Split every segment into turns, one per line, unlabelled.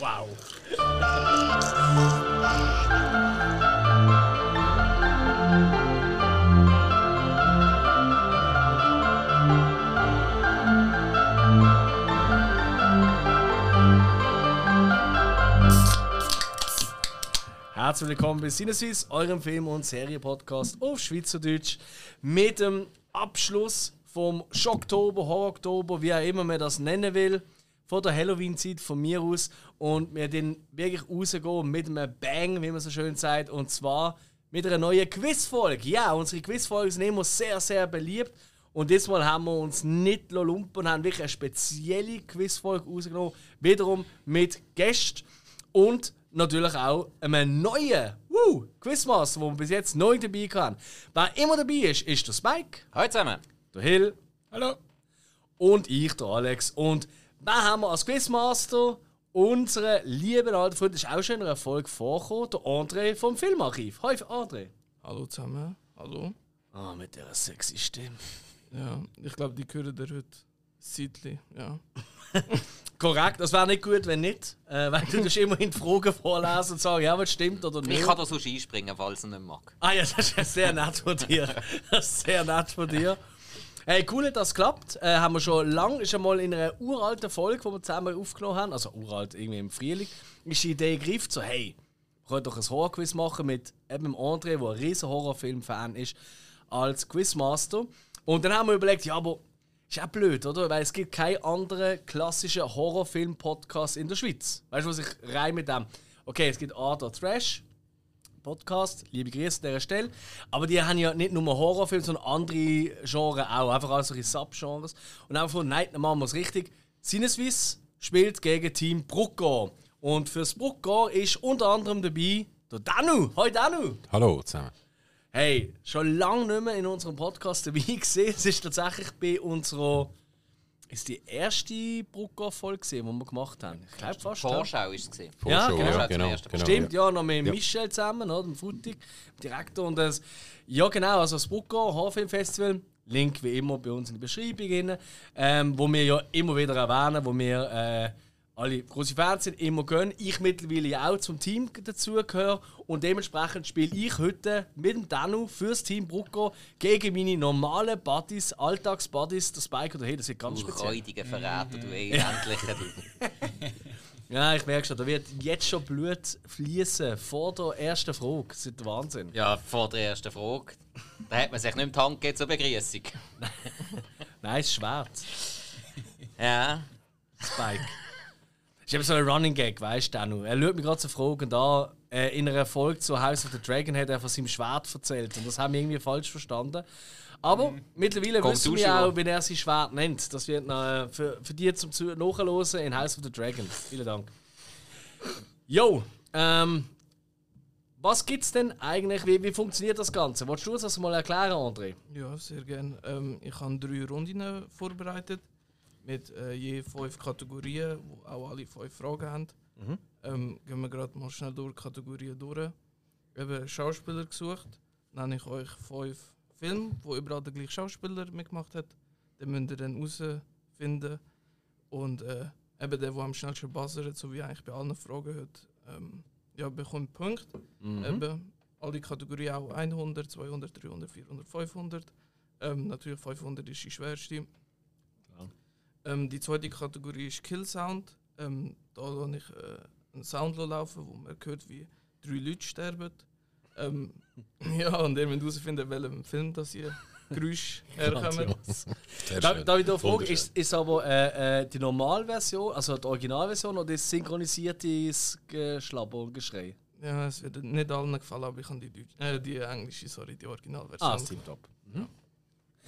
Wow. Herzlich willkommen bei Sinneswiss, eurem Film- und Serie-Podcast auf Schweizerdeutsch mit dem Abschluss vom Schocktober, Horroroktober, wie auch immer man das nennen will, von der Halloween-Zeit von mir aus. Und wir dann wirklich rausgehen mit einem Bang, wie man so schön sagt, und zwar mit einer neuen Quizfolge. Ja, unsere Quizfolgen sind immer sehr, sehr beliebt. Und diesmal haben wir uns nicht lumpen und haben wirklich eine spezielle Quizfolge rausgenommen. Wiederum mit Gästen und natürlich auch einem neuen Woo, Quizmaster, den wir bis jetzt neu dabei hatten. Wer immer dabei ist, ist der Spike,
Hallo zusammen.
der Hill
Hallo.
und ich, der Alex. Und wen haben wir als Quizmaster? Unsere lieben alten Freund ist auch schon in einer Folge vorgekommen, der André vom Filmarchiv. Hi André.
Hallo zusammen. Hallo.
Ah, mit dieser sexy Stimme.
Ja, ich glaube, die hören der heute Seidli. Ja.
Korrekt, das wäre nicht gut, wenn nicht. Äh, weil du musst immerhin die Fragen vorlesen und sagen, ja, was stimmt oder nicht.
Ich kann da sonst einspringen, falls er nicht mag.
Ah ja, das ist ja sehr nett von dir. Das ist sehr nett von dir. Hey, cool, dass das klappt. Äh, haben wir schon lange, ist einmal in einer uralten Folge, die wir zusammen aufgenommen haben, also uralt irgendwie im Frühling, ist die Idee gegriffen, so hey, wir können doch ein Horrorquiz machen mit eben dem André, der ein riesen Horrorfilm-Fan ist, als Quizmaster. Und dann haben wir überlegt, ja, aber ist auch blöd, oder? Weil es gibt keinen anderen klassischen Horrorfilm-Podcast in der Schweiz. Weißt du, was ich rein mit dem? Okay, es gibt Arthur Trash, Podcast. Liebe Grüße an dieser Stelle. Aber die haben ja nicht nur Horrorfilme, sondern andere Genres auch. Einfach all solche Subgenres. Und einfach von nein, dann machen wir es richtig. Sinneswiss spielt gegen Team Bruckgau. Und fürs Bruckgau ist unter anderem dabei der Danu. Hoi Danu!
Hallo zusammen.
Hey, schon lange nicht mehr in unserem Podcast dabei gesehen. Es ist tatsächlich bei unserer. Ist die erste Bruckgau-Folge, gewesen, die wir gemacht haben? Ich glaube fast. ja.
Vorschau ist es. gewesen.
Ja,
Vorschau,
genau.
Genau,
Stimmt,
ja.
ja, noch mit Michel zusammen, oder? Dem Frutig, dem Direktor. Und das, ja, genau, also das Brucko Horrorfilm Festival. Link wie immer bei uns in der Beschreibung, drin, ähm, wo wir ja immer wieder erwähnen, wo wir äh, alle große Fans sind, immer gehen. Ich mittlerweile ja auch zum Team dazugehöre und dementsprechend spiele ich heute mit dem Danu fürs Team Brucko gegen meine normalen Buddies, Alltagsbuddies, der Spike oder hey, das wird ganz
Du
speziell.
räudiger Verräter, du endlicher.
Ja, ich merke schon, da wird jetzt schon Blut fließen vor der ersten Frage. Das ist der Wahnsinn.
Ja, vor der ersten Frage. Da hat man sich nicht im Tank gegeben zur Begrüßung.
Nein, es ist schwarz.
Ja.
Spike. ist eben so ein Running Gag, weißt du, Danu? Er schaut mich gerade so fragend an. Äh, in einer Folge zu House of the Dragon hat er von seinem Schwert erzählt. Und das haben wir irgendwie falsch verstanden. Aber mittlerweile
Kommt
wissen
du
wir
schon.
auch, wenn er sein Schwert nennt. Das wird noch, äh, für, für die zum Zu- Nachhören in House of the Dragon. Vielen Dank. Jo, ähm, was gibt's denn eigentlich? Wie, wie funktioniert das Ganze? Wolltest du uns das mal erklären, André?
Ja, sehr gerne. Ähm, ich habe drei Runden vorbereitet mit äh, je fünf Kategorien, wo auch alle fünf Fragen haben. Ähm, gehen wir gerade mal schnell durch die Kategorien durch. Eben Schauspieler gesucht. Nenne ich euch fünf Filme, wo überall der gleiche Schauspieler mitgemacht hat. Den müsst ihr dann herausfinden. Und äh, eben der, der am schnellsten buzzert, so wie eigentlich bei allen Fragen heute, ähm, ja, bekommt Punkte. Eben, alle Kategorien auch 100, 200, 300, 400, 500. Ähm, natürlich 500 ist die schwerste. Ähm, die zweite Kategorie ist Kill Sound. Ähm, da lasse ich äh, einen Sound laufen, wo man hört, wie drei Leute sterben. Ähm, ja, und ihr müsst herausfinden, welchem Film das ihr Geräusch herkommt.
Sehr
Da,
schön.
da ich da frage,
Wunderschön.
ist, ist aber äh, äh, die Normalversion, also die Originalversion oder das synchronisierte Geschlabber und Geschrei?
Ja, es wird nicht allen gefallen, aber ich habe die, Deutsch, äh, die englische, sorry, die Originalversion.
Ah, das Team Top.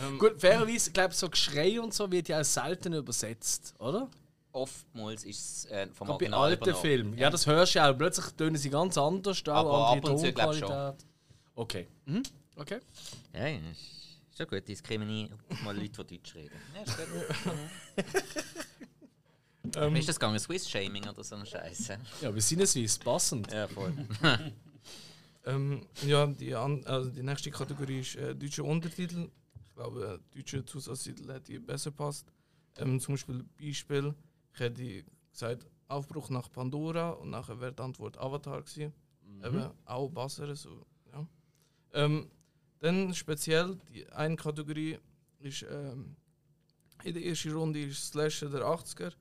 Ähm,
Gut, fairerweise, ich glaube, so Geschrei und so wird ja auch selten übersetzt, oder?
Oftmals ist es äh,
Gerade bei
vom Original
alten
übernommen.
Filmen. Ja, das hörst du ja auch. Plötzlich tönen sie ganz anders, da
Aber
auch andere
ab und zu, glaub ich,
Tonqualität. Okay. Mhm. Okay.
Ja, ja, ist ist ja gut. Diskriminieren mal Leute, die Deutsch reden. Ja, ist gut.
Ähm.
Wie ist das gegangen? Swiss-Shaming oder so ein Scheiß? hä?
Ja, wir sind es wie passend.
Ja, voll.
Ähm, ja, die, an, also die nächste Kategorie ist äh, deutsche Untertitel. Ich glaube, äh, deutsche Zusatztitel hätte besser passt. Ähm, zum Beispiel, Beispiel, ich hätte gesagt, Aufbruch nach Pandora und nachher wäre die Antwort Avatar gewesen. Eben auch besser. So, ja. ähm, dann speziell die eine Kategorie ist ähm, in der ersten Runde ist Slasher der 80er.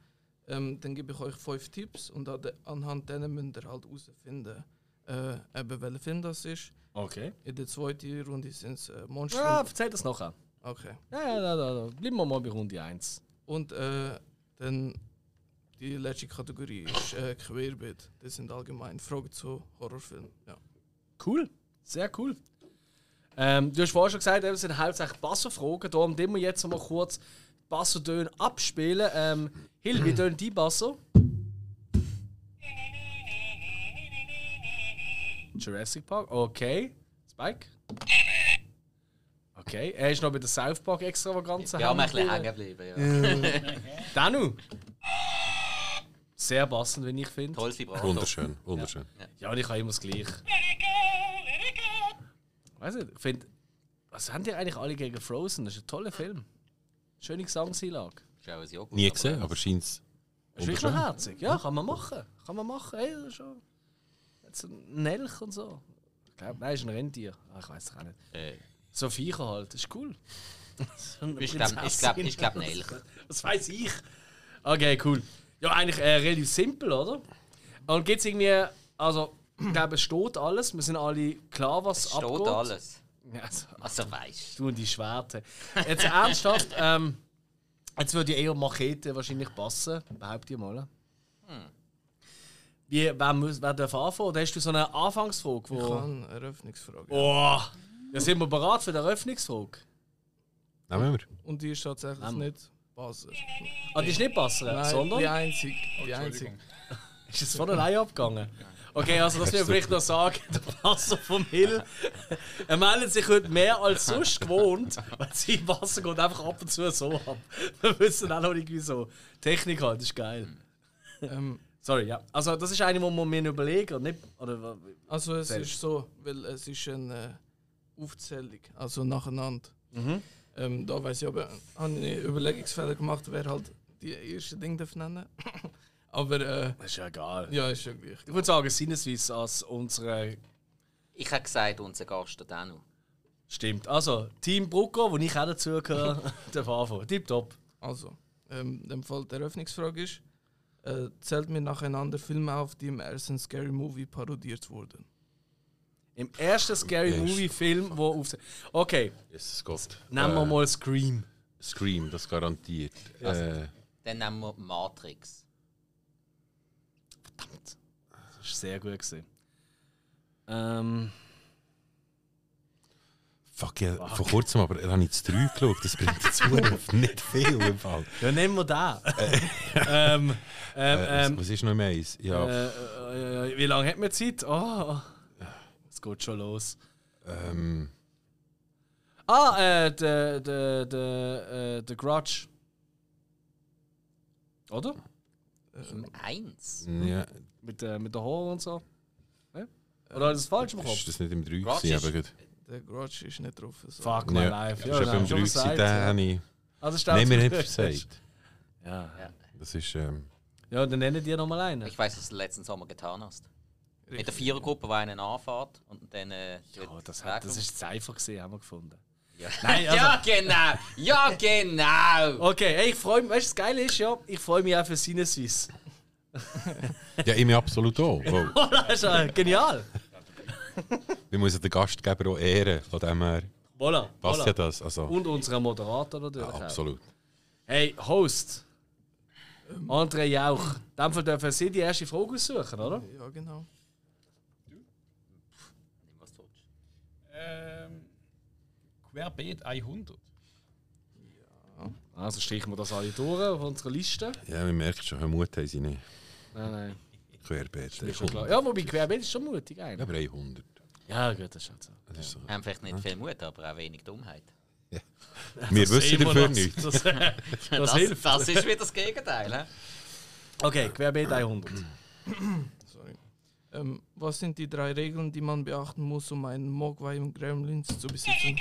Ähm, dann gebe ich euch fünf Tipps und an de- anhand denen müsst ihr halt herausfinden, äh, eben welcher Film das ist.
Okay.
In der zweiten Runde sind es äh, Monster.
Ja, erzähl das nachher.
Okay.
Ja, ja, da, da, da. Bleiben wir mal bei Runde 1.
Und äh, dann die letzte Kategorie ist äh, Querbeet. Das sind allgemein Fragen zu Horrorfilmen. Ja.
Cool, sehr cool. Ähm, du hast vorhin schon gesagt, eben, es sind hauptsächlich Basserfragen. Darum müssen wir jetzt noch mal kurz Bassertöne abspielen. Ähm, Hill, wie tönen die Basser? Jurassic Park, okay. Spike? Okay, er ist noch bei der South Park Extravaganza.
Ja, wir ein bisschen
hängen
hängen geblieben. Ja.
geblieben. Danu! Sehr passend, wenn ich finde.
Tolles Vibrato.
Wunderschön, wunderschön.
Ja, und ich habe immer das Gleiche. Weiß nicht, ich finde, was haben die eigentlich alle gegen Frozen? Das ist ein toller Film. Schöne Gesangseinlage.
Ist auch ein Joghurt,
Nie
aber-
gesehen, aber scheint es.
Das ist wirklich noch herzig. Ja, kann man machen. Kann man machen. Hey, das ist schon. Jetzt ein Nelch und so. Ich glaube, nein, ist ein Rentier. Ah, ich weiß es auch nicht.
Äh,
So Viecher halt, das ist cool. So eine
Ich glaub- ich
Prinzessin.
glaub- ich glaub, Nelch.
Das weiß ich. Okay, cool. Ja, eigentlich äh, relativ simpel, oder? Und gibt es irgendwie, also, ich glaube, es steht alles. Wir sind alle klar, was
Es
es
steht
abgeht.
alles.
Ja, also,
Also weißt
du und die Schwerte. Jetzt ernsthaft, ähm, jetzt würde ja eher Machete wahrscheinlich passen, behaupte ich mal.
Hm.
Wie, wer, muss, wer darf anfangen? Oder hast du so eine Anfangsfrage?
Ich
Wo...
habe eine Eröffnungsfrage.
Oh, da sind wir bereit für die Eröffnungsfrage.
Nehmen wir.
Und die ist tatsächlich
Ähm.
nicht Basel.
Ah, die ist nicht passend,
Nein,
sondern
die einzige. Die einzige.
ist es von allein abgegangen. Okay, also das will ich vielleicht noch sagen. Der Passer vom Hill er meldet sich heute mehr als sonst gewohnt, weil sein Wasser geht einfach ab und zu so ab. Wir wissen auch noch nicht wieso. Technik halt, das ist geil.
Ähm,
Sorry, ja. Also das ist eine, wo man mir überlegen oder nicht. Oder, wa-
also es
Selbst.
ist so, weil es ist eine äh, Aufzählung, also nacheinander.
Mhm.
Ähm, da weiß ich aber, habe ich Überlegungsfehler gemacht, wer halt die erste Ding darf nennen. aber äh,
das ist ja egal.
ja, ist ja gleich.
Ich würde sagen, sinnesweise als unsere
Ich habe gesagt, unser Gast hat auch noch.
stimmt. Also, Team Brucker, wo ich auch dazugehöre, darf anfangen. Tipptopp.
Also, ähm, in dem Fall die Eröffnungsfrage ist, äh, zählt mir nacheinander Filme auf, die im ersten Scary Movie parodiert wurden.
Im ersten Scary
Erst-
Movie Film, wo auf. Okay,
Jesus Gott.
nehmen wir mal eh, Scream.
Scream, das garantiert. Äh,
Dann nehmen wir Matrix.
Verdammt. Das ist sehr gut gesehen. Ähm,
fuck, ja, vor kurzem, aber da habe ich zu drei geschaut. Das bringt jetzt Zukunft nicht viel im Fall.
ja, nehmen wir da. ähm,
Äh,
ähm, ähm,
was, was ist noch mehr eins? Ja,
äh, äh, äh, wie lange hat man Zeit? Oh, es geht schon los.
ähm,
Ah, äh, der, der, der, äh, der Grudge. Oder?
Im
Ähm,
Eins.
ja,
Mit, äh, mit der Horror und so. Ne? Oder habe ich das falsch im Kopf?
ist das nicht im 3
Grudge
gewesen?
ist-
Aber gut.
äh, Der Grudge ist nicht drauf. also So.
Fuck my
Ja,
life. genau.
das ist eben im 3
schon
gewesen,
gesagt,
den
ja.
habe ich...
Also steht
Nein, wir
es-
nicht gesagt.
Ja.
Das ist... Ähm,
ja, dann nennen die nochmal einen.
Ich weiß, was du letzten Sommer getan hast. Mit der
Richtig.
Vierergruppe, die einen anfährt und dann. Äh,
Oh,
wird
das, hat, das
wegkommt.
ist Cypher gesehen, haben wir gefunden.
Ja.
Nein, also-
ja, genau! Ja, genau!
Okay, hey, ich freue mich, weißt du, das Geile ist ja, ich freue mich auch für Sinneswiss.
ja, ich mich absolut auch. Weil
Oh, das ist ja genial.
wir müssen den Gastgeber auch ehren. Von dem her
Voilà.
passt ja
voilà.
das. Also,
Und unseren Moderator natürlich.
ja,
auch.
absolut.
Hey, Host. André Jauch. In dem Fall dürfen Sie die erste Frage aussuchen, oder?
Ja, genau.
Nimm, was du willst.
Ähm, Querbeet 100.
Also streichen wir das alle durch auf unserer Liste.
Ja, wir merken schon, wie Mut haben sie nicht.
Nein, nein.
Querbeet.
Ist schon klar. Ja, wobei Querbeet ist schon mutig
Ja,
eigentlich.
aber 100.
Ja, gut, das ist halt so.
Das ist so.
Wir haben vielleicht nicht viel Mut, aber auch wenig Dummheit.
Wir wissen dafür
das,
nichts.
Das, das, hilft.
das ist wieder das Gegenteil. hä?
Okay, Querbeet 100.
Sorry. Ähm, was sind die drei Regeln, die man beachten muss, um einen Mogwai im Gremlins zu besitzen?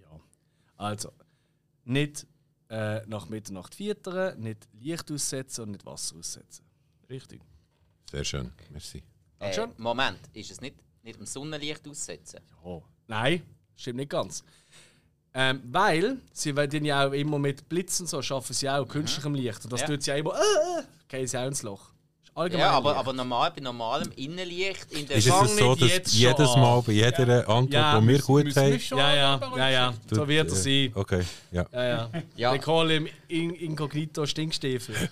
Ja. Also, nicht äh, nach Mitternacht füttern, nicht Licht aussetzen und nicht Wasser aussetzen.
Richtig.
Sehr schön, merci.
Äh,
Schon?
Moment, ist es nicht, nicht im Sonnenlicht aussetzen?
Oh. Nein, stimmt nicht ganz. Ähm, weil sie werden ja auch immer mit Blitzen so schaffen sie auch künstlichem Licht. Und das
Ja.
tut sie ja immer. Äh, äh, gehen sie auch ins Loch. Ist Allgemein
Ja, aber,
Licht.
aber normal, bei normalem Innenlicht in der
Ist es
fang
das so,
nicht
dass
jetzt schon
jedes
an.
Mal bei jeder Antwort,
Ja,
die wir
müssen-
gut
Müssen wir
haben,
schon
Ja, ja,
aber-
ja, ja. So
tut,
wird
äh,
er sein.
Okay, ja.
Ja, ja.
Ja.
Nicole im in Inkognito Stinkstiefel.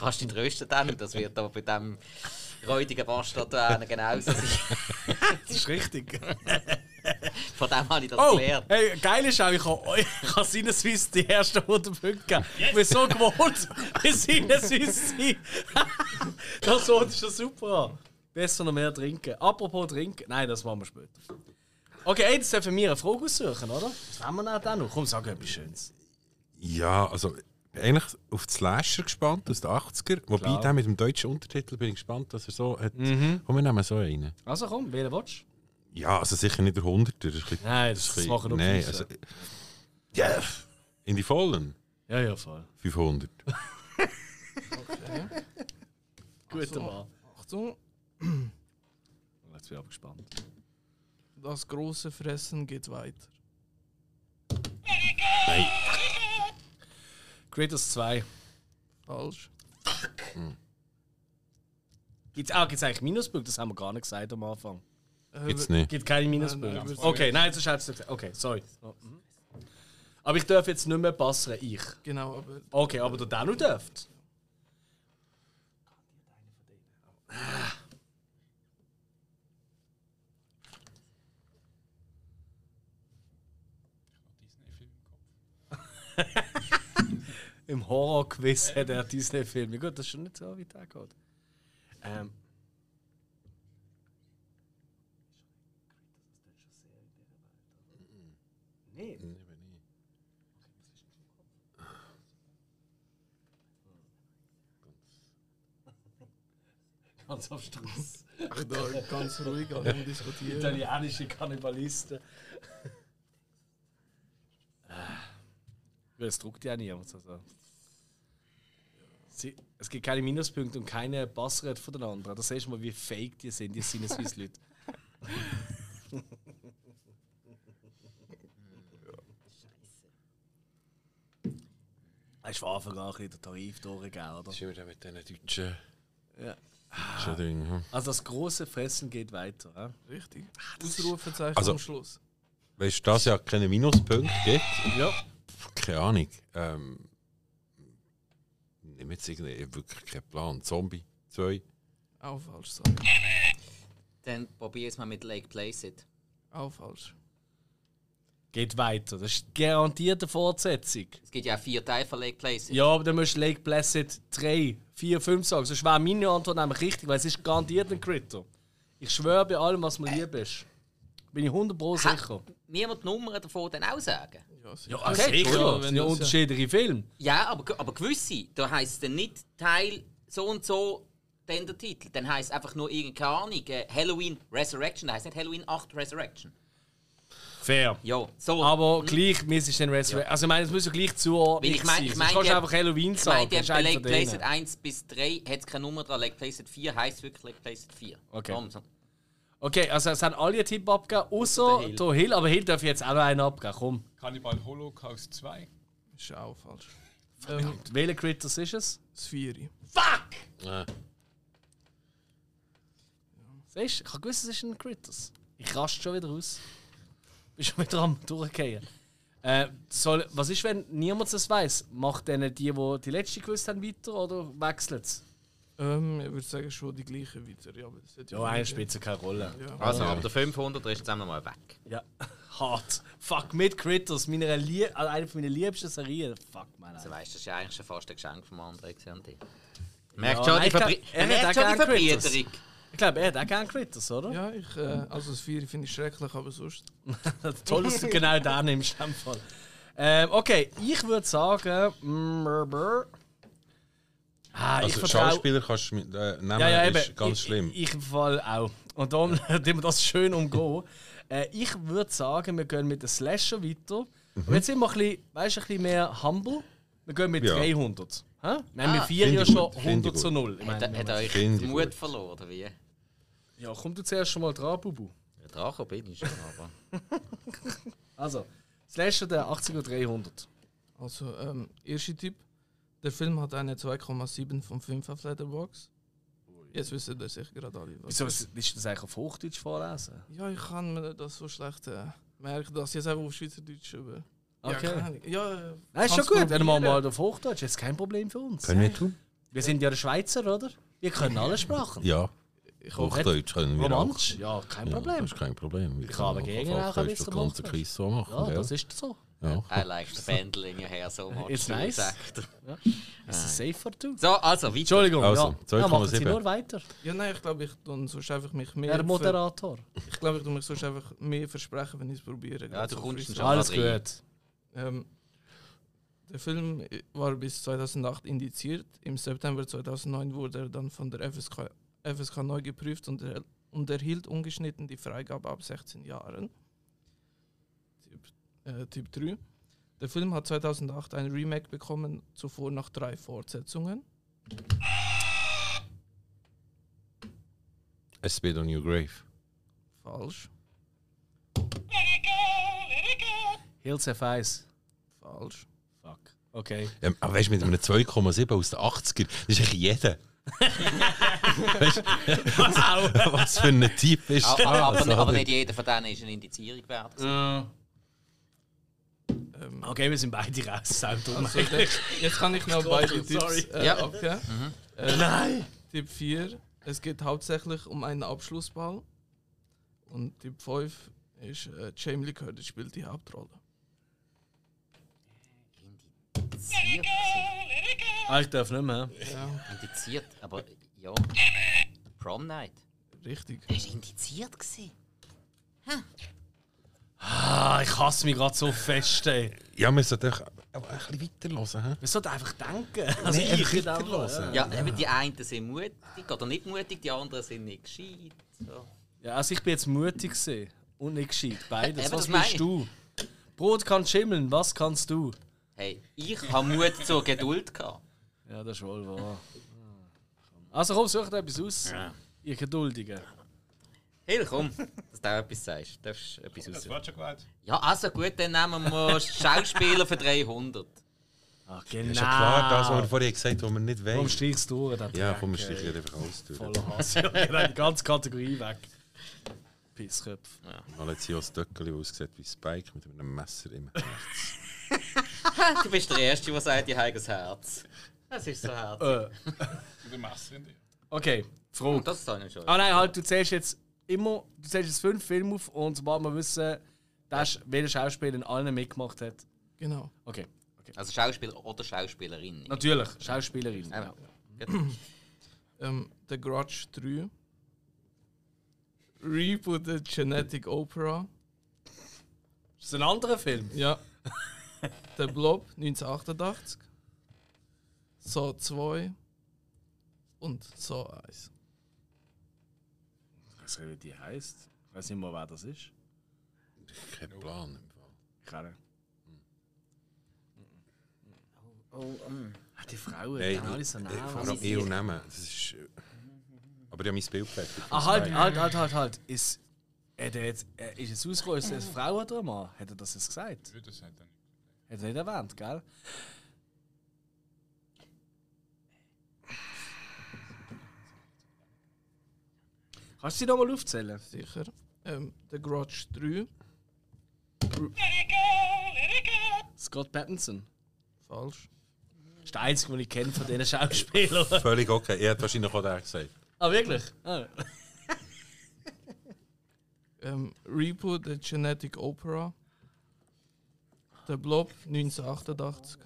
Kannst du ihn rösten dann und das wird aber bei diesem räudigen Bastard da hinten genauso sein.
Das ist richtig.
Von dem habe ich das
Oh,
gelernt.
hey, geil ist auch, ich kann, ich kann Sinneswiss die ersten 100 Punkte geben. Ich bin so gewohnt, bei Sinneswiss zu sein. das hört sich schon super an. Besser noch mehr trinken. Apropos trinken, nein, das machen wir später. Okay, hey, jetzt dürfen wir eine Frage aussuchen, oder? Das haben wir dann auch noch. Komm, sag etwas Schönes.
Ja, also eigentlich auf den Slasher gespannt aus den 80er. Wobei
Klar. Mhm.
der mit dem deutschen Untertitel bin ich gespannt, dass er so hat. Komm, wir nehmen so einen.
Also komm, wählen willst du?
Ja, also sicher nicht der 100er. Das ist ein bisschen-
Nein, das,
ist ein
das
bisschen-
machen wir
Nein, also. Ja, in die Vollen
Ja, ja, voll.
500.
Guter Mann.
Achtung,
Jetzt bin ich abgespannt.
das große Fressen geht weiter.
Critters 2.
Falsch.
Gibt's, ah, gibt's eigentlich Minuspunkte? Das haben wir gar nicht gesagt am Anfang.
Äh,
Gibt's nicht.
Gibt keine
Nein, nein,
Minuspunkte.
wir sind-
Okay, nein, jetzt hast du gesagt. Okay, sorry. Mhm. Aber ich darf jetzt nicht mehr passen, ich.
Genau, aber
Okay, aber der Danu dürft. Im Horror-Quiz hat er Disney-Filme. Gut, das ist schon nicht so, wie der geht. Ähm. Nee. Ganz abstrus.
da ganz ruhig an dem diskutieren.
Italienische Kannibalisten. Das druckt ja niemand. Also. Sie, es gibt keine Minuspunkte und keine Passrede von den anderen. Da siehst du mal, wie fake die sind, die Sinneswiss-Leute. Hast du von Anfang an ein bisschen den Tarif durchgegeben, oder?
Sind wir da mit diesen deutschen.
Ja.
Schon Ding, hm?
Also das große Fressen geht weiter. hä?
Richtig. Ausrufezeichen
Also-
am Schluss.
Weißt du, dass es ja keine Minuspunkte gibt?
Ja.
Keine Ahnung. Ähm, nimm jetzt irgendwie, ich hab wirklich keinen Plan. Zombie 2.
Auch falsch, sorry.
Dann probier es mal mit Lake Placid.
Auch falsch.
Geht weiter. Das ist garantiert eine Fortsetzung.
Es gibt ja auch vier Teile von Lake Placid.
Ja, aber dann musst du Lake Placid 3, 4, 5 sagen. Sonst wäre meine Antwort nämlich richtig, weil es ist garantiert ein Critter. Ich schwöre bei allem, was mir lieb ist. Bin ich 100% sicher.
Niemand die Nummern davon dann auch sagen.
Ja, sicher.
Ja,
okay,
sicher.
klar,
Das
wenn
sind ja
das-
unterschiedliche Filme.
Ja, aber, ge- aber gewisse, da heisst es dann nicht Teil so und so, dann der Titel. Dann heisst es einfach nur irgendeine Ahnung, äh, Halloween Resurrection. Da heisst nicht Halloween 8 Resurrection.
Fair.
Ja, so.
Aber gleich, mir ist dann Resurrection. Also, ich meine, es muss ja gleich zuordnen.
Weil ich mein- ich mein,
du kannst
die-
einfach Halloween
ich
sagen.
meine, die
das ist
bei
einer
Lake
von denen.
Placid 1 bis 3 hat es keine Nummer dran. Lake Placid 4 heisst wirklich Lake Placid 4.
Okay.
Darum so.
Okay, also, es haben alle einen Tipp abgegeben, außer
Der Hill.
der Hill. Aber Hill darf jetzt auch noch einen abgeben. Komm.
Cannibal Holocaust 2.
Ist auch falsch. Ähm,
Welcher Critters ist es?
das Vieri.
Siehst du, ich habe gewusst, es ist ein Critters. Ich raste schon wieder aus. Bin schon wieder am durchgehen. Äh, soll, was ist, wenn niemand es weiß? Macht denen die, die die letzte gewusst haben, weiter oder wechselt es?
Ähm, ich würde sagen, schon die gleiche weiter. Ja, aber das hat
Ja, eine spielt keine Rolle.
Also, aber der 500 ist zusammen mal weg.
Ja. Hart. Fuck, mit Critters, meiner Lie also einer meiner liebsten Serien. Fuck, man.
Also weißt, du, das ist ja eigentlich schon fast ein Geschenk vom anderen gewesen an dich.
Ja,
Merkt schon
nein,
die
ich glaub,
Verbri-
er
Man
hat
merkt schon
auch
die
gerne Critters.
Verbrüderung.
Ich glaube, er hat auch gerne Critters, oder?
Ja, ich, äh, also das Vieri finde ich schrecklich, aber sonst.
Toll, dass du genau da nimmst. in dem Fall. Ähm, okay, ich würde sagen. mm, brr, brr. Ah, ich
Also,
vertraue.
Schauspieler kannst du mit, äh, nehmen,
Ja, ja, eben.
ist ganz
ich,
schlimm.
Ich, ich im Fall auch. Und darum, indem wir das schön umgehen. äh, ich würde sagen, wir gehen mit dem Slasher weiter.
Mhm.
Und jetzt sind wir ein bisschen, weißt, ein bisschen mehr humble. Wir gehen mit
Ja.
300. Hä? Wir haben mit
Ah.
4
Finde
ja
ich
schon
gut, finde ich
100
gut.
zu 0. Ich
Hat,
meine,
hat euch
Finde
den
ich
Mut
gut.
verloren, oder wie?
ja, komm du zuerst schon mal dran, Bubu.
Ja, Drache bin ich schon, aber.
Also, Slasher der 80 und 300.
Also, ähm, erster Tipp. Der Film hat eine 2,7 von 5 auf Letterboxd. Jetzt wissen das ich gerade alle. Was.
Wieso willst du das eigentlich auf Hochdeutsch vorlesen?
Ja, ich kann mir das so schlecht äh, merken, dass ich jetzt einfach auf Schweizerdeutsch über. eh. Ja,
Okay.
keine Ahnung. Ja, äh,
Nein, ist schon
kann's
gut. Wenn wir
probieren.
mal auf Hochdeutsch, ist kein Problem für uns.
Können wir tun?
Wir sind ja der Schweizer, oder? Wir können alle Sprachen.
Ja,
Ich hoffe,
Hochdeutsch können wir auch.
Romansch? Ja, kein
Ja,
Problem.
Das ist kein Problem. Wir
Ich kann aber gegen auch ein bisschen
den ganzen
Hochdeutsch.
Quiz so machen.
Ja,
gell?
das ist so.
ja.
I like the bundle in your hair so much.
It's nice.
sagt er.
Ist es safer, du?
So, also, weiter.
Entschuldigung,
Also,
ja. ja. Machen Sie
2,7.
nur weiter.
Ja, nein, ich glaube, ich tue sonst einfach mich mehr.
Der Moderator.
ver- Ich glaube, ich tue mich sonst einfach mehr versprechen, wenn ich es probiere.
Ja, du
So
kommst
frisch.
schon.
Alles
Madrid.
gut.
Ähm, der Film äh, war bis 2008 indiziert. Im September 2009 wurde er dann von der FSK, FSK neu geprüft und, er, und erhielt ungeschnitten die Freigabe ab 16 Jahren. Typ, äh, typ 3. Der Film hat 2008 ein Remake bekommen, zuvor noch drei Fortsetzungen.
A Spit on Your Grave.
Falsch,
Hills have eyes.
falsch.
Fuck. Okay.
Ähm, aber weißt du, mit einem 2,7 aus den 80ern, das ist eigentlich jeder. weißt, du, was für ein Typ ist
Aber,
das?
Ah, aber, aber
oder?
nicht jeder von denen ist eine Indizierung wert. Also, gewesen.
Okay, wir sind beide raus. Seid dumm.
Ähm, So, der, jetzt kann ich noch beide
sorry.
Tipps äh,
Ja.
abgeben.
Nein!
Tipp 4, es geht hauptsächlich um einen Abschlussball. Und Tipp 5 ist, äh, Jamie Lee Curtis spielt die Hauptrolle.
Indiziert. gewesen.
Ah, ich darf nicht mehr.
Ja,
Indiziert, aber ja. Prom Night.
richtig.
Er war indiziert. gewesen.
Ah, ich hasse mich gerade so fest. Ey.
Ja, wir sollten doch aber ein bisschen weiterhören. hä?
Man sollte einfach denken. Also
Nee,
genau.
einfach
hätte einfach-
weiterhören.
Ja, eben, die einen sind mutig oder nicht mutig, die anderen sind nicht gescheit. So.
Ja, also ich bin jetzt mutig gewesen und nicht gescheit. Beides.
Eben,
was
das meine
bist
ich.
du? Brot kann schimmeln, was kannst du?
Hey, ich habe Mut zur Geduld gehabt.
Ja, das ist wohl wahr. Also komm, such dir etwas aus. Ihr Geduldigen.
Hey, komm, dass du auch etwas sagst. Du darfst etwas
Das
aussuchen.
wird schon gewählt.
Ja, also gut, dann nehmen wir Schauspieler für 300.
Ach,
Ist
genau.
ja klar, das, was wir vorher gesagt haben, was wir nicht
Komm,
wollen.
streich's durch. den
Ja,
Dreck,
komm, wir
ey.
streichen einfach alles durch.
Voller Hass. Ja, Wir haben die ganze Kategorie weg. Pissköpfe.
Mal jetzt hier als Döckeli, der aussieht wie Spike mit einem Messer im Herz.
Du bist der Erste, der sagt, ich habe ein Herz. Das ist so hart.
Äh,
Mit dem Messer in dir.
okay, Frage.
Oh, Das habe ich schon.
Ah nein, halt, du zählst jetzt immer, du zählst jetzt fünf Filme auf und sobald wir wissen, das ist, welcher Schauspieler in allen mitgemacht hat.
Genau.
Okay.
Also Schauspieler oder Schauspielerin.
Natürlich, Schauspielerin.
Ja.
Ähm, The Grudge 3. Rebooted Genetic Opera.
Das ist ein anderer Film.
Ja. The Blob 1988. Saw 2. Und Saw 1.
Ich weiß nicht, wie die heißt. Ich weiß nicht mal, wer das ist.
Kein Plan. im Fall.
Keine. Ah, die Frauen,
Nein,
die haben alle so
ich- ich- äh, vor
Namen.
allem ich und Namen. Das ist... Aber ich habe mein Bild fertig.
Ah, halt, halt, halt, halt, halt. Ist, hat er jetzt, äh, ist es rausgekommen, ist es eine Frau oder ein Mann? Hat er das jetzt gesagt?
Ja, Das hat er nicht.
Hat er nicht erwähnt, gell? Kannst du sie nochmal aufzählen?
Sicher. Ähm, The Grudge 3.
Scott Pattinson.
Falsch.
Das ist der einzige, den ich kenne von diesen Schauspielern.
Völlig okay. Er hat wahrscheinlich auch den gesagt.
ah, wirklich? Ah.
ähm, Reboot der Genetic Opera, der Blob 1988,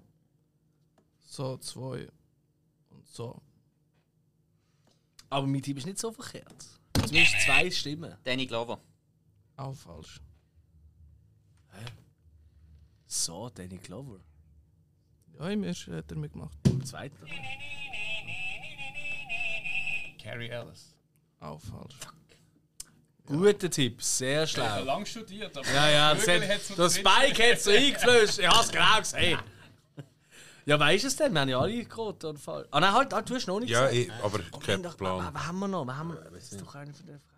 so 2 und so.
Aber mein Team ist nicht so verkehrt. Zumindest zwei Stimmen.
Danny Glover.
Auch falsch.
So, Danny Glover.
Ja, im ersten hat er mitgemacht.
Im zweiten.
Carrie Ellis.
Auch falsch.
Guter Tipp, sehr
Ich habe
schlau.
lang studiert, aber
Ja, ja, das,
Vögel hat's
hat,
noch
das
nicht-
Spike hat es eingeflößt. Ich habe es genau gesehen. Ja, weißt du es denn? Wir haben ja alle geraten. oder falsch? Ah nein, halt, halt, du hast noch nicht
Ja,
gesagt.
ich, aber kein
Doch,
Plan.
Was haben wir noch? Was haben wir? Das ist doch eine von den Frauen.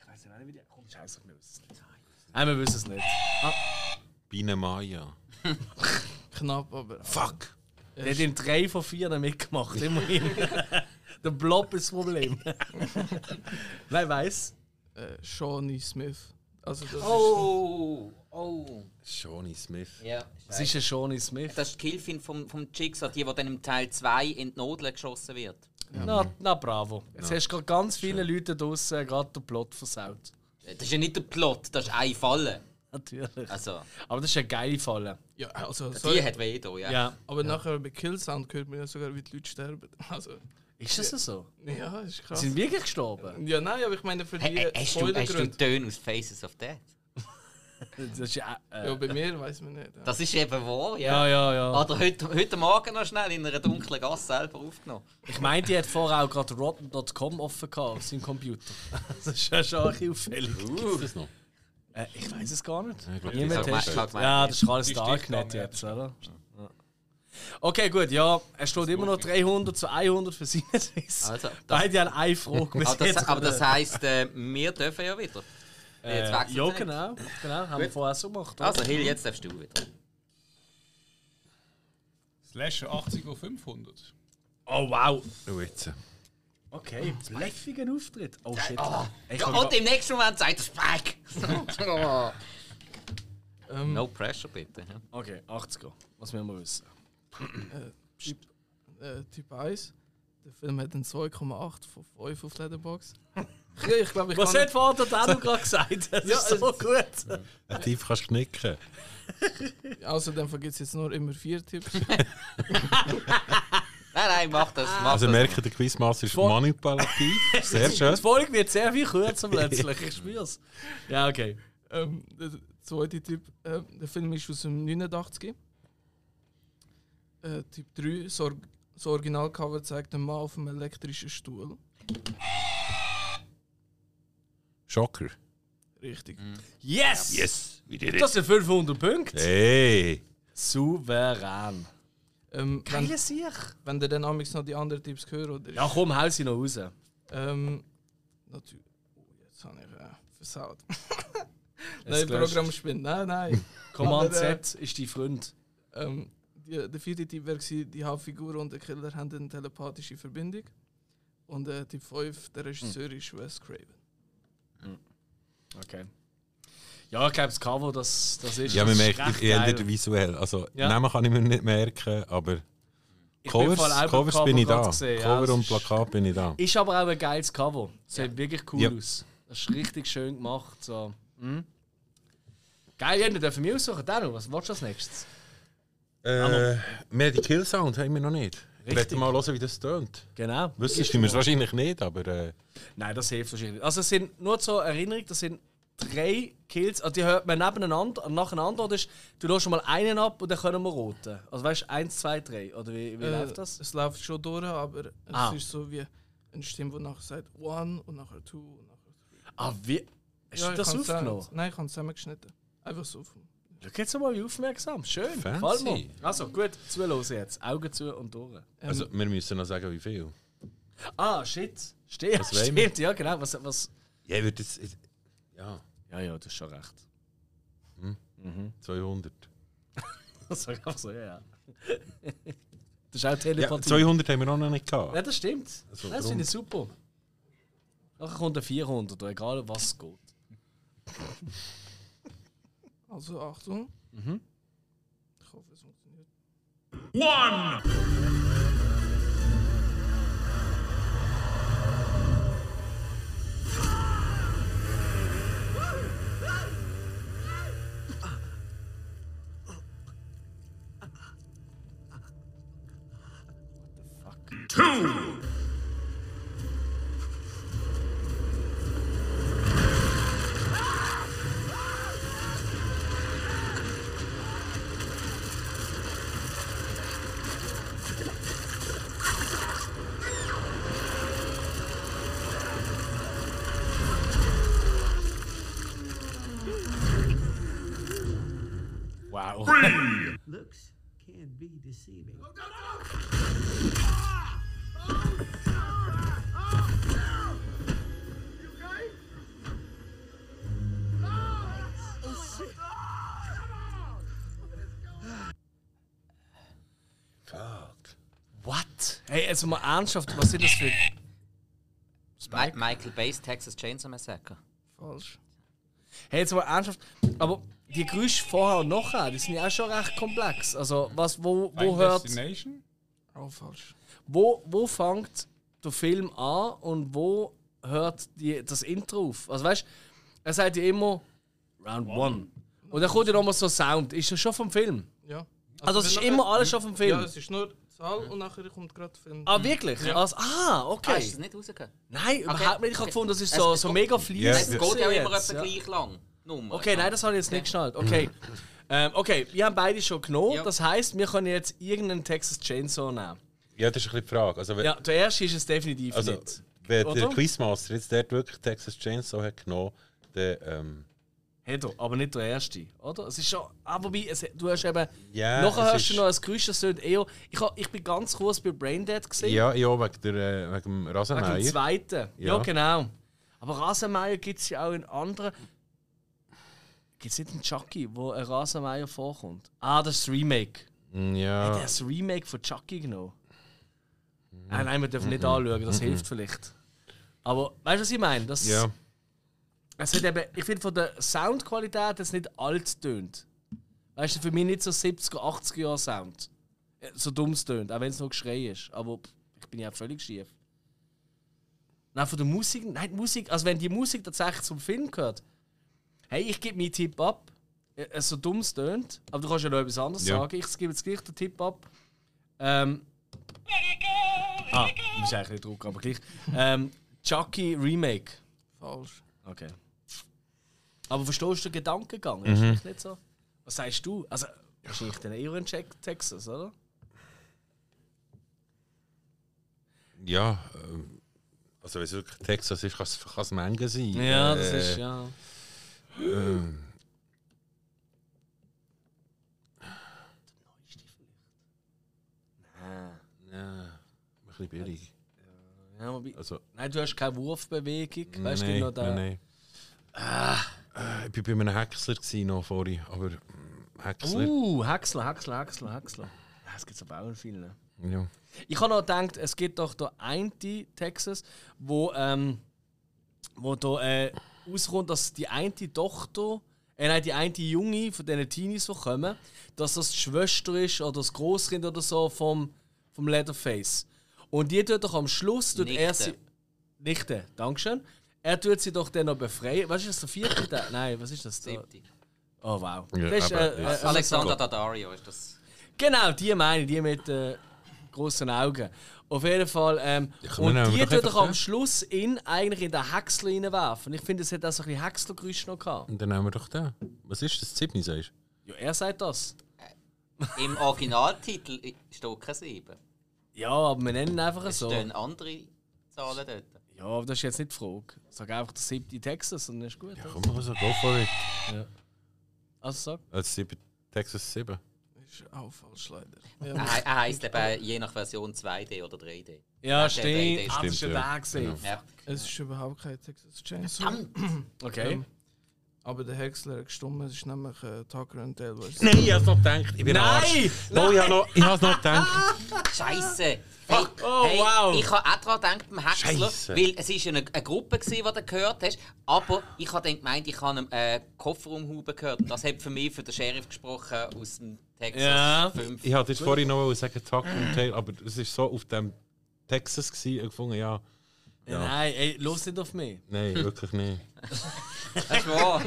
Ich weiß nicht, wie die... Komm, scheiße, wir wissen es nicht. Nein, wir wissen es nicht.
Biene Maya.
Knapp, aber.
Fuck!
Der hat in drei von vier dann mitgemacht, immerhin. der Blob ist das Problem. Nein, weiß.
Äh, Shawnee Smith. Also, das
Oh, oh.
Shawnee Smith.
Ja,
Das ist ein Shawnee Smith.
das ist die Kilfin vom, vom Jigsaw, die, die dann im Teil 2 in die Nodel geschossen wird.
Na, na bravo. Jetzt hast du gerade ganz viele Leute draußen gerade den Plot versaut.
Das ist ja nicht der Plot, das ist eine Falle.
Natürlich.
Also,
Aber das ist eine geile Falle.
ist, ja, also,
die
sorry,
hat weh da, ja.
Ja.
aber nachher bei Killsound hört man ja sogar, wie die Leute sterben. Also,
Ist das so?
ja, ist krass.
Sind wirklich gestorben?
Ja, nein, aber ich meine, für
Hey,
die
hey, hast, du, hast du
Spoilergründe.
Töne aus Faces of Death?
Das ist ja, äh,
Ja, bei mir weiß man nicht. Ja.
Das ist eben wahr, ja.
ja, ja, ja.
Oder heute, heute Morgen noch schnell in einer dunklen Gasse selber aufgenommen.
Ich meinte, die hat vorher auch gerade rotten.com offen gehabt auf seinem Computer. Das ist ja schon ein bisschen auffällig.
Uh.
Gibt es noch?
Äh, ich weiß es gar nicht.
Ich glaub,
Niemand
das
hat-
testet.
hat gemeint.
Ja, das ist alles
Die
Darknet
Stiftung, ja.
jetzt, oder? Ja. Okay, gut, ja. Es steht immer noch 300 zu 100 für Sinneswiss.
Also, das-
Beide haben eine Frage. bis
Aber das,
jetzt.
aber das heisst, äh, wir dürfen ja wieder. Jetzt
äh,
wechselt's
ja,
nicht.
genau. genau haben wir
Gut.
vorher so gemacht. oder?
Also, Hill, jetzt darfst du wieder.
Slasher 80 auf 500.
Oh, wow.
Oh, jetzt.
Okay, bleffiger Auftritt. Oh, shit. Ich
Ah. Ja, oh,
hab
und im nächsten Moment sagt er Spike!
Ähm,
No pressure, bitte. ja.
Okay, 80er. Was müssen wir wissen?
Typ, äh, typ 1. Der Film hat einen 2,8 von 5 auf Letterboxd. Ich, ich glaube, ich
Was
kann-
hat Vater Danu gerade gesagt? Das ist so gut.
Ein Tief kannst du knicken.
Außerdem vergiss jetzt nur immer vier Tipps.
Nein, nein, mach das. Mach
Also
das.
merke, der Quizmaster ist manipulativ. Sehr schön.
Das Folge wird sehr viel kürzer plötzlich. Ich spür's. Ja, okay.
ähm, der zweite Typ. ähm, der Film ist aus dem 89. Äh, typ 3. Das, Or das Originalcover zeigt einen Mann auf einem elektrischen Stuhl.
Schocker.
Richtig.
Mhm. Yes!
Yes! Wie dir
Das sind 500 Punkte.
Hey!
Souverän.
Ähm, wenn,
Sieg.
wenn ihr dann amigs noch die anderen Tipps hört, oder?
Ja, komm, hau sie noch raus.
Ähm, natürlich. Oh, jetzt habe ich äh, versaut.
Jetzt
nein,
gelöscht.
Programmspinn. Nein, nein.
Command Z ist dein Freund.
ähm, die, der vierte Typ war, die Hauptfigur und der Killer haben eine telepathische Verbindung. Und äh, Typ 5, der Regisseur
Hm.
ist Wes Craven.
Okay. Ja, ich glaube, das Cover, das, das ist.
Ja,
das
man
ist
merkt,
recht
ich ändere
geil.
visuell. Also,
Ja.
Namen kann ich mir nicht merken, aber
Ich bin
Covers,
vor allem auch beim
Covers
Cover
bin ich da.
gerade gesehen, ja,
Cover
das
und
ist-
Plakat bin ich da.
Ist aber auch ein geiles Cover. Sieht wirklich cool
Ja.
aus. Das ist richtig schön gemacht. So. Mhm. Geil, ja, wir dürfen wir aussuchen. Danu, was willst du als nächstes?
Äh, wir haben die Killsound haben wir noch nicht. Ich
Ah, Richtig.
werde mal hören, wie das tönt.
Genau.
Wüsstest du mir wahrscheinlich nicht, aber äh,
Nein, das hilft wahrscheinlich nicht. Also es sind nur zur Erinnerung, das sind drei Kills, also die hört man nebeneinander, nacheinander oder ist, du lässt schon mal einen ab und dann können wir roten. Also weißt du, eins, zwei, drei. Oder wie,
Äh,
wie läuft das?
Es läuft schon durch, aber es
Ah.
ist so wie eine Stimme, die nachher sagt One und nachher Two und nachher Three.
Ah, wie? Hast
Ja,
du
ich
das
hab's
aufgenommen?
zusammen- Nein, ich habe es zusammengeschnitten. Einfach so. vom-
Schau jetzt mal, wie aufmerksam. Schön.
Fancy.
Gefällt mir. Also gut, zuhören jetzt. Augen zu und durch.
Ähm,
also, wir müssen noch sagen, wie viel.
Ah, shit. Steht,
Was wollen wir?
stimmt, ja genau. Was, was?
Ja, ich würde jetzt. Ja,
Ja, ja, du hast schon recht.
200.
Sag einfach so, ja, ja. Das ist auch
Ja,
Telepathie.
200 haben wir auch noch nicht
Ja,
gehabt.
das stimmt.
Also,
Nein, das finde ich super. Nachher kommt ein 400, oder egal um was es geht.
also Achtung.
Mhm.
Ich hoffe, es funktioniert.
can be deceiving.
What? Hey, jetzt mal ernsthaft, was sind das für.
Ma Michael Bay's Texas Chainsaw Massacre.
Falsch.
Hey, jetzt mal ernsthaft. Aber die Geräusche vorher und nachher, die sind ja auch schon recht komplex. Also, was, wo, wo
Final
hört.
Destination?
Auch falsch.
Wo, wo fängt der Film an und wo hört die, das Intro auf? Also, weißt du, er sagt ja immer Round One. Und dann kommt ja nochmal so Sound. Ist das schon vom Film?
Ja.
Also, es ist
wenn
immer
nachher-
alles schon vom Film. Mhm.
Ja, es ist nur die Zahl und nachher kommt gerade Film.
Ah, wirklich? Also, ah, okay.
Ah, ist das nicht rausgekommen?
Nein, überhaupt nicht. Ich habe
okay.
gefunden, das ist
Es-
so,
es
so
geht-
mega fließend.
Ja,
Es
ja.
geht ja immer
jetzt,
etwa gleich lang. Nummer.
Okay, nein, das habe ich jetzt nicht geschnallt. Okay. ähm, okay, wir haben beide schon genommen.
Ja.
Das heisst, wir können jetzt irgendeinen Texas Chainsaw nehmen.
Ja, das ist ein bisschen die Frage. Also, wenn,
Ja, der erste ist es definitiv
also,
nicht.
wenn
Oder?
der Quizmaster jetzt dort wirklich Texas Chainsaw hat genommen, dann. Ähm,
Hedo, aber nicht der erste, oder? Es ist schon. Aber wobei, es, du hast eben.
Ja,
nachher
es
hörst du
ist-
noch ein Geräusch, das tönt eher. Ich, hab, ich bin ganz kurz bei Braindead gesehen.
ja, ja, wegen, der, äh, wegen dem
Wegen
Rasenmeier.
dem zweiten. Ja.
Ja.
genau. Aber Rasenmeier gibt es ja auch in anderen. Gibt es nicht einen Chucky, wo ein Rasenmeier vorkommt? Ah, das ist das Remake.
Mm, Ja.
Der hat das Remake von Chucky genommen.
Mhm.
Ah, nein, wir dürfen nicht anschauen, das hilft vielleicht. Aber weißt du, was ich meine? Das,
ja.
es hat eben, ich finde von der Soundqualität, dass es nicht alt tönt. Weißt du, für mich nicht so 70er, 80er Jahre Sound. Äh, So dumm es tönt, auch wenn es noch Geschrei ist. Aber pff, ich bin ja auch völlig schief. Nein, von der Musik, nein, die Musik, also wenn die Musik tatsächlich zum Film gehört, hey, ich gebe meinen Tipp ab, Äh, äh, so dumm es tönt, aber du kannst ja noch etwas anderes
Ja.
sagen, ich gebe jetzt gleich den Tipp ab. Ähm, ah, muss eigentlich nicht drucken, aber gleich. Ähm, Chucky Remake.
Falsch.
Okay. Aber verstehst du den Gedankengang? Ist das nicht so? Was sagst du? Also, wahrscheinlich den Iron Jack Texas, oder?
Ja. Ähm, also, wenn es wirklich Texas ist, kann es- kann es Menge sein. Äh,
ja.
Ähm, ja, ein bisschen billig.
ja wobei,
Also,
nein, du hast keine Wurfbewegung. Weißt du
nein,
noch da? Ah,
nein, nein. Äh, ich war bei einem Häcksler gewesen noch vorhin, aber mm, Häcksler,
Uh, Häcksler, Häcksler, Häcksler, Häcksler. Ja, Es gibt es aber auch in vielen.
ja.
Ich habe noch gedacht, es gibt doch da einen Texas, wo, ähm, wo da äh, rauskommt, dass die eine Tochter, äh, nein, die eine Junge von diesen Teenies, die kommen, dass das die Schwester ist oder das Großkind oder so vom, vom Leatherface. Und die tut doch am Schluss, tut er
Nichte.
sie. Nichte, Dankeschön. Er tut sie doch dann noch befreien. Was ist das, der vierte Teil? Nein, was ist das? Der?
Siebte.
Oh, wow.
Ja,
das ist,
aber-
äh,
ja.
äh,
Alexander Daddario ist das.
Genau, die meine ich, die mit äh, großen Augen. Auf jeden Fall. Ähm,
komm,
und
nehmen wir
die
doch
tut
einfach
doch am
den.
Schluss in, eigentlich in den Häcksler reinwerfen. Ich finde, es hat auch so ein bisschen Häckslergeräusch noch gehabt.
Und dann nehmen wir doch den. Was ist das? Zippni sagst du?
Ja, er sagt das.
Im Originaltitel steht kein 7.
Ja, aber wir nennen ihn einfach
Es
so.
stehen andere Zahlen dort.
Ja, aber das ist jetzt nicht die Frage. Sag einfach der siebte Texas und dann ist gut.
Ja, komm, also, go for it.
Also sag.
Als sieben- Texas 7.
Ist auch falsch leider. Ja.
Er, er heisst eben je nach Version 2D oder 3D.
Ja,
stimmt.
stimmt. Ah, das ist
Stimmt, ja.
ein Weg. gewesen.
Ja.
Es ist überhaupt kein Texas Chainsaw.
Genau.
Okay.
Aber der Häcksler hat gestummen, es ist nämlich äh, Tucker and Dale. Weißt du?
Nein, ich hab's noch gedacht. Ich bin
Nein!
No, ich, hab noch, ich hab's noch gedacht.
Scheiße! Hey,
Oh,
hey,
wow.
Ich habe auch daran gedacht, beim Häcksler,
Scheisse.
weil es war eine, eine Gruppe, gewesen, die du gehört hast, aber ich habe dann gemeint, ich habe einen äh, Kofferraumhuben gehört. Und Das hat für mich für den Sheriff gesprochen aus dem Texas
Ja.
5.
Ich hatte jetzt vorhin noch wollen sagen Tuck und Tail, aber es war so auf dem Texas, gewesen, ich gefunden, ja.
Ja. Nein, ey, los nicht auf mich.
Nein, wirklich nicht.
Das war.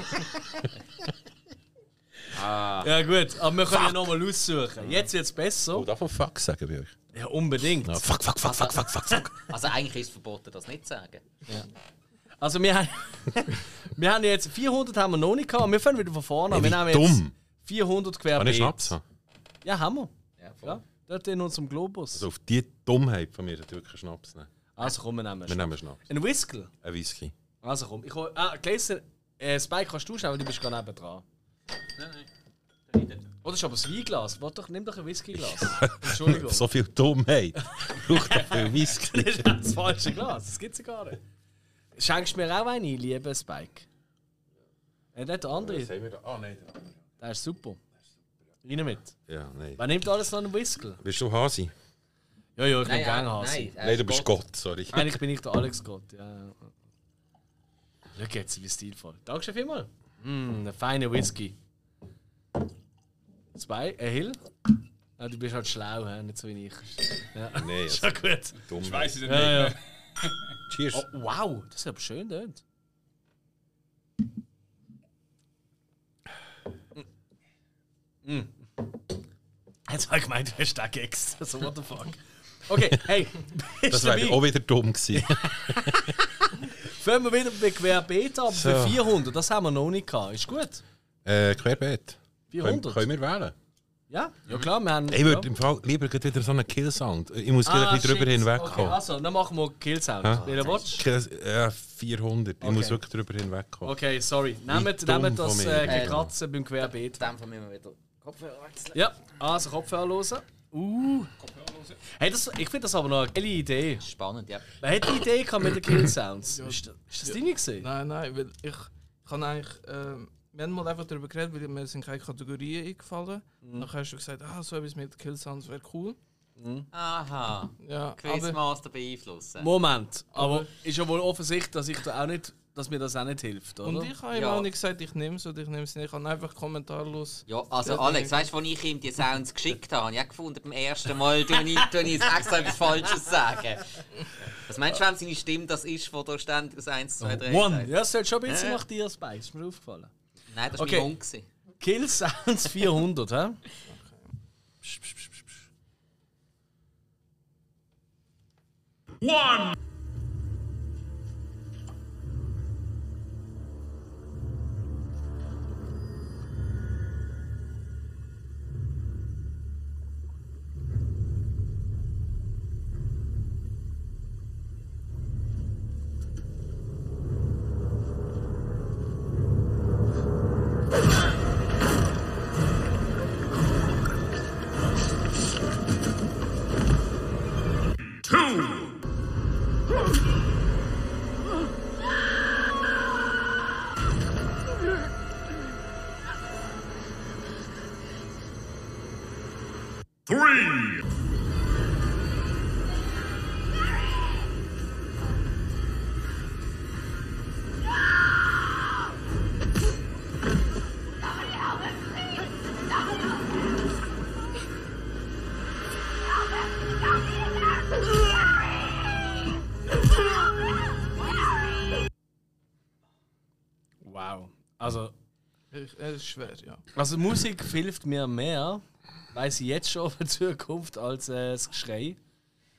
Ja, gut, aber wir können ja nochmal aussuchen. Jetzt wird es besser.
darf man Fuck sagen bei euch?
Ja, unbedingt.
fuck, fuck, fuck, fuck, fuck, fuck, fuck.
Also eigentlich ist es verboten, das nicht zu sagen.
Also wir haben, wir haben jetzt 400 haben wir noch nicht gehabt. Wir fangen wieder von vorne an.
Ey,
wir
wie
haben
dumm.
jetzt 400
Kann ich
querbeet.
Schnaps haben?
Ja, haben wir.
Ja, voll.
Ja, dort in unserem Globus.
Also auf die Dummheit von mir, dass ich wirklich Schnaps nehmen.
Also komm, wir nehmen
Wir
einen.
nehmen Schnaps.
Ein Whisky.
Ein Whisky.
Also komm, ich hol... Ah, Gläser. Äh, Spike, kannst du schauen, weil du bist gerade neben dran.
Nein, nein.
Oder ist aber das Weinglas? Warte doch, nimm doch ein Whiskyglas. Entschuldigung.
So viel Dummheit. Braucht doch viel Whisky.
Das ist das falsche Glas, das gibt es ja gar nicht. Schenkst du mir auch eine, lieber Spike? Ja, nicht der andere,
wir da? Ah, nein.
der ist super. Rein mit.
Ja, nein.
Wer nimmt alles noch einen Whisky?
Bist du Hasi?
Äh, Ja, ja, ich bin gerne
nein, äh,
Hasi.
nein, er
nein,
ist
du bist Gott, sorry.
Eigentlich bin ich der Alex Gott. Ja, ja. Schau jetzt, wie stilvoll. Dankeschön vielmals. Mm, ein feiner Whisky. Zwei, ein Hill. Ah, du bist halt schlau, hä? nicht so wie ich.
Nein, also
Ja, gut.
dumm.
Ich weiß es nicht.
Ja, ja.
Cheers.
Oh, wow, das ist aber schön dort. Jetzt habe ich gemeint, du hast den Gags. So, what the fuck. Okay, hey, bist
das
du
wäre
dabei?
auch wieder dumm gewesen.
Fangen wir wieder bei Querbeet ab für
So.
400. Das haben wir noch nicht gehabt. Ist gut.
äh, Querbeet. Können,
400.
können wir wählen?
Ja, ja klar, wir haben...
Ich würde
ja.
im Fall lieber gleich wieder so einen Killsound. Äh, Ich muss gleich
Ah,
ein bisschen drüber
shit. Okay,
hinwegkommen.
also, dann machen wir Killsound.
Ja.
Wer willst?
Kill- äh, 400. Ich muss wirklich drüber hinwegkommen.
Okay, sorry. Nehmt,
dumm
nehmt das
von
äh,
mir.
Gekratzen beim Querbeet.
Dann von mir wieder Kopfhörer wechseln.
Ja, also Kopfhörer hören. Uh. Hey, das, ich finde das aber noch eine geile Idee.
Spannend, ja.
Wer hat die Idee gehabt mit den Killsounds? Ist, das- ist das deine gesehen?
Nein, nein, weil ich kann eigentlich. ähm, wir haben mal einfach darüber geredet, weil mir sind keine Kategorien eingefallen.
Mhm.
Nachher hast du gesagt, ah, so etwas mit Killsounds wäre cool.
Aha.
Ja, aber
Quizmaster beeinflussen.
Moment, aber ist ja wohl offensichtlich, dass ich da auch nicht, dass mir das auch nicht hilft, oder?
und ich habe ihm
Ja.
auch nicht gesagt, ich nehme es oder ich nehme es nicht. Ich habe einfach kommentarlos.
Ja, also Alex, weißt du, als ich ihm die Sounds geschickt habe, habe ich auch gefunden, beim ersten Mal tue ich, tue ich jetzt extra etwas Falsches sagen. Was meinst du, wenn seine Stimme das ist, wo da ständig aus 1, 2, 3
One! Ja, es sollte schon ein bisschen
Äh.
nach dir Spice, ist mir aufgefallen.
Nein, das war
Okay.
mein Hund. gewesen.
Killsounds 400, hä? Wow. Also,
Ich, es ist schwer, ja.
also Musik hilft mir mehr, weiß ich jetzt schon für die Zukunft, als äh, das Geschrei.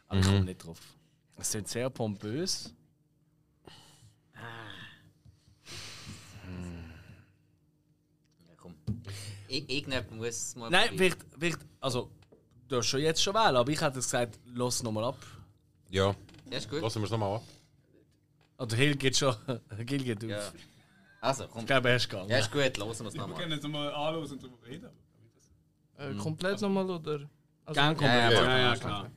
Aber ich komme nicht drauf. Es sind sehr pompös.
Ja, komm. Ir- Irgendjemand muss es mal
Nein,
probieren.
vielleicht, vielleicht, also, du hast schon jetzt schon wählen, aber ich hätte gesagt, lass nochmal ab.
Ja,
Ja, ist gut.
lassen wir es nochmal an.
Oder Hill geht schon, Gil geht auf.
Ja. Also, komm.
Ich glaube, er ist gegangen.
Ja, ist gut, hören wir es
Wir
nochmal.
können jetzt nochmal anhören und darüber reden.
Äh,
Mhm.
Komplett nochmal, oder? Also,
Gang kommt
Ja,
er.
ja,
ja, klar.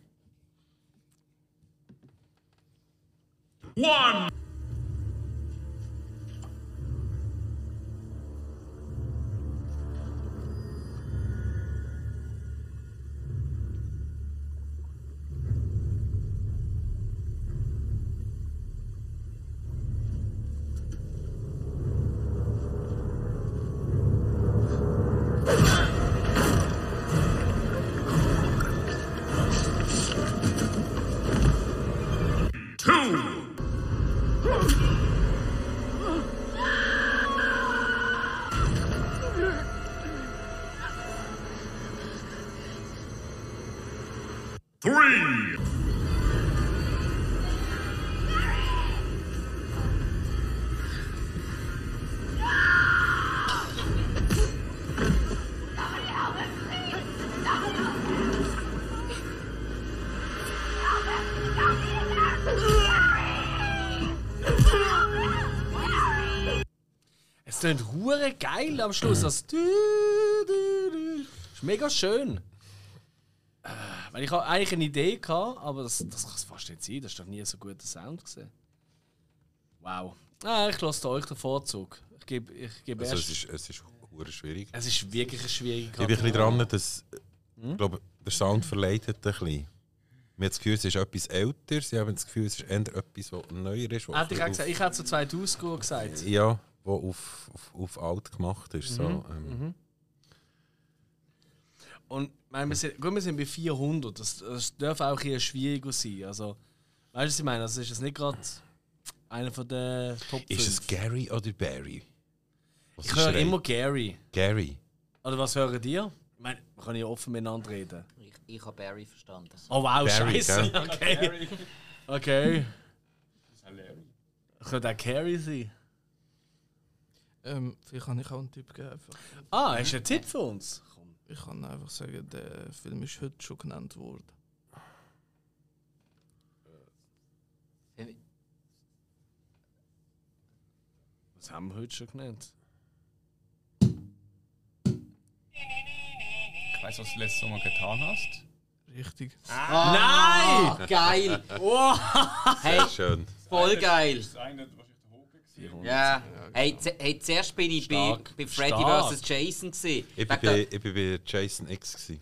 Es klingt hure geil am Schluss. Das du, du, du. Ist mega schön. Äh, Weil ich habe eigentlich eine Idee gehabt, aber das, das kann es fast nicht sein. Das ist doch nie so guter Sound gesehen. Wow. Ah, ich lasse euch den Vorzug. Ich gebe ich gebe
Also, es
erst.
ist, es ist hure schwierig.
Es ist wirklich eine schwierige
Ich bin ein bisschen dran, dass ich glaube, der Sound verleitet ein bisschen. Man hat das Gefühl, es ist etwas älter. Sie haben das Gefühl, es ist eher etwas, was neuer ist. was
Hätte ich auch
auf-
gesagt, ich hätte so 2000 Uhr gesagt.
Ja, wo auf, auf, auf alt gemacht ist. So, ähm,
Und ich meine, wir, sind, gut, wir sind bei 400. Das, das darf auch hier schwierig sein. Also, weißt du, was ich meine? Das ist jetzt nicht gerade einer von der Top 5.
Ist es Gary oder Barry? Was
ich
ist
höre
er?
immer Gary.
Gary.
Oder was hören ihr? Ich meine, wir können ja offen miteinander reden.
Ich, ich habe Barry verstanden.
Oh wow,
Barry,
scheiße.
gell?
Okay.
Harry.
okay.
Larry.
Das könnte auch Carrie sein.
Ähm, vielleicht kann ich auch einen Tipp geben. Einfach.
Ah, hast du einen Tipp für uns? Komm.
Ich kann einfach sagen, der Film ist heute schon genannt worden.
Was haben wir heute schon genannt?
Weißt du, was du letztes Sommer getan hast?
Richtig.
Nein!
Ah, geil! Hey,
Schön.
voll geil!
Das eine hat wahrscheinlich der Hoge gesehen.
Ja, hey, z- hey, zuerst bin ich bei,
Stark.
bei Freddy
Stark.
vs. Jason. Gewesen.
Ich
Wegen
bin,
der-
bei, ich bin bei Jason X. Gewesen.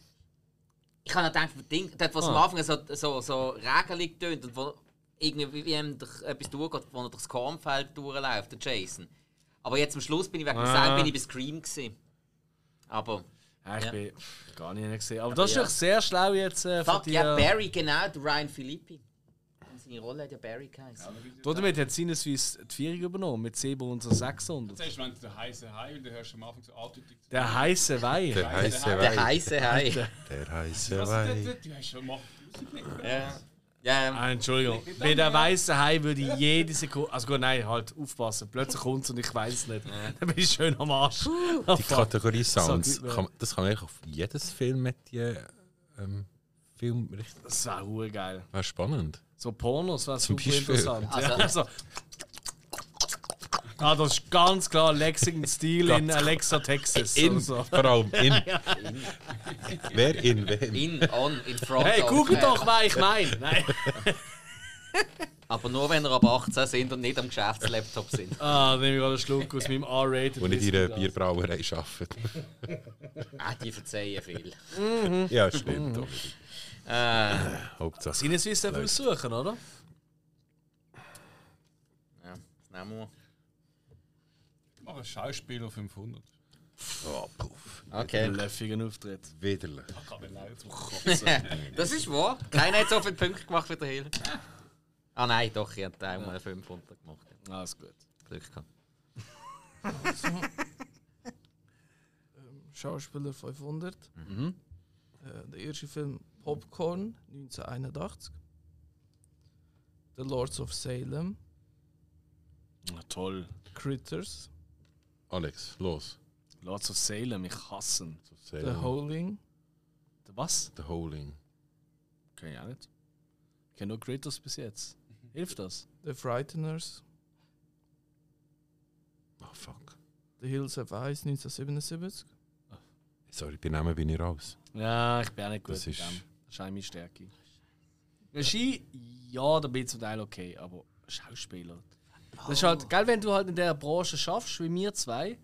ich habe gedacht, das Ding, dort, was am
Ah.
Anfang so, so, so regelig tönt und wo irgendwie wie ihm durch etwas durchgeht, wo er durchs Kornfeld durchläuft, der Jason. Aber jetzt am Schluss bin ich wegen dem Sound bin ich bei Scream gewesen. Aber
Ah, ich
Ja.
bin gar nicht gesehen. Aber das ist
ja.
ja sehr schlau jetzt äh, von
fuck ja,
dir.
Barry genau, der Ryan Philippi. Und seine Rolle hat ja Barry geheißen.
Damit hat Sinneswiss die Vierung übernommen mit 700 und 600.
Zuerst meinst du den heißen Hai und dann hörst du am Anfang so andeutig zu.
Der heiße Wein.
Der heiße
Der
Wein.
heiße Hai.
Der heiße
Was ist
Wein.
das? Du hast schon mal rausgelegt.
ja. ja.
Ah, Entschuldigung. Bei der weißen Hai würde ich jede Sekunde. Also gut, nein, halt aufpassen. Plötzlich kommt es und ich weiß es nicht. Dann bin ich schön am Arsch.
Die Kategorie Sounds,
Sag nicht mehr.
kann, man- das kann man eigentlich auf jedes Film mit die, ähm, Film richten.
Das wäre hure geil.
Wäre spannend.
So Pornos wäre super
Beispiel.
interessant. Ja, also. Ah, das ist ganz klar Lexington Steel in Alexa, Texas.
In,
oder so.
Vor allem in. Wer in wem?
In, on, in front
Hey,
of.
guck doch, was ich meine. Nein.
Aber nur wenn ihr ab 18 sind und nicht am Geschäftslaptop sind.
Ah, da nehme ich gerade einen Schluck aus meinem R-Rated.
Wo nicht in einer
Whiskyglas.
Bierbrauerei arbeiten.
Ah, die verzeihen viel.
ja,
Mm.
stimmt. doch.
Äh,
Hauptsache.
Sinneswiss darf aussuchen, oder?
ja, das nehmen wir.
Mach einen Schauspieler 500.
Oh, puff.
Okay.
Löffigen Auftritt.
Widerlich.
Kann man auch zum
Das ist wahr. Keiner hat so viele Punkte gemacht wie der Hill. Ah nein, doch, ich habe einmal 500 gemacht.
Alles gut.
Glück gehabt.
Ähm, Schauspieler 500. Äh, der erste Film Popcorn 1981. The Lords of Salem.
Na, toll.
Critters.
Alex, los.
Lords of Salem, ich hasse ihn.
The Howling.
Der Was?
The Holding.
Kenn ich auch nicht. Ich kenne nur Kratos bis jetzt. Hilft das?
The Frighteners.
Oh, fuck.
The Hills Have Eyes 1977.
Sorry, bei Namen bin ich raus.
Mm. Ja, ich bin auch nicht gut
Das
in
ist-
dem. Das ist auch meine Stärke. Regie, ja, da bin ich zum Teil okay, aber Schauspieler. Das ist halt, geil, wenn du halt in dieser Branche schaffst, wie wir zwei,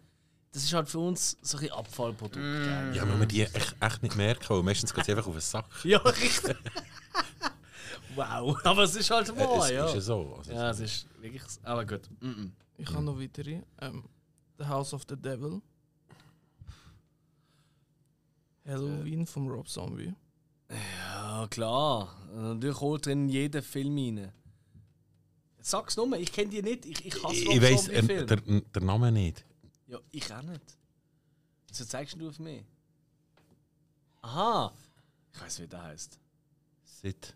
das ist halt für uns so ein bisschen Abfallprodukt. gell?
Ja, wenn man die echt, echt nicht merken, weil meistens geht es einfach auf den Sack.
Ja, richtig. wow, aber es ist halt
Äh,
wahr,
es
Oh, ja.
ist ja so. Also,
ja, es ist wirklich. Aber gut. Mm
Ich habe noch weitere. Ähm, the House of the Devil. Halloween vom Rob Zombie.
Ja, klar. Natürlich holt drin jeden Film rein. Sag's nur, ich kenne die nicht. Ich, ich hasse
Ich,
Rob
ich weiss
Zombie
ähm, der,
Filme.
der Name nicht.
Ja, ich auch nicht. Wieso zeigst du auf mich? Aha. Ich weiß, wie der heißt.
Sid,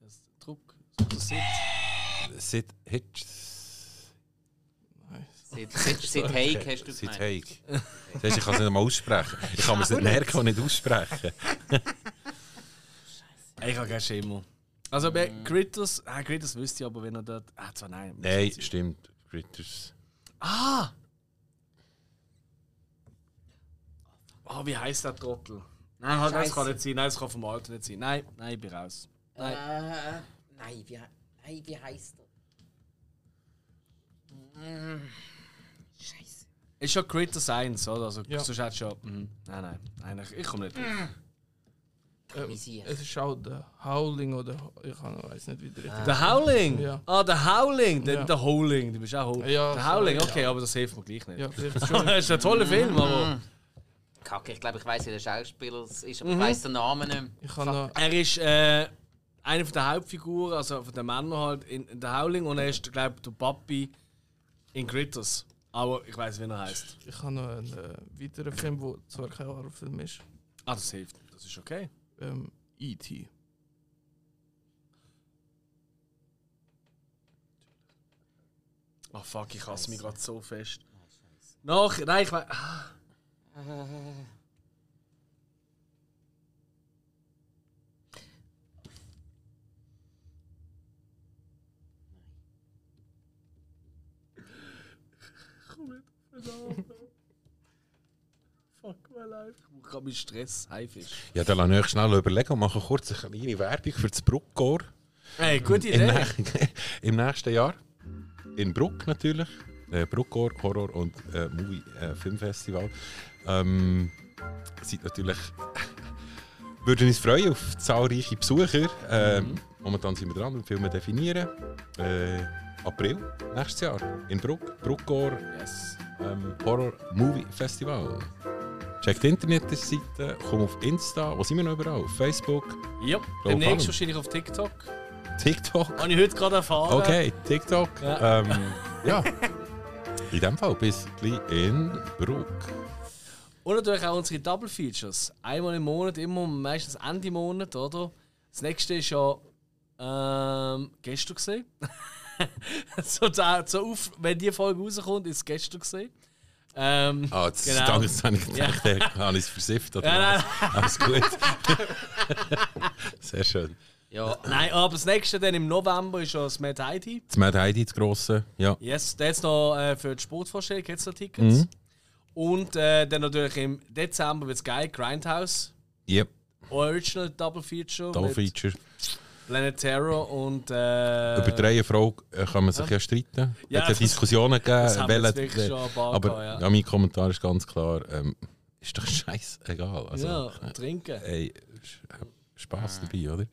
Das ist Druck. Das ist Sitz.
Sid Hitch.
Nice.
Seit, seit, seit Haig hast du
Sid
gemeint.
Haig. Das heißt, ich kann es nicht mal aussprechen. Ich kann mir es nicht merken und nicht aussprechen.
Ich habe keinen Schimmer. Also bei
Mhm.
Critters, ah, Critters wüsste ich aber, wenn er dort. Ah, zwar nein.
Nein, stimmt. Critters.
Ah! Oh, wie heißt der Trottel? Nein, halt, das kann nicht sein. Nein, das kann vom Alter nicht sein. Nein, nein, ich bin raus. Nein.
Äh, nein, wie, nein, wie heißt er? Mm, Scheiße.
Ist schon Critter Science, oder? Also,
Ja.
sonst hättest du schon. Mhm. Nein, nein, nein, ich- ich komme nicht drauf.
Ähm,
Wie sie-
es ist auch der Howling oder ich weiß nicht wie der richtig.
Der Howling!
Ja.
Ah, der Howling! Der,
Ja.
der Howling, du bist auch Howling.
Ja,
der Howling,
sorry,
okay, aber das hilft mir gleich nicht.
Ja, vielleicht schon.
das ist ein toller
Mhm.
Film, aber.
Kacke, ich glaube, ich weiß, wie der Schauspieler es ist, aber ich weiß den Namen nicht.
Ich habe noch
Er ist äh, einer von der Hauptfiguren, also von den Männern halt, in, in der Howling und er ist, glaube ich, der Papi in Critters. Aber ich weiß, wie er heißt.
Ich habe noch einen äh, weiteren Film, der zwar kein Horrorfilm ist.
Ah, das hilft. Das ist okay.
Ähm, E.T.
Ah fuck, ich hasse mich gerade so fest. Noch, nein, ich Ah. weiß. Fuck my life. Ich brauche gerade meinen Stress, Haifisch.
Ja, dann lass ich euch schnell überlegen und mache kurz eine kleine Werbung für das Bruckor.
Hey, gute
Im,
Idee.
nä- Im nächsten Jahr. In Bruck natürlich. Äh, Bruckor, Horror und äh, Movie äh, Filmfestival. Ähm, seid natürlich. Würden uns freuen auf zahlreiche Besucher. Ähm, Momentan sind wir dran, den Film definieren. Äh, April nächstes Jahr in Bruck. Bruckor
Yes.
ähm, Horror Movie Festival. Checkt die Internetseite, komm auf Insta, wo sind wir noch überall? Auf nou Facebook,
Jupp.
Spannend.
Demnächst wahrscheinlich auf TikTok.
TikTok.
Habe ich heute gerade erfahren.
Okay, TikTok.
Ja.
Ja. Ähm, ja. In dem Fall bis gleich in Bruck.
Und natürlich auch unsere Double Features. Einmal im Monat, immer meistens Ende Monat, oder? Das nächste ist ja ähm, gestern gesehen. so, da, so auf, wenn die Folge rauskommt, ist es gestern gesehen. Ähm,
Ah, jetzt
Genau.
genau. jetzt habe ich gedacht, ja. habe ich es versifft. Oder
Ja, nou. nein.
was? Alles gut. Sehr schön.
Ja,
Nein, aber das nächste dann im November ist ja das Mad Heidi.
Das Mad Heidi, das grosse. Ja.
Yes, da jetzt noch äh, für die Sportvorstellung jetzt noch Tickets. Und äh, dann natürlich im Dezember wird es geil, Grindhouse.
Yep,
Original Double Feature.
Double
mit
Feature.
Planet Terror und. Äh,
Über die Reihenfrau äh, kann man sich ja streiten.
Ja,
es hat
das-
Diskussionen gegeben.
das haben wir jetzt
welche-
wirklich schon ein paar
aber
gehabt, ja.
ja, mein Kommentar ist ganz klar, ähm, ist doch scheißegal. Also, äh,
ja, Äh. trinken.
ey, Spaß dabei, oder?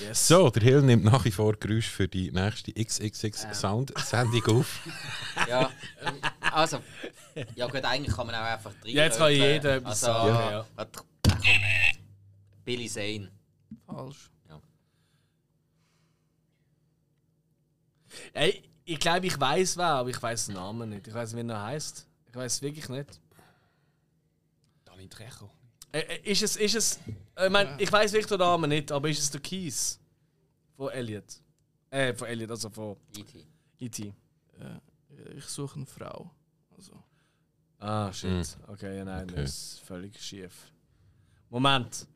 Yes.
So, der Hill nimmt nach wie vor Geräusch für die nächste
Äh.
XXX Sound-Sendung auf.
ja. Also, ja gut, eigentlich kann man auch einfach drin.
Ja, jetzt kann jeder etwas sagen, ja.
Billy Zane.
falsch.
Ey, ich glaube, ich weiß wer, aber ich weiß den Namen nicht. Ich weiß, wie er heißt. Ich weiß wirklich nicht.
Dani Trecho.
Äh, äh, ist es, ist es. Ich meine, ich weiß wirklich den Namen nicht, aber ist es der Keys von Elliot? Äh, von Elliot, also von E
E.T.
E.T.
Ich suche eine Frau. Also,
Ah, shit. Okay, ja, nein,
Hm. Okay.
das ist völlig schief. Moment.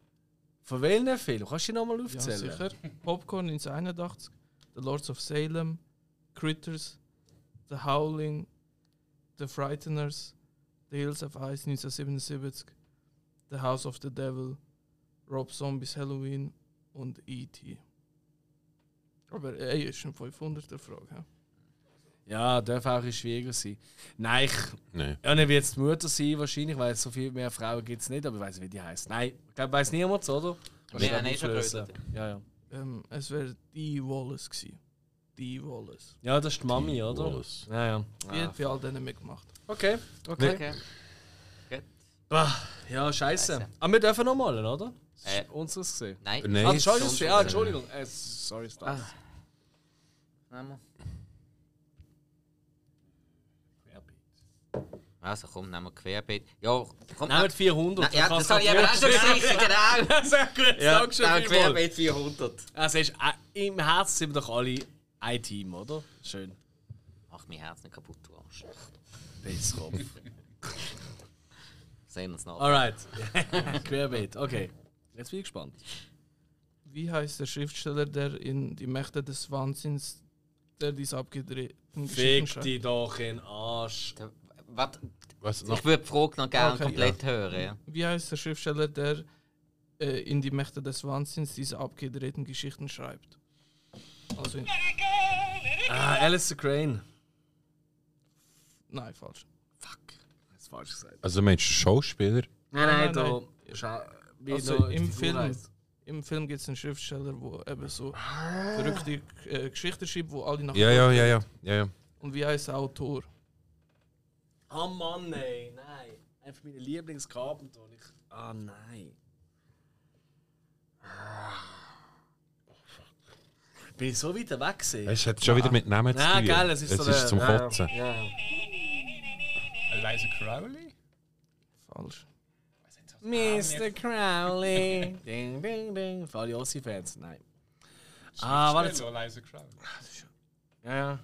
Von welchem Film? Kannst du ihn nochmal
ja,
aufzählen?
sicher. Popcorn ins 81, The Lords of Salem, Critters, The Howling, The Frighteners, The Hills of Ice 1977, The House of the Devil, Rob Zombies Halloween und E.T. Aber äh, ey, ist eine 500er Frage. hä?
Ja, darf auch ein schwieriger sein. Nein, ich.
Nein.
Ja, dann wird es die Mutter sein, wahrscheinlich, weil so viel mehr Frauen gibt es nicht, aber ich weiß nicht, wie die heißt. Nein, ich glaube, weiß niemand, oder?
Wir haben
Kannst
eh
du
schon
auflösen.
geredet.
Ja, ja.
Ähm, es wäre die Wallace gewesen. Die Wallace.
Ja, das ist die Mami,
Die
oder?
Wallace.
Ja, ja.
Die hat bei all denen mitgemacht.
Okay, okay.
Okay. Gut.
Bah, ja, scheiße.
Scheiße.
Aber wir dürfen nochmal, oder? Das
Äh.
ist Unseres gesehen.
Nein.
Nein.
Ah, das ist
sonst-
unseres gesehen. Ah, Entschuldigung. Äh, sorry, Stan.
Ah. Nehmen wir. Also komm, nehmen wir Querbeet. Ja, komm.
Nehmen wir 400.
Nein, ja, das habe ich eben auch schon gesehen, genau.
Sehr gut,
Ja,
Dankeschön
nehmen wir
vielmals.
Querbeet 400.
Also, ist, äh, im Herzen sind wir doch alle ein Team, oder? Schön.
Mach mein Herz nicht kaputt, du Arsch.
Pisskopf.
Sehen uns nachher.
Alright. Querbeet, okay. Jetzt bin ich gespannt.
Wie heißt der Schriftsteller, der in Die Mächte des Wahnsinns, der diese abgedrehten Geschichten
Fick
schreibt?
dich doch in den Arsch.
Der- was,
Was noch?
ich würde die Frage noch gerne
Okay,
komplett hören. Ja.
Wie heißt der Schriftsteller, der äh, in die Mächte des Wahnsinns diese abgedrehten Geschichten schreibt? Also, in,
Ah, Alistair Crane.
nein, falsch.
Fuck. Das ist falsch gesagt.
Also, Mensch, Schauspieler.
Nein,
Nein,
nein,
nein,
da. Scha wie
Also
da die
im
Figur
Film,
heisst.
im Film gibt es einen Schriftsteller, der eben so verrückte äh, Geschichten schreibt, wo alle nach
Ja, ja, ja, ja. ja, ja.
Und wie heißt der Autor?
Ah Mann, ey, nein. Einer von meinen Lieblingskarpen. da, und ich- Ah nein. Ah. Bin ich so weit weg gewesen?
Es hat schon wieder mit Namen zu
Ja,
tun.
gell, es ist so
ist
eine-
zum
ja,
Kotzen.
Eliza Crowley?
Falsch.
Mr. Crowley. Ah, ding, ding, ding. Für alle Ossi-Fans, nein. Ah, warte. jetzt-
Schnell, Eliza Crowley.
Ja, ja.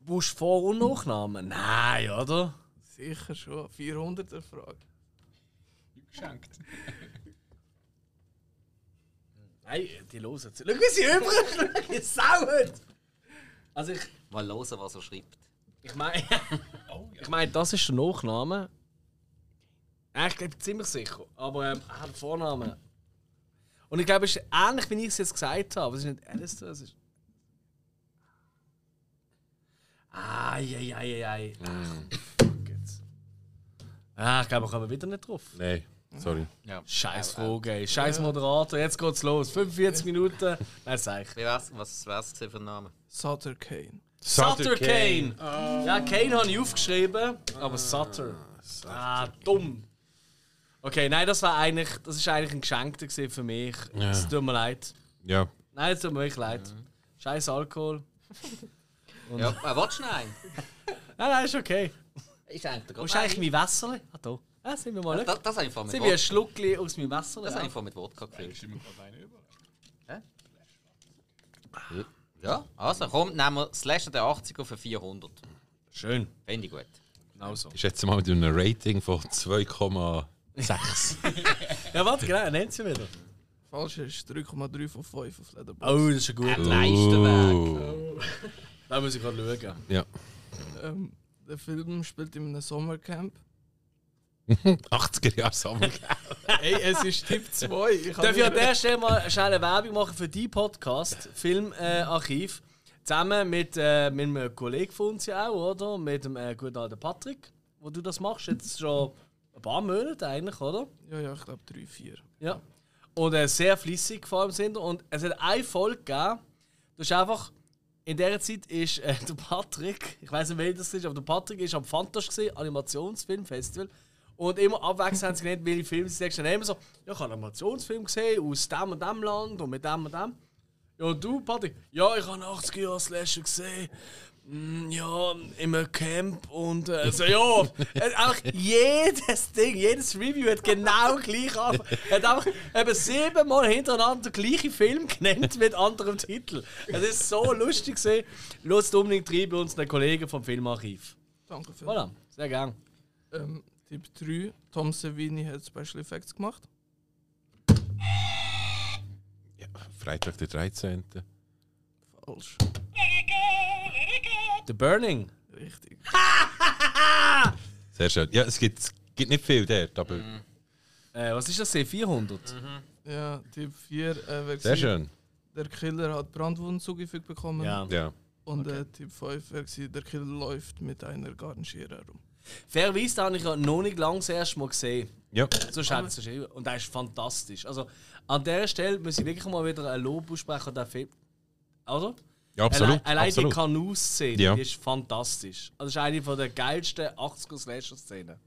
Busch Vor- und Nachnamen? Nein, oder?
Sicher schon. 400er Frage.
Geschenkt.
Nein, die losen jetzt. Schau, wie sie übrig sind. Sauert! Also, ich,
Mal hören, was er schreibt.
ich meine. ich meine, das ist der Nachname. Ja, Ich glaube, ziemlich sicher. Aber ähm, er hat einen Vornamen. Und ich glaube, es ist ähnlich, wie ich es jetzt gesagt habe. Aber Es ist nicht Alistair, es ist. Eieieiei. Fuck jetzt. Ah, ich glaube, ich komme wieder nicht drauf.
Nein, sorry.
Scheiß Frage, ey. Scheiß Moderator, jetzt geht's los. 45 Minuten. Nein, sag ich.
Wie wär's, was wär's gewesen für ein Name?
Sutter Kane.
Sutter Kane! Ja, Kane habe ich aufgeschrieben, aber Sutter. Ah, dumm! Okay, nein, das war eigentlich, das ist eigentlich ein Geschenk gewesen für mich.
Ja.
Es tut mir leid.
Ja.
Nein, es tut mir wirklich leid. Scheiß Alkohol.
Ja, äh, willst du noch einen?
Nein, nein, ist okay.
Ist eigentlich der
Wo
Grund.
ist eigentlich mein Wässerli? Ah, da. Ah, sind wir mal
Das,
nicht.
das, das habe ich vorhin mit
Sind wir ein
Wodka,
Schluckli aus meinem Wässerli?
das habe
Ja.
ich vorhin mit Wodka gefüllt.
Stimmt mir gerade einen über.
Ja, also komm, nehmen wir Slash der 80er für 400.
Schön.
Finde ich gut.
Genau so.
Ist jetzt mal mit einem Rating von 2,6.
Ja, warte, genau, er nennt sie wieder.
Falsch ist 3,3 von 5 auf Leatherbox.
Oh, das ist ein guter.
Leistenweg.
Oh.
Da muss ich gerade schauen.
Ja.
Ähm, der Film spielt in einem Sommercamp.
80er Jahre Sommer.
Ey, es ist Tipp 2. Ich
Darf ich an der Stelle mal schnell eine Werbung machen für die Podcast, Filmarchiv, äh, Archiv. zusammen mit, äh, mit einem Kollegen von uns ja auch, oder? Mit dem äh, guten alten Patrick, wo du das machst, jetzt schon ein paar Monate eigentlich, oder?
Ja, ja, ich glaube 3, 4.
Ja. Und äh, sehr flüssig vor allem sind. Und es hat eine Folge gegeben, das ist einfach, in dieser Zeit ist äh, der Patrick, ich weiß nicht, wer das ist, aber der Patrick ist am Fantasch gesehen, Animationsfilmfestival. Und immer abwechselnd haben sie genannt, welche Filme sie sehen. Dann immer so, ja, ich habe einen Animationsfilm gesehen aus dem und dem Land und mit dem und dem. Ja, und du, Patrick? Ja, ich habe 80 Jahre Slasher gesehen. Mm, ja, im Camp und äh, so, ja. Es- einfach jedes Ding, jedes Review hat genau gleich an. hat einfach eben siebenmal hintereinander den gleichen Film genannt mit anderem Titel. Es ist so lustig gesehen. Lust unbedingt rein bei uns, den Kollegen vom Filmarchiv.
Danke für
Voilà, sehr gern.
ähm, Tipp 3. Tom Savini hat Special Effects gemacht.
Freitag, der 13.
Falsch.
The Burning.
Richtig.
Sehr schön. Ja, es gibt, es gibt nicht viel dort, aber
Äh, was ist das? hier? 400?
Ja, Tipp 4. Äh, wer gewesen-
sehr schön.
Der Killer hat Brandwunden zugefügt bekommen.
Ja.
Ja.
Und äh, Tipp 5 war, gewesen, der Killer läuft mit einer Gartenschere herum.
Fairerweise, den habe ich ja noch nicht lange das erste Mal gesehen.
Ja.
So schätzt es immer. Und der ist fantastisch. Also an dieser Stelle muss ich wirklich mal wieder ein Lob aussprechen an den Film. Also? Oder?
ja, absolut.
Allein, allein
absolut.
die Kanu-Szene
Ja.
die ist fantastisch. Also das ist eine von der geilsten 80er-Slasher-Szenen.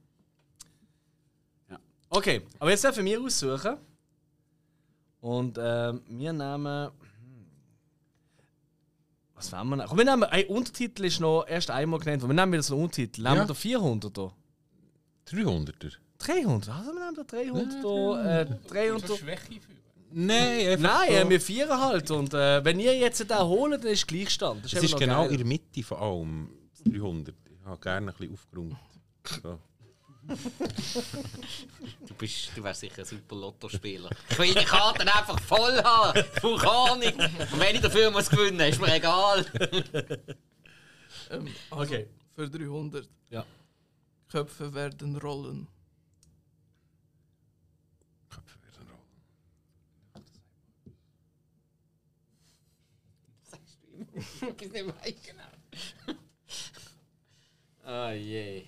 Ja. Okay, aber jetzt dürfen wir aussuchen. Und ähm, wir nehmen. hm, Was wollen wir nehmen? Komm, wir nehmen. Ein Untertitel ist noch erst einmal genannt. worden. Wir nehmen wieder so einen Untertitel. Nehmen
Ja.
wir den 400er?
300er.
300? Also, wir nehmen den 300er. Äh, 300
So Schwäche für.
Nein, einfach
Nein,
so.
äh, wir vieren halt. Und äh, wenn ihr jetzt da holt, dann ist Gleichstand. Das ist,
Es
eben
ist
noch
genau
geil.
in der Mitte von allem. das 300. Ich habe gerne ein bisschen aufgeräumt. So.
bist, du wärst sicher ein super Lottospieler. Ich will die Karten einfach voll haben. Ich brauche auch nicht. Und wenn ich dafür muss gewinnen, ist mir egal.
Ähm, also
Okay.
Für 300.
Ja.
Köpfe werden rollen.
Köpfe werden rollen.
sagst du immer, ich weiß nicht weiß genau. Oh je.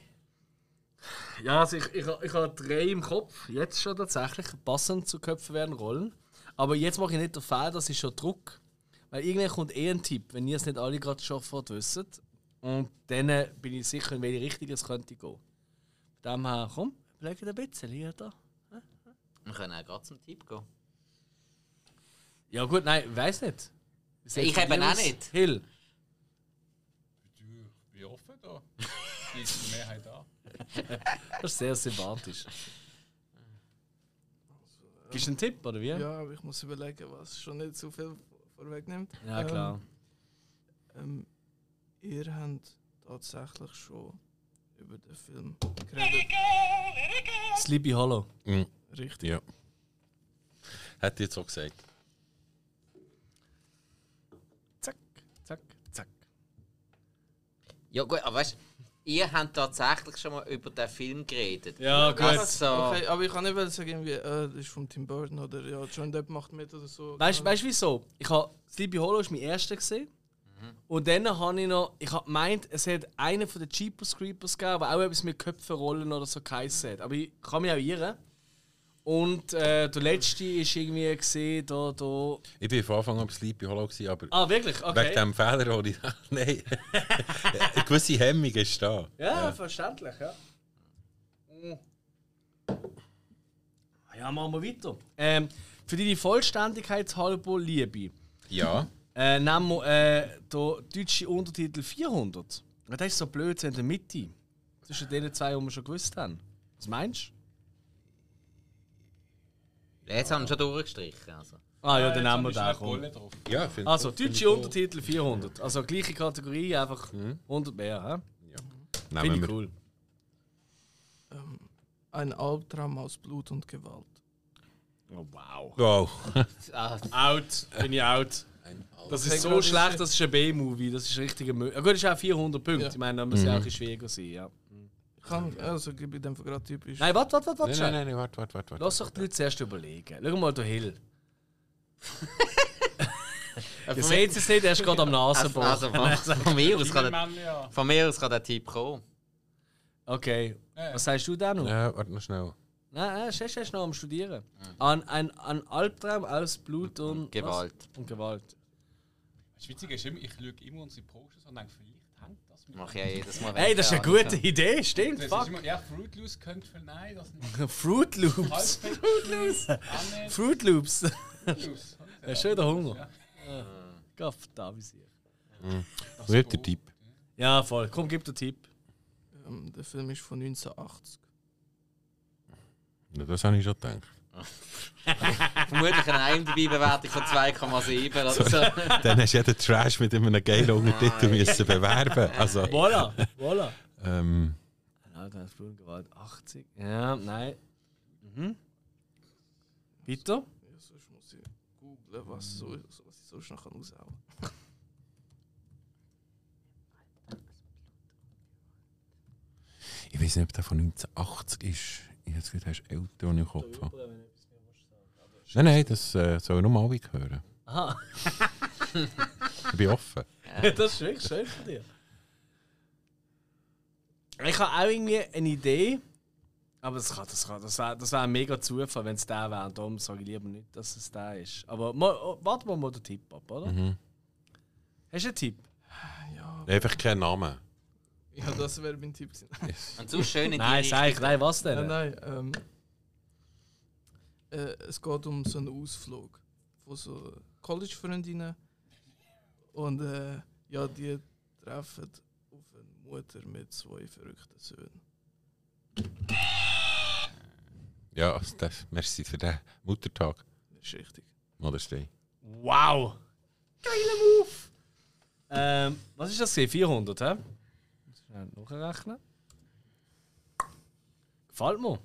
Ja, also ich, ich, ich habe drei im Kopf, jetzt schon tatsächlich, passend zu Köpfen werden Rollen. Aber jetzt mache ich nicht den Fehler, das ist schon Druck. Weil irgendwann kommt eh ein Tipp, wenn ihr es nicht alle gerade sofort wisst. Und dann äh, bin ich sicher, in welche Richtung es könnte gehen. Von dem her, komm, überlegt ein bisschen hier da.
Wir können auch gerade zum Tipp gehen.
Ja gut, nein, weiß nicht.
Ich
von
eben
dir
auch
aus?
nicht.
Hill.
Du, ich bin offen da. Die ist die Mehrheit da.
Das ist sehr sympathisch. Gibst du einen Tipp, oder wie?
Ja, aber ich muss überlegen, was schon nicht zu viel vorwegnimmt.
Ja, klar.
Ähm, ähm, ihr habt tatsächlich schon über den Film geredet.
Sleepy Hollow.
Richtig.
Ja. Hätte ich jetzt auch gesagt.
Zack, zack, zack.
Ja gut, aber weißt du, ihr habt tatsächlich schon mal über den Film geredet.
Ja, gut.
Also,
Okay, aber ich kann nicht wollen sagen, irgendwie, äh, das ist von Tim Burton oder ja, John Depp macht mit oder so.
Weißt du wieso? Ich habe Sleepy Hollow ist mein erster gesehen. Und dann habe ich noch, ich habe gemeint, es hat einen von den Jeepers Creepers gegeben, der auch etwas mit Köpfen rollen oder so geheißen hat. Aber ich kann mich auch irren. Und äh, der letzte ist irgendwie gesehen, da, da.
Ich bin von Anfang an bei Sleepy Hollow, gewesen, aber
Ah, wirklich? Okay.
wegen dem Fehler habe ich. Nein. Eine gewisse Hemmung ist da.
Ja, verständlich, ja. Mm. Ja, machen wir weiter. Ähm, für die Vollständigkeit halber Liebe.
Ja.
Äh, nehmen wir äh, den deutschen Untertitel 400. Ja, Das ist so blöd, so in der Mitte. Zwischen den zwei, die wir schon gewusst haben. Was meinst du?
jetzt haben wir schon durchgestrichen. Also.
Ah ja, dann nehmen wir
Ist
den.
eine
komm.
Bolle drauf.
Ja, find-
Also,
find ich
deutsche
auch-
Untertitel 400. Also gleiche Kategorie, einfach 100 mehr. hä? Finde
Nehmen
ich
wir.
cool.
Ein Albtraum aus Blut und Gewalt.
Oh, wow.
Wow.
Ah,
Out. Bin ich out. Das ist so schlecht, das ist ein B-Movie. Das ist richtig ein Mü- Ja, gut, das ist auch 400 Punkte.
Ja.
Ich meine, da muss ja auch ein bisschen schwieriger sein. Ja.
Ich kann, also gebe ich dem gerade typisch.
Nein, warte, warte, warte.
Nein,
warte.
nein, nein, warte, warte, warte. warte.
Lass euch die Leute zuerst überlegen. Schau mal, du Hill. Ihr seht es nicht, er ist gerade am
also,
Nasenbohr.
also von, von, mir aus kann der,
Mann, ja.
von mir aus kann der Tipp kommen.
Okay,
Ja.
was sagst du da noch?
Ja, warte noch schnell.
Nein, nein, er ist noch am Studieren. An, ein, ein Albtraum aus Blut und
Gewalt.
Was? Und Gewalt.
Das Witzige ist immer, ich schaue immer unsere Posts an und denke, vielleicht hängt das mit.
Mach ich ja jedes Mal. wenn
Hey,
ich
das ist eine
Ahnung
gute Idee, stimmt.
Das ist
Fuck.
immer, ja, Fruit Loose könnte für nein, das sind
Fruit Loops.
halbwegs Fruit Loose.
Fruit Loops.
Fruit Loose.
Ja, schön der Hunger. Gott, verdammt. ist hier.
Wird der Typ.
Ja, voll. Komm, gib den Tipp.
Ähm, der Film ist von 1980.
Ja, das habe ich schon gedacht.
habe. Vermutlich eine IMDb-Bewertung von 2,7 oder so.
Dann hast du jeden Trash mit einem geilen Untertitel müssen bewerben. Also,
Voila, voila.
ähm,
Ein Albtraum aus Blut und Gewalt 80. Ja, nein. Mhm. Bitte?
Ja, sonst muss ich googlen, was, so, was ich sonst noch raushauen kann.
ich weiß nicht, ob der von 1980 ist. Ich habe gedacht, hast du älter, als ich im Kopf habe. Nein, nein, das äh, soll nur mal hören.
Aha,
Ich bin offen.
das ist wirklich schön von dir. Ich habe auch irgendwie eine Idee, aber das, kann, das, kann, das wäre das wär ein mega Zufall, wenn es der wäre. Darum sage ich lieber nicht, dass es der ist. Aber mal, oh, warten wir mal den Tipp ab,
Mhm.
oder? Hast du einen Tipp?
Einfach keinen Namen.
Ja, das wäre mein Tipp gewesen.
Und so schön in die
Nein,
Richtung.
sag ich, nein, was denn?
nein, nein. Ähm, äh, es geht um so einen Ausflug von so College-Freundinnen. Und äh, ja, die treffen auf eine Mutter mit zwei verrückten Söhnen.
Ja, also das, merci für den Muttertag.
Das ist richtig.
Mother's Day.
Wow! Geiler Move! Ähm, was ist das? gewesen? 400, hä? Muss ich schnell nachrechnen. Gefällt mir.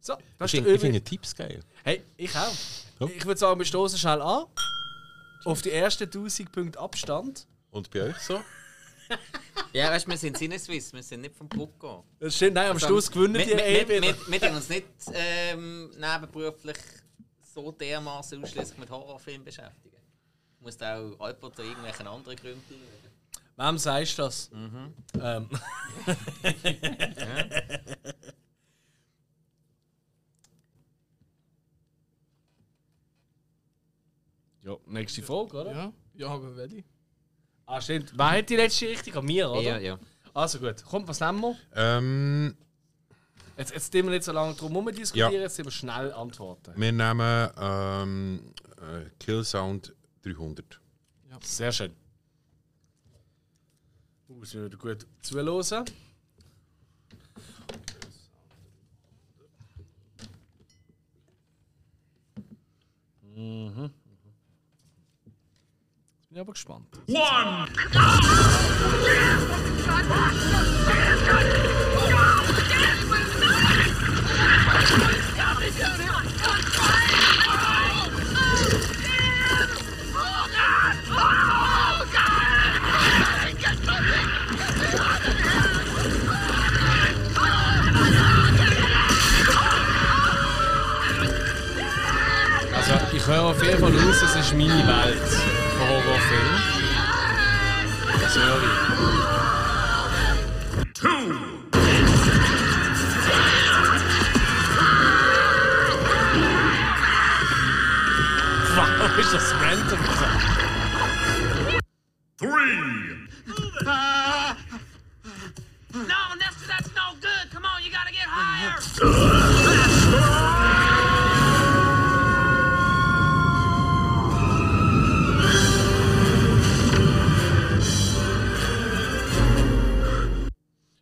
So,
Ich
das ist
finde
der Übel.
ich finde Tipps geil.
Hey, ich auch.
Ja.
Ich würde sagen, wir stoßen schnell an. Auf die ersten 1000 Punkte Abstand.
Und bei euch so?
Ja, weißt du, wir sind Sinneswiss, wir sind nicht vom Bucco.
Das stimmt, nein, am Schluss gewinnen die
wir, wir,
eh
wir,
wieder.
wir, wir tun uns nicht ähm, nebenberuflich so dermaßen ausschließlich mit Horrorfilmen beschäftigen. Du musst auch halb oder irgendwelchen anderen Gründen schauen.
Wem sagst du das? Ähm, ja, nächste Frage, oder?
Ja, ja, aber welche?
Ah, stimmt. Wer hat die letzte richtig? An mir, oder?
ja.
Also gut, komm, was nehmen wir?
Ähm,
Jetzt, jetzt tun wir nicht so lange drum herum diskutieren,
Ja.
jetzt tun wir schnell antworten.
wir nehmen ähm, äh, Killsound 300.
Sehr schön. Uh, das wird gut zuhören. Mhm. Jetzt bin ich aber gespannt.
Also ich höre auf jeden Fall raus, es ist meine Welt von Horrorfilmen. Das höre
Wow, ist das random?
No, Nestor, that's no good. Come on, you gotta get higher.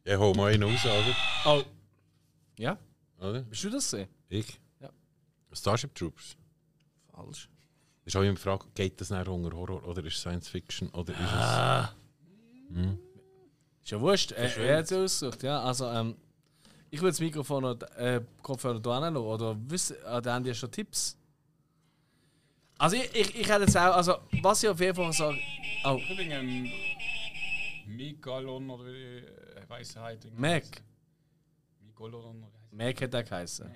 Ich hole mal einen raus, oder?
Oh. Ja?
oder?
Bist du das gesehen?
Ich?
Ja.
Starship Troopers.
Falsch.
Ist auch immer die Frage, geht das nach unter Horror oder ist es Science Fiction oder ist es.
Ist ja wurscht, äh, er hat es ausgesucht, ja. Also, ähm, ich würde das Mikrofon und äh, Kopfhörer da hinlassen. Oder ah, wissen, an der Handy schon Tipps. Also, ich, ich, ich hätte jetzt auch, also, was ich auf jeden Fall sage. Oh,
Übrigens, Megalon oder wie äh, Weisheit. irgendwie
Mac.
heisst. Megalon oder wie heisst
Mac hat er geheißen.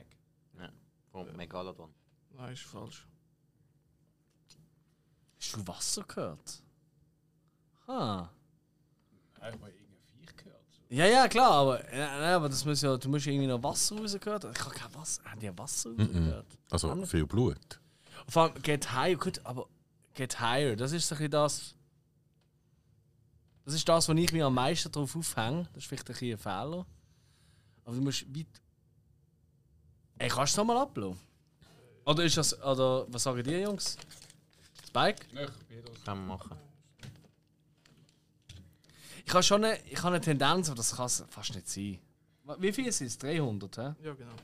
Mac.
Vom Megalodon.
Nein, ist falsch.
Hast du Wasser gehört? Ha.
Einfach mal irgendein Viech gehört. So.
Ja, ja, klar, aber, äh, nein, aber das muss ja, du musst irgendwie noch Wasser rausgehört. haben. Ich habe kein Wasser. Haben die Wasser rausgehört?
Also viel Blut.
Vor allem Get Higher, gut, aber Get Higher, das ist so ein bisschen das. Das ist das, wo ich mich am meisten drauf aufhänge. Das ist vielleicht ein bisschen ein Fehler. Aber du musst weit. Ey, kannst du es nochmal ablassen? Oder ist das. Oder was sagen die Jungs? Spike?
Nicht, Petrus.
Kann man machen.
Ich habe schon eine, ich habe eine Tendenz, aber das kann es fast nicht sein. Wie viel sind es? 300, hä?
Ja, genau.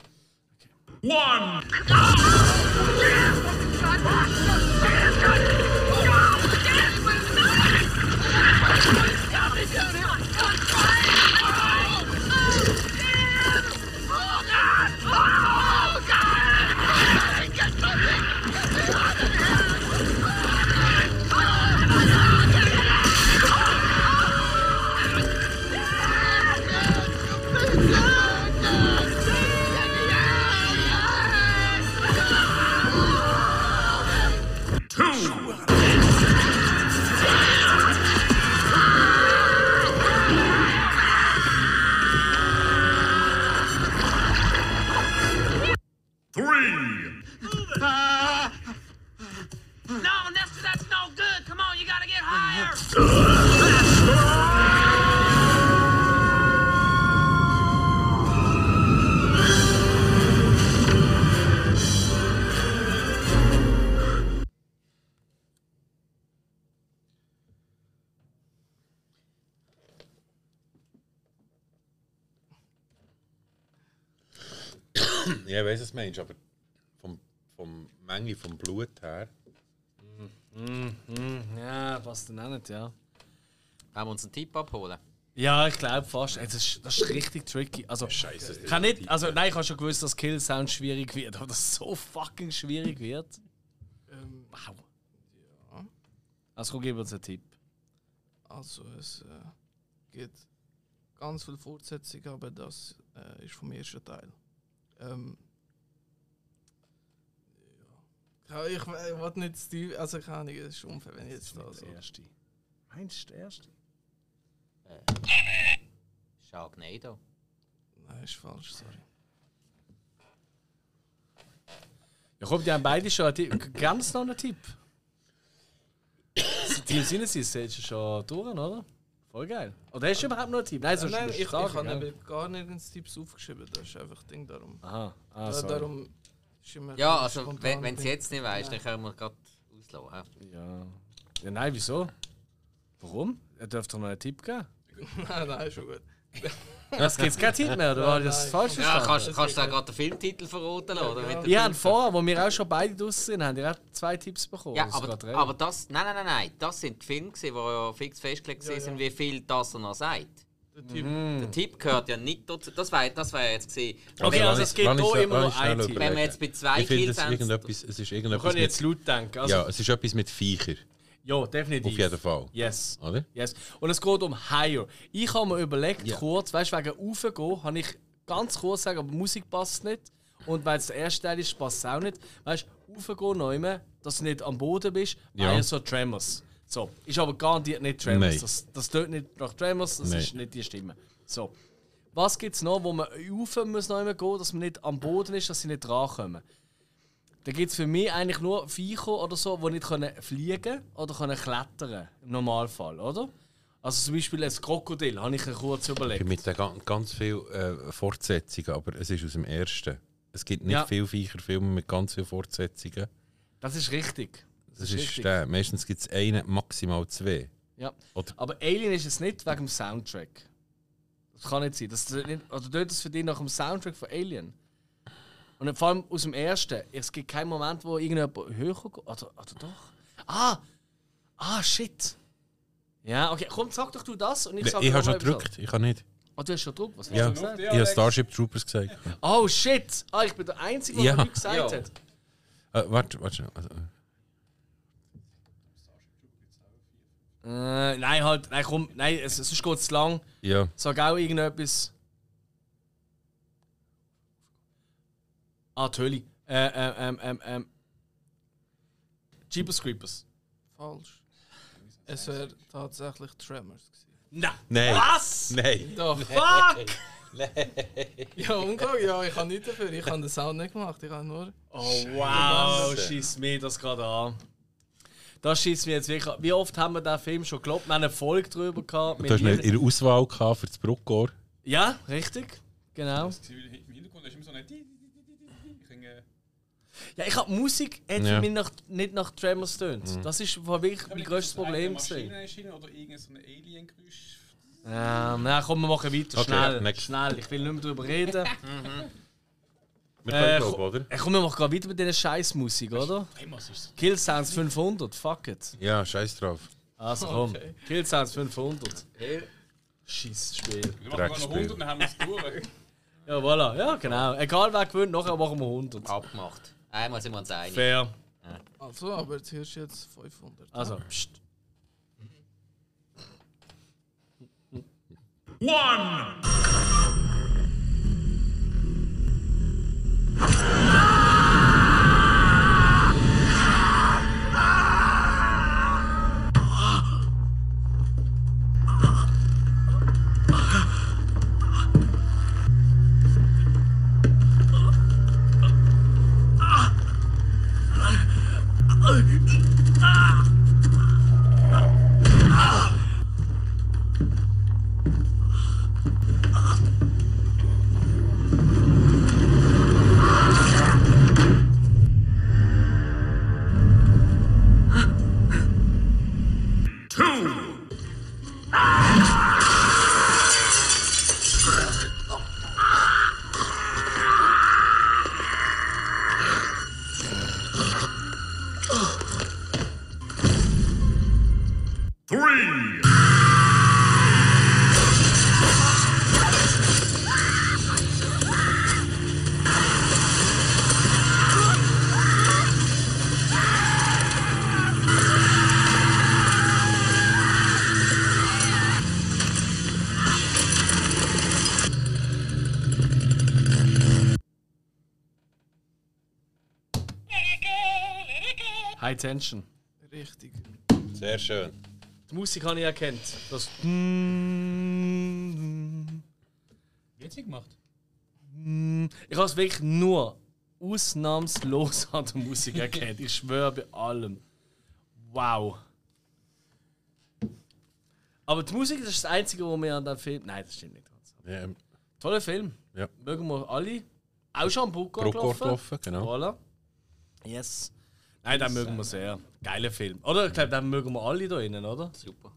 No, Nestor, that's no good. Come on, you gotta get higher.
Ja, ich weiß, was du meinst, aber vom, vom Menge vom Blut her.
Hm, Ja, passt dann auch nicht, ja.
Wollen wir uns einen Tipp abholen?
Ja, ich glaube fast. Ey, Das ist, das ist richtig tricky. Also, ich kann nicht, also, nein, ich habe schon gewusst, dass Kill Sound schwierig wird, aber dass es so fucking schwierig wird.
Ähm,
Wow. Also, komm, gib uns einen Tipp.
also es äh, gibt ganz viele Fortsetzungen, aber das äh, ist vom ersten Teil. Ähm, ja. Ich, ich, ich wollte nicht Steve, also keine Ahnung, es ist unfair, wenn ich jetzt da so.
erste. Meinst du der erste?
Sharknado.
Nein, ist falsch, sorry.
Ja, komm, die haben beide schon einen Tipp. Ganz noch einen Tipp. Die sind es, jetzt ist schon durch, oder? Voll geil. Oder hast du überhaupt noch einen Tipp? Nein, sonst
Äh, Nein,
musst
ich,
du
ich
sagen,
habe
gell?
eben gar nirgends Tipps aufgeschrieben, das ist einfach Ding darum.
Aha, ah,
Äh,
sorry.
darum ist immer
Ja, also
spontan
wenn wenn du
Ding.
jetzt nicht weißt, dann können wir gerade auslaufen.
Ja. ja. Nein, wieso? Warum? Er dürfte doch noch einen Tipp geben.
nein, nein, ist schon gut.
Es gibt keinen Tipp mehr, oder? Habe ich das
nein.
falsch
Ja,
verstanden?
kannst, kannst du da gerade den Filmtitel verraten lassen? Oder? Mit
Ihr
der-
habt vorher, wo wir auch schon beide draussen sind, habt ihr auch zwei Tipps bekommen.
ja,
Das ist gerade
aber,
recht.
aber das, nein, nein, nein, nein, das sind die Filme, gewesen, wo ja fix festgelegt waren, wie viel das er noch sagt. Mhm.
Der Typ,
Der Tipp gehört ja nicht dazu. Das wäre das wär jetzt gewesen.
Okay,
lass
also
ich-
es gibt
lass ich
hier
schnell-
immer
lass
nur
ich schnell
ein Team.
überlegen.
Wenn wir jetzt bei zwei
Ich finde,
Kills
es ist irgendetwas, es ist irgendetwas mit,
laut denken. Also,
ja, es ist etwas mit Viecher,
ja, definitiv.
auf jeden Fall.
Yes.
Oder?
Yes. Und es geht um Higher. Ich habe mir überlegt, kurz, weißt du, wegen Aufgehen, habe ich ganz kurz gesagt, aber die Musik passt nicht. Und weil es der erste Teil ist, passt es auch nicht. Weißt du, Aufgehen neu, dass du nicht am Boden bist,
Ja.
ja. so Tremors. So, ist aber garantiert nicht Tremors.
Nein.
Das, das tönt nicht nach Tremors, das
Nein.
ist nicht die Stimme. So. Was gibt es noch, wo man rauf muss noch einmal gehen, dass man nicht am Boden ist, dass sie nicht rankommen? Da gibt es für mich eigentlich nur Viecher oder so, die nicht können fliegen oder können klettern im Normalfall, oder? Also zum Beispiel ein Krokodil, habe ich mir kurz
Ich bin
überlegt.
mit den ganz, ganz vielen äh, Fortsetzungen, aber es ist aus dem ersten. Es gibt nicht
Ja.
viele Viecherfilme mit ganz vielen Fortsetzungen.
Das ist richtig.
Das ist der. Meistens gibt es einen, maximal zwei.
Ja.
Oder-
Aber Alien ist es nicht wegen dem Soundtrack. Das kann nicht sein. Das ist nicht, also tut es für dich nach dem Soundtrack von Alien. Und dann vor allem aus dem ersten. Es gibt keinen Moment, wo irgendjemand höher geht. Oder, oder doch? Ah! Ah, shit! Ja, okay. Komm, sag doch du das und ich
Ich,
sag
ich
dir noch
habe schon
mal etwas.
gedrückt, ich habe nicht.
Ah, du hast schon gedruckt, was hast
Ja.
du gesagt?
Ich habe Starship Troopers gesagt.
Oh shit! Ah, ich bin der Einzige, der
Ja.
ja. gesagt
Ja.
hat.
äh, warte, warte. schnell. Also, äh,
Äh, nein, halt, nein, komm, nein, es, sonst geht zu lang.
ja,
Sag auch irgendetwas. Ah, die Höhle. Äh, äh, ähm, ähm, ähm. Jeepers Creepers.
falsch. Es wäre tatsächlich Tremors gewesen.
Nein!
Nein.
Was?
Nein!
Doch.
Fuck!
Ja, unglaublich, ja, ich kann nichts dafür. Ich habe den Sound nicht gemacht. Ich habe nur.
Oh wow, schießt mir das gerade an. Das schießt mir jetzt wirklich an. Wie oft haben wir diesen Film schon gelobt? Wir haben eine Folge drüber gehabt.
Du hast
jedem-
eine ihre Auswahl gehabt für das Bruckor.
Ja, richtig. Genau.
Im Hintergrund ist immer so eine. Di- Di- Di- Di- Di- Di- Ich kriege-
Ja, ich habe Musik hat
Ja. Mhm.
für mich nach, nicht nach Tremors tönt. Das ist war wirklich mein
Vielleicht
größtes
ist das eine
Problem.
Maschine
gewesen.
erschienen Oder irgendein so ein Alien-Geräusch.
Ähm, na komm, wir machen weiter.
Okay,
schnell,
next.
schnell. Ich will nicht mehr darüber reden.
Wir
Äh,
glauben,
ko-
oder?
Äh, komm, wir machen gerade weiter mit dieser scheiß Musik, oder?
Einmal ist
Kill Sounds 500, fuck it.
Ja, scheiß drauf.
Also komm, Kill Sounds 500.
Hey.
Scheiß Spiel.
Wir machen noch
Dreckspiel.
100 und dann haben wir es durch.
Ja, voilà. Ja, genau. Egal wer gewinnt, nachher machen wir 100.
Abgemacht. Einmal sind wir uns einig.
Fair.
Also, aber jetzt hörst du jetzt 500.
Also, pst.
Ah!
High Tension.
Richtig.
Sehr schön.
Die Musik habe ich erkannt. Das
Wie hat sie gemacht?
Ich habe es wirklich nur ausnahmslos an der Musik erkannt. Ich schwöre bei allem. Wow. Aber die Musik das ist das Einzige, was mir an dem Film. Nein, das stimmt nicht ganz.
Ja, ähm,
Toller Film.
Ja.
Mögen wir alle. Auch schon am Bruckor
Bruckor
gelaufen.
gelaufen, äh, genau.
Voilà. Yes. Nein, den mögen wir sehr. Geiler Film. Oder? Ich glaube, den mögen wir alle da innen, oder?
Super.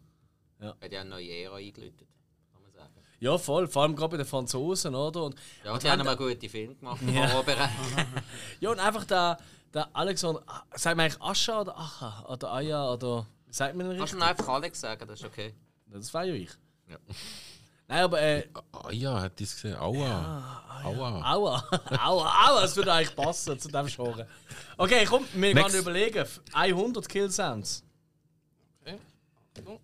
Ja.
Hat ja eine neue Ära eingeläutet, kann man sagen.
Ja, voll. Vor allem gerade bei den Franzosen, oder? Und
Ja, die haben noch mal gute Filme gemacht, ja.
Ja, und einfach der, der Alexander. ah, Sagt man eigentlich Ascha oder Acha? Oder Aya? Oder. wie Sagt man ihn
Kannst du
richtig?
mir einfach Alex sagen, das ist okay.
Das war ja ich.
Ja.
Nein, aber. Äh,
Ah ja, hat das gesehen. Aua. Aua.
aua. aua, aua, es würde eigentlich passen zu dem Genre. Okay, komm, wir
Next.
können überlegen. 100 Kill Sounds.
Okay. Achtung.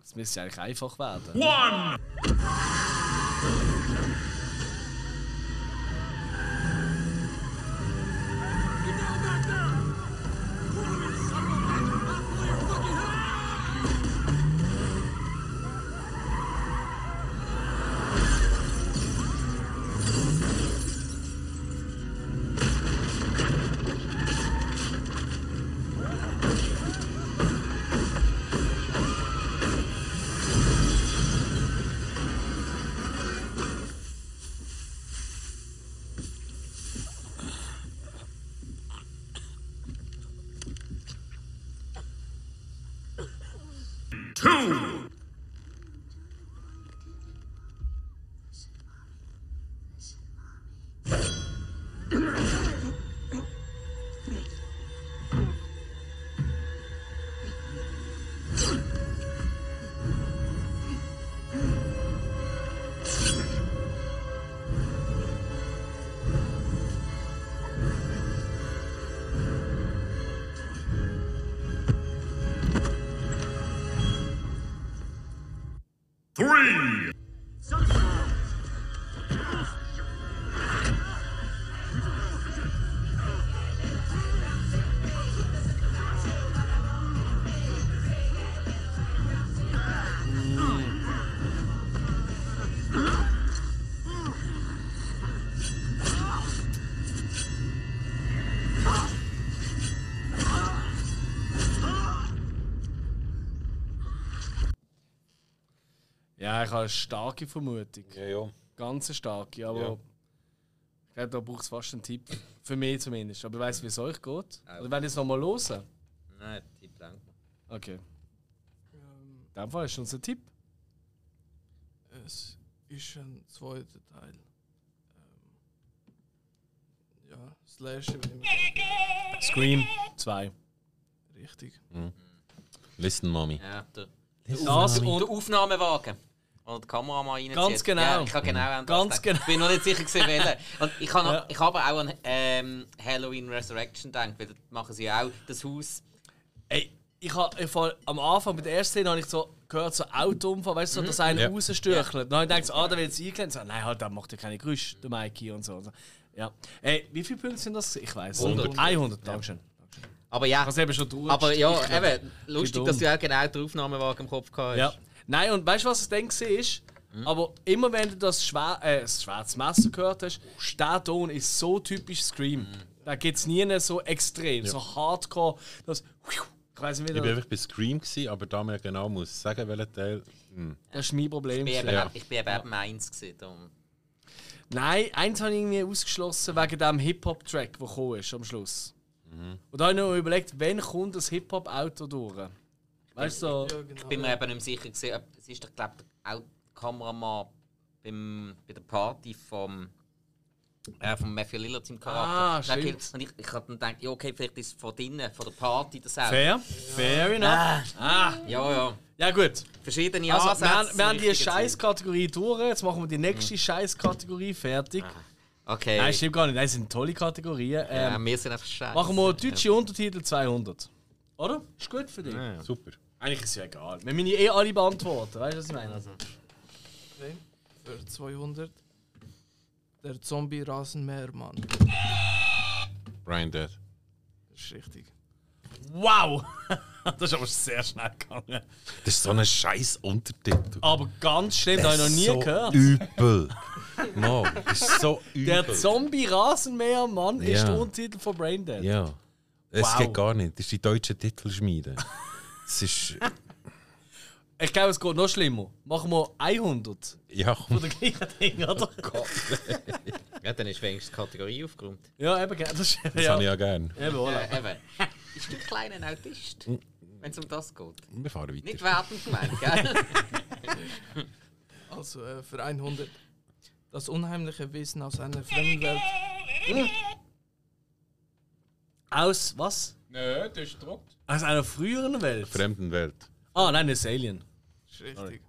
Das müsste eigentlich einfach werden. Ja, ich habe eine starke Vermutung.
Ja, ja.
Ganz eine starke, aber.
Ja.
Ich glaube, da braucht es fast einen Tipp. Für mich zumindest. Aber ich weiß, wie es euch geht. Also, Oder wenn ich es nochmal hören?
Nein, die Plank.
Okay.
Ähm,
In dem Fall ist unser Tipp.
Es ist ein zweiter Teil. Ähm, ja, Slash im
Scream 2.
richtig.
Listen, Mami.
Ja, der,
Das
und
und
der Aufnahmewagen. Und die Kamera mal reinzieht.
Ganz genau.
Ja, ich habe genau an das
Ganz
gedacht. Ich bin noch nicht sicher gewesen, welcher. Und ich habe, noch,
Ja.
ich habe auch an ähm, Halloween Resurrection gedacht, weil das machen sie ja auch das Haus.
Ey, ich habe ich hab, am Anfang bei der ersten Szene habe ich so gehört, so Autounfall, weißt
Mhm.
du, so, dass einer
Ja.
ja. rausstürchelt. Dann habe ich gedacht, so, ah, da wird es eingeladen. So, nein, halt, da macht ja keine Geräusche, der Mikey und so. und so. Ja. Ey, wie viele Punkte sind das? Ich weiß
100.
100, Dankeschön.
Aber ja,
Das eben schon durch.
aber ja, eben, lustig,
dumm.
dass du auch genau den Aufnahmewagen im Kopf gehabt hast.
Ja. Nein, und weißt du, was es dann war? ist?
Mhm.
Aber immer wenn du das, Schwer äh, das schwarze Messer gehört hast, der Ton ist so typisch Scream.
Mhm.
Da gibt es nie so extrem, so hardcore, dass. Ich weiß nicht,
Ich war
wieder,
einfach bei Scream, gewesen, aber da mir genau muss sagen, welcher Teil. Hm.
das ist mein Problem.
Ich bin eben-
Ja.
Ich bin eben eben eins gewesen. darum.
Nein, eins habe ich irgendwie ausgeschlossen wegen dem Hip-Hop-Track, der gekommen ist am Schluss. Und da habe ich noch überlegt, wann kommt das Hip-Hop-Auto durch? Weißt du, so,
Ja,
Ich
genau.
bin mir eben nicht mehr sicher gewesen, ob, es ist doch, glaube ich, auch der Kameramann beim, bei der Party vom, äh, vom Matthew Lillard seinem
Ah,
Charakter.
stimmt.
und ich, ich habe dann gedacht, ja, okay, vielleicht ist es von drinnen, von der Party das auch.
fair, fair enough. Ah.
Ja, ja.
Ja, gut.
Verschiedene
Also,
Ansätze.
wir, haben- wir haben
im
die
richtigen Sinn.
Scheiß-Kategorie durch, jetzt machen wir die nächste Scheiß-Kategorie fertig.
Okay.
Nein, stimmt gar nicht, das sind tolle Kategorien. Ähm,
ja, wir sind einfach scheiße.
machen wir deutsche Untertitel 200. Oder? Ist gut für dich?
Super.
Eigentlich ist es ja egal. Wir müssen ja eh alle beantworten, weißt du, was ich meine?
Okay. Für 200. Der Zombie-Rasenmähermann.
Brian Dead.
Das ist richtig.
Wow! das ist aber sehr schnell gegangen.
Das ist so ein scheiß Untertitel.
Aber ganz schlimm, das habe ich noch nie
so
gehört.
Übel. No, das ist so übel.
Der Zombie-Rasenmäher-Mann
Ja.
ist der Untertitel von Braindead.
Ja. Es
Wow.
geht gar nicht. Das ist die deutsche Titelschmiede. Das ist.
Ich glaube, es geht noch schlimmer. Machen wir 100
Ja,
von den
komm.
gleichen Dingen, oder?
Ja, dann ist wenigstens die Kategorie aufgeräumt.
Ja, eben, gell, das ist
Das
ja.
habe ich ja gern.
Eben, voilà.
Äh, eben. Ist du ein kleiner Autist? Wenn es um das geht.
Wir fahren weiter.
Nicht wertend gemeint, gell?
Also äh, für 100. Das unheimliche Wesen aus einer fremden Welt.
Aus was?
Nö, das ist gedruckt.
Aus einer früheren Welt?
Fremden Welt.
ah, nein, das ist Alien.
Das ist richtig.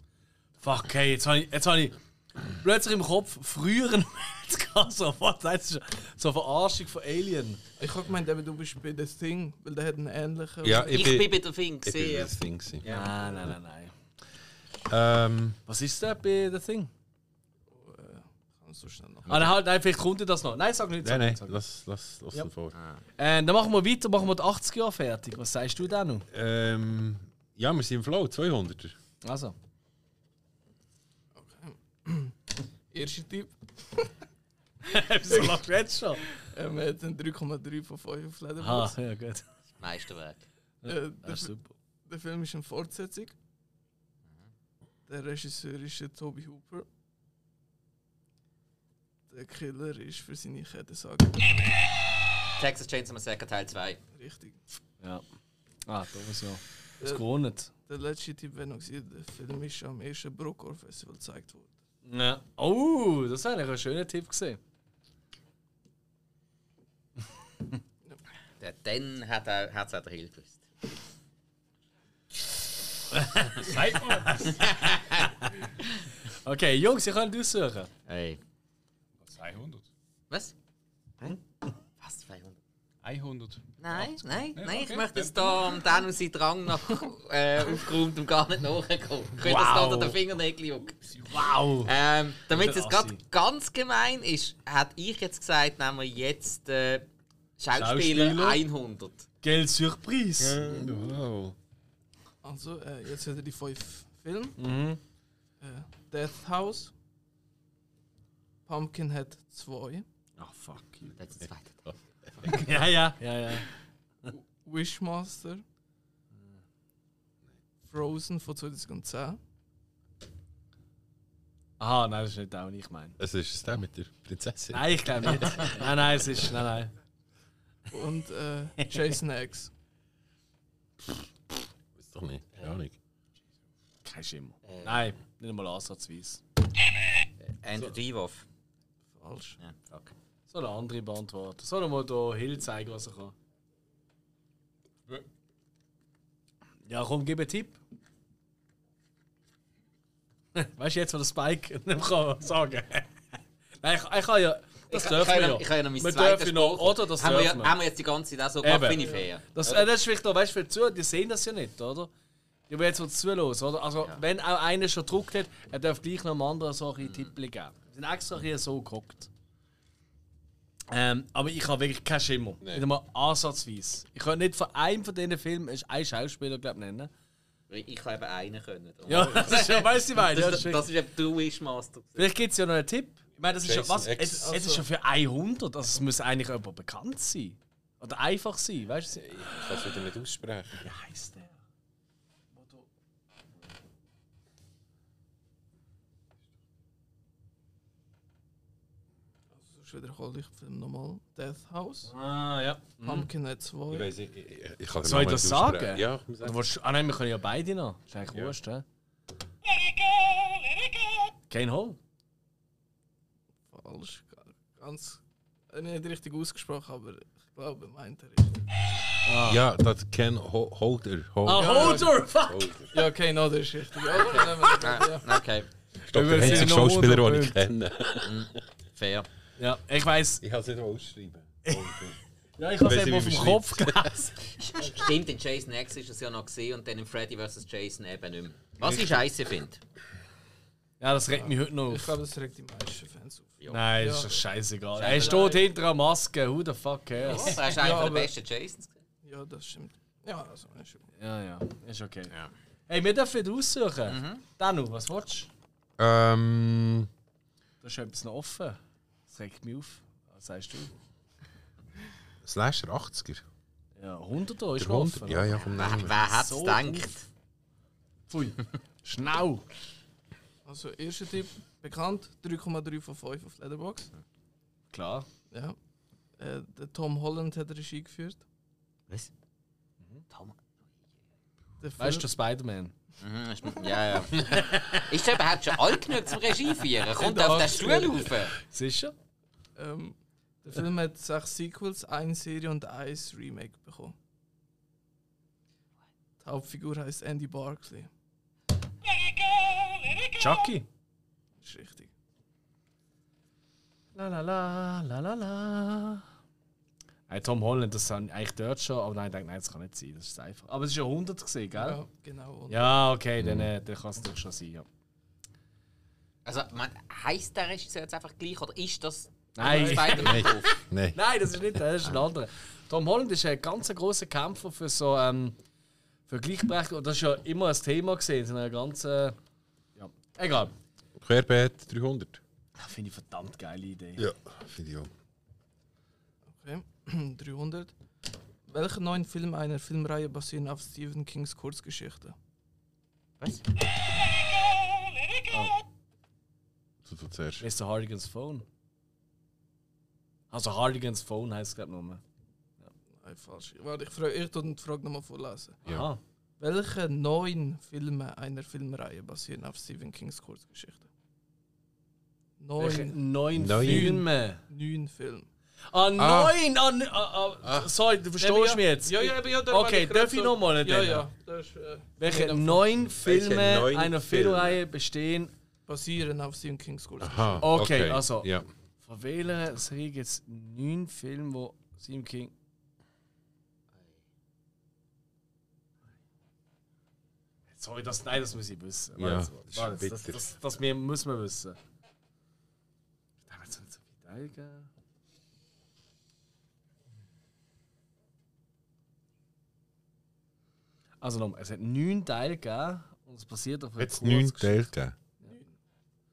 Fuck, hey, jetzt habe ich, jetzt hab ich plötzlich im Kopf früheren Welt gehabt. So, was, nein, das ist so eine Verarschung von Alien.
Ich habe gemeint, eben, du bist bei The Thing, weil der hat einen ähnlichen.
Ja, ich,
Ich
bin,
bin bei der Fing
ich bin
gesehen.
das Ding. gewesen.
Nein, nein, nein, nein.
Ähm,
Was ist denn bei The Thing?
Kann so schnell noch.
Ah, nein, halt, nein, vielleicht kommt ihr das noch. Nein, sag nicht.
nein,
Sag
nein,
nicht, sag nicht.
lass, lass, lass ihn vor.
Äh, dann machen wir weiter, machen wir die 80 Jahre fertig. Was sagst du denn noch?
Ähm, ja, wir sind im Flow, 200er.
Also.
Erster Tipp,
so lange redest schon.
ähm, er hat einen 3,3 von 5 auf
Ah,
Letterboxd.
ja, gut.
Meisterwerk.
Äh, der,
Das ist super.
der Film ist eine Fortsetzung. Der Regisseur ist der Toby Hooper. Der Killer ist für seine Kettensäge
Texas Chainsaw Massacre Teil 2.
richtig.
Ja. Ah, da muss ja. Das
Äh,
gewohnt.
Der letzte Tipp wäre noch gewesen, der Film ist am ersten Brokkor Festival gezeigt worden.
Ja. Oh, das wäre eigentlich ein schöner Tipp gesehen.
Der- Dann hat er hat's auch der Hill gewusst.
Okay, Jungs, ihr könnt aussuchen.
Ey.
200.
Was? Was? 200?
100.
Nein, nein,
Ja,
nein, ich
okay,
möchte, dass
dann-
da um dann und sein Drang nach äh, aufgeräumt und gar nicht nachkommt. Ich will, dass da
Wow.
unter den Fingernägeln juckt.
Wow.
Ähm, damit es
Assi.
gerade ganz gemein ist, hätte ich jetzt gesagt, nehmen wir jetzt äh, Schauspieler,
Schauspieler?
100.
Gell, Surprise.
Wow.
Also, äh, jetzt hat er die fünf Filme.
Mhm.
Äh, Death House. Pumpkinhead 2.
Ach, fuck you.
Das ist der zweite.
Ja, ja, ja, ja.
Wishmaster. Frozen von 2010.
Aha, nein, das ist nicht der, was ich meine.
Es ist es der mit der Prinzessin.
Nein, ich glaube nicht. nein, nein, es ist. Nein, nein.
Und äh, Jason X.
Weiß doch nicht. Keine Ahnung.
Kein Schimmer. Nein, nicht einmal ansatzweise.
Andrew Divoff.
Falsch.
Ja, fuck.
Soll eine andere beantworten. Soll er mal hier Hill zeigen, was er kann? Ja, komm, gib einen Tipp. weißt du jetzt, was der Spike nicht kann sagen Nein, ich, ich kann ja. Das
Ich-
dürfen
ich
wir
kann
ja.
Ich kann ja noch mein
Wir
zweites
dürfen noch,
Buch-
oder? Das
haben, wir ja,
dürfen wir.
haben wir jetzt die ganze Zeit auch so gemacht,
Eben.
bin ich fair.
Das, äh, das ist vielleicht noch, weißt du, für die Zuhörer, die sehen das ja nicht, oder? Die werden jetzt was zuhören, oder? Also, wenn auch einer schon gedruckt hat, er darf gleich noch einem anderen so ein bisschen Tippli geben. Wir sind extra ein bisschen so geguckt. Ähm, aber ich habe wirklich keinen Schimmer. Nicht einmal ansatzweise. Ich könnte nicht von einem von diesen Filmen ist ein Schauspieler, glaube ich, nennen.
Ich kann eben einen können.
Ja, das ist ja, weißt du, was ich meine. Ja,
Das,
das
ist,
ist
das
wirklich-
ist eben der Wishmaster.
Vielleicht gibt es ja noch einen Tipp. Ich meine, das ist ja
Jason
was?
X.
Es, es ist schon für 100, also es muss eigentlich jemand bekannt sein. Oder einfach sein, weißt du?
Ich kann es wieder nicht aussprechen.
Wie heißt der?
Sonst wiederhole ich den Film nochmal. Death House.
Ah, ja.
Pumpkinhead 2.
Mhm. Ich weiß nicht. Ich, ich, ich kann den
Soll ich
Namen
das
nicht aussprechen.
sagen?
Ja, ich muss
Oder
sagen.
willst, du- ah nein, wir können ja beide noch. Das ist eigentlich wurscht, hä? Kein Hole.
Falsch. Ganz. äh, Nicht richtig ausgesprochen, aber ich glaube, er meint er richtig.
Ja, das Ken Ho Holder.
Ah,
Holder.
Holder! Fuck!
Ja, okay, no, das ist richtig. Ja, aber nehmen wir den, ja.
Okay,
Ich glaube,
Wir
der
sind
einzige
noch
Schauspieler, den ich
unterböhnt.
kenne.
fair.
Ja, ich weiss.
Ich kann es nicht ausschreiben.
Ja, ich hab's
Weiss
eben auf
nicht, wie
dem
man
Kopf gelesen.
Stimmt, in Jason X ist es ja noch gesehen und dann in Freddy vs. Jason eben nicht mehr. Was ich scheiße finde.
Ja, das regt mich heute noch
Ich
auf.
glaube, das regt die meisten Fans auf.
Nein, das ist doch scheißegal. Er steht hinter einer Maske, who the fuck cares?
Er ist einer von der besten Jasons. gewesen.
Ja, das stimmt. Ja, also, das stimmt.
Ja, ja, Mhm. ist okay. Hey, wir dürfen wieder aussuchen. Danu, was willst du?
Ähm,
Da ist etwas noch offen. Das regt mich auf. Was sagst du?
Slasher 80er.
Ja, 100 Euro ist
Der
noch
100?
offen.
Ja, ja, komm, nehmen wir.
Wer hat's
So
gedacht?
Pfui. Schnau.
Also, erster Tipp, bekannt, 3,3 von 5 auf Letterboxd.
Mhm.
Klar.
Ja. Äh, der Tom Holland hat Regie geführt.
Was? Tom.
Der
Weißt
Film-
du, Spider-Man?
Mhm, ist mit- Ja, ja. Ist der überhaupt schon alt genug zum Regie führen? Kommt er auf den Stuhl rauf?
Sicher?
Ähm, der Film hat sechs Sequels, eine Serie und ein Remake bekommen. Die Hauptfigur heißt Andy Barclay.
Chucky.
Ist richtig.
La la la, la la la. Hey, Tom Holland, das haben eigentlich dort schon, aber nein, ich denke, nein, das kann nicht sein, das ist einfach. Aber es ist ja 100 gesehen, gell?
Ja, genau. Und
Ja, okay, dann, äh, dann kann es doch schon sein, ja.
Also, man, heisst der Regisseur jetzt einfach gleich oder ist das
Nein.
Spider-Man drauf?
Nein.
Nein, das ist nicht, der, das ist ein anderer. Tom Holland ist ein ganz großer Kämpfer für so ähm, für Gleichberechtigung. Und Das ist ja immer ein Thema gesehen, in einer ganzen. äh, Ja, egal.
Querbeet 300.
Das Ah, finde ich verdammt geile Idee.
Ja, finde ich auch.
Okay. 300. Welcher neuen Film einer Filmreihe basieren auf Stephen Kings Kurzgeschichte?
Was?
So viel zuerst.
Mr. Ah, Hardigans Phone. Also Hardigans Phone heißt es glaube ich nur.
Nein, falsch. Warte, ich frage ich und die Frage nochmal vorlesen.
Ja.
Aha.
Welche neuen Filme einer Filmreihe basieren auf Stephen Kings Kurzgeschichte?
Welche
Neun.
neun,
Neun.
Filme.
Neun Filme.
Ah, neun! Ah, n- ah, ah, sorry, du verstehst mich jetzt.
Ja, ja, eben, ja, da
Okay,
war ich
darf
grad
ich noch mal einen
Ja,
Dänen?
ja, das ist, äh,
Welche neun Filme
neun
einer
Filme?
Filmreihe bestehen?
basieren auf Stephen Kings Kurzgeschichte.
Aha,
Okay, also.
Ja.
Von welcher Serie gibt es neun Filme, wo Stephen King. Sorry, das, nein, das muss ich wissen.
Ja,
Warte,
das ist
warte, das,
bitter.
das, das mir- müssen wir wissen. Ich darf jetzt nicht so viel eingeben. Also nochmal, es hat neun Teile gegeben und es passiert auf einer
Jetzt 9
Kurzgeschichte.
Teile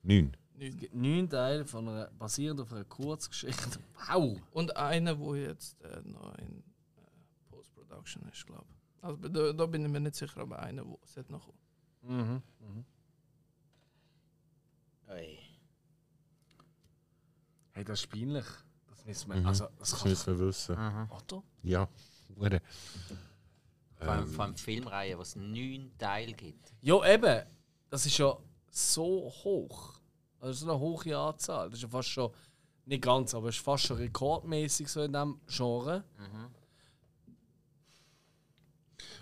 gegeben. 9.
Es gibt neun Teile von einer, basierend auf einer Kurzgeschichte. Wow!
Und eine, wo jetzt äh, noch in äh, Post-Production ist, glaube ich. Also bei- da, da bin ich mir nicht sicher, aber eine, wo es hat noch.
Mhm.
Oi.
Hey, das ist peinlich. Das müssen wir. Also, das
Mhm. Das
kann
müssen wir wissen.
Ah. Otto?
Ja. Hure.
Vor allem von einer Filmreihe, was neun Teile gibt.
Ja, eben. Das ist ja so hoch. Also, so eine hohe Anzahl. Das ist ja fast schon. Nicht ganz, aber es ist fast schon rekordmäßig so in diesem Genre.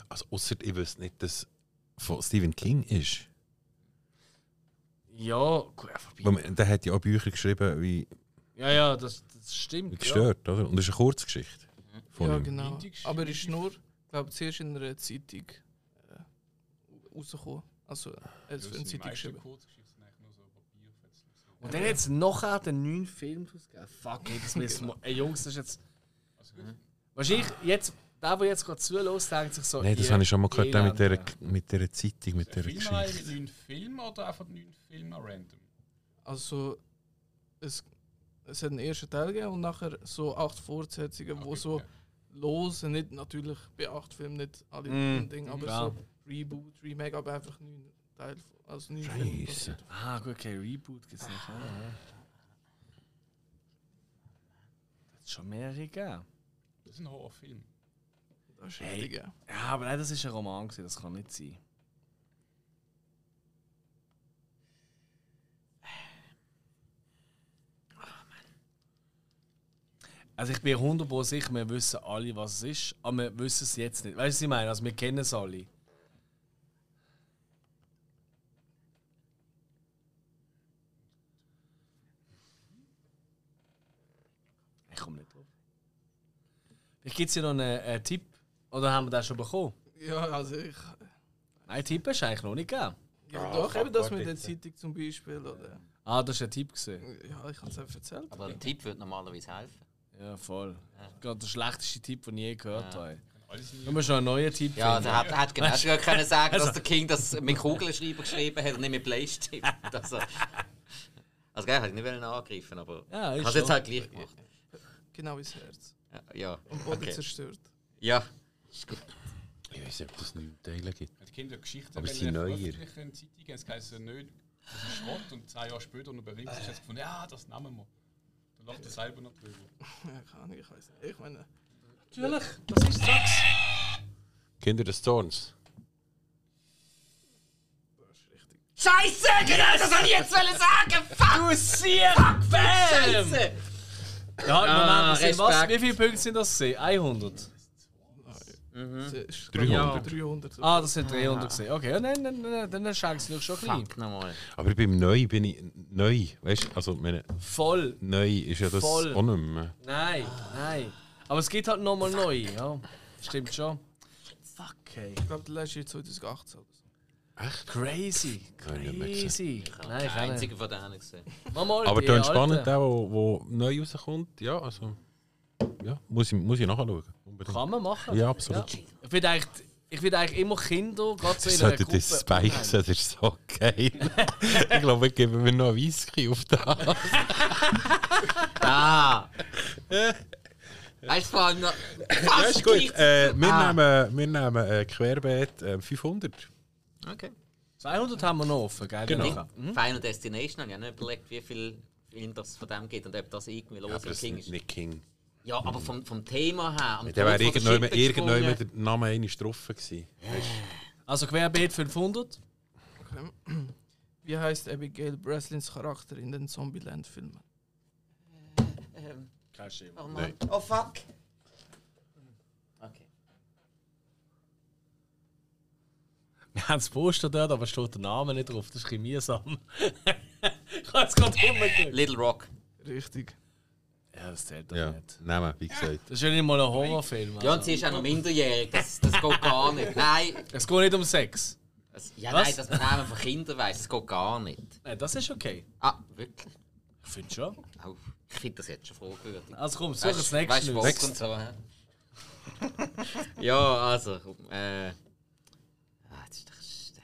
Also, außer ich wüsste nicht, dass es von Stephen King ist.
Ja, gut, ja, vorbei.
Moment, Der hat ja auch Bücher geschrieben, wie,
Ja, ja, das, das
wie
stimmt. Ja. Mhm.
gestört, oder? Und das ist eine Kurzgeschichte. Von
Ja,
ihm.
genau. Aber ist nur, glaube zuerst in einer Zeitung äh, rausgekommen. Also, er ist für eine Zeitung geschrieben.
Kurzgeschichten eigentlich nur so Papierfetzen.
Und dann jetzt nachher den neuen Film rausgegeben. Fuck, ey, das müssen wir. Ey, Jungs, das ist jetzt.
Also
Mhm.
Wahrscheinlich jetzt. Der, der jetzt gerade zulässt, denkt sich so.
Nein, das
ihr
habe ich schon mal gehört, auch mit
Elender.
dieser mit der Zeitung, mit dieser
Filmreihe mit
Geschichte.
neun Filmen oder einfach neun Filme random?
Also, es, es hat einen ersten Teil gegeben und nachher so acht Fortsetzungen, wo so lose, nicht natürlich bei acht Filmen nicht alle
Mm,
Dinge, aber
klar.
so Reboot, Remake, aber einfach neun Teil, also neun Filme.
Scheisse.
Ah, gut, okay, Reboot gibt es nicht. Ah, ja. Das ist schon mehrere gegeben.
Das ist ein hoher Film.
Das ist richtig, ja.
Ja, aber nein, das ist ein Roman, gewesen, das kann nicht sein. Also ich bin 100% sicher, wir wissen alle, was es ist, aber wir wissen es jetzt nicht. Weißt du, was ich meine? Also wir kennen es alle. Ich komme nicht drauf. Vielleicht gibt es ja noch einen, äh, Tipp. Oder haben wir den schon bekommen?
Ja, also ich.
Nein, Tipp hast du eigentlich noch nicht gegeben.
Ja, doch, eben das mit der Zeitung zum Beispiel, oder?
Ah, das war ein Tipp. Gewesen.
Ja, ich habe es einfach erzählt.
Aber ein Tipp würde normalerweise helfen.
Ja, voll. Gerade der schlechteste Tipp, den ich je gehört habe. Du musst noch einen neuen Typ
Ja,
finden.
der hat, hat genau schon können sagen, dass der King das mit Kugelschreiber geschrieben hat und nicht mit Bleistift. Also, also gell, hätte ich nicht wollen angreifen, aber
Ja, ist
ich habe jetzt
schon.
halt gleich gemacht.
Genau ins Herz.
Ja,
Und Boden
okay.
zerstört.
Ja,
Ich weiß nicht, ob das nicht Teile gibt.
Die Kinder Geschichten
Aber es sind
wollen
neue.
veröffentlichen in Zeitungen, es heisst ja nicht, das ist Schrott und zwei Jahre später unterbringt sich jetzt gefunden, ja, das nehmen wir. Dann lacht er selber noch drüber.
Ja, keine Ahnung, ich weiß nicht. Ich meine,
natürlich. Das ist Sex.
Kinder des Zorns.
Scheiße, genau das wollte ich jetzt wollen sagen! Fuck!
Du Sieg! Bam!
Scheiße!
Ja, im Moment,
Ah,
das sind was?
Respekt.
Wie viele Punkte sind das? gewesen? 100.
es ist
300.
300.
Ah, das sind 300. gewesen. Okay, ja, nein, nein, nein, nein, dann schenkst du schon klein.
Fuck nochmal.
Aber beim Neu bin ich neu. Weißt du, also meine,
Voll.
neu ist ja das
Voll.
auch nicht mehr.
Nein, nein. Aber es gibt halt nochmal neu, ja. Stimmt schon. Fuck, ey.
Ich glaube, der letzte ist 2018 oder so.
Crazy.
Hab ich nicht mehr gesehen.
Crazy. Nein,
Kein
ich auch nicht.
einziger von denen gesehen.
Mach mal
Aber
die
tönt
alte.
spannend, der, wo, wo neu rauskommt. Ja, also. Ja, muss ich, muss ich nachschauen. Unbedingt.
Kann man machen.
Ja, absolut.
Ich finde eigentlich, ich find eigentlich immer Kinder, gerade so in einer
Sollte
Gruppe.
das Spike sein, das ist so geil. ich glaube, ich gebe mir noch ein Whisky auf das.
Ah! Weißt du, vor allem noch.
Ja,
Fast
ist gut.
gleich-
Äh, wir
Ah.
nehmen, wir nehmen äh, Querbeet äh, 500.
Okay.
200 haben wir noch offen, gell?
Genau.
Final Destination habe ich auch nicht überlegt, wie viel Film das von dem geht und ob das irgendwie los im King ist.
King.
Ja, aber vom, vom Thema her. am
Der wäre
Tod von
irgendwann
Schippe
irgendwann
gesprungen.
mit dem Namen eine Strophe gewesen.
Also Querbeet 500.
Wie heißt Abigail Breslins Charakter in den Zombieland-Filmen?
Oh, Mann. oh fuck! Okay.
Wir haben das Poster dort, aber steht der Name nicht drauf. Das ist ein bisschen mühsam. ich habe es gerade rumgekriegt.
Little Rock.
Richtig.
Ja, das zählt doch
Ja,
nicht.
nehmen, wie gesagt.
Das ist ja nicht mal ein Horrorfilm.
Ja,
Also.
und sie ist auch noch minderjährig, das, das geht gar nicht. Nein,
Es geht nicht um Sex.
das, ja,
Was?
nein, dass man Namen von Kindern weiss, das geht gar nicht.
Nein, das ist okay.
Ah, wirklich?
Ich finde schon.
Au, ich finde das jetzt schon fragwürdig.
Also komm, such das
weißt
nächste
du, Vogt
aus.
und so, hä? Ja, also, komm, äh. Ah, das ist doch sch-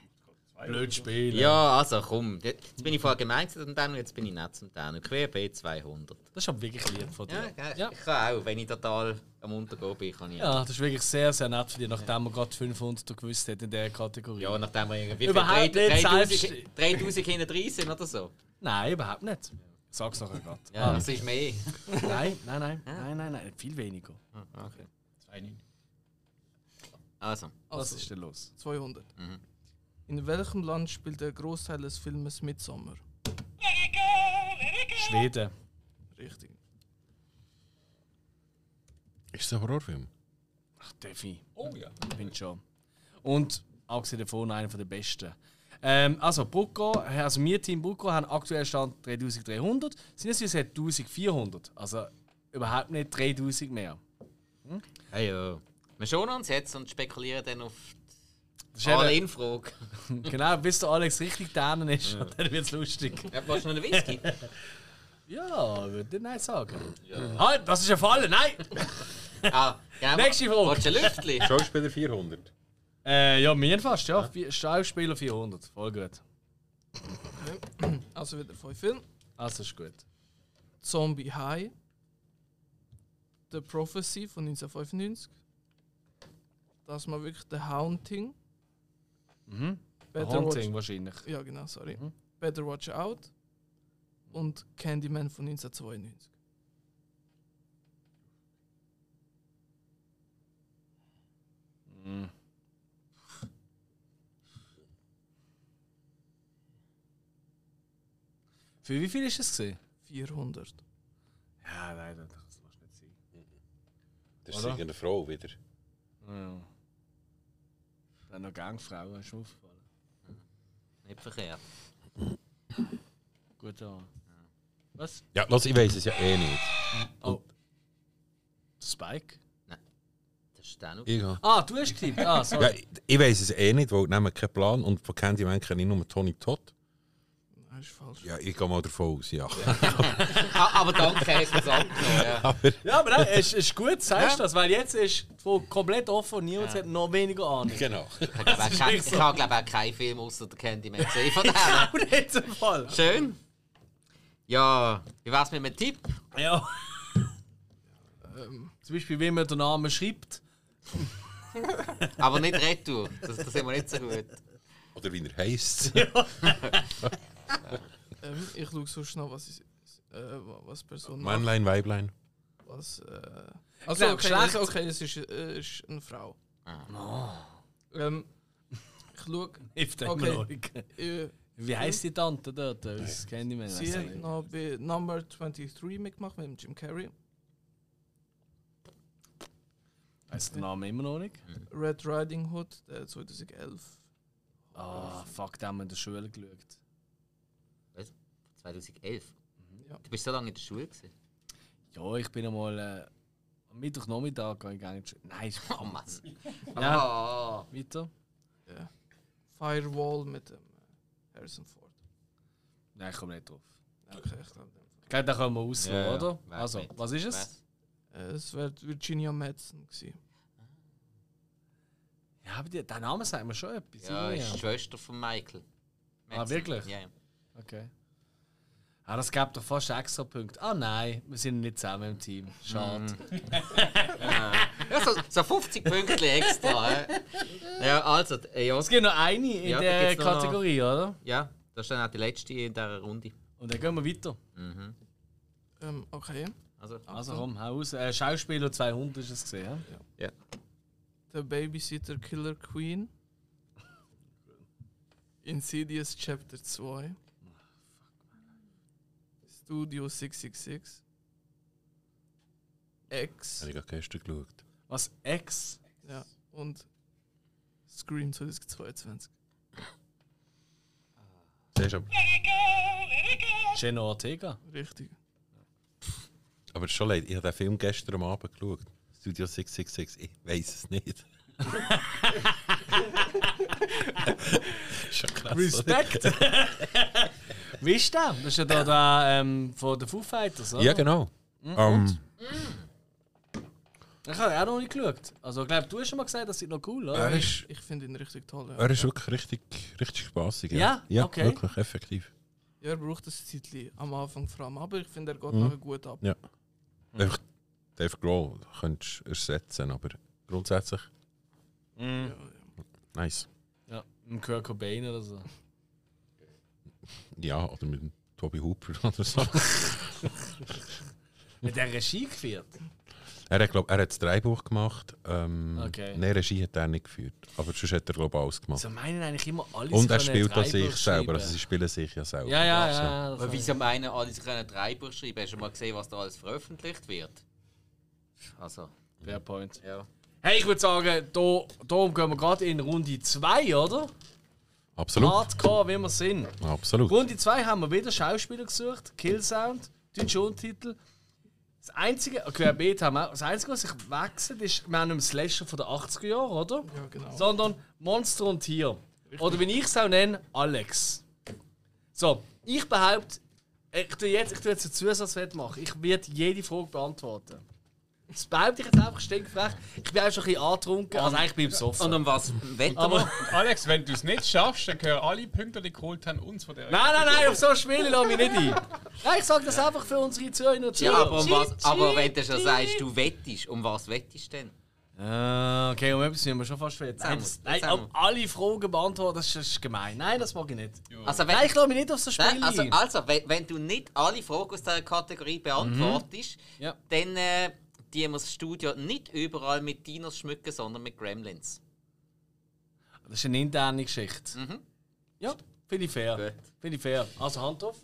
Blöd spielen.
Ja, also komm. Jetzt bin ich vorher gemein zu dem Daniel, jetzt bin ich nett zum Daniel. Querbeet 200.
Das ist aber wirklich lieb von dir.
gell?
Ja.
Ich kann auch, wenn ich total am Untergehen bin, kann ich auch.
Ja, das ist wirklich sehr, sehr nett von dir, nachdem wir gerade 500 gewusst hat in dieser Kategorie.
Ja, nachdem wir irgendwie
Überhaupt
drei-
nicht
3000
selbst-
3000 Kinder drin sind oder so.
Nein, überhaupt nicht. Sag's nachher gerade.
Ja, das ist mehr.
Nein, nein, nein, nein, nein, nein, viel weniger.
Okay.
Zwei nicht.
Also,
Was ist denn los?
200. In welchem Land spielt der Großteil des Filmes Midsommar?
Schweden.
Richtig.
Ist es ein Horrorfilm?
Ach, Defi,
Oh ja.
ich bin schon. Und abgesehen davon einer der besten. Ähm, also, Brucko, also wir Team Brucko haben aktuell Stand 3300, sind es jetzt 1400. Also überhaupt nicht 3000 mehr.
hey, ja. Wir schonen uns jetzt und spekulieren dann auf
Das ist
alle
eben,
Infrage.
genau, bis der Alex richtig dänen ist, dann wird's lustig.
Ja, du hast noch einen Whisky.
Ja, würde ich nein sagen. Halt, das ist ein Fall, nein!
ah, ja,
Nächste Frage.
Willst du ein Lüftchen?
Schauspieler 400.
Äh, ja, mir fast, ja. Vier- Schauspieler 400, voll gut.
Also wieder fünf Filme.
Also ist gut.
Zombie High. The Prophecy von 1995. Das mal wirklich The Haunting. Better
Haunting wahrscheinlich.
Watch, ja, genau, sorry. Better Watch Out. Und Candyman von 1992.
Für wie viel ist es gesehen?
400.
Ja, nein, das lass nicht sein.
Das ist irgendeine Frau wieder.
Ja. Dann noch Gangfrauen, ist mir aufgefallen.
Nicht verkehrt.
Gut, ja. Was?
Ja, lass, ich weiß es ja eh nicht.
Oh. Spike?
Das ist dann auch.
Ich, ja,
Ah, du hast getippt. Ah, sorry.
ich weiß es eh nicht, weil ich nehme keinen Plan und von Candyman kenne ich nur Tony Todd.
ist falsch.
Ja, ich gehe mal davon aus, ja.
Ah, aber danke, hast du es abgenommen. Ja.
Ja, aber nein, es ist gut, sagst du das, weil jetzt ist voll komplett offen und niemand hat noch weniger Ahnung.
genau.
Ich habe, glaube ich, kein- ich habe, glaube ich, auch keinen Film außer der Candyman gesehen von denen.
Auch nicht im Fall.
Schön. Ja, wie wär's mit einem Tipp?
Ja. Ähm, Zum Beispiel, wie man den Namen schreibt.
Aber nicht Retour. Das, das sind wir nicht so gut.
Oder wie er heisst.
Ähm, ich schaue so schnell, was, ist, äh, was die Person macht.
Männlein, Weiblein.
Was, äh, also,
Genau,
okay,
Geschlecht.
okay, okay, es ist, äh, ist eine Frau.
Ah.
Ähm, ich schaue,
Ich denke
Okay.
mir noch.
äh,
Wie heisst die Tante dort? Das kenne ich mir
sie hat
nicht.
noch bei Number 23 mitgemacht mit dem Jim Carrey.
Weiss den Namen immer noch nicht.
Red Riding Hood, der 2011.
Ah, fuck, da haben wir in der Schule geschaut.
2011.
Ja.
Du bist so lange in der Schule. Gewesen.
Ja, ich bin einmal äh, am Mittwochnachmittag gegangen. in die Schule. Nein, ist
Oh Mann.
Ja,
Oh.
weiter.
äh, Firewall mit dem äh, Harrison Ford.
Nein, ich komme nicht drauf.
Okay, ich glaube,
Ich glaube, da können wir auslassen,
Ja, ja.
oder?
Weiß
also,
nicht.
was ist es?
Was?
äh, es wäre Virginia Madsen gewesen.
Ja, aber die, der Name sagt mir schon etwas.
Ja,
irgendwie.
ist die Schwester von Michael.
Ah, wirklich?
Ja. ja.
Okay. Ah, das gäbe doch fast extra Punkte. Ah nein, wir sind nicht zusammen im Team. Schade.
Mhm. ja so, so 50 Punkte extra. hä? ja, also, äh, ja,
Es gibt noch eine in
Ja, da
der
gibt's noch-
Kategorie, oder?
ja, das ist dann auch die letzte in dieser Runde.
Und dann gehen wir weiter.
Ähm, okay.
Also,
Also komm, hau raus. Äh, Schauspieler 200 ist es gesehen.
ja.
The Babysitter Killer Queen. Insidious Chapter 2. Studio 666. X.
Habe ich gerade gestern geschaut.
Was? Ex?
Ja. Und Scream 2022.
Siehst du, aber-
Geno Ortega?
Richtig.
aber schon leid, ich habe den Film gestern am Abend geschaut. Studio 666, ich weiß es nicht. schon krass.
Respekt! Wie ist der? Das ist ja da der ähm, von den Foo Fighters, oder?
Ja, genau.
Mhm.
Ähm,
Ich habe auch noch nicht geschaut. Also ich glaube, du hast schon mal gesagt, das sieht noch cool, oder?
er, ist,
Ich finde ihn richtig toll. Ja.
er ist wirklich richtig, richtig spaßig.
Ja?
ja
Okay.
wirklich, effektiv.
ja, er braucht ein Zeitchen am Anfang vor allem, aber ich finde, er geht nachher gut ab.
Ja. Einfach Dave Grohl könntest du ersetzen, aber grundsätzlich
Mhm.
nice.
Ja, mit Kurt Cobain oder so.
Ja, oder mit dem Toby Hooper oder so.
Mit der Regie geführt?
er hat, glaub, er hat das Drehbuch gemacht. Ähm,
Okay.
Nein, Regie hat er nicht geführt. Aber sonst hat er, glaube ich, alles gemacht.
So meinen eigentlich immer alle
Und
sie
er
können
spielt auch
Drehbuch
sich selber.
schreiben.
Also sie spielen sich ja also selber.
ja, ja, ja. das
Aber wieso meinen alle, sie können drei Bücher schreiben? Hast du mal gesehen, was da alles veröffentlicht wird? Also,
Fair point.
ja.
Hey, ich würde sagen, da, darum gehen wir gerade in Runde 2, oder?
Absolut.
Hardcore, wie wir sind.
Absolut.
Runde 2 haben wir wieder Schauspieler gesucht, Killsound, deutsche Untertitel. Das einzige, okay, Beat haben wir auch. Das einzige, was sich wechselt, ist, wir haben nicht mehr Slasher von den 80er Jahren, oder?
Ja, genau.
Sondern Monster und Tier. Oder wie ich es auch nenne, Alex. So, ich behaupte, äh, ich tue jetzt, ich tue jetzt einen Zusatzwert machen. Ich werde jede Frage beantworten. Das behaupte ich jetzt einfach stinkfrech. Ich bin auch schon ein bisschen angetrunken, also eigentlich bin ich besoffen.
Und um was wetten wir?
Alex, wenn du es nicht schaffst, dann gehören alle Punkte, die geholt haben, uns von der.
Nein, nein, nein, auf so Spiele lasse ich nicht ein. Nein, ich sage das einfach für unsere Zuhörer und
Ja,
Zuhörer.
aber, um was, aber wenn du schon sagst, du wettest, um was wettest du denn?
Ah, okay, um etwas müssen wir schon fast schwätzen.
Sagen
Nein,
wir,
das- nein
sagen wir.
um alle Fragen beantworten, das ist, das ist gemein. Nein, das mag ich nicht.
Also, wenn,
Nein, ah, ich lasse mich nicht auf so Spiele
Nein, also,
ein.
also wenn, wenn du nicht alle Fragen aus dieser Kategorie beantwortest,
Mhm. Ja.
dann äh, die wir das Studio nicht überall mit Dinos schmücken, sondern mit Gremlins.
Das ist eine interne Geschichte.
Mhm.
Ja, finde ich fair.
Gut.
Finde ich fair. Also Hand auf.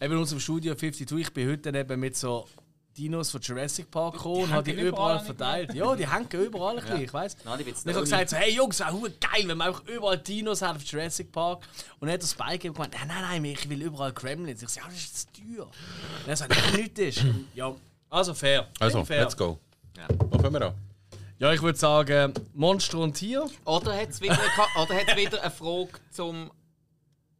Eben in unserem Studio 52, ich bin heute dann eben mit so Dinos von Jurassic Park gekommen und habe die
hängen überall
überall
an,
verteilt. Ja, die hängen überall ein bisschen, ich weiss.
Nein, die
Und
wird's
ich habe
nicht.
gesagt, so, hey Jungs, wäre verdammt geil, wenn wir einfach überall Dinos haben auf Jurassic Park. Und dann hat der Spike eben gemeint, nein, nein, nein, ich will überall Gremlins. Ich sage, ja, das ist zu teuer. Und er sagt, nein, nichts ist. Ja, also fair.
Also,
Finde ich fair.
let's go. Wo fangen wir an?
Ja, ich würde sagen, Monster und Tier.
Oder hat es wieder, eine Ka- oder hat's wieder eine Frage zum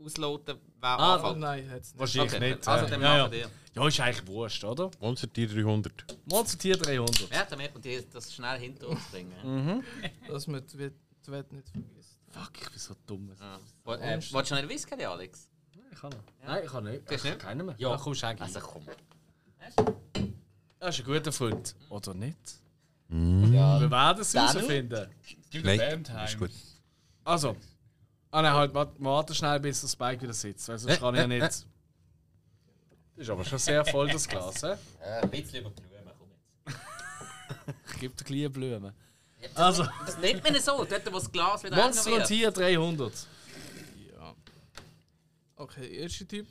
ausloten, wer
Ah,
anfängt?
Nein, hat's nicht.
Wahrscheinlich
Okay,
nicht. äh,
Also, dann
ja, ja.
machen wir.
ja, ist eigentlich wurscht, oder?
Monstertier 300.
Monstertier 300.
Ja, damit wir die- das schnell hinter uns
Mhm.
bringen.
Dass man die Wett- die Wette nicht vergisst.
Fuck, ich bin so dumm.
ja. Wo- äh, Wolltest du noch nicht wissen, Alex?
Ich kann nicht. Nein, ich kann nicht. Ich
Gehst
kann
nicht?
keinen mehr.
Ja.
Ja, kommst du eigentlich.
Also komm.
Er ist ein guter Freund. Oder nicht?
Mhm.
Ja,
Wir werden es
Daniel?
herausfinden.
Gib
Nein,
dir Bam-Time.
ist gut.
Also. Ah nein, halt, warte, wir warten schnell, bis der Spike wieder sitzt, weil sonst kann ich ja nicht. Das ist aber schon sehr voll, das Glas, hä?
äh, ein bisschen über die Blumen, komm jetzt.
Ich gebe dir kleine Blumen. Also,
Das nennt man so, dort, wo das Glas wieder
Monster und
renoviert.
Tier 300.
Ja. Okay, erster Tipp.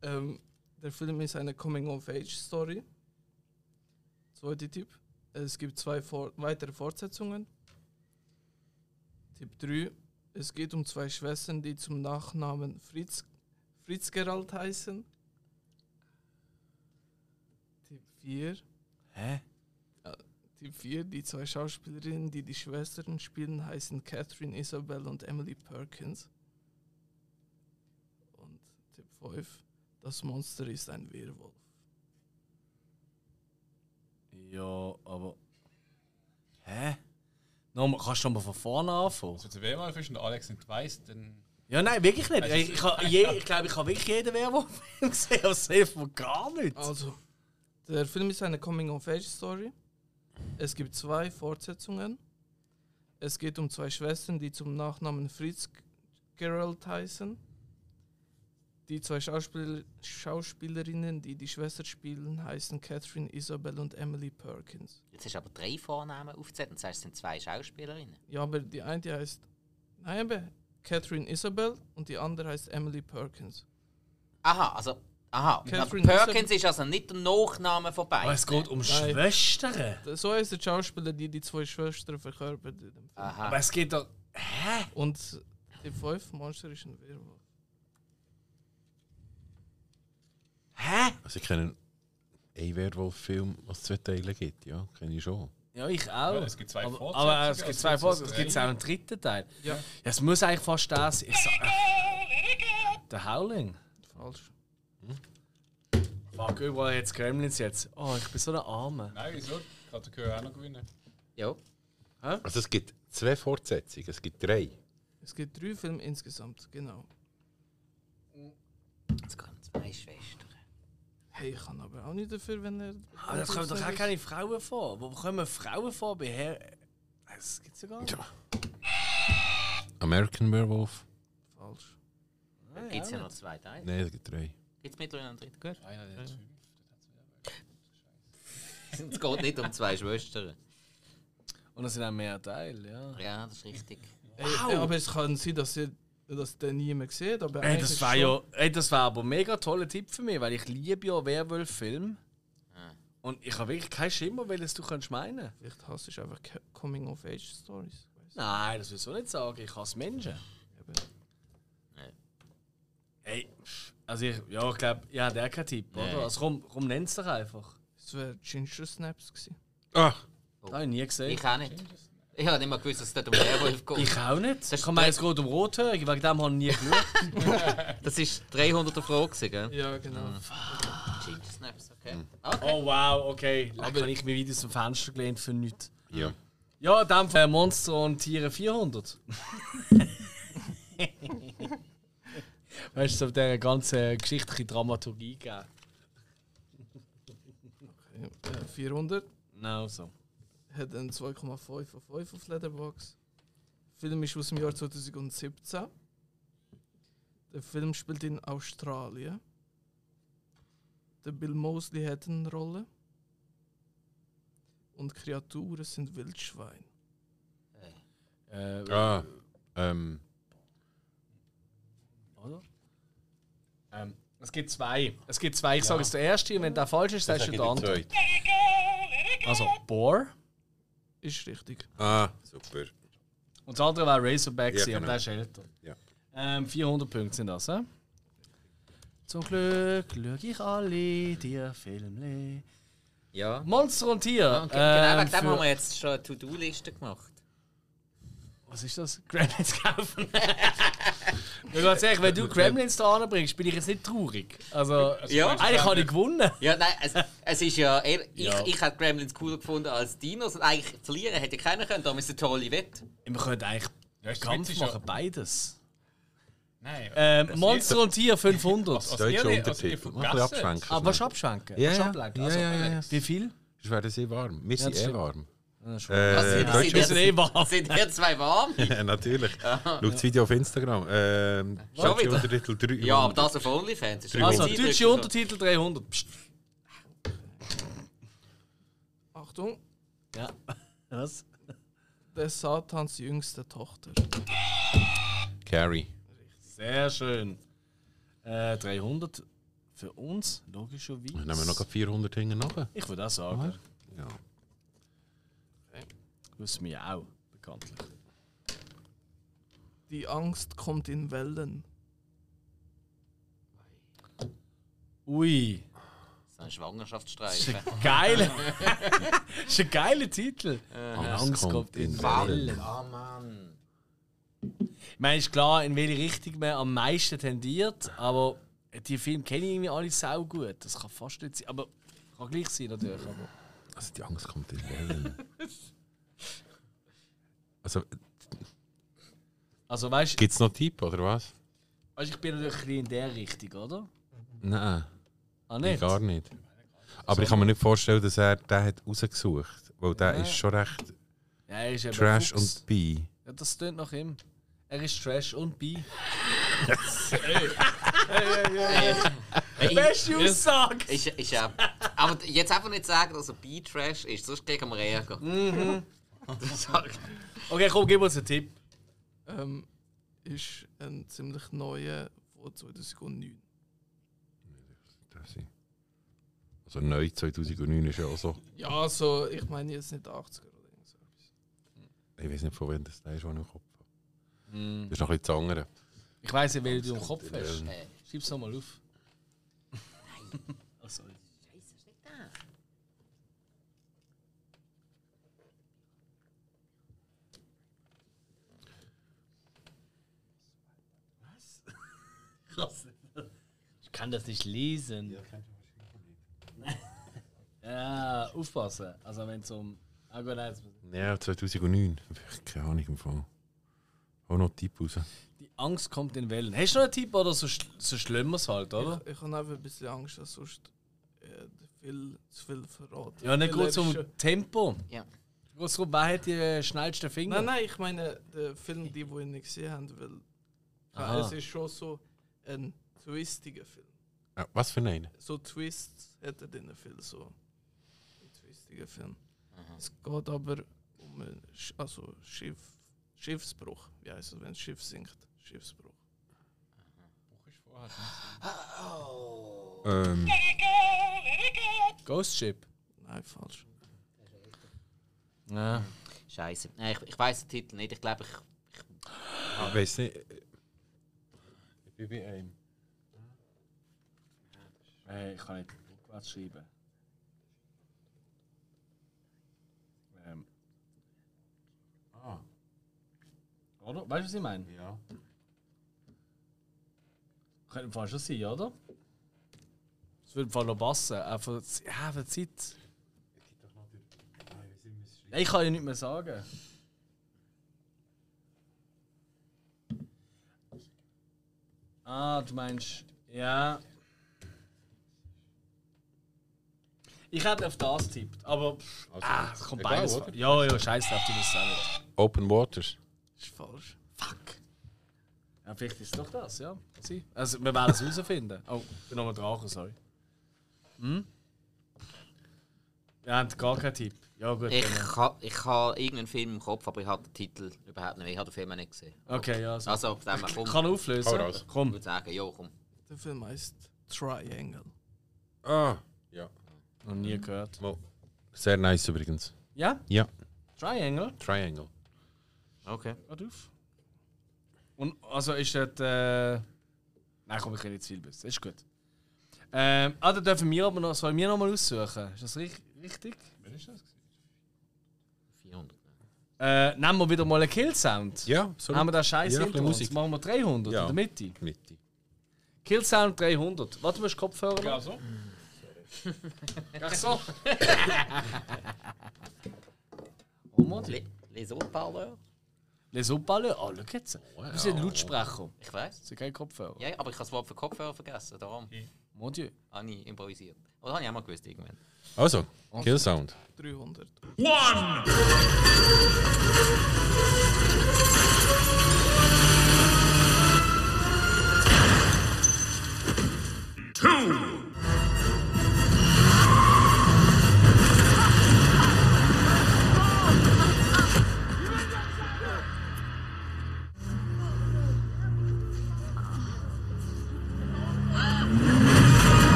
Ähm, der Film ist eine Coming-of-Age-Story. Zweiter Tipp. Es gibt zwei For weitere Fortsetzungen. Tipp 3. Es geht um zwei Schwestern, die zum Nachnamen Fritz, Fritz Gerald heißen. Tipp 4.
Hä?
Tipp 4. Die zwei Schauspielerinnen, die die Schwestern spielen, heißen Catherine Isabel und Emily Perkins. Und Tipp 5. Das Monster ist ein Werwolf.
Ja, aber. Hä? Nochmal, kannst du nochmal von vorne anfangen?
Also, wenn du einmal fischst und Alex nicht weiss, dann.
Ja, nein, wirklich nicht. Ich, ich, hab je, ich glaube, ich habe wirklich jeden Werwolf-Film gesehen, aber safe wohl gar nicht.
Also, der Film ist eine Coming-of-Age-Story. Es gibt zwei Fortsetzungen. Es geht um zwei Schwestern, die zum Nachnamen Fritz Gerald heißen. Die zwei Schauspiel Schauspielerinnen, die die Schwester spielen, heißen Catherine Isabel und Emily Perkins.
Jetzt hast du aber drei Vornamen aufgezählt und sagst, es sind zwei Schauspielerinnen.
Ja, aber die eine die heißt nein, aber Catherine Isabel und die andere heißt Emily Perkins.
Aha, also. Aha, Und
Catherine
Perkins ist also nicht der Nachname vorbei.
Aber es geht um Schwestern.
So heißt der Schauspieler, die die zwei Schwestern verkörpert. in dem Film.
Aber
Aha.
es geht doch. Hä?
Und die fünf Monster ist ein Werwolf.
Hä?
Also ich kenne einen Werwolf-Film, was zwei Teile gibt, ja, kenne ich schon.
Ja, ich auch.
es gibt zwei
aber,
Fortsetzungen,
aber es gibt
also
zwei
jetzt
Fortsetzungen. Es
das
gibt auch
Drei.
einen dritten Teil. Ja. Es muss eigentlich fast das. Ich sag, der Howling.
Falsch.
Fuck, überall jetzt Gremlins jetzt. Oh, ich bin so ein Arme.
Nein, wieso? Die Kategorie auch noch gewinnen.
Jo.
Also es gibt zwei Fortsetzungen, es gibt drei.
Es gibt drei Filme insgesamt, genau.
Es kommen zwei Schwestern.
Hey, ich kann aber auch nicht dafür, wenn er.
Aber das kommen doch auch keine Frauen vor. Wo kommen Frauen vor bei Herr. Das gibt's ja gar nicht.
American Werewolf?
Falsch.
Gibt es ja noch zwei Teile.
Nein, es gibt drei.
Gibt es mittlerweile einen dritten? Gut. Es geht nicht um zwei Schwestern.
Und es sind auch mehr Teile, ja.
Ja, das ist richtig.
Wow. Ey, aber es kann sein, dass ihr das dann nie mehr seht. Aber
Ey,
eigentlich
das war
schon.
ja. Ey, das war aber ein mega toller Tipp für mich, weil ich liebe ja Werwolf-Film. Und ich habe wirklich keinen Schimmer, welches du könntest meinen.
Vielleicht hast du einfach Coming-of-Age-Stories.
Nein, das willst du nicht sagen. Ich hasse Menschen. Ey, also ich, ja, ich glaube, ich habe auch keinen Tipp, oder? Also komm, komm nenn es doch einfach.
Es wäre Ginger Snaps gewesen.
Ah,
Das habe ich nie gesehen.
Oh. Ich auch nicht. Ich habe nicht mal gewusst, dass es dort um Werwolf geht.
Ich auch nicht.
ist
Ich meine,
drei-
es geht um Rothörige, wegen dem habe ich nie geschaut.
Das ist 300er Frage, gewesen, gell?
Ja, genau.
Ginger Snaps, okay. Okay.
oh wow, okay. Leck, habe ich mir wieder zum Fenster gelehnt für nichts.
ja.
Ja, in dem Fall Monster und Tiere 400. weißt du, so dieser ganzen geschichtlichen Dramaturgie gegeben.
Äh, 400
Genau
also.
so.
hat einen 2,5 von 5 auf Letterboxd. Der Film ist aus dem Jahr 2017. Der Film spielt in Australien. Der Bill Mosley hat eine Rolle. Und Kreaturen sind Wildschwein.
Äh,
Ah, ähm,
Oder? Ähm, es gibt zwei. Es gibt zwei. Ich sage jetzt der erste und wenn der falsch ist, sagst du den anderen. Also Boar
Ist richtig.
Ah, super.
und das andere war Razorback,
Ja,
ja, aber
genau.
der ist älter.
Ja.
Ähm, 400 Punkte sind das, hä? Zum Glück lüg ich alle dir Filme.
Ja.
Monster und Tier.
Ja, und ge- Genau
ähm,
wegen dem
für-
haben wir jetzt schon eine To-Do-Liste gemacht.
Was ist das? Gremlins kaufen. ich ganz ehrlich, wenn du Gremlins da anbringst, bin ich jetzt nicht traurig. Also,
Ja.
eigentlich habe ich gewonnen.
Ja, nein, es, es ist ja. eher- Ich,
Ja.
ich hätte Gremlins cooler gefunden als Dinos. Und eigentlich verlieren hätte keiner können. Darum ist es eine tolle Wette.
Wir können eigentlich
Ja, ist
Kampf
witzig, ja.
machen, beides.
Nein.
Ähm,
das
Monster und Tier 500.
Was-
Deutsche
ihr- was ihr
Untertitel. Mach ein bisschen
vergessen?
abschwenken.
Aber Ah, was abschwenken?
Ja,
Kannst
ja.
ablenken.
Ja,
Also,
ja, ja, ja.
Wie viel?
Ich werde sehr warm. Wir sind
das
eh
stimmt.
warm.
Was
Äh,
sind-
Deutsche
sind,
Ist eh
ihr,
warm.
sind ihr zwei warm?
Natürlich. Schaut das Video auf Instagram. Ähm, Deutsche
wieder?
Untertitel 3.
Ja, aber das auf OnlyFans. Ist
Also,
schon
deutsche
eindrücklich.
Untertitel 300. Psst.
Achtung,
Ja. Was?
der Satans jüngste Tochter.
Carrie.
Sehr schön. Äh, 300 für uns, logischerweise.
Dann nehmen wir noch 400 hinten nach.
Ich würde auch sagen.
Ja.
Wissen wir auch, bekanntlich.
Die Angst kommt in Wellen.
Ui,
So ein Schwangerschaftsstreifen.
geil. ist ein geiler Titel.
Angst kommt in Wellen.
Ah, Mann.
Ich meine, ist klar, in welche Richtung man am meisten tendiert, aber die Filme kenne ich irgendwie alle sau gut. Das kann fast nicht sein. Aber kann gleich sein, natürlich. Aber.
Also die Angst kommt in Wellen. Also,
Also, weißt du,
gibt es noch Tipp oder was?
weißt, ich bin natürlich ein bisschen in der Richtung, oder?
Nein,
Ah, nicht?
gar nicht. Aber ich kann mir nicht vorstellen, dass er den hat rausgesucht hat. Weil der ist schon recht
Ja, er ist eben
Trash
Fuchs.
und Bi.
Ja, das tönt nach ihm. Er ist Trash und Bi.
Hey,
Beste Aussage!
ist, ist, ja. Aber jetzt einfach nicht sagen, dass er B-Trash ist, sonst kriegen wir Ärger. Mhm.
Okay, komm, gib uns einen Tipp.
Ähm, ist ein ziemlich neuer von 2009.
Also neu 2009 ist ja auch so.
Ja, also ich meine jetzt nicht 80er oder irgend so.
Ich weiß nicht, von wem das der ist, den ich im Kopf habe. Das ist noch ein bisschen zu anderen.
Ich weiß nicht, weil du im Kopf hast.
Äh,
Schieb's nochmal auf. Oh, sorry. Krass. Ich kann das nicht lesen. Ja, aufpassen. Also wenn es um... Ah gut, nein, jetzt-
Ja, 2009. Keine Ahnung im Fall. Auch noch Tipp raus.
Die Angst kommt in Wellen. Hast du noch einen Tipp oder so, schl- so schlimm es halt, oder?
Ich, ich habe einfach ein bisschen Angst, dass sonst äh, viel, zu viel verraten.
Ja, nicht
Viel
gut zum
Action.
Tempo.
ja.
Gut zum, wer hat die äh, schnellsten Finger?
Nein, nein, ich meine, der Film, die wo ihr nicht gesehen habt, weil
Aha.
es ist schon so ein twistiger Film.
Ah, was für einen?
So Twists hätte den Film so. Ein twistiger Film. Es geht aber um ein Sch also Schiff, Schiffsbruch. Wie heißt es, wenn das Schiff sinkt? Schiffsbruch.
Ähm,
Ghost Ship.
Nein, falsch.
Ja.
Scheiße. Nein, ich, ich weiß den Titel nicht. Ich glaube, ich.
ich weiß nicht. Ich bin bei einem.
Hey, Äh, ich kann nicht rückwärts schreiben. Ähm. Ah. Oder? Weißt du, was ich meine? Ja. Könnte im Fall schon sein, oder? Das würde im Fall noch passen. Auch für die, ja, für die Zeit. Nein, ich kann ja nicht mehr sagen. Ah, du meinst. Ja. Ich hätte auf das tippt, aber pff, ah, es kommt
Also, egal,
beides.
oder?
vor. Ja, ja, scheiß drauf, du musst es auch nicht.
Open Waters.
Ist falsch.
Fuck. Ja, vielleicht ist es doch das, ja. Kann sein. Also, wir werden es herausfinden. Oh, ich bin nochmal dran, sorry. Hm? Wir haben gar keinen Tipp. Ja, gut.
Ich
dann-
habe ich ha irgendeinen Film im Kopf, aber ich habe den Titel überhaupt nicht. Ich habe den Film auch nicht gesehen.
Okay, ja. Also,
Also, auf dem her, komm,
ich kann auflösen.
Hau raus.
ich
Komm.
würde sagen, ja, komm.
Der Film heißt Triangle.
Ah, ja.
Noch nie gehört.
Sehr nice übrigens.
Ja?
Ja.
Triangle.
Triangle.
Okay.
Geht auf. Und also ist das. Äh... Nein, komm, ich rede jetzt viel besser. Ist gut. Ähm, ah, dann dürfen wir aber noch, sollen wir noch mal aussuchen. Ist das ri- richtig?
Ja,
Äh, nehmen wir wieder mal einen Kill-Sound.
Ja, absolut.
Haben wir da scheiß
Ja, ein
Intro?
bisschen Musik.
Jetzt machen wir 300
Ja.
in der Mitte.
Mitte.
Kill-Sound 300. Warte, du musst Kopfhörer machen.
Ja, so.
Ach so. oh, Modi.
Les autres parleurs?
Les Opale, oh, schau jetzt. Das sind Lautsprecher.
Ich weiß.
Das sind keine Kopfhörer.
Ja, aber ich habe das Wort für Kopfhörer vergessen. Darum
Mon Dieu.
habe ich improvisiert. Oder habe ich auch mal gewusst irgendwann.
Also, Killsound.
300.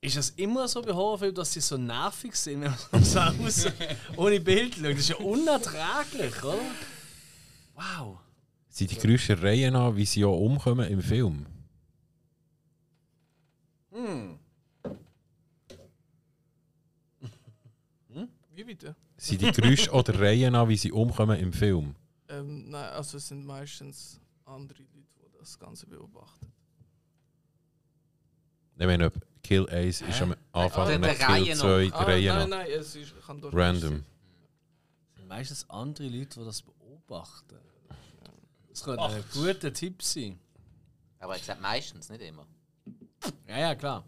Ist das immer so bei Horrorfilmen, dass sie so nervig sind, wenn man so raus ohne Bild schaut? Das ist ja unerträglich, oder? Wow.
Sind die Geräusche Reihen an, wie sie ja umkommen im Film?
Hm.
Wie bitte?
Sind die Geräusche oder Reihen an, wie sie umkommen im Film?
Ähm, nein, also es sind meistens andere Leute, die das Ganze beobachten.
Ich meine, ob Kill 1 ist am Anfang
Ah,
und
der
Kill
Reihe
2
Ah,
Reihen
nein,
an.
nein, es ist, ich kann dort
Random.
Meistens andere Leute, die das beobachten. Das könnte ein guter Tipp sein.
Aber ich gesagt, meistens, nicht immer.
Ja, ja, klar.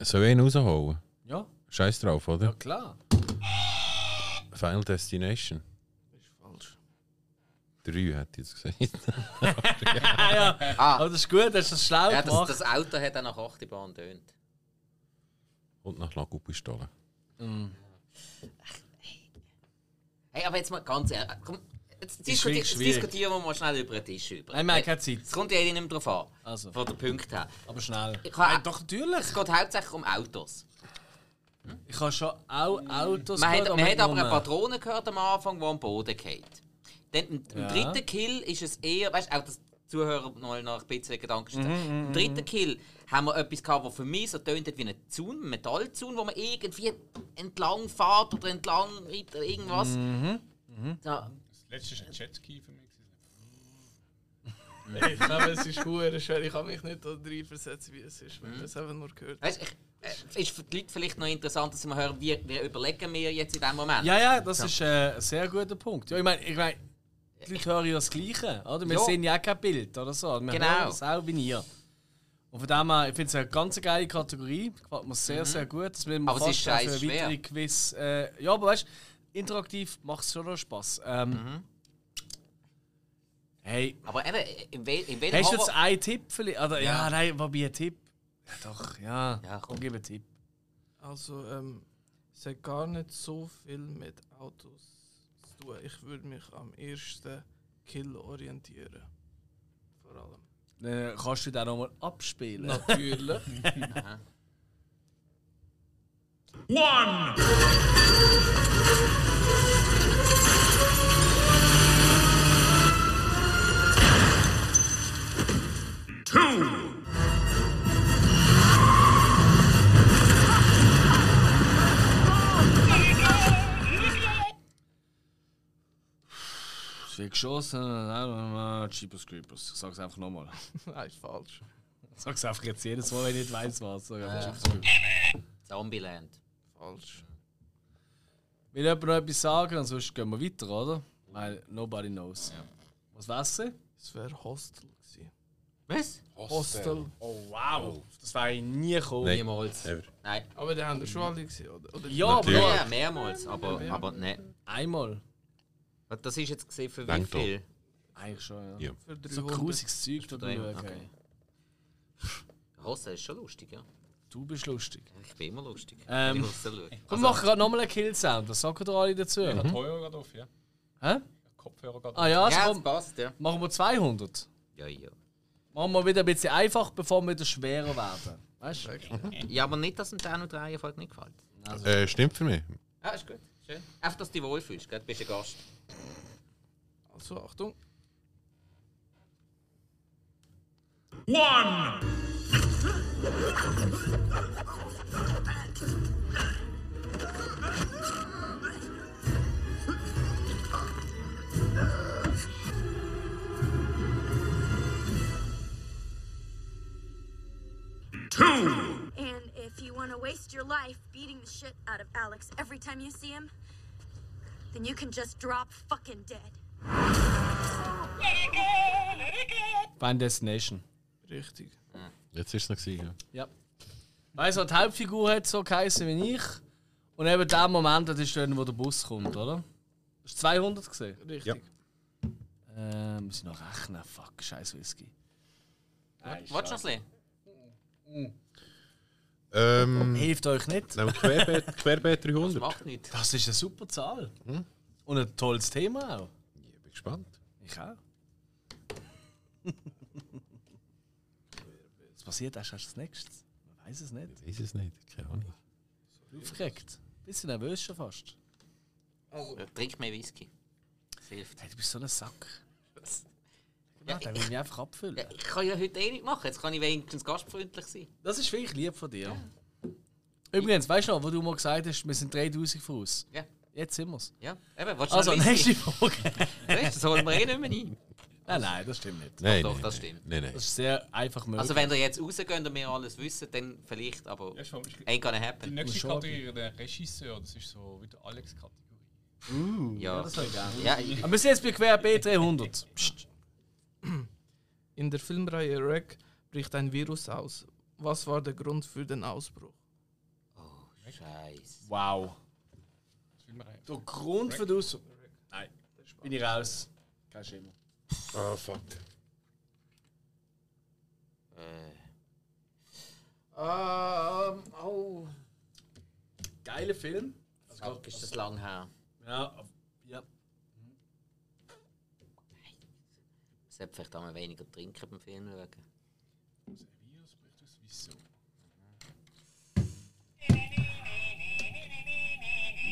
Soll ich ihn rausholen?
Ja,
Scheiß drauf, oder?
klar.
Final Destination.
Ist falsch.
3 hätte ich jetzt gesagt.
Ah,
Aber das ist gut, hast du das schlau
ja, das,
gemacht.
das Auto hat auch nach Achterbahn tönt.
Und nach Lagupistole.
Hey, aber jetzt mal ganz ehrlich. Komm, jetzt, diskuti
schwierig,
jetzt
schwierig.
diskutieren wir mal schnell über den Tisch. Über.
Nein, wir haben keine Zeit.
Es kommt ja eh nicht mehr drauf an,
Also.
von den Punkten her.
Aber schnell.
Ich kann,
Doch, natürlich.
Es geht hauptsächlich um Autos.
Ich habe schon auch Autos
Man
gehört,
hat, man hat
nicht
aber eine
nur-
Patrone gehört am Anfang, die am Boden geht. Dann im, im
Ja.
dritten Kill ist es eher, weißt du, auch das Zuhörer mal noch ein bisschen Gedanken stellen.
Mhm,
Im dritten Kill haben wir etwas gehabt, was für mich so tönt hat wie ein Zaun, ein Metallzaun, wo man irgendwie entlang fährt oder entlang rit- oder irgendwas.
Mhm,
Da,
Das letzte ist ein Jetski für mich.
Hey, aber es ist hure schwer. Ich kann mich nicht da rein versetzen, wie es ist, wenn
Mhm.
man es einfach nur gehört.
weißt, ich, äh, ist für die Leute vielleicht noch interessant, dass sie mal hören, wie, wie überlegen wir jetzt in diesem Moment.
Ja, ja, das ist äh, ein sehr guter Punkt. Ja, ich meine, ich mein, die Leute hören ja das Gleiche, oder? Wir
Ja.
sehen ja auch kein Bild oder so. Wir
Genau.
hören es auch wie ihr. Und von dem her, ich finde es eine ganz geile Kategorie. Gefällt mir sehr, sehr gut. Das will man
Mhm. Aber es ist
fast auch
scheiss
für weitere
schwer.
Quiz. Äh, ja, aber weißt du, interaktiv macht es schon noch Spass. Ähm,
Mhm.
Hey,
Aber eben, im, We im Welt
hast du jetzt
Horror-
einen Tipp vielleicht? Oder, ja.
Ja.
nein, wobei ein Tipp. Ja, doch, ja.
Ja,
komm,
komm.
gib einen Tipp.
Also, ähm, es hat gar nicht so viel mit Autos zu tun. Ich würde mich am ersten Kill orientieren. Vor allem.
Äh, kannst du den nochmal abspielen?
Natürlich.
Es wird geschossen, äh, Cheapers Creepers. Ich sag's einfach nochmal.
Nein, ist falsch.
Ich sag's einfach jetzt jedes Mal, wenn ich nicht weiss, was. Sag einfach Jeepers Creepers.
Zombieland.
Falsch.
Will jemand noch etwas sagen, ansonsten gehen wir weiter, oder? Weil nobody knows. Was wär's? denn?
Es wäre Hostel gewesen.
Was?
Hostel.
Oh wow, das wäre ich nie gekommen.
Nein.
Niemals.
Ever.
Nein.
Aber die haben wir schon alle gesehen, oder? oder
Ja, aber
Natürlich.
nur
Ja, mehrmals, aber, aber nein.
einmal.
Was- Das ist jetzt gesehen für wie
Denk doch.
viel?
Eigentlich schon, ja.
Ja.
Für 300.
So grusiges Zeug, das du
verdrängt,
okay.
Rossa ist schon lustig, ja.
Du bist lustig.
Ich bin immer lustig. Also,
Ähm.
Wenn ich Rossa schaue.
Komm, mach gerade nochmal einen Kill-Sound. Was sagen da alle dazu?
Ich habe Teuer gerade auf, ja.
Hä?
Kopfhörer gerade
Ah
auf.
ja, also
ja, das
komm,
passt, ja.
machen wir 200.
Ja, ja.
Machen wir wieder ein bisschen einfach, bevor wir wieder schwerer werden. Weißt du?
Ja, aber nicht, dass dem Down und Reihenfolge nicht gefällt.
Äh, stimmt für mich.
Ja, ist gut. Schön. Einfach, dass du dich wohlfühlst, gell? Du bist ein Gast.
Also Achtung.
And if you want to waste your life beating the shit out of Alex every time you see him, then you can just drop fucking dead.
Final Destination.
Richtig.
Jetzt ist es noch gewesen. ja.
Ja. Weißt du, die Hauptfigur hat so geheißen wie ich. Und eben der Moment, das ist dann, wo der Bus kommt, oder? Hast du 200 gesehen?
Richtig.
Äh, muss ich noch rechnen? Fuck, scheiß Whisky.
Wolltest du noch ein bisschen?
Ähm,
Hilft euch nicht.
nehmen wir Querbeet, Querbeet 300.
Macht nichts.
Das ist eine super Zahl. Und ein tolles Thema auch.
Ich bin gespannt.
Ich auch. Was passiert erst als nächstes? Man weiß es nicht.
Ich weiß es nicht. Keine Ahnung.
Aufgeregt. Bisschen nervös schon fast.
Ja, Trink mehr Whisky. Das hilft.
Hey, du bist so ein Sack.
Ja,
Ja, den will ich einfach abfüllen.
Ja, ich kann ja heute eh nicht machen. Jetzt kann ich wenigstens gastfreundlich sein.
Das ist wirklich lieb von dir. Übrigens, weißt du noch, wo du mal gesagt hast, wir sind 3000 voraus.
Ja,
Jetzt sind wir's.
ja. Eben, willst du
Also,
noch ein
nächste
Whisky?
Frage.
Weißt, du, das holen wir eh nicht mehr ein.
nein, nein, das stimmt nicht.
Nein,
doch,
nein,
das
nein.
stimmt.
Nein, nein.
Das ist sehr einfach möglich.
Also wenn ihr jetzt rausgeht und wir alles wissen, dann vielleicht, aber
Ja, ist schon- ist-
ain't gonna
Die
happen.
nächste
schon
Kategorie, der Regisseur, das ist so wie die Alex-Kategorie.
Ja,
das soll gerne.
ja ich,
Aber wir sind jetzt bei Quer B300. Psst.
In der Filmreihe Rec bricht ein Virus aus. Was war der Grund für den Ausbruch?
scheiße.
Wow.
Das will man einfach.
Der Grund für das. Nein, bin ich raus. Kein Schimmer.
Ah, fuck.
Äh, Ähm, oh.
Geiler Film.
Fuck, ist das lang her.
Ja, ja.
Ich sollte vielleicht auch mal weniger trinken beim Film schauen.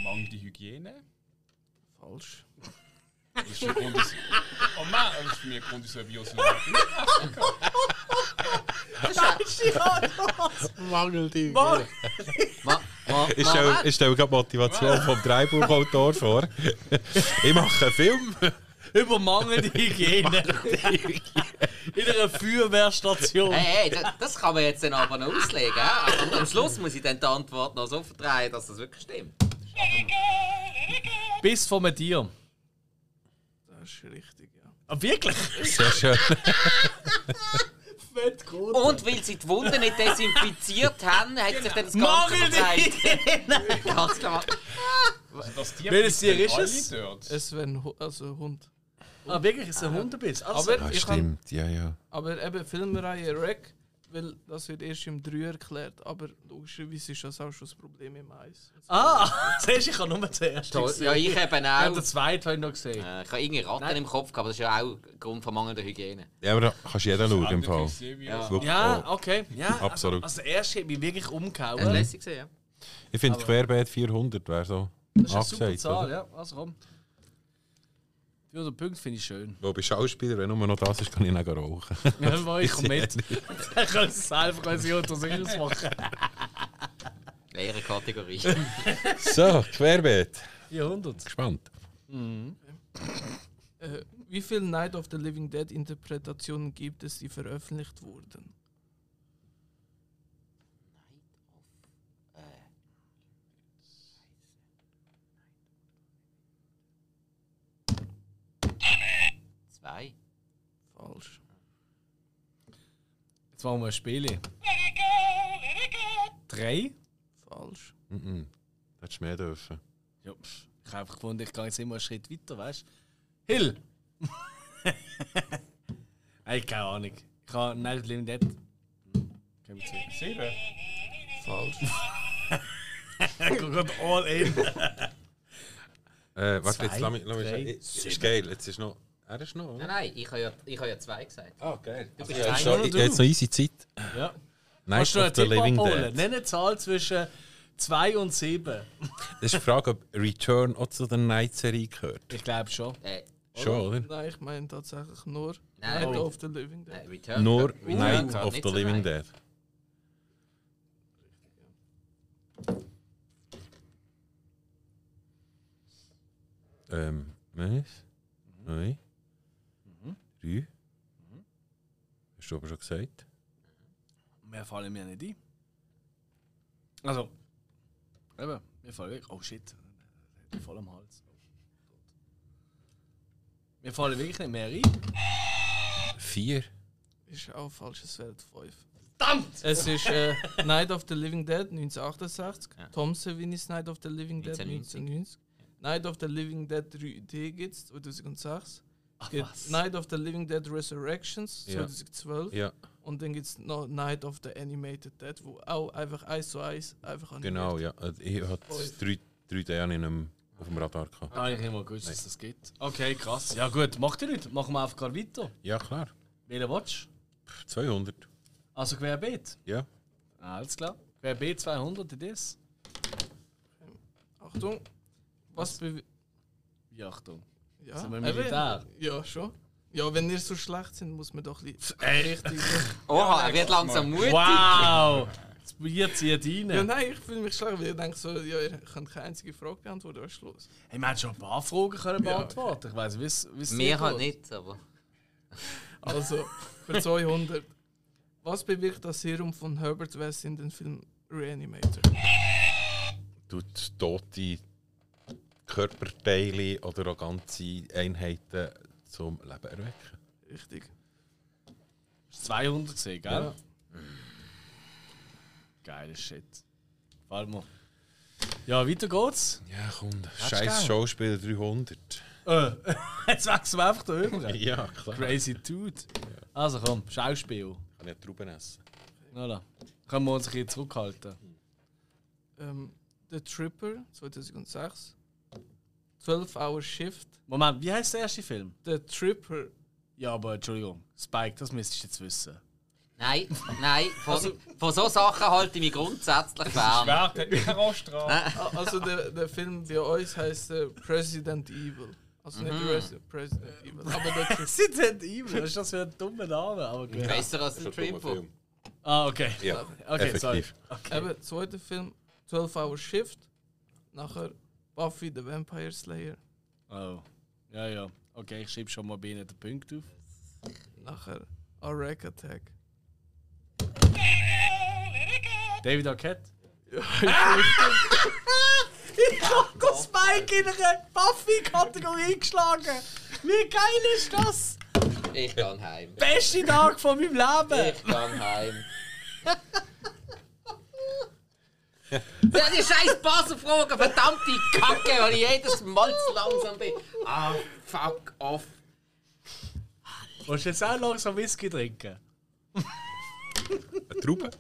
Mangelnde Hygiene.
Falsch.
Das ist ein Grund, dass- Oh Mann, das ist für mich ein Grund, dass so ein Virus nicht hat.
Mangelding.
Ma, ma,
Ich
Moment.
stelle, ich stelle gerade die Motivation vom Dreibuchautor vor. ich mache einen Film.
Über mangelnde Hygiene. In einer Feuerwehrstation.
Hey, hey, das, das kann man jetzt dann aber noch auslegen. hä? Und am Schluss muss ich dann die Antwort noch so verdrehen, dass das wirklich stimmt.
Biss von einem Tier.
Das ist richtig, ja.
Ah, wirklich?
Sehr schön.
Und weil sie die Wunden nicht desinfiziert haben, hat sich dann das Ganze
Mangel
verdreht. Ganz klar.
Das Tier
Welches Tier
beißen
ist
alle dort.
Es wäre ein, Hu- also ein Hund.
Ah, wirklich? Ist ein Hundebiss? Also,
Aber,
Ah,
ich kann,
stimmt, ja, ja.
aber eben Filmreihe Rec, weil das wird erst im 3 erklärt, aber logischerweise ist das auch schon das Problem im 1.
ah, siehst du, ich habe nur den ersten
Toll. Ja, ähm, ich eben
Ja, den
auch.
zweiten habe ich noch gesehen.
Äh, Ich habe irgendwie Ratten im Kopf gehabt, aber das ist ja auch Grund von mangelnder Hygiene.
Ja, aber da kannst du jeden schauen im Fall.
Ich sehe, wie er-
Wirklich,
Ja,
oh.
okay. Ja,
Absolut.
Also, also der erste hat mich wirklich umgehauen.
Das ist lässig gesehen,
Ich finde Querbeet 400 wäre so
Das ist eine super
abgesagt,
Zahl,
oder?
ja. Also komm. 400 Punkte finde ich schön.
Weil bei Schauspielern, wenn nur noch das ist, kann ich nicht rauchen.
Ja, wo ich komme mit. Dann können sie selber können sie unter sich ausmachen.
ja. Leere Kategorie.
so, Querbeet.
400.
Gespannt.
Äh, wie viele Night of the Living Dead Interpretationen gibt es, die veröffentlicht wurden?
Zwei.
Falsch.
Jetzt machen wir ein Spiel. Drei?
Falsch.
Mhm. Hättest du mehr dürfen.
Ja, pff, ich habe einfach gefunden, ich gehe jetzt immer einen Schritt weiter, weißt du? Hill! Ey, keine Ahnung. Ich habe Night of the Living Dead. Hm, gehen wir zurück.
Sieben.
Falsch.
Ich gehe gerade all in.
Äh, warte,
Zwei,
jetzt lass mich, lass mich
drei,
ich, Ist geil, jetzt ist noch... Er ist noch,
Nein,
oder?
nein, ich habe ja, ich habe ja zwei gesagt.
Ah, geil. Also,
bist
ja,
einer,
ist noch,
oder
ich,
du?
jetzt noch easy Zeit.
Ja.
Nein,
Hast du noch einen
of the
Tipp
Living
abholen? ne?
Dead.
Nenn eine Zahl zwischen 2 und 7.
Das ist die Frage, ob Return auch zu der Night-Serie gehört.
Ich glaube schon.
Äh,
Schon, oder?
Nein, ich meine tatsächlich nur
Nein.
Night of the Living
äh,
Dead.
Return.
Nur
Return
Night
gehört
of
nicht
the
zu
Living
Night.
Dead. Ähm, eins, zwei, drei. Hast du aber schon gesagt?
Mehr fallen mir nicht ein. Also, eben, mir fallen wirklich. Oh shit, ich voll am Hals. Oh, Mir fallen wirklich nicht mehr ein.
Vier.
Ist auch falsches Wert 5.
Verdammt!
Es ist äh, Night of the Living Dead 1968, Tom Savinis Night of the Living Dead 1990,
1990.
Night of the Living Dead 3D gibt's 2006, gibt Night of the Living Dead Resurrections
Ja.
2012
Ja,
und dann gibt's noch Night of the Animated Dead, wo auch einfach eins zu eins einfach animiert.
genau, ja. Also Ich hatte das drei, drei Jahre nicht mehr auf dem Radar. Gehabt.
Habe ich immer gewusst, dass das gibt. Okay, krass. Ja gut, macht ihr nicht. Machen wir einfach gerade weiter.
Ja, klar.
Welchen Watch?
200.
Also Querbeet.
Ja.
Alles klar. Querbeet 200 in das.
Achtung, was bewi-
Ja, Achtung.
ja,
Sind wir
eben.
Militär?
Ja schon. Ja, wenn ihr so schlecht sind, muss man doch ein bisschen richtig.
Oha, er wird langsam mutig.
Wow! Das Bier zieht rein.
ja, nein, ich fühle mich schlecht, weil ich denke so, ja, ihr könnt keine einzige Frage beantworten, was ist los?
Hey, wir hätten schon ein paar Fragen können beantworten Ich weiss, wie's, wie's
Mehr
dir
halt
geht.
nicht, aber.
Also, für 200. Was bewirkt das Serum von Herbert West in den Film Reanimator?
tut tote Körperteile oder auch ganze Einheiten zum Leben erwecken.
Richtig.
Ist 200 gesehen, gell? Geiler Shit. Fall mal. Ja, weiter geht's.
Ja, komm,
gern?
scheiß Schauspieler 300.
Äh, jetzt wachsen wir einfach da über.
Ja, klar. Kann
Crazy Dude. Also komm, Schauspiel.
ich nicht drüber essen.
Voilà. Können wir uns ein bisschen zurückhalten?
Ähm, The Tripper 2006. 12-Hour Shift.
Moment, wie heißt der erste Film?
The Tripper.
Ja, aber Entschuldigung, Spike, das müsstest du jetzt wissen.
Nein, nein, von, von so Sachen halte ich mich grundsätzlich fern.
Wert hat mich herausstrahlt.
Ah, Also, der, der Film bei uns heißt äh, President Evil. Also nicht Resi- President Evil, aber der Tripper.
Resident Evil, was ist halt das für ein dummer Name? Aber gut.
Besser als ein Trimpo.
Ah, okay.
Ja,
Okay, sorry.
effektiv.
Eben, zweiter Film, 12-Hour Shift. Nachher Buffy the Vampire Slayer.
Oh. Ja, ja. Okay, ich schreibe schon mal bei Ihnen den Punkt auf.
Nachher A Wreck Attack.
David Arquette. ich hab den Spike in eine Buffy-Kategorie geschlagen. Wie geil ist das?
Ich gehe heim.
Beste Tag von meinem Leben.
Ich gehe heim. Ja, die scheiß Basenfragen, verdammte Kacke, weil ich jedes Mal zu langsam bin. Ah, fuck off.
Willst du jetzt auch langsam Whisky trinken?
Eine Traube?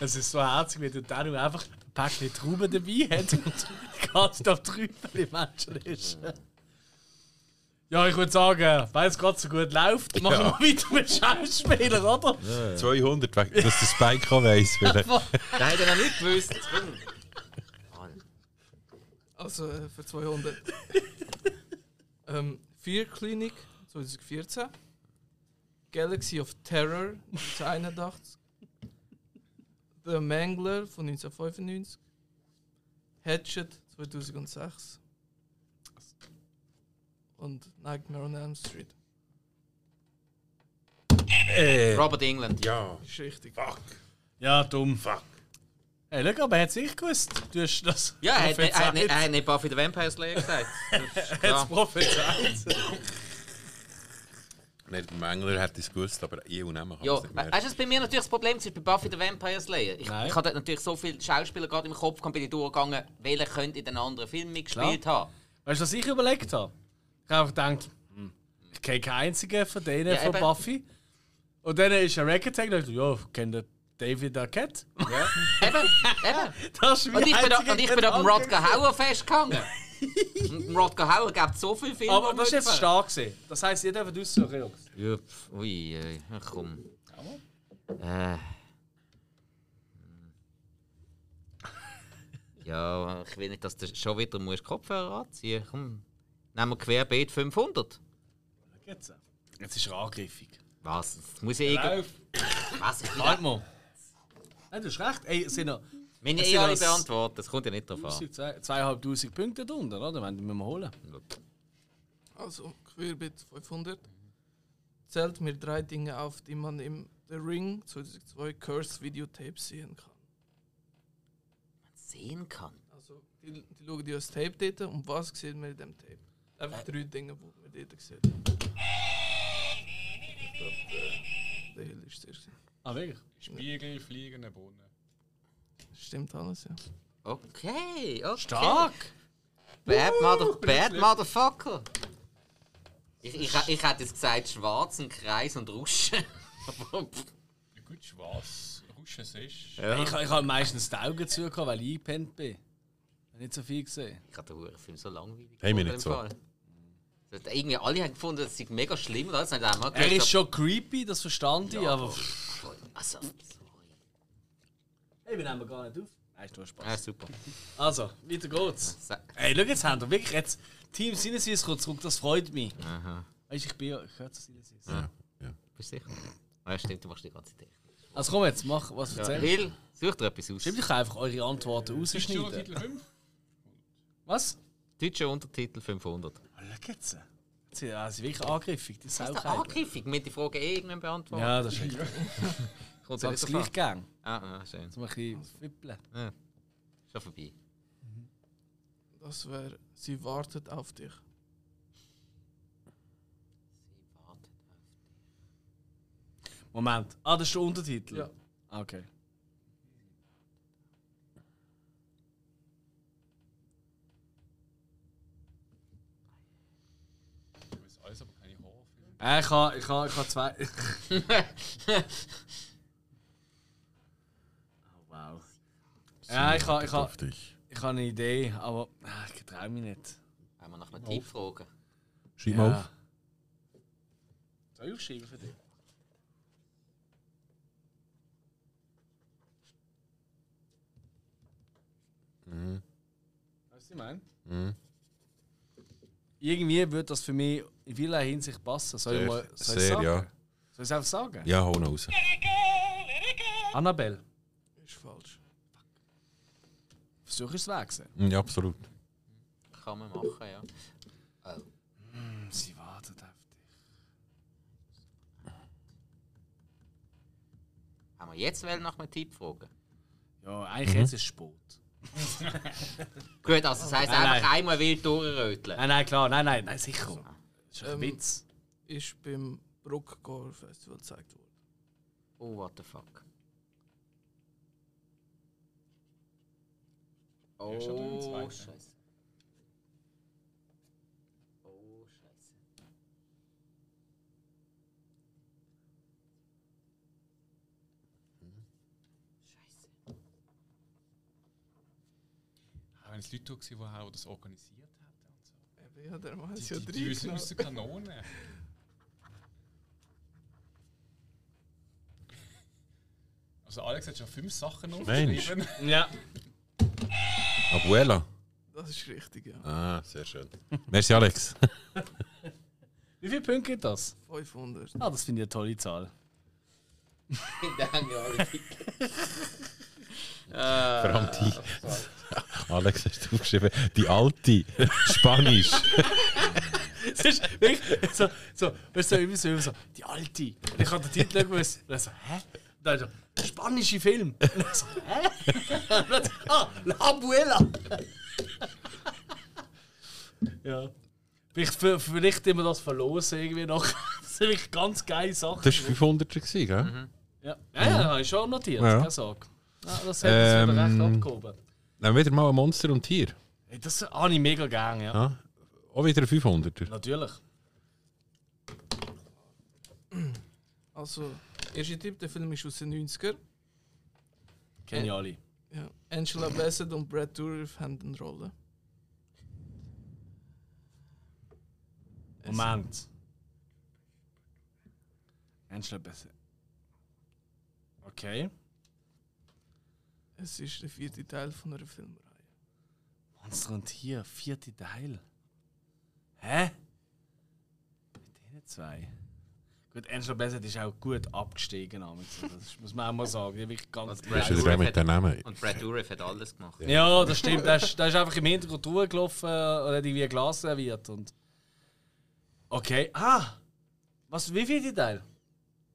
Es ist so herzig, wenn der Danu einfach ein Päckchen Trauben dabei hat und ganz auf Trübel Menschen ist. Ja, ich würde sagen, weil es gerade so gut läuft, machen
Ja.
wir weiter mit Schauspielern, oder?
200, weg, dass der Spike auch weiss. vielleicht.
Da hätte er noch nicht gewusst. Komm.
Also äh, für 200. ähm, Fear Clinic 2014. Galaxy of Terror 1981. The Mangler von 1995. Hatchet 2006. Und Nightmare on Elm Street.
Robert England.
Ja.
Ist richtig.
Ja, dumm. Fuck. Hey, schau, aber er hat es nicht gewusst. Du hast das
Ja, er hat, er, hat,
prophezeit.
nicht- er hat nicht Buffy the Vampire Slayer gesagt.
Er
Das ist
hat's
klar.
prophezeit.
Nicht, der Mängler hätte es gewusst, aber ich und Emma haben
Ja,
es
äh,
nicht
we-
gemerkt.
weißt du, was bei mir natürlich das Problem ist bei Buffy the Vampire Slayer? Ich,
Nein.
ich hatte natürlich so viele Schauspieler gerade im Kopf, kann bin ich durchgegangen, welche könnte in den anderen Filmen mitgespielt haben.
Weißt du, was ich überlegt habe? Ich habe einfach gedacht, hm, ich kenne keinen einzigen von denen
Ja,
von
eben.
Buffy. Und dann ist ein Racket-Tag und ich dachte, ja, ich kenne den David Arquette.
Eben, eben.
Das ist mein
Und ich bin, da, und ich bin auf
einziger
dem
Gedanke.
Rodger Hauer festgegangen. Und dem Rodger Hauer gibt so viele Filme.
Aber das
die
war
mir
jetzt
gefallen.
stark. Gewesen. Das heisst, ihr dürft aussuchen, Jungs.
Ja, pf, Ui, ey, ach komm. Äh. Ja, ich will nicht, dass du schon wieder musst Kopfhörer anziehen musst. Komm, nehmen wir Querbeet 500.
Jetzt, jetzt ist er angriffig.
Was? Das muss ich irgendwie...
Lauf!
Genau.
Was? Ich
Warte mal. Nein, du hast recht. Ey, es sind noch
meine
Das
eh
sind
alle
alles-
beantworten, das kommt ja nicht drauf an.
1000, zwei- 2500 Punkte drunter, oder? Wenn die müssen wir holen.
Also, Queerbit 500. Zählt mir drei Dinge auf, die man im The Ring 2002 Curse Videotape sehen kann.
Sehen kann.
Also, die, die schauen dir das Tape dort an und was sieht man in dem Tape? Einfach drei Dinge, die man dort sieht. Ich glaub, der- Der Hill ist zuerst. gewesen.
Ah, wirklich?
Spiegel, fliegende Bohnen.
Stimmt alles, ja.
Okay, okay.
Stark! Uh,
Bad, mother, bad Motherfucker. Ich, ich, ich hätte jetzt gesagt, schwarzen Kreis und Ruschen.
Ja, gut, schwarz. Ruschen siehst du.
Ich, ich habe meistens die Augen zu, gehabt, weil ich eingepennt bin. Ich habe nicht so viel gesehen.
Ich habe den Hurenfilm so langweilig
Hey, mir
gefunden,
nicht
im
so.
Fall. Das- Irgendwie alle haben gefunden, das sei mega schlimm. Das haben auch
Er
mal gesagt,
ist schon creepy, das verstand ich, aber.
voll- Also, sorry.
Hey, wir nehmen gar nicht auf. Nein, du hast Spaß.
Ah, super.
Also, weiter geht's.
Sa-
Ey, schau, jetzt haben wir wirklich jetzt. Team Sinneswiss kommt zurück, das freut mich. Aha. Weißt du, ich bin ja. Ich höre zu Sinneswiss.
Bist du sicher? Ah, ja, stimmt, du machst die ganze Technik.
Also komm jetzt, mach was
Ja.
erzähl.
Will, such dir etwas aus.
Stimmt, ich kann einfach eure Antworten
Bist du noch Titel
rausschneiden.
5?
Was?
Deutscher Untertitel 500.
Alle geht's. Sie ja, sie sind wirklich angriffig, die
Das ist doch
Saukheit.
angriffig. Wir haben die Frage eh irgendwann beantwortet.
Ja, das ist richtig.
Kommt
Sag
ja
ich es
nicht drauf
gleich
an.
gern.
Ah, ah, schön.
Zum ein bisschen fippeln.
Schon vorbei.
Das wäre, sie wartet auf dich.
Moment. Ah, das ist der Untertitel?
Ja.
Ah, Okay.
Ich weiß alles, aber keine Horrorfilme.
Äh, ich habe ich ha, ich ha zwei... oh, wow. Ja, ich ha, ich ha,
Auf dich.
ich ha eine Idee, aber ah, ich traue mich nicht.
Wenn wir nach einem Tipp fragen.
Schreib mal
Ja.
auf.
Soll ich aufschreiben für dich?
Mhm.
Weißt du, was ich meine? Irgendwie würde das für mich in vieler Hinsicht passen. Soll ich mal soll
Sehr,
ich's sagen?
sehr, ja.
Soll ich es einfach sagen?
Ja, hau ihn raus.
Annabelle,
Ist falsch.
versuch es weg. zu sehen.
Mhm, Ja, absolut.
Kann man machen, ja.
Hm, Sie wartet auf dich.
Haben wir jetzt wollen nach einem Tipp fragen?
Ja, eigentlich
Mhm.
jetzt ist es spät.
Gut, also das heisst
Nein,
einfach
nein.
einmal wild durchröteln.
Nein, nein, klar, nein, nein, nein, sicher. Das ist ein
Ähm,
Witz.
Ist beim Bruckgau Festival gezeigt worden.
Oh, what the fuck.
Ja, schon durch den
Oh,
zweiten.
Scheiße. Oh, Scheiße. Scheiße.
Auch wenn es Leute waren, die auch das organisiert haben. und so.
Eben, ja, der Mann ist ja
Die Düsen
drin.
aus der Kanone. Also Alex hat schon fünf Sachen
Mensch.
aufgeschrieben.
Ja.
Abuela.
Das ist richtig, ja.
Ah, sehr schön. Merci, Alex.
Wie viele Punkte gibt das?
500.
Ah, das finde ich eine tolle Zahl.
Danke, Alex. Äh,
Vor allem die. Alex hast du aufgeschrieben. Die alte. Spanisch.
Es ist wirklich so, so, weißt du, so, immer so, immer so, die alte. Und ich habe den Titel gewusst. Und dann so, hä? Und dann so, spanische Film. Und dann so, hä? Und dann so, ah, La Abuela. ja. Vielleicht, für- vielleicht immer das verlosen irgendwie noch. Das sind wirklich ganz geile Sachen.
Das war 500 gewesen, gell?
Ja, ja, ja habe ich schon notiert,
Ja.
keine Sorge. Ja, das hat es wieder recht
Ähm.
abgehoben.
Dann wieder mal ein Monster und Tier.
Ey, Das habe ich mega gern, ja.
Ja. Auch wieder ein 500er.
Natürlich.
Also, erster Tipp, der Film ist aus den 90er.
Geniale.
Ja. Angela Bassett und Brad Dourif haben eine Rolle.
Moment. Angela Bassett. Okay.
Es ist der vierte Teil von einer Filmreihe.
Monster und Tier, vierte Teil. Hä? Mit denen zwei. Gut, Angela Bassett ist auch gut abgestiegen, damals. das muss man auch mal sagen. Die hat wirklich ganz
Ist wieder der mit den Namen?
Und Brad Dourif hat alles gemacht.
Ja, das stimmt. Da ist, der ist einfach im Hintergrund rumgelaufen äh, und hat irgendwie ein Glas serviert. Und okay. Ah! Was, wie viele Teil?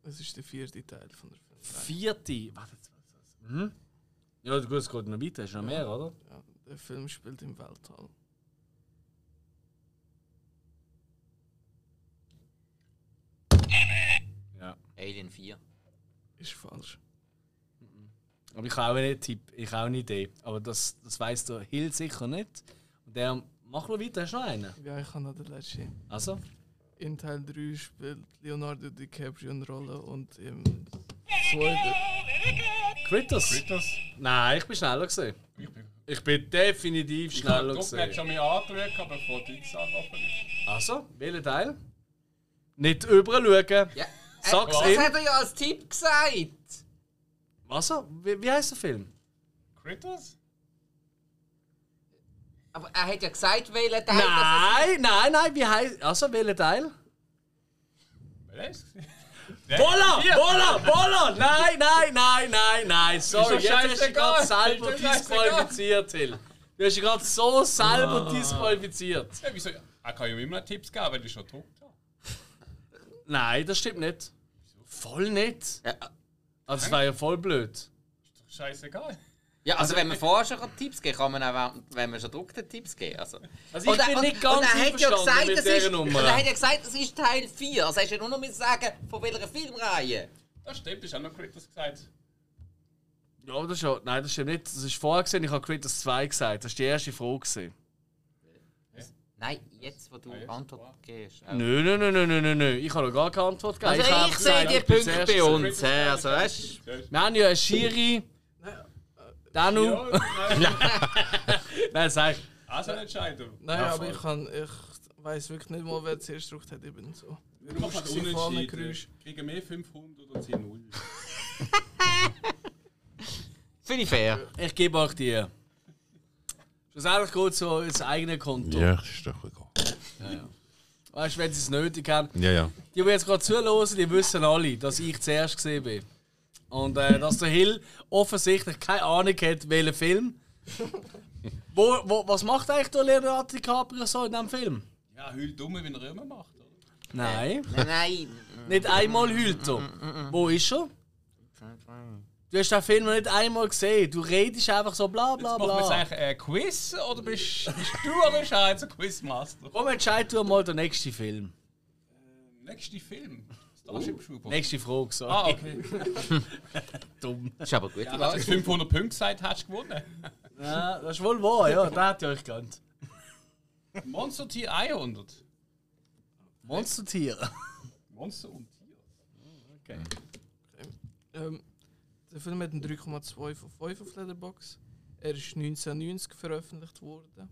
Es ist der vierte Teil von einer Filmreihe.
Vierte. Warte, jetzt, was ist das? Hm? Ja, gut, es geht noch weiter. Ist noch mehr, oder?
Ja, der Film spielt im Weltall.
Alien 4.
Ist falsch.
Aber ich habe auch einen Tipp, ich habe auch eine Idee. Aber das, das weiss der Hill sicher nicht. Und der, mach noch weiter, hast du noch einen?
Ja, ich habe noch den letzten.
Also?
In Teil 3 spielt Leonardo DiCaprio eine Rolle und im zweiten.
Critters?
Das.
Nein, ich bin schneller gewesen.
Ich bin.
Ich bin definitiv
Ich habe
schneller
Druckmatch
gewesen.
schon mal angeschaut, aber bevor die Sache offen ist.
Also, welchen Teil? Nicht überschauen.
Ja.
Sag's
das
ihm.
hat er ja als Tipp gesagt!
Also, wie, wie heißt der Film?
Critters?
Aber er hat ja gesagt, welcher Teil das
Nein, nein, nein, wie heißt. Also, welchen Teil?
Wer ist es?
Bolla! Bolla! Bolla! Nein, nein, nein, nein, nein. Sorry,
Ist
jetzt
doch
hast du dich gerade
scheißegal.
selber
Ist doch scheißegal.
disqualifiziert, Hill. Du hast dich gerade so selber disqualifiziert.
Ja, wieso? Er kann ja immer noch Tipps geben, weil ich schon gedruckt habe.
Nein, das stimmt nicht. Voll nicht.
ist. Ja,
Also, das war ja voll blöd.
Ist doch scheißegal.
Ja, also wenn man vorher schon kann Tipps geben kann, man auch, während- wenn man schon druckt, kann Tipps geben. Also,
Also ich bin nicht ganz
und er hat ja
einverstanden
gesagt,
mit
das
dieser
ist,
Nummer.
Und er hat ja gesagt, das ist Teil 4. Also hast du ja nur noch müssen sagen, von welcher Filmreihe.
Das stimmt, ist auch noch Critters gesagt.
Ja, das ist ja. Nein, das stimmt nicht. Das ist vorher gesehen, ich habe Critters 2 gesagt. Das war die erste Frage. Gewesen.
Nein, jetzt, wo du Antwort gibst. Also,
Nö, nö, nö, nö, nö, nö, nö. Ich habe noch gar keine Antwort gegeben.
ich,
habe
sehe
gesagt,
die
ich bin
Punkte
zuerst
bei
gewesen.
uns. hä? Also weißt du,
Wir haben ja einen Schiri. Danu. Nein, sag ich.
Also eine Entscheidung.
Nein, aber ich, kann, ich weiß wirklich nicht mal, wer zuerst gedruckt hat. Eben so.
Du machst
sie vorne
Unentschieden.
grüßt.
Kriegen mehr 500 und sie 0.
finde ich fair.
Ich gebe euch die. Schlussendlich geht es so ins eigene Konto.
Ja, das ist doch egal.
Weißt du, wenn sie es nötig haben.
Ja, ja.
Die, die jetzt gerade zuhören, die wissen alle, dass ich zuerst gesehen bin. Und äh, dass der Hill offensichtlich keine Ahnung hat, welchen Film. wo, wo, was macht eigentlich der Leonardo DiCaprio so in diesem Film?
Ja, heul dumm, wie er immer macht. Oder?
Nein.
Nein,
Nicht einmal heult er. Wo ist er? Du hast den Film noch nicht einmal gesehen. Du redest einfach so bla bla
Jetzt machen wir jetzt
bla.
eigentlich ein Quiz oder bist, bist du oder ist er jetzt ein Quizmaster?
Komm, entscheid du mal den nächsten Film.
Nächster Film. Starship Trooper.
Nächste Frage, so.
Oh. Ah, okay. also
dumm.
das ist aber gut.
Ja, hast du 500 Punkte gesagt, hast du gewonnen.
Ja, das ist wohl wahr, ja. Da hat ihr euch gekannt.
Monster Tier 100.
Monstertier.
Monster und Tier.
Ähm, der Film hat einen 3,2 von 5 auf Letterboxd. Er ist 1990 veröffentlicht worden.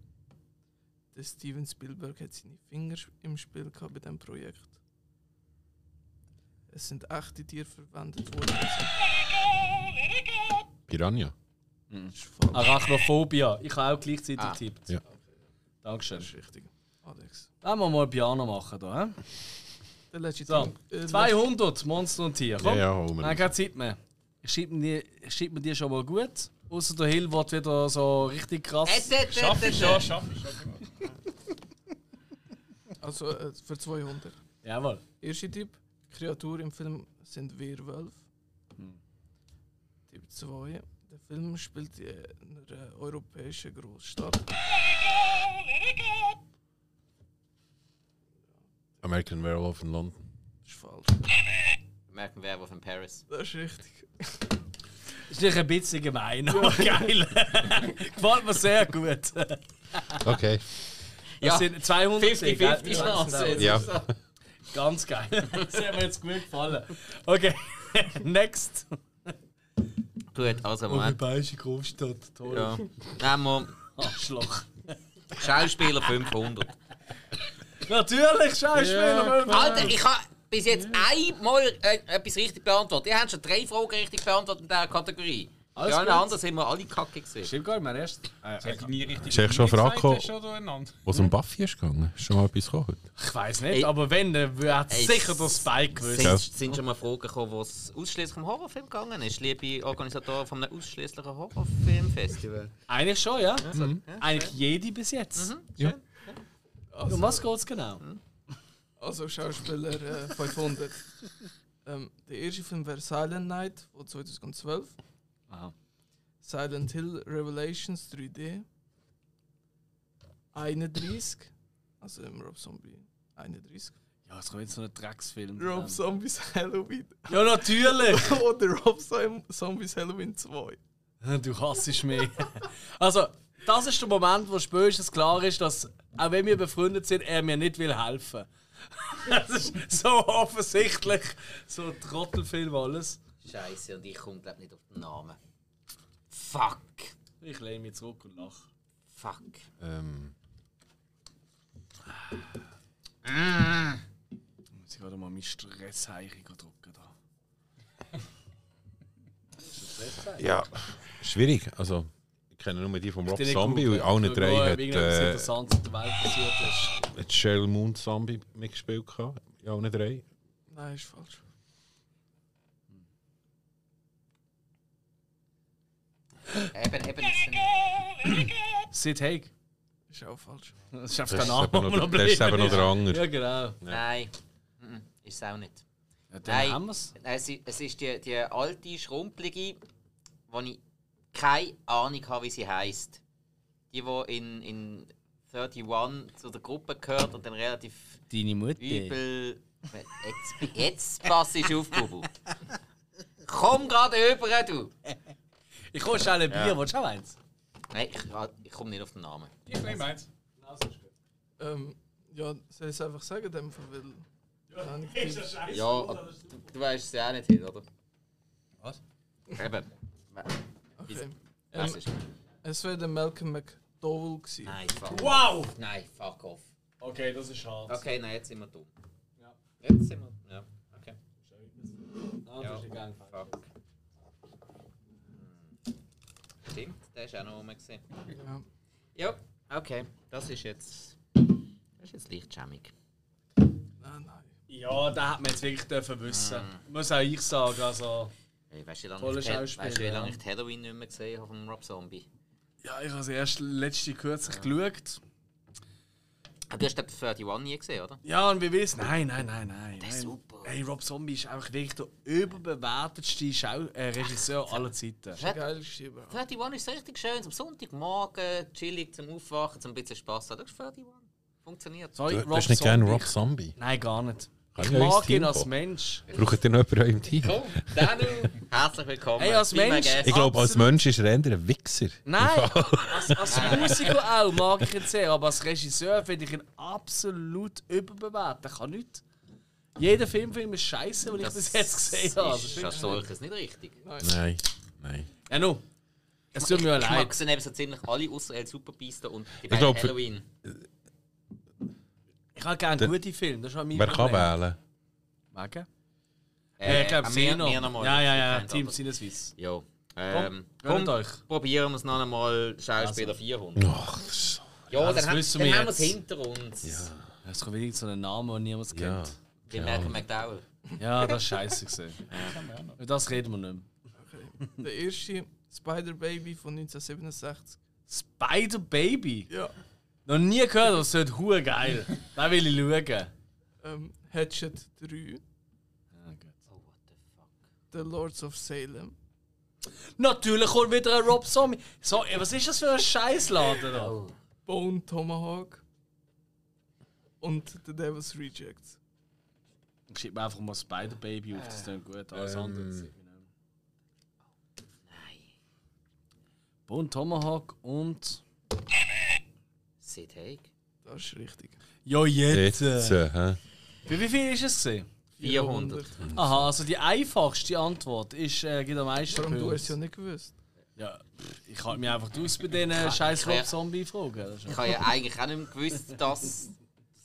Der Steven Spielberg hat seine Finger im Spiel gehabt bei diesem Projekt. Es sind echte Tiere verwendet worden.
Piranha.
Das ist falsch.
Arachnophobia. Ich habe auch gleichzeitig
Ah.
getippt.
Ja.
Dankeschön.
Das ist richtig. Alex.
Lass wir mal Piano machen da, hä?
Der letzte
So.
Tipp, äh,
200 Monster und Tier.
Ja,
Komm.
ja, hol
Nein,
mir.
keine Zeit mehr. Ich schreibe dir, ich schreibe dir schon mal gut. Außer der Hill wird wieder so richtig krass.
Schaff ich schon, schaff ich schon.
Also äh, für 200.
Jawohl.
Erster Tipp: Kreatur im Film sind Werwölfe. Tipp 2: Der Film spielt in einer europäischen Großstadt.
American Werewolf in London.
Das ist falsch.
Merken wir, wo von Paris.
Das ist richtig.
Ist nicht ein bisschen gemein, aber geil. Gefällt mir sehr gut. Das
Okay.
Ja,
sind 200
50-50 Chance.
Ja.
Ganz geil. Das hat mir jetzt gut gefallen. Okay, next.
Gut, also Moment.
Bayerische Großstadt. Toll.
Ja. Nehmen
Arschloch.
wir Schauspieler 500.
Natürlich, Schauspieler.
Alter, ich habe bis jetzt einmal äh, etwas richtig beantwortet. Ihr habt schon drei Fragen richtig beantwortet in dieser Kategorie.
Alles
ja,
gut.
anderen sind wir alle kacke gesehen.
Stimmt gar nicht, mein erst. Äh,
Sag ich nie richtig.
Ist eigentlich schon
nie gesagt
Frage
hast oder einander.
Wo es um Buffy ist gegangen? Ist schon mal etwas gekommen? heute?
ich weiß nicht,
Ey.
aber wenn, dann wäre
Ey,
sicher der Spike gewesen.
Sind, sind schon mal Fragen gekommen, wo es ausschließlich um Horrorfilm gegangen ist, liebe Organisatoren von einem ausschließlichen Horrorfilmfestival?
Eigentlich schon, ja.
Mhm.
Eigentlich jede bis jetzt.
Ja.
Um was geht's genau?
Mhm.
Also Schauspieler äh, 500. ähm, der erste Film wäre Silent Night von 2012.
Aha.
Silent Hill Revelations 3D. 31. Also im Rob Zombie 31.
Ja, es kommt jetzt so ein Drecksfilm.
Rob Zombies Halloween.
Ja, natürlich!
Oder Rob Zom- Zombies Halloween 2.
Du hassest mich. Also, das ist der Moment, wo spätestens klar ist, dass, auch wenn wir befreundet sind, er mir nicht will helfen. Das ist so offensichtlich. So ein Trottelfilm alles.
Scheiße, und ich komme glaube nicht auf den Namen. Fuck.
Ich lehne mich zurück und lache.
Fuck.
Ähm,
Muss ich gerade mal meinen Stressheichen drücken da.
ja. Schwierig. Also, ich kenne nur die vom Rob
Direkt
Zombie
googeln.
und alle
Schauen,
drei
ob
hat,
irgendetwas
äh,
Interessantes in der Welt passiert ist.
hat Sheryl Moon Zombie mitgespielt. gehabt. In allen drei.
Nein, ist falsch.
Eben, eben. das sind-
Sid Haig.
Ist auch falsch.
Das schafft
Das
keinen
ist
Namen,
eben
wo man
noch- das ist
bleiben
eben noch der
ist.
andere.
Ja, genau.
Nein. Mhm. Ist es auch nicht.
Ja, dann
Nein.
haben wir's.
Nein, es i- es ist die, die alte, schrumpelige, wo ich keine Ahnung habe, wie sie heißt. Die, die in, in 31 zu der Gruppe gehört und dann relativ
Deine Mutter.
übel. Jetzt, jetzt pass ich auf, Bubu. Komm gerade über, du!
Ich hole schnell ein Bier, willst du auch eins?
Nein, ich, ich komme nicht auf den Namen.
Ich nehme eins.
Ähm, ja, soll ich es einfach sagen, dem Fall, weil... Keine Tipps.
Ja, aber du, du weißt es ja auch nicht hin, oder?
Was?
Eben.
Okay. Ähm,
Das ist.
Es wäre der Malcolm McDowell gewesen.
Nein, fuck off.
Wow!
Nein, fuck off.
Okay, das ist hart.
Okay, nein, jetzt sind wir dumm. Jetzt sind wir. Ja, okay. Fuck. Hm. Stimmt, der ist auch noch oben gesehen.
Ja.
Ja, okay. Das ist jetzt. Das ist jetzt leicht jammig.
Ah, Nein, nein.
Ja, da hat man jetzt wirklich dürfen wissen. Muss auch ich sagen, also...
Ey, Äh, Weißt du,
Toller
wie lange ich, die-
Schauspieler,
weißt du, wie lange
ja.
ich die Halloween nicht mehr gesehen habe vom Rob Zombie?
Ja, ich habe das erste, letzte kürzlich geschaut.
Ah, Du hast den 31 nie gesehen, oder?
Ja, und wir wissen... Nein, nein, nein, nein.
Der
nein.
ist super.
Hey, Rob Zombie ist einfach wirklich der überbewertetste Schau äh, Regisseur aller Zeiten.
Geil geschrieben.
31 ist so richtig schön, am Sonntagmorgen, chillig zum Aufwachen, zum ein bisschen Spaß haben. Das ist 31. Funktioniert.
Sorry,
Du, du hast nicht gerne Rob Zombie.
Nein, gar nicht.
Kann
Ich
ja ins
mag
Team
ihn als
kommen.
Mensch.
Braucht ihr noch jemanden in eurem Team?
Komm, Danu, herzlich willkommen.
Hey, als
Be my
Mensch-
guest.
Ich glaube, als
Absolut.
Mensch ist er eher ein Wichser.
Nein, als, als Musiker auch mag ich ihn sehr, aber als Regisseur finde ich ihn absolut überbewertet. Er kann nichts. Jeder Filmfilm ist scheiße, den ich bis jetzt gesehen habe. Das
ist
ist
das solches nicht richtig.
Nein. Nein.
ja, nun. Es tut mir
Ich
leid.
mag sie eben so ziemlich alle, außer El Superbiester und die beiden
glaub, für-
Halloween.
Ich habe gerne gute Filme, das ist auch mein
Wer kann
Problem.
wählen?
Wegen? Äh, ich glaube,
an mir-
Sino.
mir nochmal.
Ja, ja, ja,
Kein
Team
anderer.
Sinneswiss.
Ja.
Komm,
Ähm,
gönnt
komm,
euch. Also.
probieren wir es noch einmal Schauspieler 400.
Ach, das ist so.
Ja,
das
dann, haben,
wissen
dann
wir
haben wir es
jetzt.
hinter uns.
Es kommt wieder so einen Namen, den niemand
Ja.
kennt.
Wir merken McDowell.
Ja, das ist scheiße gesehen. Über das reden wir nicht mehr.
Der erste Spider Baby von 1967.
Spider Baby?
Ja.
Noch nie gehört, aber es wird hure geil. Da will ich schauen.
Ähm, Hatchet 3.
Ah,
The Lords of Salem.
Natürlich kommt wieder ein Rob Zombie. So, ey, was ist das für ein Scheißladen da?
Bone Tomahawk. Und The Devil's Rejects.
Ich schieb mir einfach mal Spider Baby auf, das klingt gut.
Ähm.
Alles andere sieht man nicht. Bone Tomahawk und.
Sid Haig.
Das ist richtig.
Ja,
Jetzt,
jetzt!
äh, hä?
Für wie viel ist es? Gewesen?
400.
Aha, also die einfachste Antwort ist, äh, gibt am meisten.
Warum du
Punkte.
es ja nicht gewusst?
Ja, pff, ich halte mich einfach aus bei diesen scheiß
ich-
Rob Zombie-Fragen. Das ist-
Ich habe ja eigentlich auch nicht mehr gewusst, dass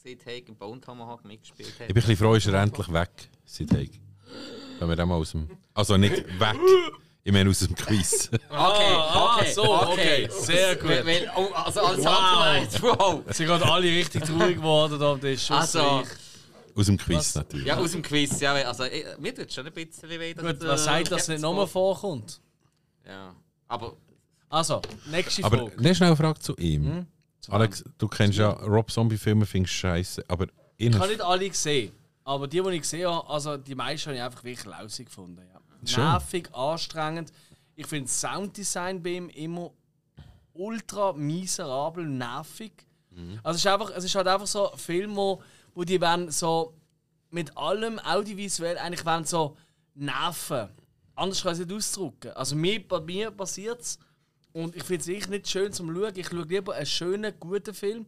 seit Hake im Bone Tomahawk mitgespielt
Ich
hat.
bin ein bisschen froh, ist er endlich weg, seit Hake. Wenn wir den mal aus dem. Also nicht weg, ich meine aus dem Quiz.
Ah, ah, so, okay. Sehr gut.
Weil, weil, oh, also alles wow. wow.
Sie sind gerade alle richtig traurig geworden da am Tisch.
Also,
aus dem Quiz natürlich.
ja, aus dem Quiz. Ja, weil- also, ich, mir tut schon ein bisschen weh. dass,
Gut,
äh,
was sagt, dass es
Captain
nicht nochmal
Spock-
vorkommt?
Ja. Aber
Also, nächste
Aber
Frage.
eine schnelle Frage zu ihm.
Hm?
Alex, du kennst ja Rob Zombie-Filme, findest du scheiße, aber ihn
Ich habe
hast
nicht alle gesehen. Aber die, die ich gesehen habe, also die meisten habe ich einfach wirklich lausig gefunden. Ja.
Schön.
Nervig, anstrengend. Ich finde das Sounddesign bei ihm immer ultra miserabel, nervig. Also es ist, einfach, es ist halt einfach so ein Film, wo, wo die wollen so mit allem audiovisuell eigentlich wollen so nerven. Anders kann ich es nicht ausdrücken. Also mir, bei mir passiert es und ich finde es wirklich nicht schön zum Schauen. Ich schaue lieber einen schönen, guten Film,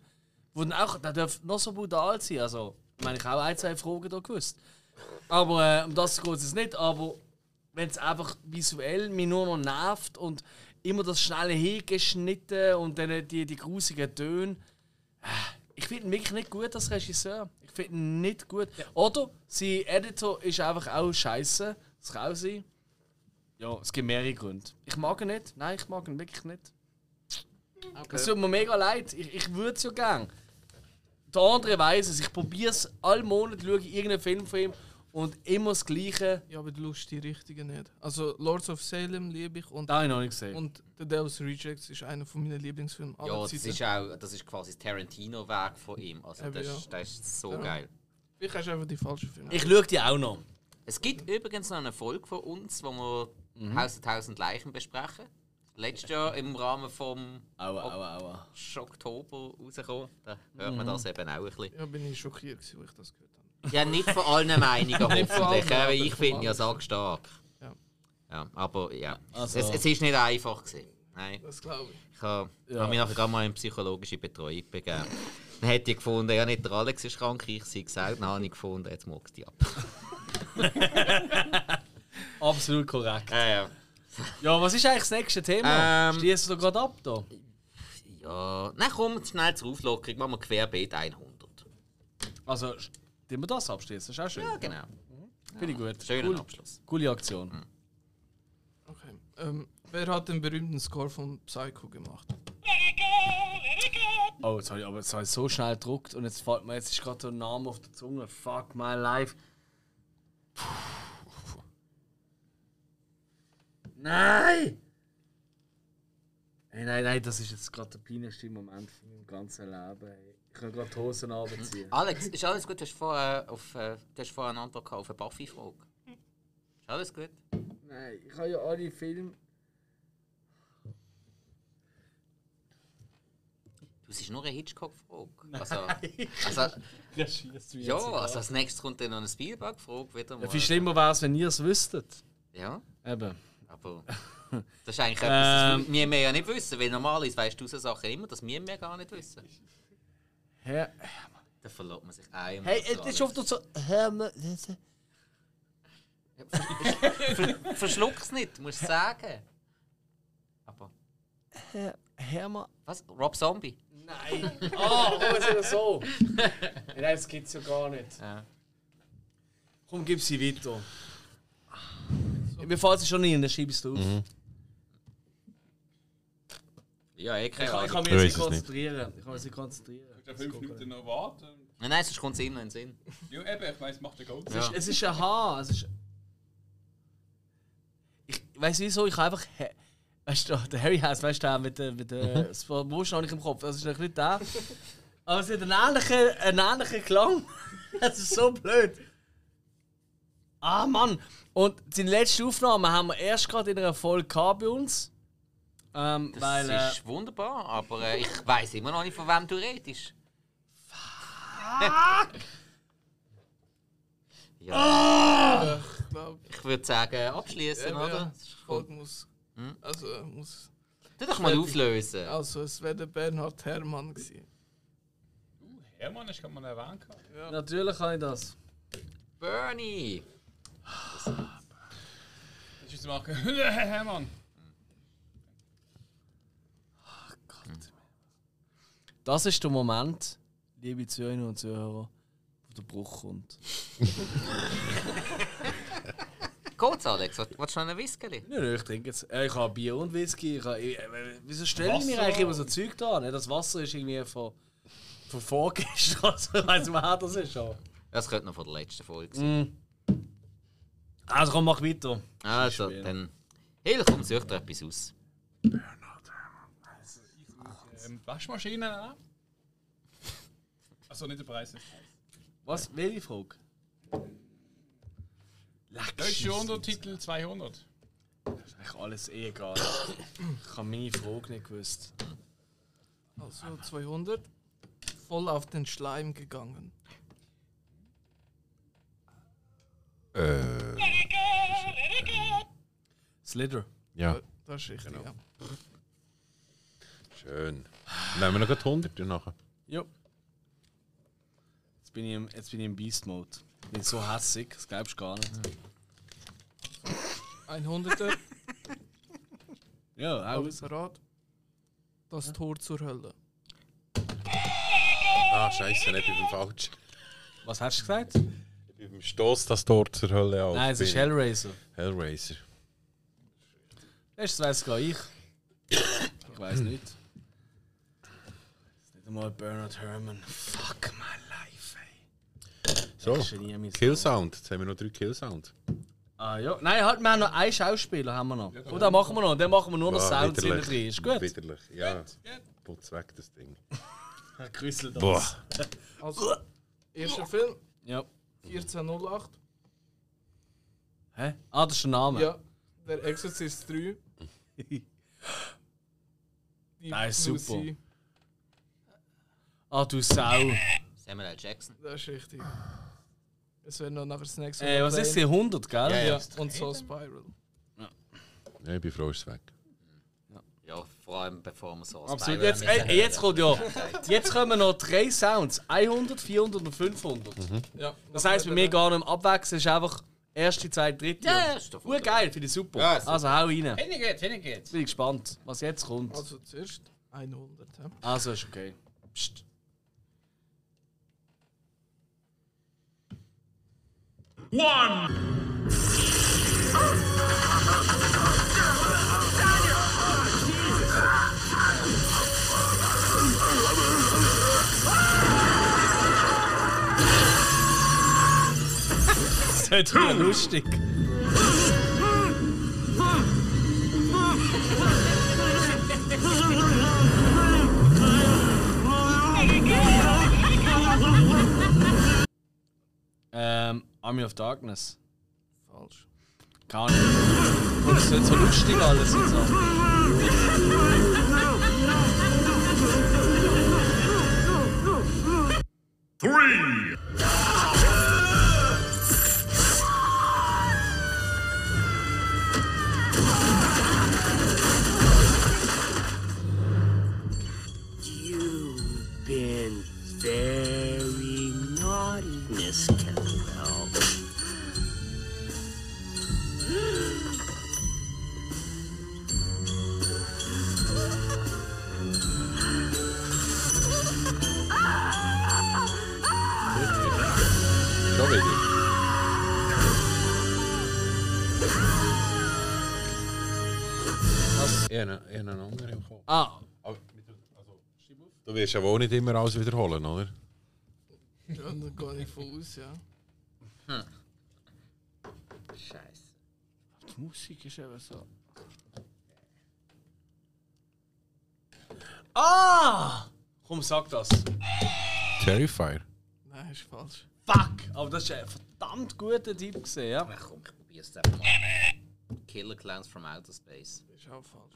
wo dann auch, der darf noch so brutal sein. Also, ich meine, ich habe auch ein, zwei Fragen da gewusst. Aber äh, um das geht es nicht. Aber wenn es einfach visuell mich nur noch nervt und immer das schnelle Hingeschnitten und dann die, die grusigen Töne. Äh, Ich finde ihn wirklich nicht gut als Regisseur. Ich finde ihn nicht gut. Oder sein Editor ist einfach auch scheiße. Das kann auch sein. Ja, es gibt mehrere Gründe. Ich mag ihn nicht. Nein, ich mag ihn wirklich nicht. Es tut mir mega leid. Ich, ich würde es ja gerne. Der andere weiß es. Ich probiere es. Alle Monate schaue ich irgendeinen Film von ihm und immer das Gleiche.
Ja, aber du schaust die richtigen nicht. Also Lords of Salem liebe ich und,
Da habe ich noch nicht gesehen.
und The Devil's Rejects ist einer von meinen Lieblingsfilmen aller
ja, das
Zeiten.
ist, auch, das ist quasi das Tarantino-Werk von ihm. Also,
Eben,
das,
ja.
ist- das ist so geil.
Vielleicht hast du einfach die falschen Filme.
Ich schaue die auch noch.
Es gibt übrigens noch eine Folge von uns, wo wir
Mhm.
Haus der Tausend Leichen besprechen. Letztes Jahr im Rahmen vom
Aua, aua, aua. Mhm.
Schocktober rausgekommen. Da hört man das eben auch ein bisschen.
ja, bin ich schockiert, gewesen, als ich das gehört habe.
Ja, nicht von allen Meinungen
von allen,
hoffentlich.
aber
aber ich
von
finde ja
allen.
Sack stark.
Ja.
Ja, aber ja,
Also-
es, es ist nicht einfach gewesen. Nein,
Das glaube ich.
ich habe habe mich nachher gerade mal in psychologische Betreuung begeben. Dann hätte ich gefunden, ja nicht der Alex ist krank, ich sei gesagt, dann habe ich gefunden, jetzt magst du dich ab.
Absolut korrekt.
Ja, ja.
Ja, was ist eigentlich das nächste Thema?
Ähm.
Schließt du gerade ab da?
ja. Nein, komm, schnell zur Auflockerung, machen wir Querbeet 100.
Also, sch- tun wir das abschließen? Ist auch schön.
Ja, genau.
Finde ich gut.
Schönen
Cool.
Abschluss. Mhm.
Coole Aktion.
Okay. Ähm, wer hat den berühmten Score von Psycho gemacht?
Oh, jetzt habe ich aber jetzt habe ich so schnell gedruckt und jetzt fällt mir jetzt ist gerade der Name auf der Zunge. Fuck my life. Puh. Nein! Ey, nein, nein, das ist jetzt gerade der peinlichste Moment von meinem ganzen Leben. ey. Ich kann gerade die Hosen runterziehen.
Alex, ist alles gut? Du hast vorher, auf, äh, du hast vorher eine Antwort gehabt auf eine Buffy-Frage. Ist alles gut?
Nein, ich habe ja alle Filme.
Das ist nur eine Hitchcock-Frage. Also, also, ja, also als nächstes kommt dann noch eine Spielberg-Frage wieder mal.
Viel schlimmer wäre es, wenn ihr es wüsstet.
Ja,
Eben.
aber das ist eigentlich etwas,
Ähm.
das wir ja nicht wissen, weil normalerweise weißt du so Sachen immer, dass wir mehr gar nicht wissen.
Herr,
Da verlässt man sich einmal.
hey, äh,
so
das ist oft
alles.
so. Herr, das-
Verschluck's nicht, musst du sagen. Aber,
Herr, Hermann.
was? Rob Zombie?
Nein! Ah, oh, es ist so! Nein, das gibt es ja gar nicht.
Ja.
Komm, gib sie weiter. Mir fällt es schon ein, dann schiebst du auf.
Ja, eh,
Ich,
keine
kann, ich kann
Ahnung.
mich jetzt nicht
Ich weiß es nicht.
konzentrieren. Ich kann mich nicht konzentrieren.
Ich fünf Minuten noch warten.
Nein, nein, sonst kommt es ihm noch in den Sinn.
Ja, eben, ich weiss, macht der Gold.
Ja.
Es ist ein H. Es ist ich weiß wieso, ich kann einfach. Hä- Weißt du, der Harry House, weißt du, der mit der. Mit der
Mhm.
das war- wo ist noch nicht im Kopf? Das ist noch nicht der. Aber es hat einen ähnlichen, einen ähnlichen Klang. Das ist so blöd. Ah, Mann! Und seine letzte Aufnahme haben wir erst gerade in einer Folge gehabt bei uns. Ähm,
Das
weil. Äh,
ist wunderbar, aber äh, ich weiß immer noch nicht, von wem du redest. ja,
Ja, ich glaube,
ich würde sagen, abschließen,
ja,
oder?
ja, die Folge muss.
Hm?
Also, äh, muss.
Tu doch mal auflösen.
Also, es wäre der Bernhard Herrmann gewesen.
Hermann, ich kann mal erwähnen.
natürlich kann ich das.
Bernie!
Ich muss machen. Hermann.
Das ist der Moment, liebe Zuhörerinnen und Zuhörer, wo der Bruch kommt.
Geht's, Alex? Willst willst du noch ein Whisky?
Nein, nein, ich trinke jetzt. Äh, Ich habe Bier und Whisky. Ich habe, ich, äh, wieso stelle ich mir eigentlich immer so Zeug da? Ne? Das Wasser ist irgendwie von, von vorgestern. Also, ich weiß nicht, woher das ist. Aber.
Das könnte noch von der letzten Folge sein.
Also komm, mach weiter.
Also, dann. Hill, komm, such dir etwas aus.
Ähm, Waschmaschine an? Also nicht der Preis. jetzt.
Was? Welche Frage?
Deutsche Untertitel 200.
Eigentlich alles eh egal. ich habe meine Frage nicht gewusst.
Also 200. Voll auf den Schleim gegangen.
Äh,
Slither.
Ja,
Das ist
Genau.
richtig, ja.
schön. Nehmen wir noch gerade 100 nachher.
Ja. Jetzt bin ich im, jetzt bin ich im Beast Mode. Ich bin so hässig, das glaubst du gar nicht.
100er,
Ja, auch.
alles parat. Das Tor zur Hölle.
Ah, scheiße, nicht beim Falschen.
Was hast du gesagt?
Beim Stoß das Tor zur Hölle auf.
Nein, es ist
bin ich.
Hellraiser.
Hellraiser.
Das weiß gar ich. Ich weiß nicht. Das ist nicht einmal Bernard Herrmann. Fuck my life, ey.
So,
Das ist nie mein
Killsound. Jetzt haben wir noch drei Killsound.
Ah ja. Nein, halt, wir haben noch einen Schauspieler. Haben wir noch. Und den machen wir noch. Den machen wir nur noch
Ah,
Sounds hinten
widerlich.
drin. Ist gut.
Widerlich, ja. Putz weg das Ding.
Grüssel da.
Boah.
Also, erster Film,
Ja.
1408.
Hä? Ah, das ist der Name.
Ja, der Exorcist 3. Die
Das ist super.
Lucy,
Ah, du Sau.
Samuel L. Jackson.
Das ist richtig. Es wäre noch nachher das nächste
Äh, was ist die 100, gell?
Ja, und so Spiral.
Ja, ich bin froh, ist es weg.
Ja, vor allem bevor wir so
Absolut. Jetzt, ey, jetzt kommt ja. Jetzt kommen noch drei Sounds: 100, 400 und 500.
Mhm.
Ja,
Das heisst, bei mir gar nicht mehr abwechseln, ist einfach erste, zweite, dritte.
Ja, ist doch
Ur geil, finde ich super.
Ja, super.
Also hau rein. Jetzt
Hinne geht's, hinne geht's.
bin ich gespannt, was jetzt kommt.
Also zuerst 100. hä?
Also ist okay. Psst. One. Das ist halt lustig. Ähm, Army of Darkness.
Falsch.
Keine Ahnung. Und es ist nicht so lustig alles und so.
You've been very naughty, Miss Campbell.
Schon wieder. Ich habe einen- ich habe einen anderen im Kopf.
Ah,
Aber mit dem- also, Du wirst ja wohl nicht immer alles wiederholen, oder?
Ja, da gehe ich von aus, ja.
Scheiße.
die Musik ist eben so. Ah! Komm, sag das.
Terrifier.
Nein, ist falsch.
Fuck! Aber das ist ein verdammt guter Typ gesehen, ja.
Ach komm, ich probier's einfach mal. Killer Clowns from Outer Space.
Ist auch falsch.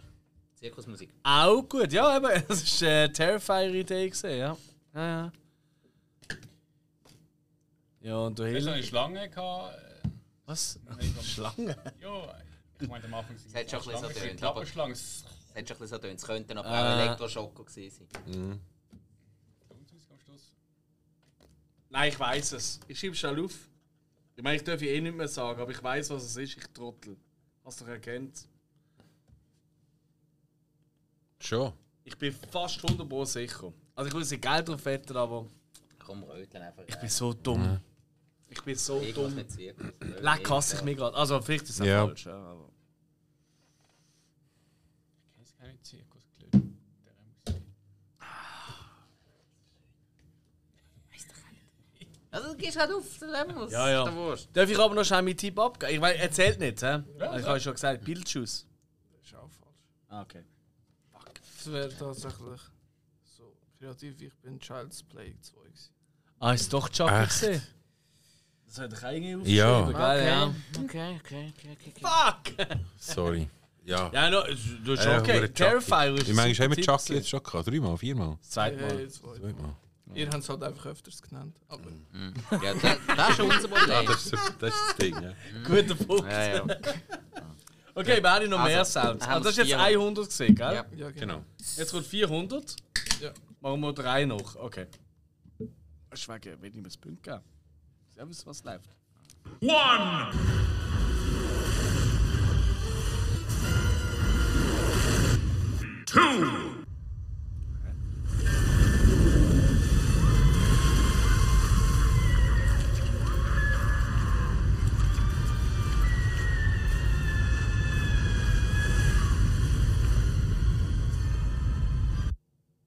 Zirkusmusik.
Ah.
Auch gut, ja, eben. Das ist äh, Terrifier Idee gesehen, ja. Ja, ja. Ja, und du
Hast du
Hill.
eine Schlange gehabt? Äh,
Was?
nein, komm.
Schlange?
Ja, ich meine am Anfang sind
hat schon ein bisschen so
Schlangen,
tönt, aber-
Klapperschlangen.
Es hat schon ein bisschen so tönt. Es könnten aber auch Elektroschocker gewesen sein.
Am Schluss.
Nein, ich weiß es. Ich schieb's schon auf. Ich meine, ich darf eh nicht mehr sagen, aber ich weiß, was es ist. Ich trottel. Hast du erkennt?
Schon.
Ich bin fast 100% sicher. Also ich würde sie Geld drauf wetten, aber
Komm, röteln einfach.
Ich bin so dumm. Ich bin so
Irgendwas
dumm.
nicht Zirkus. Röteln,
Leck hasse ich
irgendwas.
mich gerade. Also, vielleicht ist es
Ja.
ja. falsch. Ja, aber.
kennst keine Zirkusklöte. Der muss
Also, du gehst halt auf, du Lemos.
Ja, ja.
Ist der Wurst.
Darf ich aber noch schnell meinen Tipp abgeben? Ich meine, er zählt nicht, hä? ich habe schon gesagt, Bildschuss.
Ist auch falsch.
Ah, okay.
Es wäre tatsächlich so kreativ, wie ich bin Child's Play 2 gewesen.
Ah, ist doch Chucky
Echt?
gesehen. Das hätte ich eigentlich
Ja.
aufgeschrieben, gell? Ja.
Okay, okay, okay, okay. okay.
Fuck!
Sorry. Ja.
Ja, no, es- du hast
Äh,
schon okay.
verdammt
Terrifier
Chucky.
ist
Ich meine, ich habe
super
mit
Tipp
Chucky jetzt
gewesen.
schon gehabt. Dreimal, viermal.
Zweimal.
Hey, Äh, zwei.
Zweimal.
Ihr habt es halt einfach öfters genannt. Aber
Ja, das, das ist unser Problem.
Das ist das, ist das Ding, ja.
Guter Punkt.
Ja, ja.
Okay, wir haben noch mehr
Also,
Sounds.
haben
Also, das ist jetzt
wir
100 gesehen, gell?
Ja.
ja, genau.
Genau.
Jetzt kommt 400.
Ja.
Machen wir drei noch. Okay. Schweigen, wenn ich mir das Punkt geben. Servus, was läuft?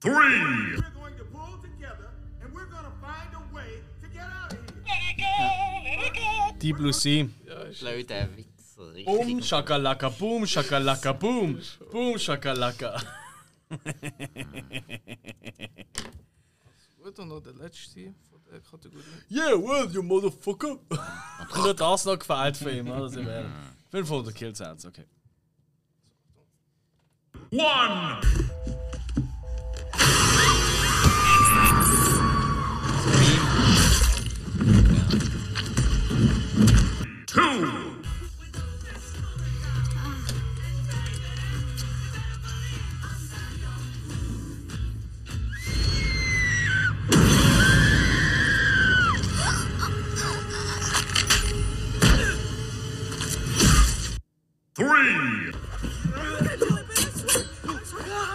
We're going to pull together and we're going to find a way to get out of here.
Deep Blue Sea.
Blöder äh, Wichser.
Boom,
Richtig.
shakalaka, boom, shakalaka, boom. Boom, shakalaka.
Gut, und noch der letzte von der Kategorie.
Yeah, well, you motherfucker. Nur das noch gefällt für ihn. Also, ich wäre- 500 Kills Sounds, okay.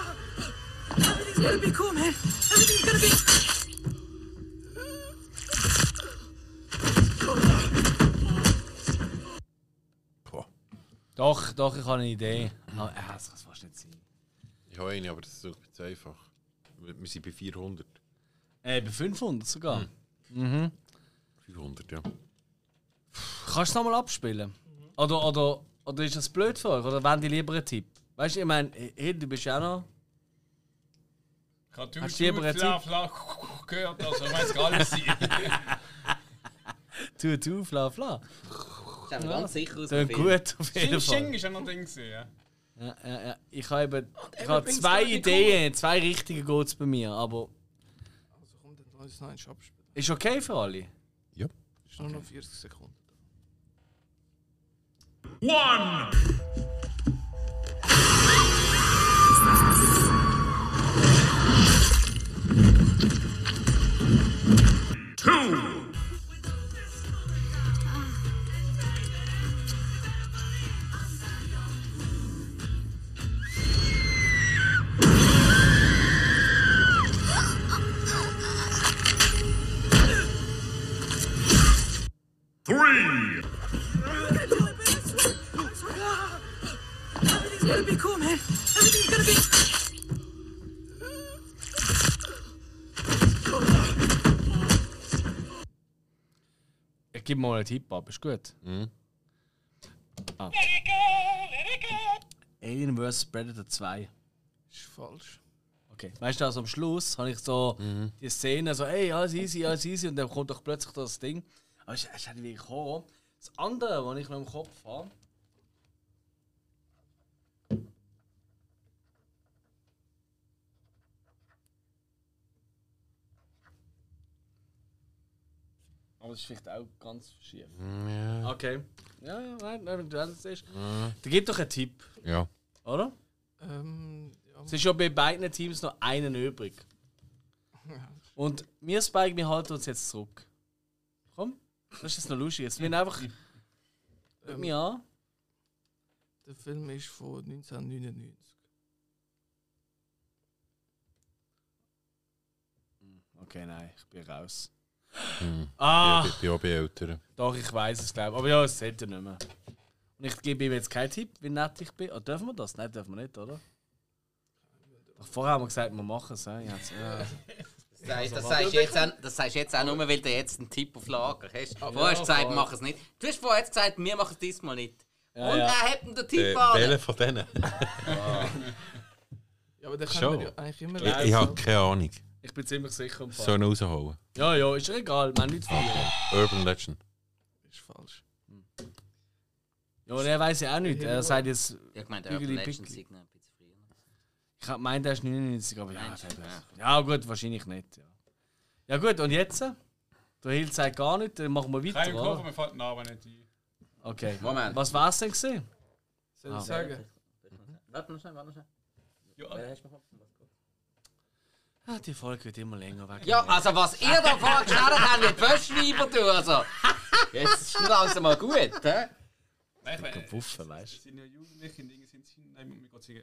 Everything's going to be cool, man. Everything's going to be.
Boah.
Doch, doch, ich habe eine Idee. Ah, äh, das kann es fast nicht sein.
Ich habe eine, aber das ist doch ein bisschen einfach. Wir wir sind bei 400.
Äh, bei 500 sogar.
500, ja.
Kannst du es nochmal abspielen? Oder, oder, oder ist das blöd für euch? Oder wollen die lieber einen Tipp? Weißt du, ich meine, hey, du bist ja auch noch.
Kartü,
Hast du lieber einen
fla,
Tipp?
fla, gehört, also ich weiß gar nicht, sie.
Tu, tu, fla, fla.
Das ist einfach ganz sicher aus dem
Tönt
Film.
gut, auf jeden
Xing
Fall.
Xing ist ja noch Ding gewesen, ja.
Ja, ja, ja. Ich habe eben ich habe zwei Ideen, zwei richtige Goats bei mir, aber
Also kommt dann neues Nein, ich abspielen.
ist okay für alle.
Ist nur noch 40 Sekunden.
Everything's going to be cool, man. Everything's going to be.
Ich gebe mal einen Tipp ab, ist gut. Ah. Alien vs. Predator 2.
Ist falsch.
Okay. Weißt du, also am Schluss habe ich so die Szene, so, ey, alles easy, alles easy, und dann kommt doch plötzlich das Ding. Aber es ist- es ist halt wirklich Horror. Das andere, was ich noch im Kopf habe, aber das ist vielleicht auch ganz schief. Okay. Ja, ja, nein, nein, wenn du das siehst. Da gibt doch einen Tipp,
Ja.
oder?
Ähm, ja,
Es ist ja bei beiden Teams noch einen übrig. Und wir Spike, wir halten uns jetzt zurück. Komm, das ist jetzt noch lustig. Jetzt wir einfach. Hört mich an.
der Film ist von 1999.
okay, nein, ich bin raus.
Ah.
Ah,
Ich bin auch bei Eltern.
doch, ich weiß es, glaube ich. Aber ja, es sollte nicht mehr. Und ich gebe ihm jetzt keinen Tipp, wie nett ich bin. Ah, dürfen wir das? Nein, dürfen wir nicht, oder? Doch, vorher haben wir gesagt, wir machen es. hä? Jetzt, ja.
Das, das, sagst du jetzt auch, das sagst du jetzt auch nur, weil du jetzt einen Tipp auf Lager hast. Vorher hast du gesagt, mach es nicht. Du hast vorher jetzt gesagt, wir machen es diesmal nicht. Und
ja.
er hebt ihm den
Äh,
Tipp
welcher
an.
von denen?
Ja, aber dann
Schon.
können wir ja eigentlich immer.
Ich, ich habe keine Ahnung.
Ich bin ziemlich sicher. um im Fall.
So einen rausholen.
Ja, ja, ist ja egal, man nichts verlieren.
Urban Legend.
Ist falsch.
Ja, und er weiß ja auch nicht. Er sagt jetzt,
Ja, ich meine, der
Pickli,
Urban Legends
Pickli.
liegt noch ein bisschen früher.
ich hab gemeint, er ist 99, aber ja,
Meinst du?
der weiß. Ja, gut, wahrscheinlich nicht. Ja, ja gut, und jetzt? Der Hill sagt gar nichts, dann machen wir
Kein
weiter.
Koffer,
Oder?
mir fällt der Name nicht ein.
Okay.
Moment.
Was war es denn? Gewesen?
Soll ich sagen?
Warte noch schnell, warte noch schnell.
Ja,
Ah, die Folge wird immer länger weg.
Ja, also was ihr da vorgestellt habt, mit Wäschweiber tun, also. Jetzt ist langsam mal gut, hä?
nein, ich meine,
Puffen, weißt
es sind ja Jugendliche, Dinge sind sie nein, und mir geht sagen,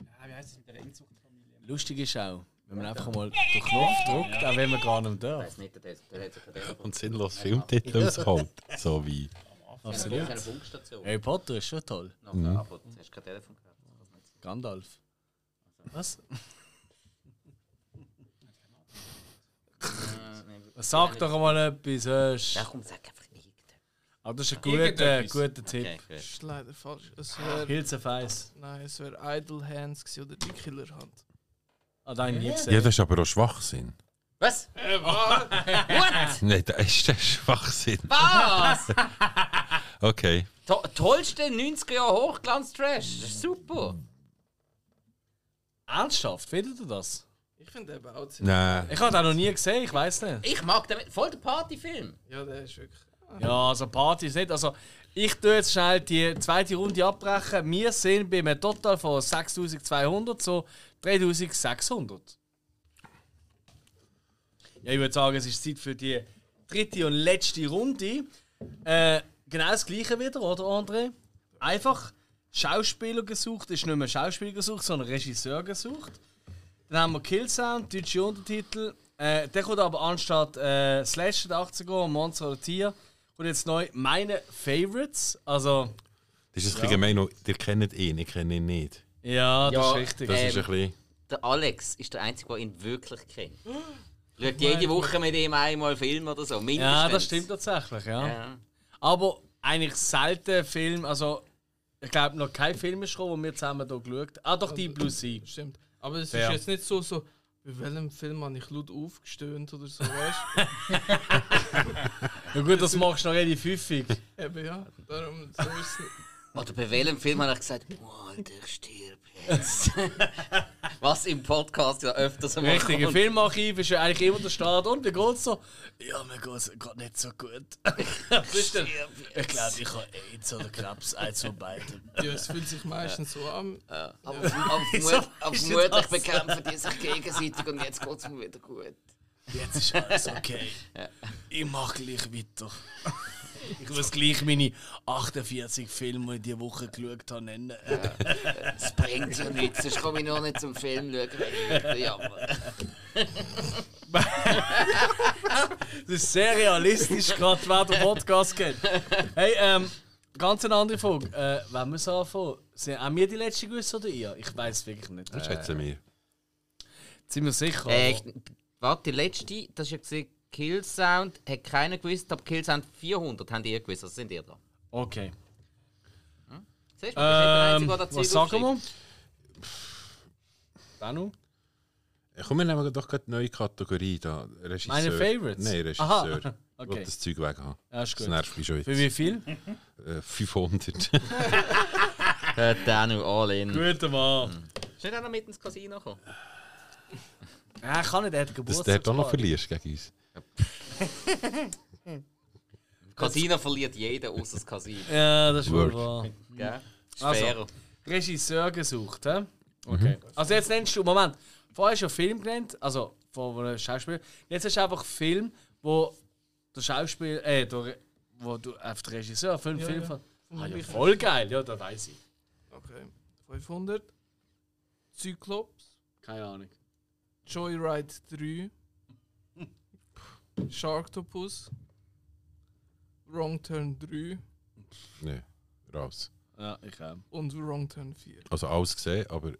ja, Ah, wie heißt das mit der Engzuchtfamilie?
du? Lustig ist auch, wenn man einfach mal den Knopf drückt, auch wenn man gar nicht darf.
Weiß nicht, der hat sich keine
Und sinnlos Filmtitel rausholt. So wie.
Absolut.
Funkstation.
Harry Potter ist schon toll.
Noch ein Abo, du hast kein Telefon gehabt.
Gandalf. Was? Sag doch mal etwas, hörst
Äh, Ja, komm, sag einfach irgendetwas.
Aber das ist ein guter, guter Tipp.
Okay, gut.
Ist leider falsch. Es wäre.
Hilzefeis.
Nein, es wäre Idle Hands gewesen oder die Killerhand.
Ah, den habe ich nie
Ja,
gesehen.
das ist aber auch Schwachsinn.
Was?
Äh,
What?
Nein, das ist der Schwachsinn.
Was?
Okay.
To tollste 90er Jahre Hochglanz-Trash. Das ist super.
Ernsthaft, findet ihr das?
Ich finde eben auch ziemlich.
Nein.
Ich habe den noch nie gesehen, ich weiß nicht.
Ich mag den voll den Partyfilm.
Ja, der ist wirklich.
Ja, also Party ist nicht. Also, ich tue jetzt schnell die zweite Runde abbrechen. Wir sind bei einem Total von 6200 zu 3600. Ja, ich würde sagen, es ist Zeit für die dritte und letzte Runde. Äh, genau das gleiche wieder, oder André? Einfach Schauspieler gesucht, ist nicht mehr Schauspieler gesucht, sondern Regisseur gesucht. Dann haben wir Killsound, deutsche Untertitel. Äh, der kommt aber anstatt äh, Slash der 80er, Jahre, Monster oder Tier, kommt jetzt neu meine Favorites. Also,
Das ist ein bisschen gemein. noch, Ihr kennt ihn, ich kenne ihn nicht.
ja, das
Ja,
ist richtig.
Das
Ähm.
ist ein bisschen.
Der Alex ist der Einzige, der ihn wirklich kennt. Schaut jede Woche mit ihm einmal Film oder so. Mindestens.
ja, das stimmt tatsächlich, ja.
Ja.
Aber eigentlich selten Film, also ich glaube noch kein Film ist gekommen, wo wir zusammen hier geschaut haben. Ah, doch, die Blue Sea.
Stimmt. Aber es
Fair.
ist jetzt nicht so, so, bei welchem Film habe ich laut aufgestöhnt oder so, weißt
Ja gut, das machst du noch relativ häufig.
du? Eben ja. Darum, so ist es.
Oder bei welchem Film habe ich gesagt, Walter, stirb jetzt. Was im Podcast ja öfters einmal
Richtige
kommt.
Filmarchiv ist ja eigentlich immer der Start. Und wie geht's so? Ja, mir geht's gerade nicht so gut. Was ist denn? Ich glaube, ich habe AIDS oder Krebs, eins von beiden.
Ja, es fühlt sich meistens so an.
Aber auf, Mut, auf Mutlich bekämpfen die sich gegenseitig und jetzt geht es mir wieder gut.
Jetzt ist alles okay. Ich mache gleich weiter. Ich muss gleich meine 48 Filme, die ich diese Woche geschaut habe, nennen.
Es bringt ja nichts, sonst komme ich noch nicht zum Film schauen. wenn ich wieder jammer.
Das ist sehr realistisch, gerade wer den Podcast kennt. Hey, ähm, ganz eine andere Frage. Äh, wenn wir es anfangen, sind auch wir die letzte gewusst oder ihr? Ich weiß wirklich nicht.
Das schätzen wir.
Ziemlich sicher.
Äh,
Also,
warte, die letzte, das ist ja gesehen, Killsound hat keiner gewusst, aber Killsound 400 haben die gewusst, also sind ihr da.
Okay.
Siehst du,
Ähm,
das
was sagen wir? Danu?
Komm, wir nehmen doch gerade eine neue Kategorie da. Regisseur.
Meine Favorites?
Nein, Regisseur.
Aha,
Ich
okay.
will das Zeug weg haben.
Ja, ist
Das
gut.
nervt mich schon
Für
jetzt.
wie viel?
Eh, 500.
wir? Danu, Äh, all in.
Guter Mann.
Schnell auch noch mit ins Casino kommen.
Er Äh, kann nicht, er hat
Dass du
Geburtstag.
doch noch verlierst gegen uns.
Casino verliert jeder, außer das Casino.
Ja, das ist wohl
Word.
wahr.
Gell? Ist
Also.
fairer.
Regisseur gesucht, hä? Okay. Also jetzt nennst du, Moment, vorher hast du ja Film genannt, also von einem Schauspieler. Jetzt hast du einfach Film, wo der Schauspieler, äh, der, wo du auf den Regisseur fünf
Ja,
Filme.
ja.
von- Ah, ja, voll geil, ja, das weiß ich.
Okay. 500. Cyclops.
Keine Ahnung.
Joyride 3. Sharktopus. Wrong Turn 3
Nee, raus.
Ja, ich auch.
und Wrong Turn 4.
Also alles gesehen, aber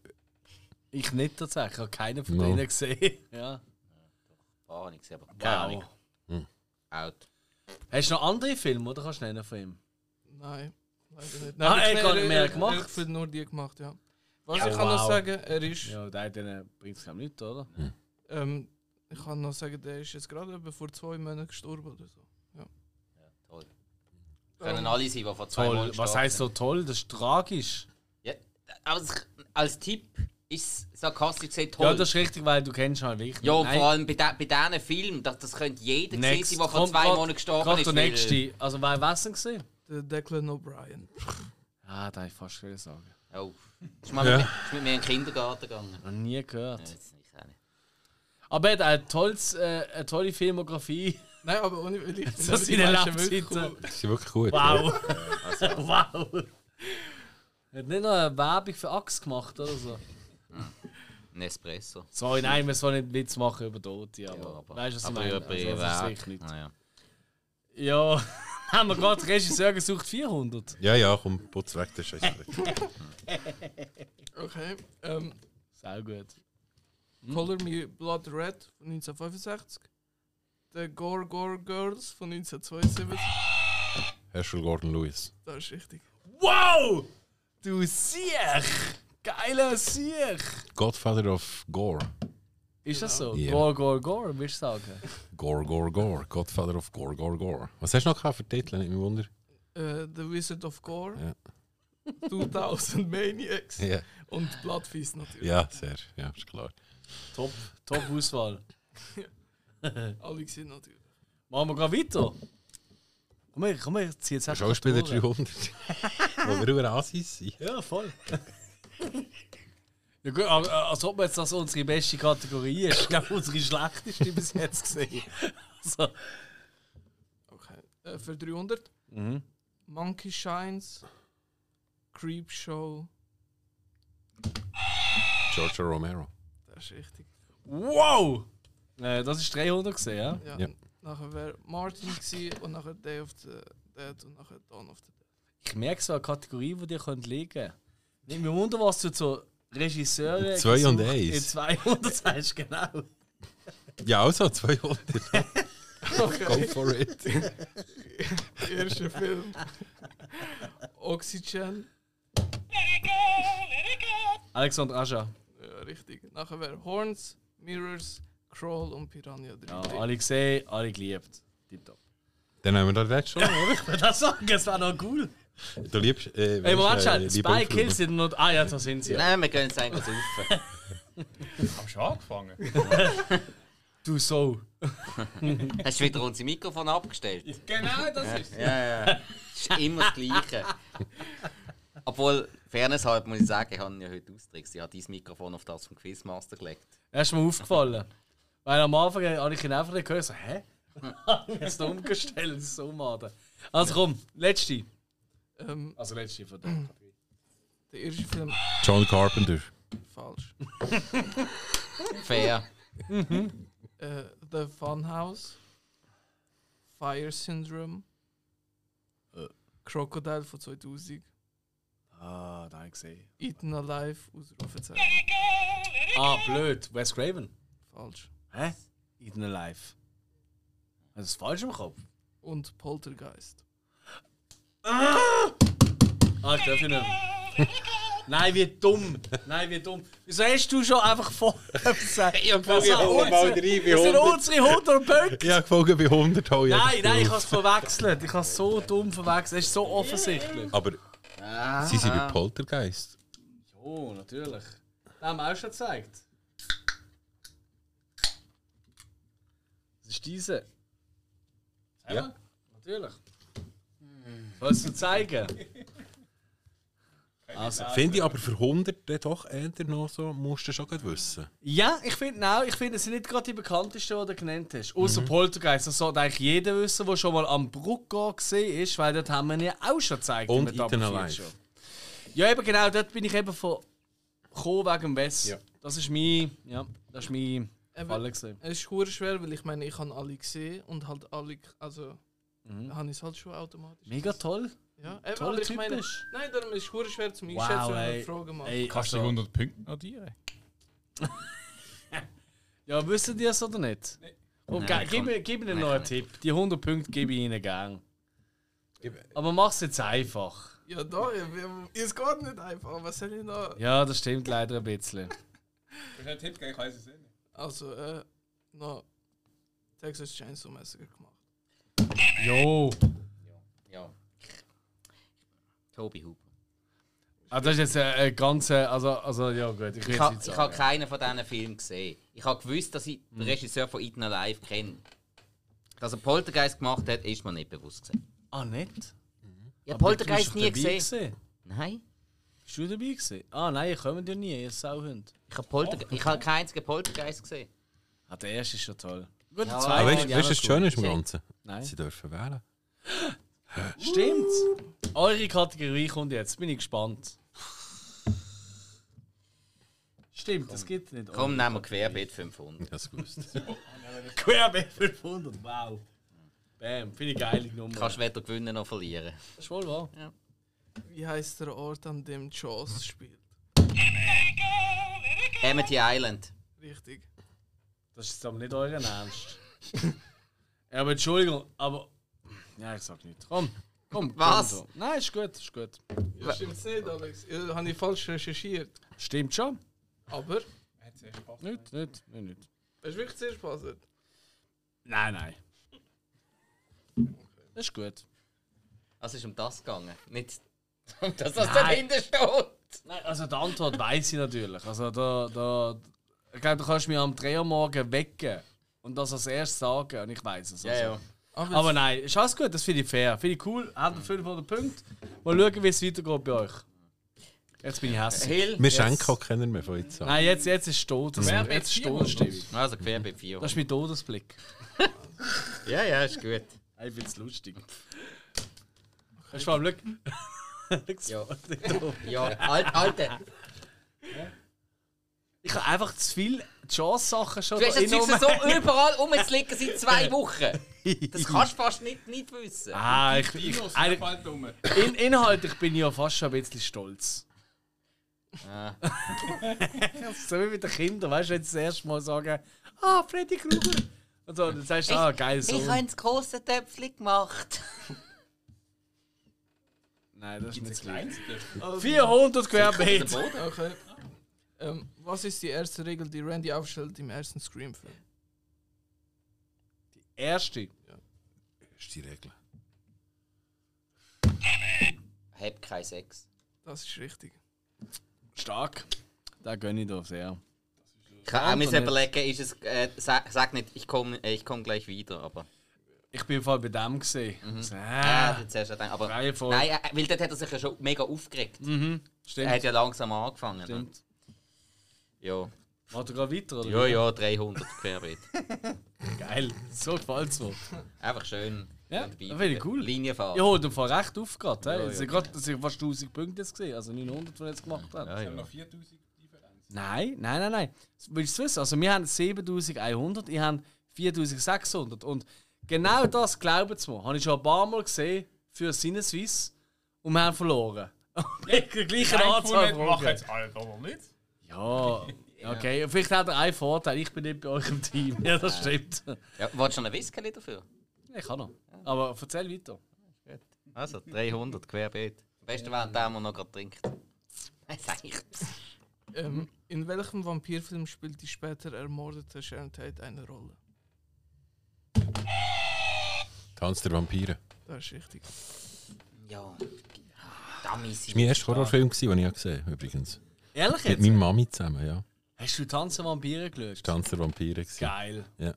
Ich nicht tatsächlich, ich habe keinen von
No.
denen gesehen. Ja.
Gar nichts, aber keine Ahnung.
Wow.
Out.
Hast du noch andere Filme, oder kannst du nennen von ihm?
Nein, leider nicht.
Ah, er hat gar nicht mehr
er-
gemacht?
Er hat nur die gemacht, ja. Was
Ja,
ich kann noch
wow.
sagen, er ist.
Ja, der denen bringt es kaum nichts, oder?
Ähm, ich kann noch sagen, der ist jetzt gerade eben vor zwei Monaten gestorben oder so.
Toll. Können alle sein, die vor zwei
ähm, Toll.
Monaten
Was
stark
heisst
sind.
so toll? Das ist tragisch.
Ja, als, als Tipp ist es sarkastisch gesagt toll.
Ja, das ist richtig, weil du kennst halt wirklich.
Ja, und
Nein.
vor allem bei, de, bei diesen Filmen, das, das könnte jeder gesehen sein, der vor
kommt
zwei
grad-
Monaten gestorben
grad
ist.
der
weil-
nächste. Also, wer war denn gesehen?
Der Declan O'Brien.
Ah, da ich fast wieder sagen.
Oh. Ist mal
Ja.
mit, ist mit mir in den Kindergarten gegangen.
Noch nie gehört.
Jetzt nicht, auch nicht.
Aber er hat ein tolles, äh, eine tolle Filmografie.
Nein, aber ohne will ich.
Das sind die Lebzeiten.
das ist wirklich gut. ja.
Wow. wow. Er hat nicht noch eine Werbung für Axe gemacht oder so.
Nespresso.
Sorry, nein, wir sollen nicht Witz machen über Tote, aber,
Ja, aber-
weißt du, was ich
aber
meine?
über
Also, das ist
Privat.
sicher nicht.
Ah, ja.
Ja, haben wir gerade Regisseur gesucht 400.
Ja, ja, komm, putz weg, der Scheiß.
Okay. Ähm,
Sehr gut.
Hm.
Color Me Blood Red von 1965. The Gore Gore Girls von 1972.
Herschel Gordon Lewis.
Das ist richtig.
Wow! Du Siech! Geiler Siech!
Godfather of Gore.
Ist das so?
Ja.
Gore, gore, gore, willst du sagen?
Gore, Gore, Gore. Godfather of Gore, Gore, Gore. Was hast du noch gehabt für Titel? Nicht mehr Wunder.
Äh, The Wizard of Gore.
Ja.
2000 Maniacs.
Ja,
Und Bloodfeast natürlich.
ja sehr. Ja, ist klar.
Top, top Auswahl.
Alle gesehen natürlich.
Machen wir gerade weiter. Komm her, komm her, zieh jetzt einfach
Schauspieler
durch.
300. Wo wir über Asis sind.
Ja, voll. ja gut, aber, äh, als ob jetzt das unsere beste Kategorie ist. Ich glaube, unsere schlechteste bis jetzt gesehen. So.
Okay. Äh, für 300.
Mhm.
Monkey Shines. Creep Show.
George Romero.
Das ist richtig.
Wow! Äh, das ist 300 gesehen, ja?
Ja.
Ja.
Nachher wäre Martin gewesen und nachher Day of the Dead und nachher Dawn of the Dead.
Ich merke so eine Kategorie, die dir könnte liegen könnte. Nicht mehr wunder, was du zu Regisseure.
Zwei und
gesucht-
eins.
In 200 sagst, genau.
Ja, also 200. Go for it.
Erster Film. Oxygen.
Alexander Ascha.
Ja, richtig. Nachher wäre Horns, Mirrors, Crawl und Piranha 3.
Ja, alle gesehen, alle geliebt. Tipptopp.
Dann haben wir das letzte schon, oder?
Das sagen, es wäre noch cool.
Du liebst. Äh,
Ey, Moment, schnell.
liebst
Spy
Filme.
Kills sind noch. Ah ja, da sind sie.
Nein, wir gehen jetzt eigentlich rauf.
Haben schon angefangen?
Du so.
Hast du wieder unser Mikrofon abgestellt?
genau, das ist
Ja, ja. Das ist immer das Gleiche. Obwohl, Fairness halb muss ich sagen, ich habe ihn ja heute austrickst. Ich habe dein Mikrofon auf das vom Quizmaster gelegt.
Das ist mir aufgefallen. Weil am Anfang habe ich ihn einfach nicht gehört. So, hä? Ich habe es da umgestellt, das ist so maden. Also komm, letzte.
Ähm,
Also letzte von der Kategorie.
der erste Film
John Carpenter.
falsch.
Fair.
Äh, The Funhouse. Fire Syndrome.
Äh.
Crocodile von 2000.
Ah, da habe ich gesehen.
Eaten Alive, Ausrufezeichen.
Ah, blöd. Wes Craven.
Falsch.
Hä? Eaten Alive. Das ist falsch im Kopf.
Und Poltergeist.
Ah, ich darf ich nicht mehr. Nein, wie dumm. Nein, wie dumm. Wieso hast du schon einfach vor... ich habe
Also,
Das sind unsere 100 Punkte.
Ja, gefolgt bei 100. hau ich
Nein,
einfach
nein, ich
drauf.
habe es verwechselt. Ich habe es so dumm verwechselt. Es ist so offensichtlich.
Aber sie sind bei Poltergeist.
Oh, natürlich. Das haben wir auch schon gezeigt. Das ist diese.
Ja.
Ja. Natürlich. Sollst du zeigen? Also,
Finde ich aber für 100 dann doch eher noch so, musst du schon gut wissen.
ja, ich finde auch, ich finde, es sind nicht gerade die bekanntesten, die du genannt hast. Außer Poltergeist, das sollte eigentlich jeder wissen, der schon mal am Brucko gesehen ist, weil dort haben wir ihn ja auch schon gezeigt.
Und
in der
Eaten
Double
Alive.
Feature. Ja, eben genau, dort bin ich eben von gekommen wegen dem Wes.
Ja.
Das ist mein, ja, das ist mein
Eben,
Alle gesehen.
es ist hure schwer, weil ich meine, ich habe alle gesehen und halt alle, also
Mhm.
habe ich es halt schon automatisch.
Mega toll.
Ja, eben,
Toller
aber ich
Typ
meine,
bist.
nein, darum ist es hure schwer zum
Wow,
Einschätzen, wenn
ey.
man Fragen macht.
Ey,
Kannst du die
also-
100 Punkte notieren?
Ja, wissen die es oder nicht? Und
Nein,
gib,
komm.
mir, gib mir
Nein,
noch einen
komm.
Tipp. Die 100 Punkte gebe ich Ihnen gern. Aber mach's jetzt einfach.
Ja, da, ja, wir- es geht nicht einfach. Was soll ich da?
Ja, das stimmt leider ein bisschen.
Ich habe einen Tipp gegeben, ich weiß es nicht.
Also, äh, noch Texas Chainsaw Massacre gemacht.
Jo.
Ja. Tobi Huber.
Ah, das ist jetzt ein, ein ganzer. Also, also, ja, gut. Ich will
Ich
jetzt
habe
nicht
ich hab
sagen.
keinen von diesen Filmen gesehen. Ich habe gewusst, dass ich den Regisseur von Eden Alive kenne. Dass er Poltergeist gemacht hat, ist mir nicht bewusst gewesen.
Ah, nicht?
Ich habe
Aber du bist
Poltergeist
doch
nie
dabei
gesehen.
gewesen.
Nein.
Bist du dabei gewesen? Ah, nein, ihr kommt ja nie, ihr Sauhund.
Ich habe Polter ich hab keinen einzigen Poltergeist gesehen.
Ah, der erste ist schon toll. Gut, der
Ja,
zweite
Aber
finde
weißt
ich
du,
auch
was das
noch
Schöne ist im
Cool.
Ganzen?
Nein.
Sie dürfen wählen.
cool. Stimmt. Eure Kategorie kommt jetzt. Bin ich gespannt. Stimmt, das gibt nicht.
Komm, nehmen wir Querbeet 500.
Ich hab's gewusst.
Querbeet 500, wow. Bam, finde ich geile Nummer.
Kannst weder gewinnen noch verlieren.
Das ist wohl wahr.
Wie heißt der Ort, an dem
Hm.
Jaws spielt?
Amity Island.
Richtig.
Das ist jetzt aber nicht euer Ernst. ja, aber Entschuldigung, aber. Ja, ich sag nicht. Komm, komm. komm
Was?
so. Nein, ist gut, ist gut.
Ja, stimmt's nicht, Alex? Ja, habe ich falsch recherchiert.
Stimmt schon.
Aber,
Nicht, nicht, nicht, nicht.
es ist wirklich sehr spannend.
Nein, nein. Das ist gut.
Also ist um das gegangen. Nicht um das, was da hinten steht.
Nein, also die Antwort weiß ich natürlich. Also da, da, ich glaube, du kannst mich am Drehermorgen wecken und das als erstes sagen und ich weiß es.
Ja,
also.
ja.
Aber,
Aber nein, ist alles gut, das finde ich fair. Finde ich cool, haben 500 Punkte. Mal schauen, wie es weitergeht bei euch. Jetzt bin ich hässlich.
Hill.
Wir schenken auch keinen mehr von jetzt an.
Nein, jetzt, jetzt ist tot. Das,
Wer
jetzt ist
bezieht
Todesstimmung.
Also Querbeet 400.
Das ist mein Todesblick.
Ja, ja, ist gut.
Ich finde es lustig. Hast du vor allem Glück?
Ja. Ja, Al- Alter.
Ich habe einfach zu viele Chance-Sachen schon
Du hast das
drin
Zeug
rum.
so überall rumzulegen seit zwei Wochen. Das kannst du fast nicht, nicht wissen.
Ah, ich, ich,
Minus,
eigentlich-
fällt um.
In, inhaltlich bin ich ja fast schon ein bisschen stolz.
Ah.
so wie mit den Kindern, weißt du, wenn sie das erste Mal sagen, ah, Freddy Krueger. Und so, dann sagst du, ah, geil, so.
das große Töpfchen gemacht.
Nein, das ist nicht das Gleiche.
also,
400 Querbeet.
Okay. Ähm, was ist die erste Regel, die Randy aufstellt im ersten Scream-Film?
Erste.
Das ist die Regel.
Hab keinen Sex.
Das ist richtig.
Stark. Da gönne ich dir sehr.
Ich kann auch müssen
nicht.
überlegen, ist es, äh, sag, sag nicht, ich komme äh, ich komm gleich wieder, aber.
Ich bin im Fall bei dem gesehen. So,
Ah,
ah,
das zuerst gedacht, aber
Reihenfolge.
nein, äh, weil dort hat er sich ja schon mega aufgeregt.
stimmt.
Er hat ja langsam angefangen. ne?
stimmt.
Ja.
Mach du gerade weiter, oder?
ja, ja, 300 Querbeet.
Geil. So gefällt es mir.
Einfach schön.
Ja,
dabei
das finde ich
bleiben.
cool.
Linie fahren.
Ich hole dir voll recht auf gerade.
Ja,
Ja, genau.
ja.
Es sind gerade es sind fast 1000 Punkte jetzt gesehen, also 900, die wir jetzt gemacht haben.
Ja,
Noch
ja.
4000 Differenz.
Nein, nein, nein, nein. Willst du es wissen? Also wir haben 7100, ich habe 4600. Und genau das, glauben Sie mir, habe ich schon ein paar Mal gesehen für Sinneswiss und wir haben verloren. Mit der gleichen Anzahl
Fragen. Mach
Fragen.
jetzt alle oder nicht?
Ja, okay. Vielleicht hat er einen Vorteil, ich bin nicht bei euch im Team. Ja, das stimmt.
ja. Wolltest du noch ein Whisky dafür?
Ich kann noch. Aber erzähl weiter.
Also 300 Querbeet. Am besten wäre der, der noch gerade trinkt. Nein, sag ich.
Ähm, in welchem Vampirfilm spielt die später ermordete Sharon Tate eine Rolle?
Tanz der Vampire.
Das ist richtig.
Ja. Dummies.
Das war mein erster Horrorfilm, gewesen, den ich auch gesehen habe, übrigens.
Ehrlich
Mit
jetzt?
meiner Mami zusammen, ja.
Hast du Tanzen Vampire gelöst?
Tanz der Vampire. gewesen.
Geil.
Ja.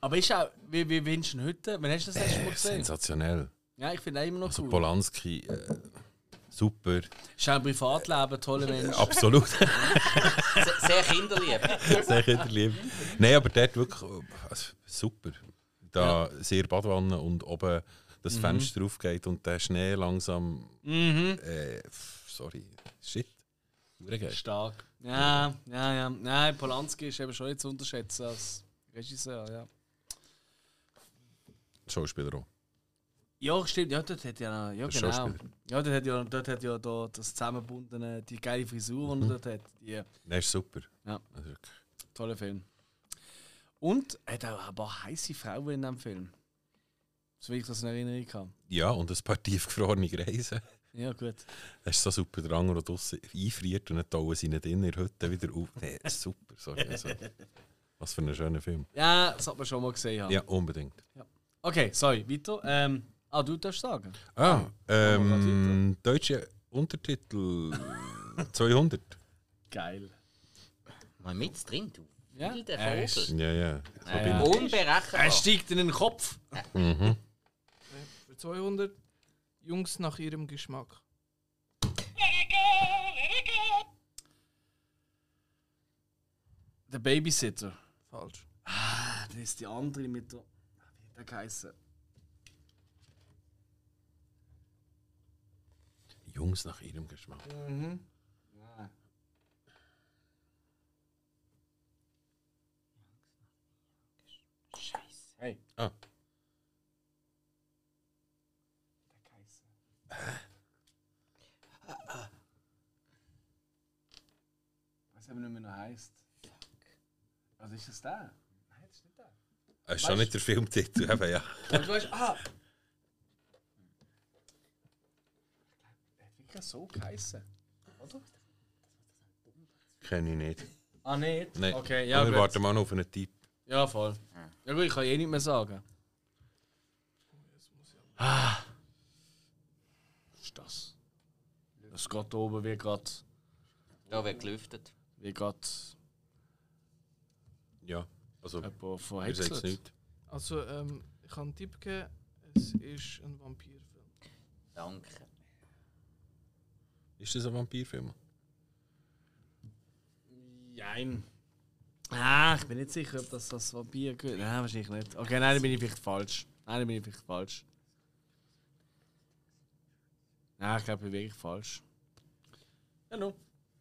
Aber ist auch, wie, wie wünschst du ihn heute? Wann hast du das letzte Mal
Äh,
gesehen?
sensationell.
Ja, ich finde ihn immer noch
Also
cool.
Polanski, äh, super.
Ist auch im Privatleben ein toller
Äh,
Mensch.
Absolut.
Sehr, sehr kinderlieb.
sehr kinderlieb. Nein, aber dort wirklich äh, also, super. Da sehr Badwanne und oben das Fenster aufgeht und der Schnee langsam. Äh, pff, sorry, shit. Hure geil.
Stark. Ja, ja, ja. Nein, Polanski ist eben schon nicht zu unterschätzen als Regisseur, ja.
Schauspieler auch.
Ja, stimmt, ja, dort hat ja, ja
Der
genau.
Schauspieler.
Ja, dort hat ja, dort hat ja da das zusammenbundene, die geile Frisur,
Mhm.
die er dort hat. Die,
Nein, ist super.
Ja.
Also wirklich.
toller Film. Und er hat auch ein paar heiße Frauen in diesem Film. So wie ich das in Erinnerung habe.
Ja, und ein paar tiefgefrorene Greisen.
Ja, gut.
Es ist so super, der andere, der draussen einfriert und dann tauen sie nicht in der Hütte wieder auf. Nee, super, sorry. Also, was für ein schöner Film.
Ja, das hat man schon mal gesehen. haben.
Ja, unbedingt.
Okay, sorry, weiter. Ähm, ah, du darfst sagen.
Ah, ähm, deutsche Untertitel 200.
Geil.
Mal mit drin, du.
Ja.
Wilder
Er ist-
Vogel.
Ja, ja.
Ja. Unberechenbar.
Er steigt in den Kopf.
Mhm.
Für 200 Jungs nach ihrem Geschmack.
Der Babysitter.
Falsch.
Ah, das ist die andere mit der. Wie hat der geheissen?
Jungs nach ihrem Geschmack. Mhm.
Hey.
Ah.
Der geheissen. Äh, Weiß aber nicht mehr, wie er heisst. Also ist es der? Nein, das ist nicht der.
Das ist schon nicht der Filmtitel, eben, ja.
Aber du weißt, ah! Der hat wirklich so geheissen. Oder?
Kenne ich nicht.
Ah, nicht?
Nein.
Okay, ja,
Aber wir
gut.
warten mal noch auf einen Typ.
Ja, voll. Ja gut, ich kann eh nicht mehr sagen. Ah. Was ist das? Das geht da oben wie gerade...
Da wird gelüftet.
wie gerade
Ja, also,
jemand
ihr sagt es
verhexelt.
nicht.
Also, ähm, ich kann einen Tipp geben, es ist ein Vampirfilm.
Danke.
Ist das ein Vampirfilm?
Nein. Ah, ich bin nicht sicher, ob das das Vampir gehört. Nein, wahrscheinlich nicht. Okay, nein, dann bin ich vielleicht falsch. Nou, Nein, dann bin ich vielleicht falsch. Nein, ich glaube, ich bin wirklich falsch. Ja, nun.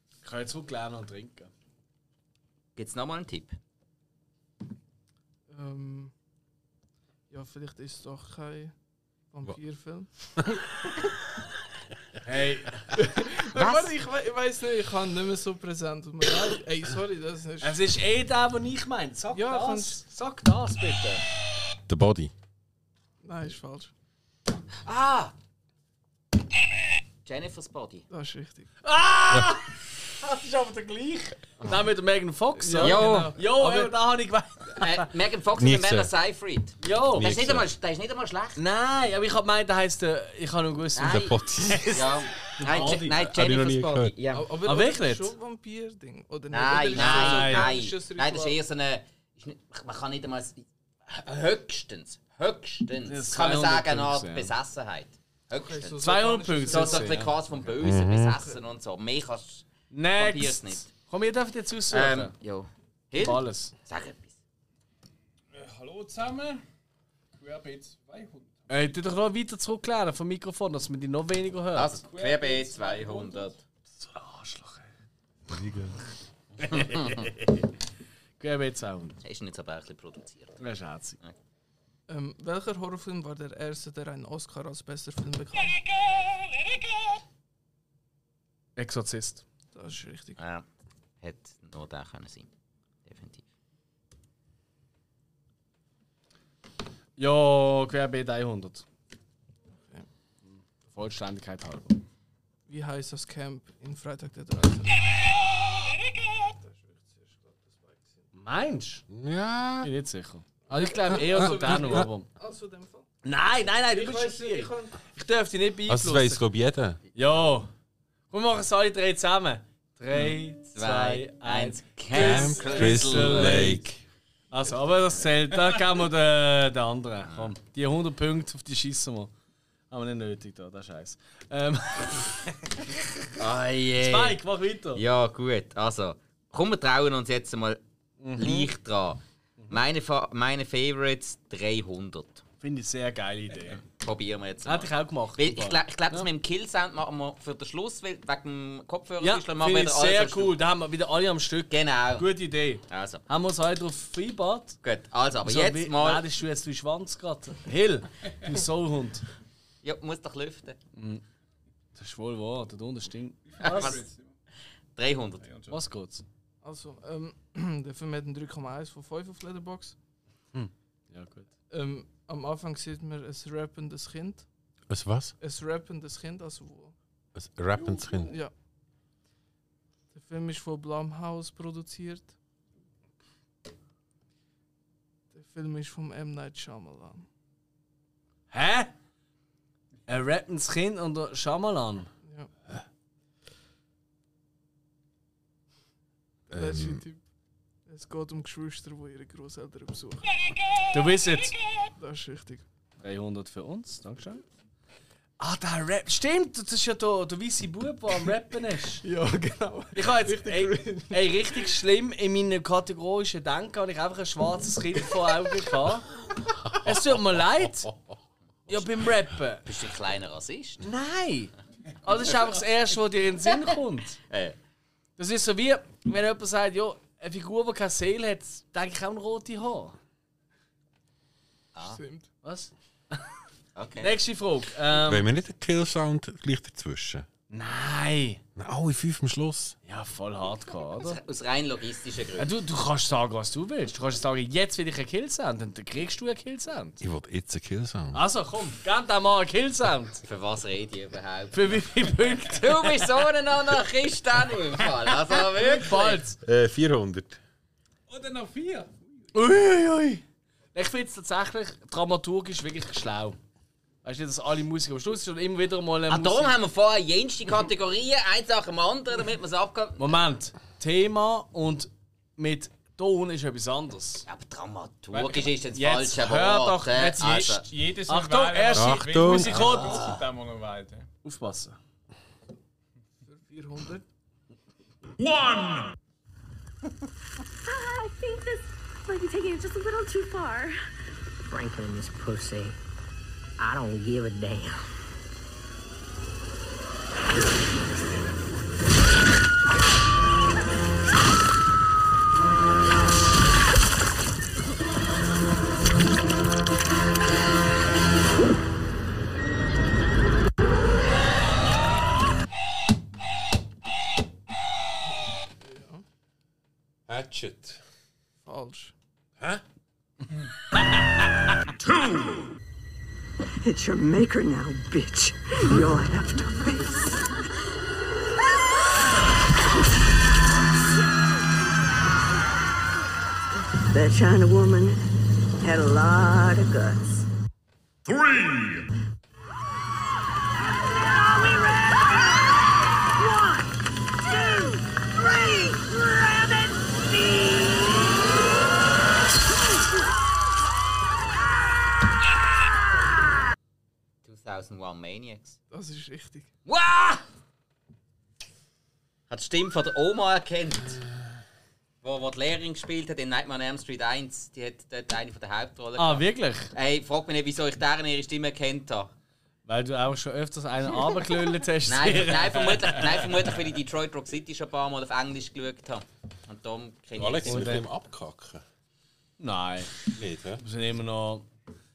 Ich kann jetzt zurücklernen und trinken.
Gibt es nochmal einen Tipp?
Ähm, ja, vielleicht ist es doch kein Vampirfilm.
Hey,
Was? Ich, we- ich weiß nicht, ich kann nicht mehr so präsent. tut mir leid. Ey, sorry, das ist.
es ist eh der, den ich meine. Sag
Ja,
das.
kannst-
Sag das bitte.
The Body.
Nein, ist falsch.
Ah! Jennifer's Body.
Das ist richtig.
Ah! Das ist aber der gleiche. Und dann mit der Megan Fox.
Ja.
Jo, ja, da habe ich gemeint.
Äh, Megan Fox
Nie
und Amanda
gesehen.
Seyfried.
Jo.
Der ist, nicht einmal, der ist nicht einmal schlecht.
Nein, aber ich habe gemeint, der heisst, äh, ich habe noch gewusst.
Nein.
The Body. Also,
Ja. Nein, Je- nein
Hab ich noch nie
Jennifer's Body.
gehört.
Ja.
A- Aber,
Ah,
das ist
wirklich?
schon Vampir-Ding. Oder nicht? Oder
Nein,
ist das
nein,
so ein
nein.
klassisches
Nein, das ist
Ritual?
eher so eine. Ist nicht, man kann nicht einmal. Höchstens. Höchstens.
Das
kann man
200
sagen, eine Art
Punkte, ja.
Besessenheit. Höchstens.
so- so
200
kann
Punkte.
ich
so,
So,
so ein bisschen quasi vom Bösen besessen und so. Mehr kannst
Next.
probier's nicht.
Komm, ihr dürft jetzt aussuchen.
Ähm, ja. Hill,
Alles.
sag etwas.
Äh, hallo zusammen. Querbeet 200.
Äh, tu doch noch weiter zurücklernen vom Mikrofon, dass man die noch weniger hört.
Also, Querbeet 200.
Gehen wir jetzt auch. Das
Das ist nicht so bärchlich produziert.
ist herzig.
Ähm, welcher Horrorfilm war der erste, der einen Oscar als bester Film bekam?
Exorzist.
Das ist richtig.
Ja. Hätte nur der können sein. Definitiv.
Ja, Querbeet 100. Vollständigkeit halber.
Wie heißt das Camp in Freitag der 13?
Meinst du?
Ja.
Bin nicht sicher. Also ich glaube eher so der noch, aber...
Also, in dem Fall.
Nein, nein, nein, du bist
weiss
schon
nicht,
ich,
ich kann.
ich darf dich nicht beeinflussen.
Also, das weiss, glaube ich, jeder.
ja. Komm, wir machen es alle drei zusammen. Drei, zwei, eins.
Camp
Crystal Lake.
Also, aber das zählt, da geben wir den, den anderen. Komm, die 100 Punkte, auf die schießen wir. Haben wir nicht nötig, da, der Scheiß. Ähm,
Oh je.
Mike, mach weiter.
Ja, gut. Also, komm, wir trauen uns
Mhm.
jetzt mal leicht dran. Meine, Fa meine Favorites 300.
Finde ich sehr geile Idee.
Probieren wir jetzt. mal.
Hätte Ah, ich auch gemacht.
Weil ich glaube, ich glaub, das mit dem Kill-Sound machen wir für den Schluss, weil wegen dem Kopfhörer
ja,
schliessen wir
finde ich
wieder alles am
sehr
Schluss.
cool. Da haben wir wieder alle am Stück.
Genau.
Gute Idee.
Also,
Haben wir uns heute drauf vereinbart?
gut. Also, aber
So,
jetzt
wie-
mal.
Werdest du jetzt du Schwanz gerade? Hill, du Soulhund.
Ja, muss doch lüften.
Das ist wohl wahr, da unten stinkt.
Was? 300.
Was geht's?
Also, ähm, der Film hat einen 3,1 von 5 auf Letterbox.
Ja, gut.
Ähm, am Anfang sieht man ein rappendes Kind.
Ein was?
Ein rappendes Kind, also wo.
Ein rappendes Kind.
Ja. Der Film ist von Blumhouse produziert. Der Film ist von M. Night Shyamalan.
Hä? Ein rappendes Kind und ein Schamalan.
Ja, der ist ein
Ähm,
Typ. Es geht um Geschwister, die ihre Großeltern besuchen.
Du bist jetzt.
Das ist richtig.
300 für uns, Dankeschön. Ah, der Rap. Stimmt, das ist ja der, der weiße Bub, der am Rappen ist.
Ja, genau.
Ich habe jetzt richtig, ey, ey, richtig schlimm in meinem kategorischen Denken habe ich einfach ein schwarzes Kind vor Augen gehabt. Es tut mir leid. Ja, beim Rappen.
Bist du ein kleiner Rassist?
Nein! Also das ist einfach das Erste, was dir in den Sinn kommt.
Äh.
Das ist so wie, wenn jemand sagt, ja, eine Figur, die keine Seele hat, denke ich auch an rote Haare.
Stimmt.
Was?
Okay.
Nächste Frage. Ähm,
Wollen wir nicht den Kill-Sound gleich dazwischen?
nein!
Nein, alle fünf am Schluss.
Ja, voll hardcore, oder?
Aus rein logistischen
Ja,
Gründen.
Äh, Du, du kannst sagen, was du willst. Du kannst sagen, jetzt will ich einen Killsound, dann kriegst du einen Killsound.
Ich will jetzt einen Kill-Sound.
Also komm, gib dem mal einen Killsound.
Für was rede ich überhaupt?
Für wie viele Punkte?
Du bist so ein Anarchist, dann im Fall. Also wirklich.
Falls.
Äh, 400.
Oder noch vier?
Uiuiui. Ich finde es tatsächlich dramaturgisch wirklich schlau. Weißt du, nicht, dass alle Musik am Schluss ist und immer wieder mal eine
Ah, darum
Musik-
haben wir vorher jenste Kategorien, eins nach dem anderen, damit wir es abgeben.
Moment, Thema und mit Ton ist etwas anderes.
Aber dramaturgisch ist das
Jetzt
falsche
hör
Wort.
doch jetzt
also,
Ist jedes
Achtung,
Mal wählen,
erste-
aber
Achtung.
Musik
Kommt.
kommt. Dann muss man weiter.
Aufpassen.
Für 400.
Ah, I think this might be taking it just a little too far.
Franklin is pussy. I don't give a damn.
Hatchet.
Falsch.
It's your maker now, bitch. You'll have to face. That China woman had a lot of guts.
Are we ready? One, two, three, rabbit speed!
2001 Maniacs.
Das ist richtig.
Wow! Hat die Stimme von der Oma erkannt, wo, wo die Lehrerin gespielt hat in Nightmare on Elm Street 1. Die hat dort eine von der Hauptrollen.
Ah, wirklich?
Ey, frag mich nicht, wieso ich deren ihre Stimme erkannt habe.
Weil du auch schon öfters einen runtergelölt hast.
Nein, nein, vermutlich, nein, vermutlich, weil ich Detroit Rock City schon ein paar Mal auf Englisch geschaut habe. Und darum kenne ich
Alex,
sie.
wir können abkacken.
Nein,
Nicht, hä?
wir sind immer noch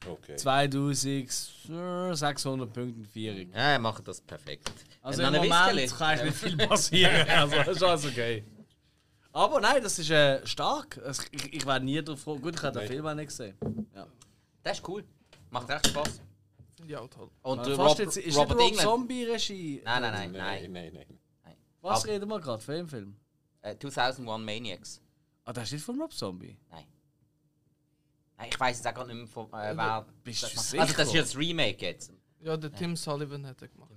Okay.
2600 Punkte in Vierung.
Ja, machen das perfekt.
Also
Dann
im
noch ein
Moment kann
Whiskerli.
ich nicht viel passieren. Also das ist alles okay. Aber nein, das ist äh, stark. Es- Ich, ich wäre nie drauf gekommen. Gut, ich habe den Film auch nicht gesehen.
Das ist cool. Macht echt Spaß.
Finde ich auch toll.
Und
Also Fast
der Rob,
jetzt, ist
Robert
nicht Rob
England.
Zombie Regie.
Nein, nein, nein,
Nein,
nein.
nein, nein.
Was
Ab-
reden wir gerade? Von welchem Film?
Äh, 2001 Maniacs.
Ah, das ist nicht von Rob Zombie.
Nein, ich weiß jetzt auch gar nicht mehr, von, äh, wer.
Bist du
das
sicher?
macht. also, das ist jetzt das Remake jetzt.
Ja, der Tim Sullivan hat er gemacht.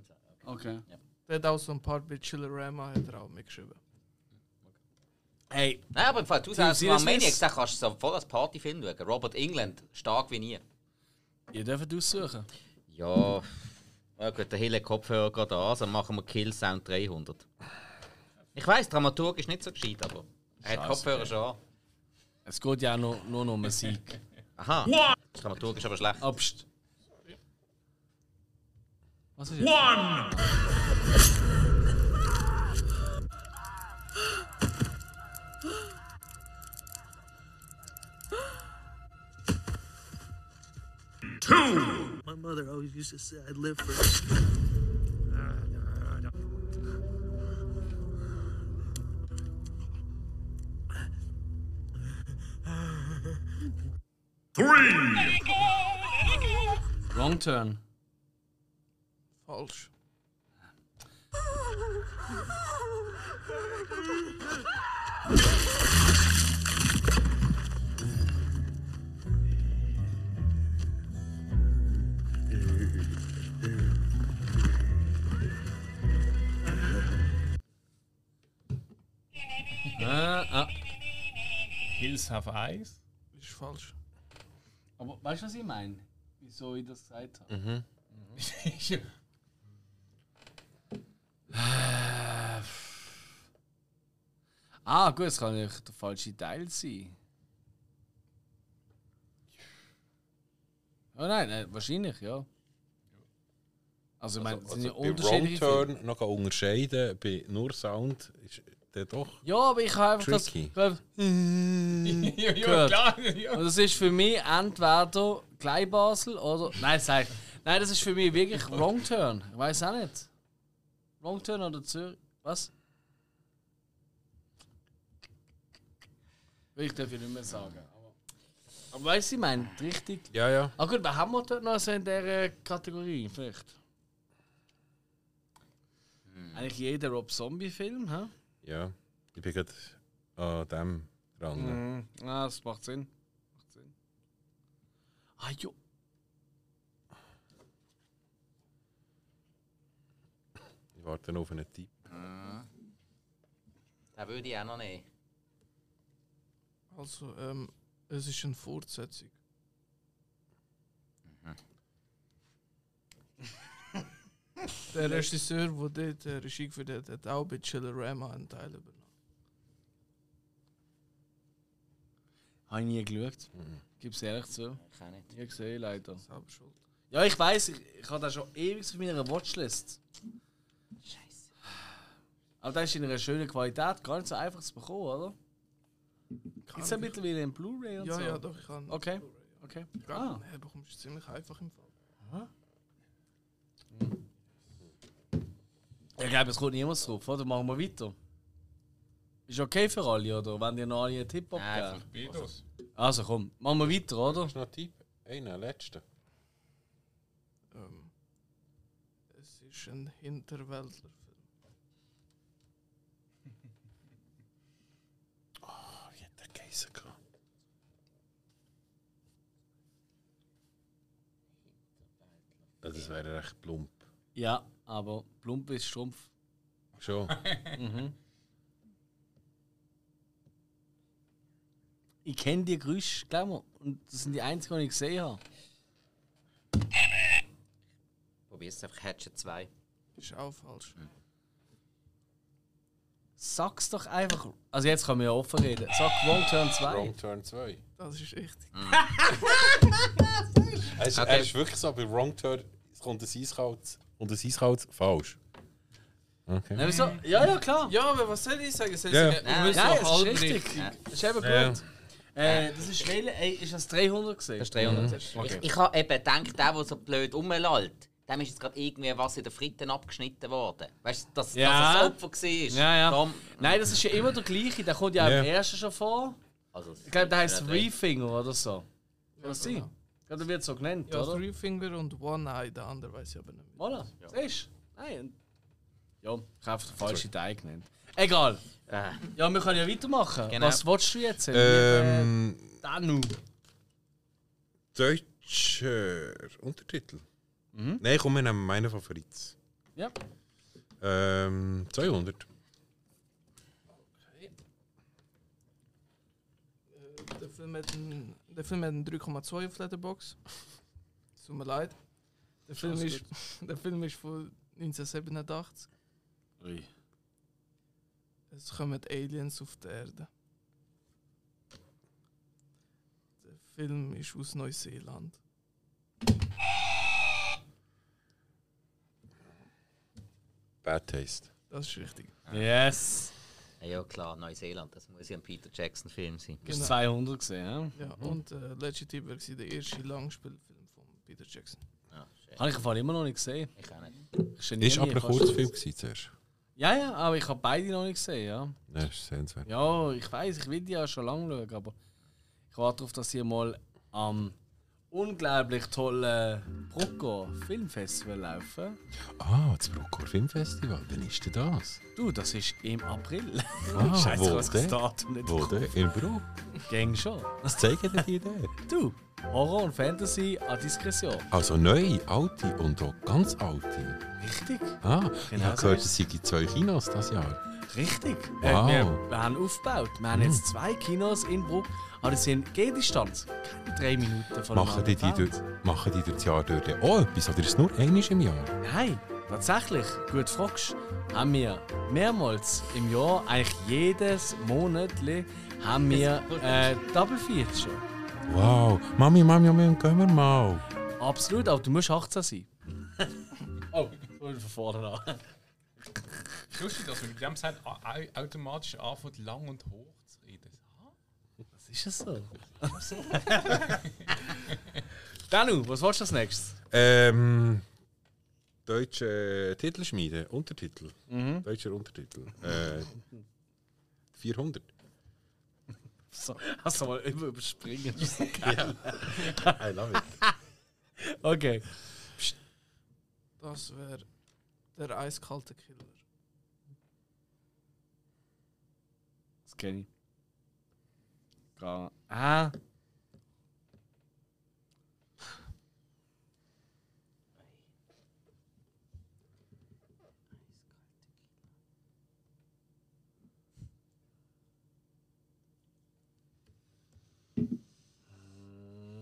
Okay.
Der hat auch so ein Part bei Chillerama hat er auch mitgeschrieben.
Hey,
Nein, aber im Fall
Tim
2001
Silas
Maniacs,
Smith.
da kannst du so voll als Partyfilm schauen. Robert England, stark wie nie.
ihr dürft aussuchen.
Ja. Ja gut, der Hille Kopfhörer gerade an, also machen wir Kill Sound 300. Ich weiß, dramaturgisch nicht so gescheit, aber er hat Kopfhörer schon an.
Es geht ja auch nur, nur noch um einen Sieg.
Aha. Das ist dramaturgisch aber schlecht.
Abst. Was ist jetzt?
One!
My mother always used to say I'd live first.
Three!
Wrong turn.
Falsch.
ah.
Hills have eyes.
Ist falsch.
Aber weißt du, was ich meine? Wieso ich das gesagt habe? Ah, gut, es kann nicht der falsche Teil sein. Oh nein, nein wahrscheinlich, ja. Also, ich meine, es sind ja
bei Wrong
unterschiedliche. Filme.
Turn noch unterscheiden, bei nur Sound ist der doch.
Ja, aber ich habe einfach
Tricky.
das.
Mhm.
ja, ja,
Gehört.
klar. Ja.
Und das ist für mich entweder Kleinbasel oder. Nein, sag. Nein, das ist für mich wirklich Wrong Turn. Ich weiß auch nicht. Wrong Turn oder Zürich. Was? Ich darf ja nicht mehr sagen. Aber, aber weißt du, ich meine, richtig.
Ja, ja.
Ah gut, was haben wir dort noch so in dieser Kategorie? Vielleicht. Eigentlich jeder Rob-Zombie-Film, hä?
Ja. Ich bin gerade an dem dran.
Mhm. Ah, das macht Sinn. Macht Sinn. Ah, jo.
Ich warte noch auf einen Tipp.
Den würde ich auch noch nehmen.
Also, ähm, es ist eine Fortsetzung. Mhm. Der Regisseur, der dort äh, Regie geführt hat, hat auch bei Chillerama einen Teil übernommen.
Habe ich nie geschaut. Gib's ehrlich zu.
Ich auch nicht.
Nie gesehen, leider.
Selber schuld.
Ja, ich weiß, ich, ich habe den schon ewig auf meiner Watchlist.
Scheiße.
Aber der ist in einer schönen Qualität, gar nicht so einfach zu bekommen, oder? Gibt's den mittlerweile in Blu-ray und
Ja,
so?
ja, doch, ich kann.
Okay. Okay. Ah.
Her bekommst du ziemlich einfach im Fall.
Ich glaube, es kommt niemand drauf, oder? Machen wir weiter. Ist okay für alle, oder? Wenn ihr noch alle einen Tipp
Nein,
abgeben? Also komm, machen wir weiter, oder?
Hast du noch einen Tipp? Einen, letzten.
Ähm, es ist ein Hinterwäldlerfilm.
Oh, ich hätte den Geissen gehabt. Ja, Das wäre recht plump.
Ja, aber plump ist Strumpf.
Schon.
Ich kenne die Geräusche, glaub mir. Und das sind die einzigen, die ich gesehen habe.
Probier's einfach Hatchet 2.
Ist auch falsch.
Sag's doch einfach. Also jetzt kann man ja offen reden. Sag Wrong Turn 2.
Wrong Turn 2.
Das ist richtig.
Er ist, er ist wirklich so, bei Wrong Turn es kommt ein Eiskalt und ein Eiskalt falsch. Okay.
Nein, wieso? Ja, ja, klar.
Ja, aber was soll ich sagen? Soll ich
Ja.
sagen,
Nein,
wir müssen
Nein, es
noch
ist
halb
richtig.
richtig.
Das ist eben gut.
Ja.
Äh, das ist welche? Ey, ist das 300 gesehen?
Das ist 300. Ich, ich habe eben gedacht, der, der so blöd rumlallt, dem ist jetzt gerade irgendwie was in der Fritten abgeschnitten worden. Weißt du, dass,
Ja.
dass er das Opfer war?
Ja, ja.
Darum-
Nein, das ist ja immer der gleiche. Der kommt ja auch im
Ja.
ersten schon vor.
also,
Ich glaube, der heißt Three Finger oder so. Kann das sein? Ja, der wird so genannt,
Ja,
oder?
Three Finger und One Eye, der andere weiß ich aber nicht mehr.
Voilà. Siehst du? Nein. Ja, ich habe den falschen Teil genannt. Egal.
Äh,
Ja, wir können ja weitermachen.
Genau.
Was willst du jetzt?
Ähm,
Danu.
deutscher Untertitel. Nein, komm, wir nehmen meinen Favorit.
Ja.
Ähm, 200.
Äh, Der Film hat einen, der Film hat einen 3,2 auf Letterbox. Es tut mir leid. Der Film,
Alles
ist, der Film ist von 1987. Es kommen Aliens auf die Erde. Der Film ist aus Neuseeland.
Bad Taste.
Das ist richtig.
Yes.
Ja, ja klar, Neuseeland, das muss ja ein Peter Jackson-Film sein.
Ist 200 gesehen, ja?
Mhm.
Ja, und äh, Legend Evil war der erste Langspielfilm von Peter Jackson.
Ja, shit.
Habe ich im Fall immer noch nicht gesehen.
Ich auch nicht.
Ist, ja nie-
Ist
nie
aber ein
fast-
Kurzfilm gewesen zuerst.
Ja, ja, aber ich habe beide noch nicht gesehen, ja.
Das ist sehenswert.
Ja, ich weiß, ich will die ja schon lange schauen, aber ich warte darauf, dass ihr mal am unglaublich tollen Brucko Filmfestival laufen.
Ah, das Bruckor Filmfestival. Wann ist denn das?
Du, das ist im April.
Ah,
Scheiße,
wo
ich weiß das
denn?
Datum nicht.
Wo denn? In Bruck?
Gang schon.
Was zeigen denn die da?
Du, Horror und Fantasy à Diskretion.
Also neue, alte und auch ganz alte.
Richtig,
Ah, ich
Genau
habe
so
gehört,
ist
es seien zwei Kinos dieses Jahr.
richtig.
Wow.
wir, wir haben aufgebaut. Wir haben jetzt zwei Kinos in Bruck, aber das sind Gehdistanz. Keine drei Minuten von
Machen die, die, durch, machen die durch das Jahr durch dann auch etwas? Oder ist es nur eines im Jahr?
Nein, tatsächlich, gut fragst, haben wir mehrmals im Jahr, eigentlich jedes Monat, haben wir äh, Double Feature.
Wow, Mami, Mami, Mami, gehen wir mal.
Absolut, aber du musst 18 sein. oh, und von vorne an.
Es ist lustig, dass man mit dem Set a- au- automatisch anfängt, lang und hoch zu reden.
Das ist es so. Danu, was willst du als nächstes?
Ähm, deutsche Titelschmiede, Untertitel.
Mhm.
Deutscher Untertitel. Äh, 400.
So, hast du mal immer überspringen.
I love it.
Okay.
Das wäre der eiskalte Killer.
Das kenne ich. Gar Ah.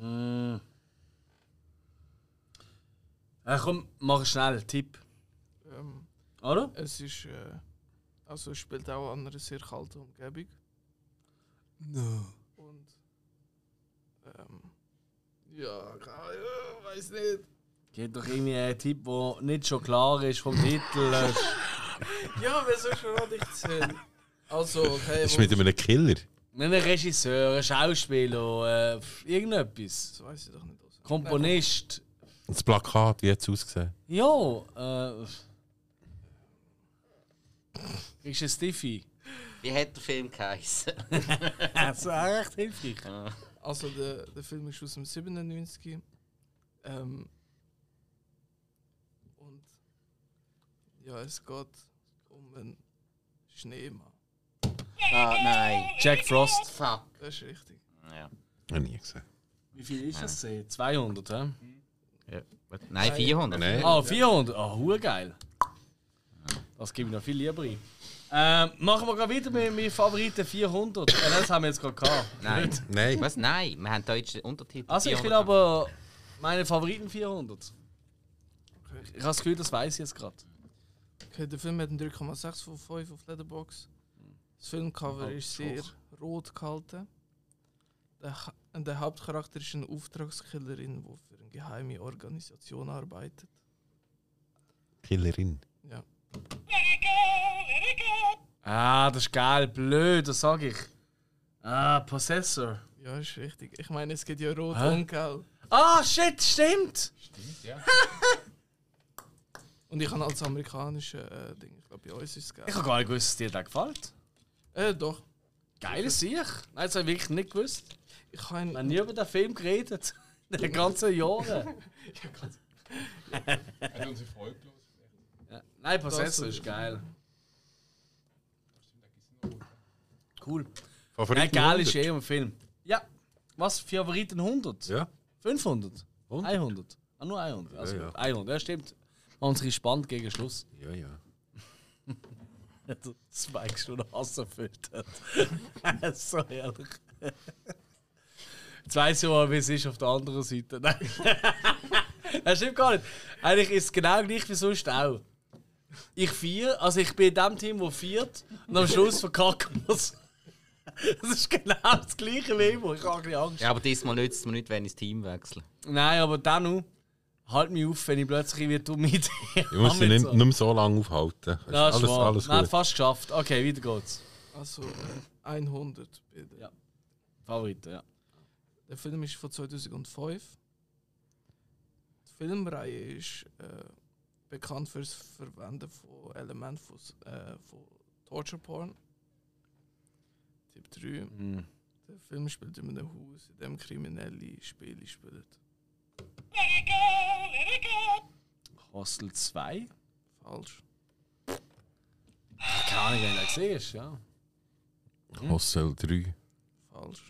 Mm. Ah, komm, mach schnell, Tipp.
Ähm,
Oder?
es ist. Äh, also, es spielt auch an einer sehr kalten Umgebung. No. Und. Ähm, ja, ich weiß nicht.
Geht doch irgendwie einen Tipp, der nicht schon klar ist vom Titel. äh,
Ja, wieso schon noch nicht zählen? Also, okay.
Das ist mit einem Killer.
Ein Regisseur, ein Schauspieler, äh, pf, irgendetwas.
Das weiß ich doch nicht. also. aus.
Komponist.
Das Plakat, wie hat es ausgesehen?
Ja, äh. Ist ein Stiffy.
Wie hat der Film geheißen?
Das wäre echt hilfreich.
Also, der, der Film ist aus dem 97. Ähm, und. Ja, es geht um einen Schneemann.
ah, nein.
Jack Frost.
Fuck.
Das ist richtig.
Ja.
Noch nie gesehen.
Wie viel ist das? 200, hä?
Nein, 400.
Nein.
Ah, 400. Ah, hure geil. Das gebe ich noch viel lieber ein. Ähm, machen wir gerade wieder mit meinem Favoriten 400. Äh, das haben wir jetzt gerade gehabt.
Nein.
Nein.
Was? Nein, wir haben deutsche Untertitel.
Also, ich will
400.
aber meine Favoriten 400. Ich habe das Gefühl, das weiß ich jetzt gerade.
Okay, der Film hat einen 3,6 von 5 auf Letterbox. Das Filmcover ist sehr rot gehalten. Der, Ha- und der Hauptcharakter ist eine Auftragskillerin, die für eine geheime Organisation arbeitet.
Killerin.
Ja.
Ah, das ist geil, blöd, das sag ich. Ah, Possessor.
Ja, ist richtig. Ich meine, es geht ja rot
Hä?
und gelb.
Ah, shit, stimmt!
Und ich habe als amerikanische äh, Ding, ich glaube, bei uns ist es
Ich
gelb.
habe gar nicht gewusst, dass dir der gefällt.
Äh, doch.
Geil ist ich. Nein, das habe ich wirklich nicht gewusst.
Ich habe
Wir
einen,
haben nie über den Film geredet. In den ganzen Jahren.
Hat unsere Folge bloß.
Ja. Nein,
Das
Possessor
ist-
ist geil. Cool.
Favoriten
Nein, geil
100.
ist eh ein Film. Ja. Was? Favoriten 100?
Ja.
500?
100.
100? Ah, nur 100. Also
Ja, ja.
100, ja, stimmt. Unsere Spann gegen Schluss.
Ja, ja.
Zwei Stunden Hass erfüllt hat. so herrlich. Jetzt weiss ich mal, wie es ist auf der anderen Seite. Nein. das stimmt gar nicht. Eigentlich ist es genau gleich wie sonst auch. Ich vier, also ich bin in dem Team, das viert und am Schluss verkacken muss. Das ist genau das gleiche wie immer. Ich habe ein bisschen Angst.
Ja, aber diesmal nützt es mir nicht, wenn ich das Team wechsle.
Nein, aber Danu, halt mich auf, wenn ich plötzlich wieder dumm mit
Ich muss dich nicht, nicht mehr so lange aufhalten. Ist
Das ist
alles,
wahr.
alles
Nein,
gut.
fast geschafft. Okay, wieder geht's.
Also äh, 100 bitte.
Ja. Favoriten, ja.
Der Film ist von 2005. Die Filmreihe ist äh, bekannt fürs Verwenden von Elementen von, S- äh, von Torture Porn. Tipp 3. Der Film spielt in einem Haus, in dem kriminelle Spiele spielen.
Hostel 2?
Falsch.
Keine Ahnung, wenn du das siehst, ja.
Hostel 3.
Falsch.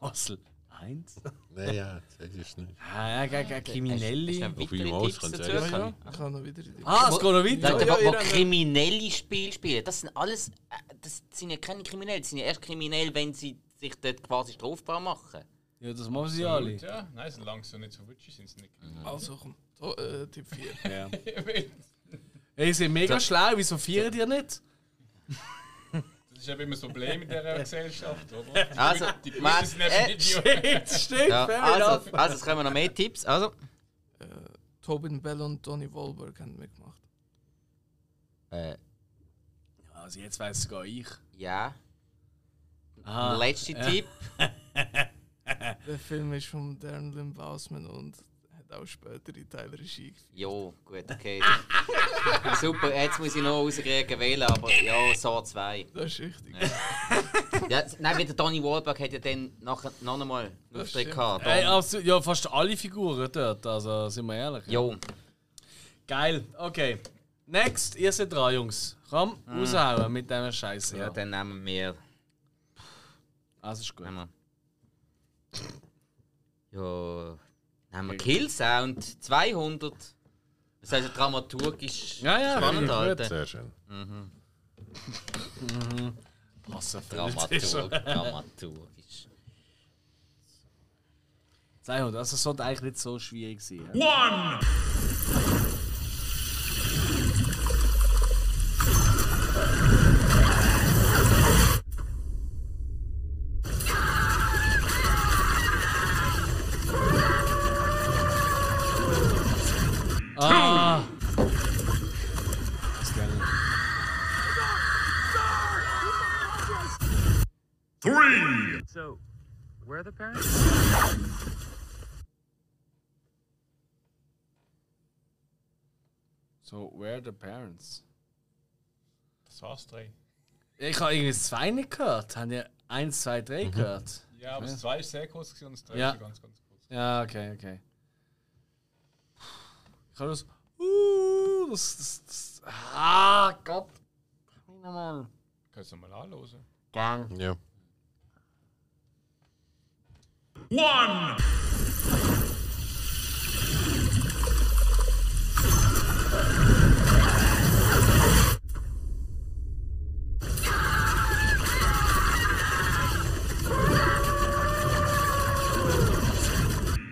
Hostel 1?
Nein, ja, das ist nicht.
Ah, ja, gegen
Hast du
Kriminelle.
noch weitere
Mal
Tipps
kann's
dazu?
ja
Ja,
Ja,
ja, ich habe noch wieder die
Ah, es geht noch
ja,
weiter.
aber
ja,
wo
ja.
kriminelle Spiele spielen, das sind alles. äh, Das sind ja keine Kriminellen, das sind ja erst kriminell, wenn sie sich dort quasi strafbar machen.
Ja, das machen sie alle.
Ja, nein, solange sie nicht so witschig sind, sind sie nicht.
Also komm, to, äh, Tipp 4.
Ey, sie sind mega schlau, wieso feiern die nicht?
Das ist eben immer so ein Problem in dieser Gesellschaft, oder?
Also,
Die
man,
Guten sind einfach
äh,
nicht
Jetzt stimmt,
ja,
fair enough.
also, also, es kommen noch mehr Tipps. Also,
Tobin Bell und Donny Wahlberg haben mitgemacht.
äh,
Also, jetzt weiss sogar ich.
ja.
Ah,
Letzter Tipp.
Der Film ist von Darren Lynn Bousman und hat auch spätere Teile Regie geführt.
Jo, gut, okay. Super, jetzt muss ich noch rauskriegen, wählen, aber ja, so zwei.
Das ist richtig.
Ja, nein, weil der Donny Wahlberg hat ja dann nachher noch einmal einen Auftritt
stimmt.
gehabt.
Ey, absolut, ja, fast alle Figuren dort, also sind wir ehrlich.
Jo,
Geil, okay. Next, ihr seid dran, Jungs. Komm, raushauen mit dieser Scheiße.
ja, dann nehmen wir.
Also ist gut.
Nehmen wir. Ja. Nehmen wir Killsound 200. Das heißt, dramaturgisch
Ja, ja,
spannend
finde ich gut.
halten.
Sehr schön.
Was ein
Dramaturg, dramaturgisch.
200, also es sollte eigentlich nicht so schwierig sein. ja.
One!
Ah! Das ist geil.
Three!
So, where are the parents?
So, where are the parents?
Das war's, drei.
Ich habe irgendwie das 2 nicht gehört. Haben ihr 1, 2, 3 gehört?
Ja, aber das zwei ist sehr kurz gewesen und das drei
Ja.
ist ganz, ganz kurz.
Ja, okay, okay. Ich habe das. Uh, das, das, das. Ah, Gott. Nochmal.
Kannst du mal anhören?
Gang.
Ja.
One!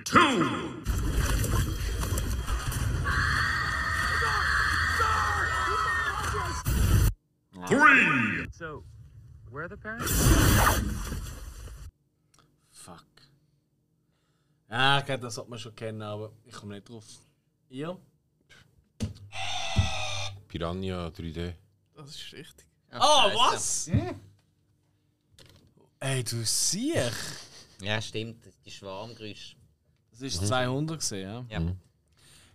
Two! Three!
So, where are the parents?
Fuck. Ja, okay, das sollte man schon kennen, aber ich komme nicht drauf. Ihr?
Piranha 3D.
Das ist richtig.
Oh, was? Ey, du siehst.
Ja, stimmt, das- die Schwarmgeräusche.
Das ist 200 gesehen, ja?
Ja.
Mhm.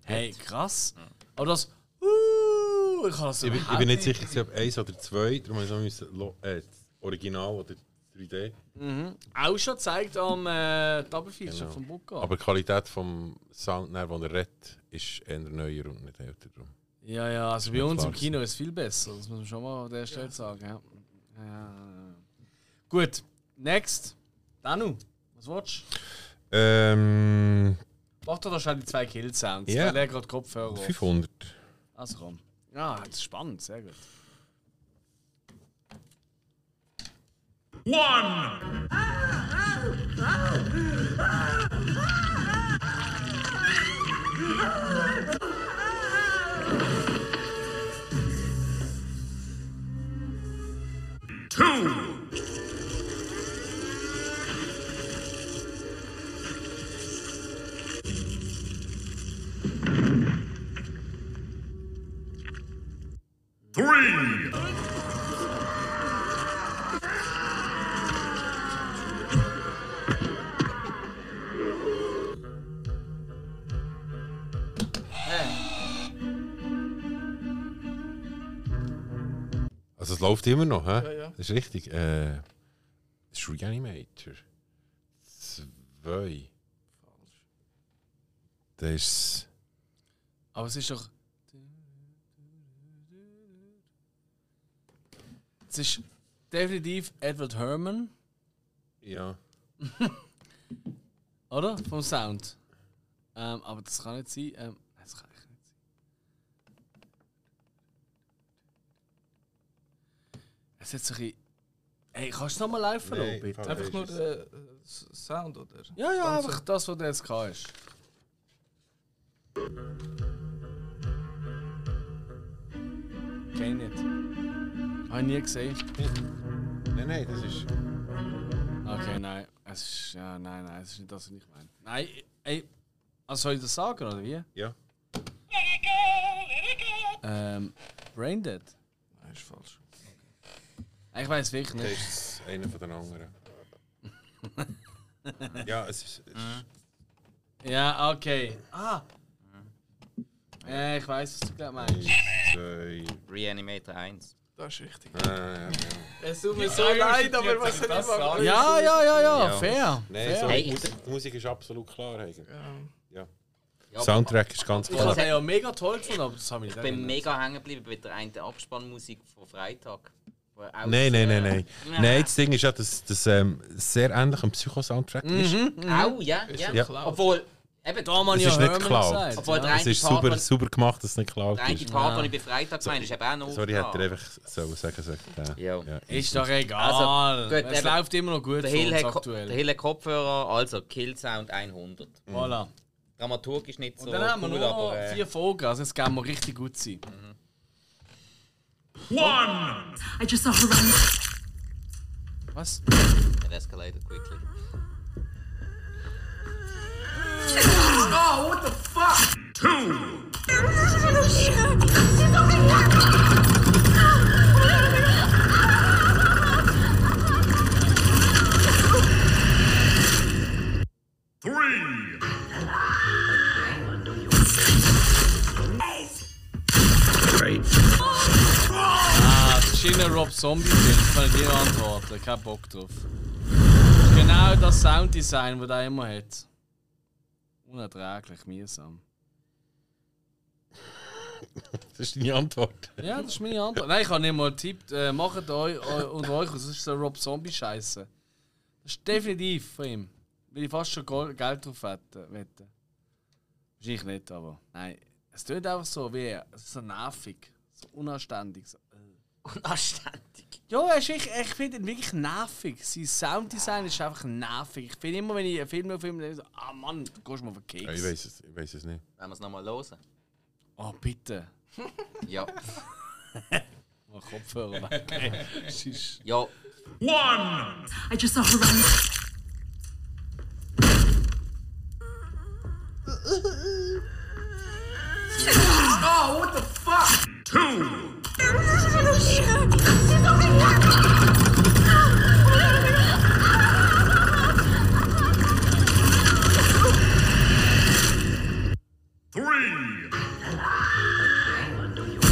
Hey, krass. Aber das. Uh, ich kann das
Ich, bin- ich
überhaupt
bin nicht sicher, ob 1 oder 2, darum habe ich so äh, das Original oder 3D.
Auch schon gezeigt am äh, Double Feature
Genau.
von Bucca.
Aber die Qualität vom Sound, der er redet, ist eher neuer und nicht älter. Drum.
Ja, ja, also bei
mir
uns
klar
im
gewesen.
Kino ist es viel besser. Das muss man schon mal an der Stelle sagen. Ja. Ja, ja, ja. Gut, next. Danu, was willst du?
Ähm,
Mach doch da schnell die zwei Kill-Sounds.
Ja.
Yeah. Ich gerade Kopfhörer. auf.
500.
Also komm. Ja, das ist spannend, sehr gut.
One! Two!
three.
Also es läuft immer noch, hä?
Ja, ja.
Das ist richtig. Äh, Shrew Animator. Zwei. Das ist.
Aber es ist doch. Es ist definitiv Edward Herman,
Ja.
oder? Vom Sound. Ähm, aber das kann nicht sein. Ähm, das kann ich nicht sein. Es hat so ein bisschen. Hey, kannst du es nochmal live verloren, bitte?
Einfach nur äh, S- Sound, oder?
Ja, ja,
Ganze-
einfach das, was du jetzt gehabt hast. Kenn nicht. Habe ich nie gesehen.
Nein, nein, das ist.
Okay, nein. Es ist. Ja, nein, nein, es ist nicht das, was ich meine. Nein, ey. Also soll ich das sagen, oder wie?
Ja.
Ähm. Braindead?
Nein, ist falsch.
Ich weiß wirklich
Das
nicht.
ist einer von den anderen. ja, es ist. Es ist
Ja, okay. Ah! Äh, ich weiß, was du gerade meinst.
zwei.
Reanimator 1.
Das ist richtig.
Äh,
Es tut mir so leid, aber was soll ich machen?
Ja, ja, ja, ja, fair.
Nein,
fair.
So,
Hey,
die Musik, die Musik ist absolut klar. Eigentlich. Ja.
Ja,
Soundtrack ist ganz
Ich habe
klar.
den ja mega toll gefunden, aber das habe ich
Ich
nicht
bin
erinnert.
mega hängen geblieben bei der einen Abspannmusik von Freitag. wo auch
Nein, nein,
sehr-
eh,
nein, nein.
Ja.
Nein, das Ding ist ja, dass das ähm, sehr ähnlich ein Psycho-Soundtrack ist.
Mhm.
Auch, äh, ja.
Ist
ja.
schon klar.
Obwohl, eben, da
Es ist nicht geklaut.
Obwohl der
Es
eine
ist
Part,
super,
den-
super gemacht, dass es nicht geklaut
der eine
ist.
Part, den ich bei Freitag meine, ist eben auch noch
dus- Sorry, hätte
aufgenommen.
er einfach so sagen sollen. Ja. eh, Ja.
Ist doch
Also,
egal.
gut,
es
eben,
läuft immer noch gut
Der
für
Hill,
uns
hat, Ko-
aktuell.
der Hill hat Kopfhörer, also Kill Sound 100.
Voilà.
Dramaturgisch nicht so
Und dann haben wir
cool,
nur noch
aber... Äh,
vier Folgen, also jetzt gehen wir richtig gut sein.
One.
I just saw her run.
Was?
it escalated quickly.
Oh, what the fuck? Two. Three.
Ah, China Rob Zombie Film, kann ich dir antworten, kein Bock drauf. Das ist genau das Sounddesign, das er immer hat. Unerträglich, mühsam.
Das ist deine Antwort.
Ja, das ist meine Antwort. Nein, ich habe nicht mal getippt, äh, macht euch eu, und euch aus, das ist so Rob Zombie Scheiße. Das ist definitiv von ihm. Will ich fast schon Gol- Geld drauf wetten. wetten. Wahrscheinlich nicht, aber. Nein, es tönt einfach so wie er. Es ist so nervig, so unanständig. So. äh.
Unanständig?
Ja, er ist wirklich, ich finde ihn wirklich nervig. Sein Sounddesign ist einfach nervig. Ich finde immer, wenn ich einen Film auf Film denke, so, ah Mann, du gehst mal auf den Keks.
Ja, ich weiß es, ich weiß es nicht.
Wollen wir es nochmal hören?
Oh, bitte.
Ja.
Mal Kopfhörer weg. ey. Schiss.
ja.
One.
I just saw her run.
Oh, what the fuck? Two. Three.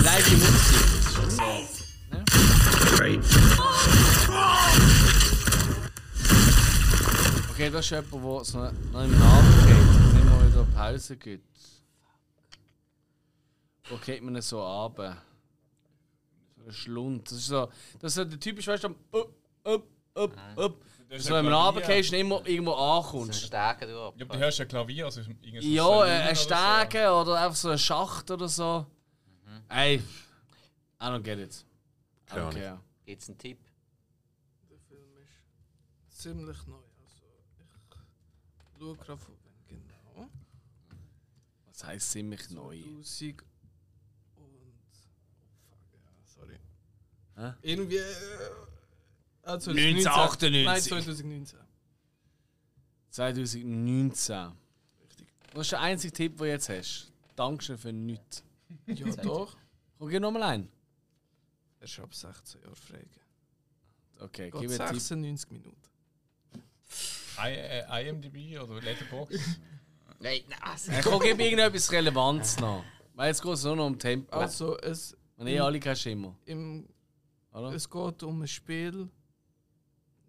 Nein, die Musik. ist schon so. Okay, das ist jemand, der so noch im Namen geht. Nicht mal wieder Pause gibt. Wo geht man denn so ab? So ein Schlund. Das ist so, das ist so der typisch, weißt du, am up, up, up, up.
Das ist
So
ein
wenn man
Klavier.
runtergehst und immer irgendwo ankommst.
Stärke du ab.
Ja, aber du hörst ja Klavier, also irgendwas.
Ja, äh, ein Stegen oder einfach so ein Schacht oder so. Ey, I don't get it. I
Keine
don't
Ahnung.
care.
Gibt's einen Tipp?
Der Film ist ziemlich neu. Also, ich schaue gerade von wann genau.
Was heisst ziemlich neu?
2000 und. Oh fuck, ja, sorry.
Hä?
Irgendwie. äh, ah,
1998.
Nein, 2019.
2019. Das ist der einzige Tipp, den du jetzt hast. Dankeschön für nichts.
Ja, doch.
Komm, gib nochmal ein.
Er ist ab 16 Jahren fragen.
Okay,
Geht
gib mir einen Tipp.
96 Minuten.
I, äh, IMDb oder Letterboxd?
Nein, nein. Also,
Äh, komm, gib mir irgendetwas Relevanz noch. Weil jetzt geht es nur noch um Tempo.
Also, es.
Und eh alle keinen Schimmer.
Im,
Oder?
es geht um ein Spiel.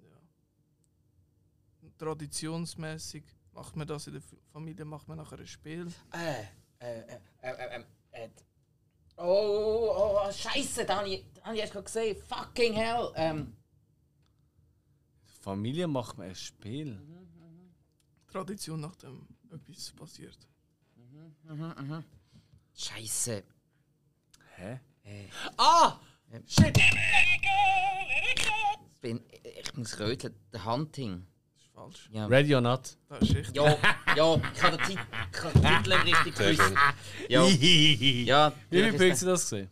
Ja. Traditionsmäßig macht man das in der F- Familie, macht man nachher ein Spiel.
Äh, äh, äh, äh, äh, äh, äh. Oh, oh, oh, oh, Scheiße, Dani, Dani, hast du gerade gesehen? Fucking hell. Ähm,
Familie macht man ein Spiel.
Tradition, nachdem etwas passiert.
Scheiße.
Hä?
Äh,
Ah! Shit!
ich bin, ich muss röteln. The Hunting. Das
ist falsch.
Ja.
Ready or not?
Das ist richtig.
Ja, ja, ich habe den Tit- ich habe den Titel richtig
Sehr
gewusst.
gut.
Ja.
ja.
ja,
Wie viele
natürlich
Punkte
ist
sind das gesehen?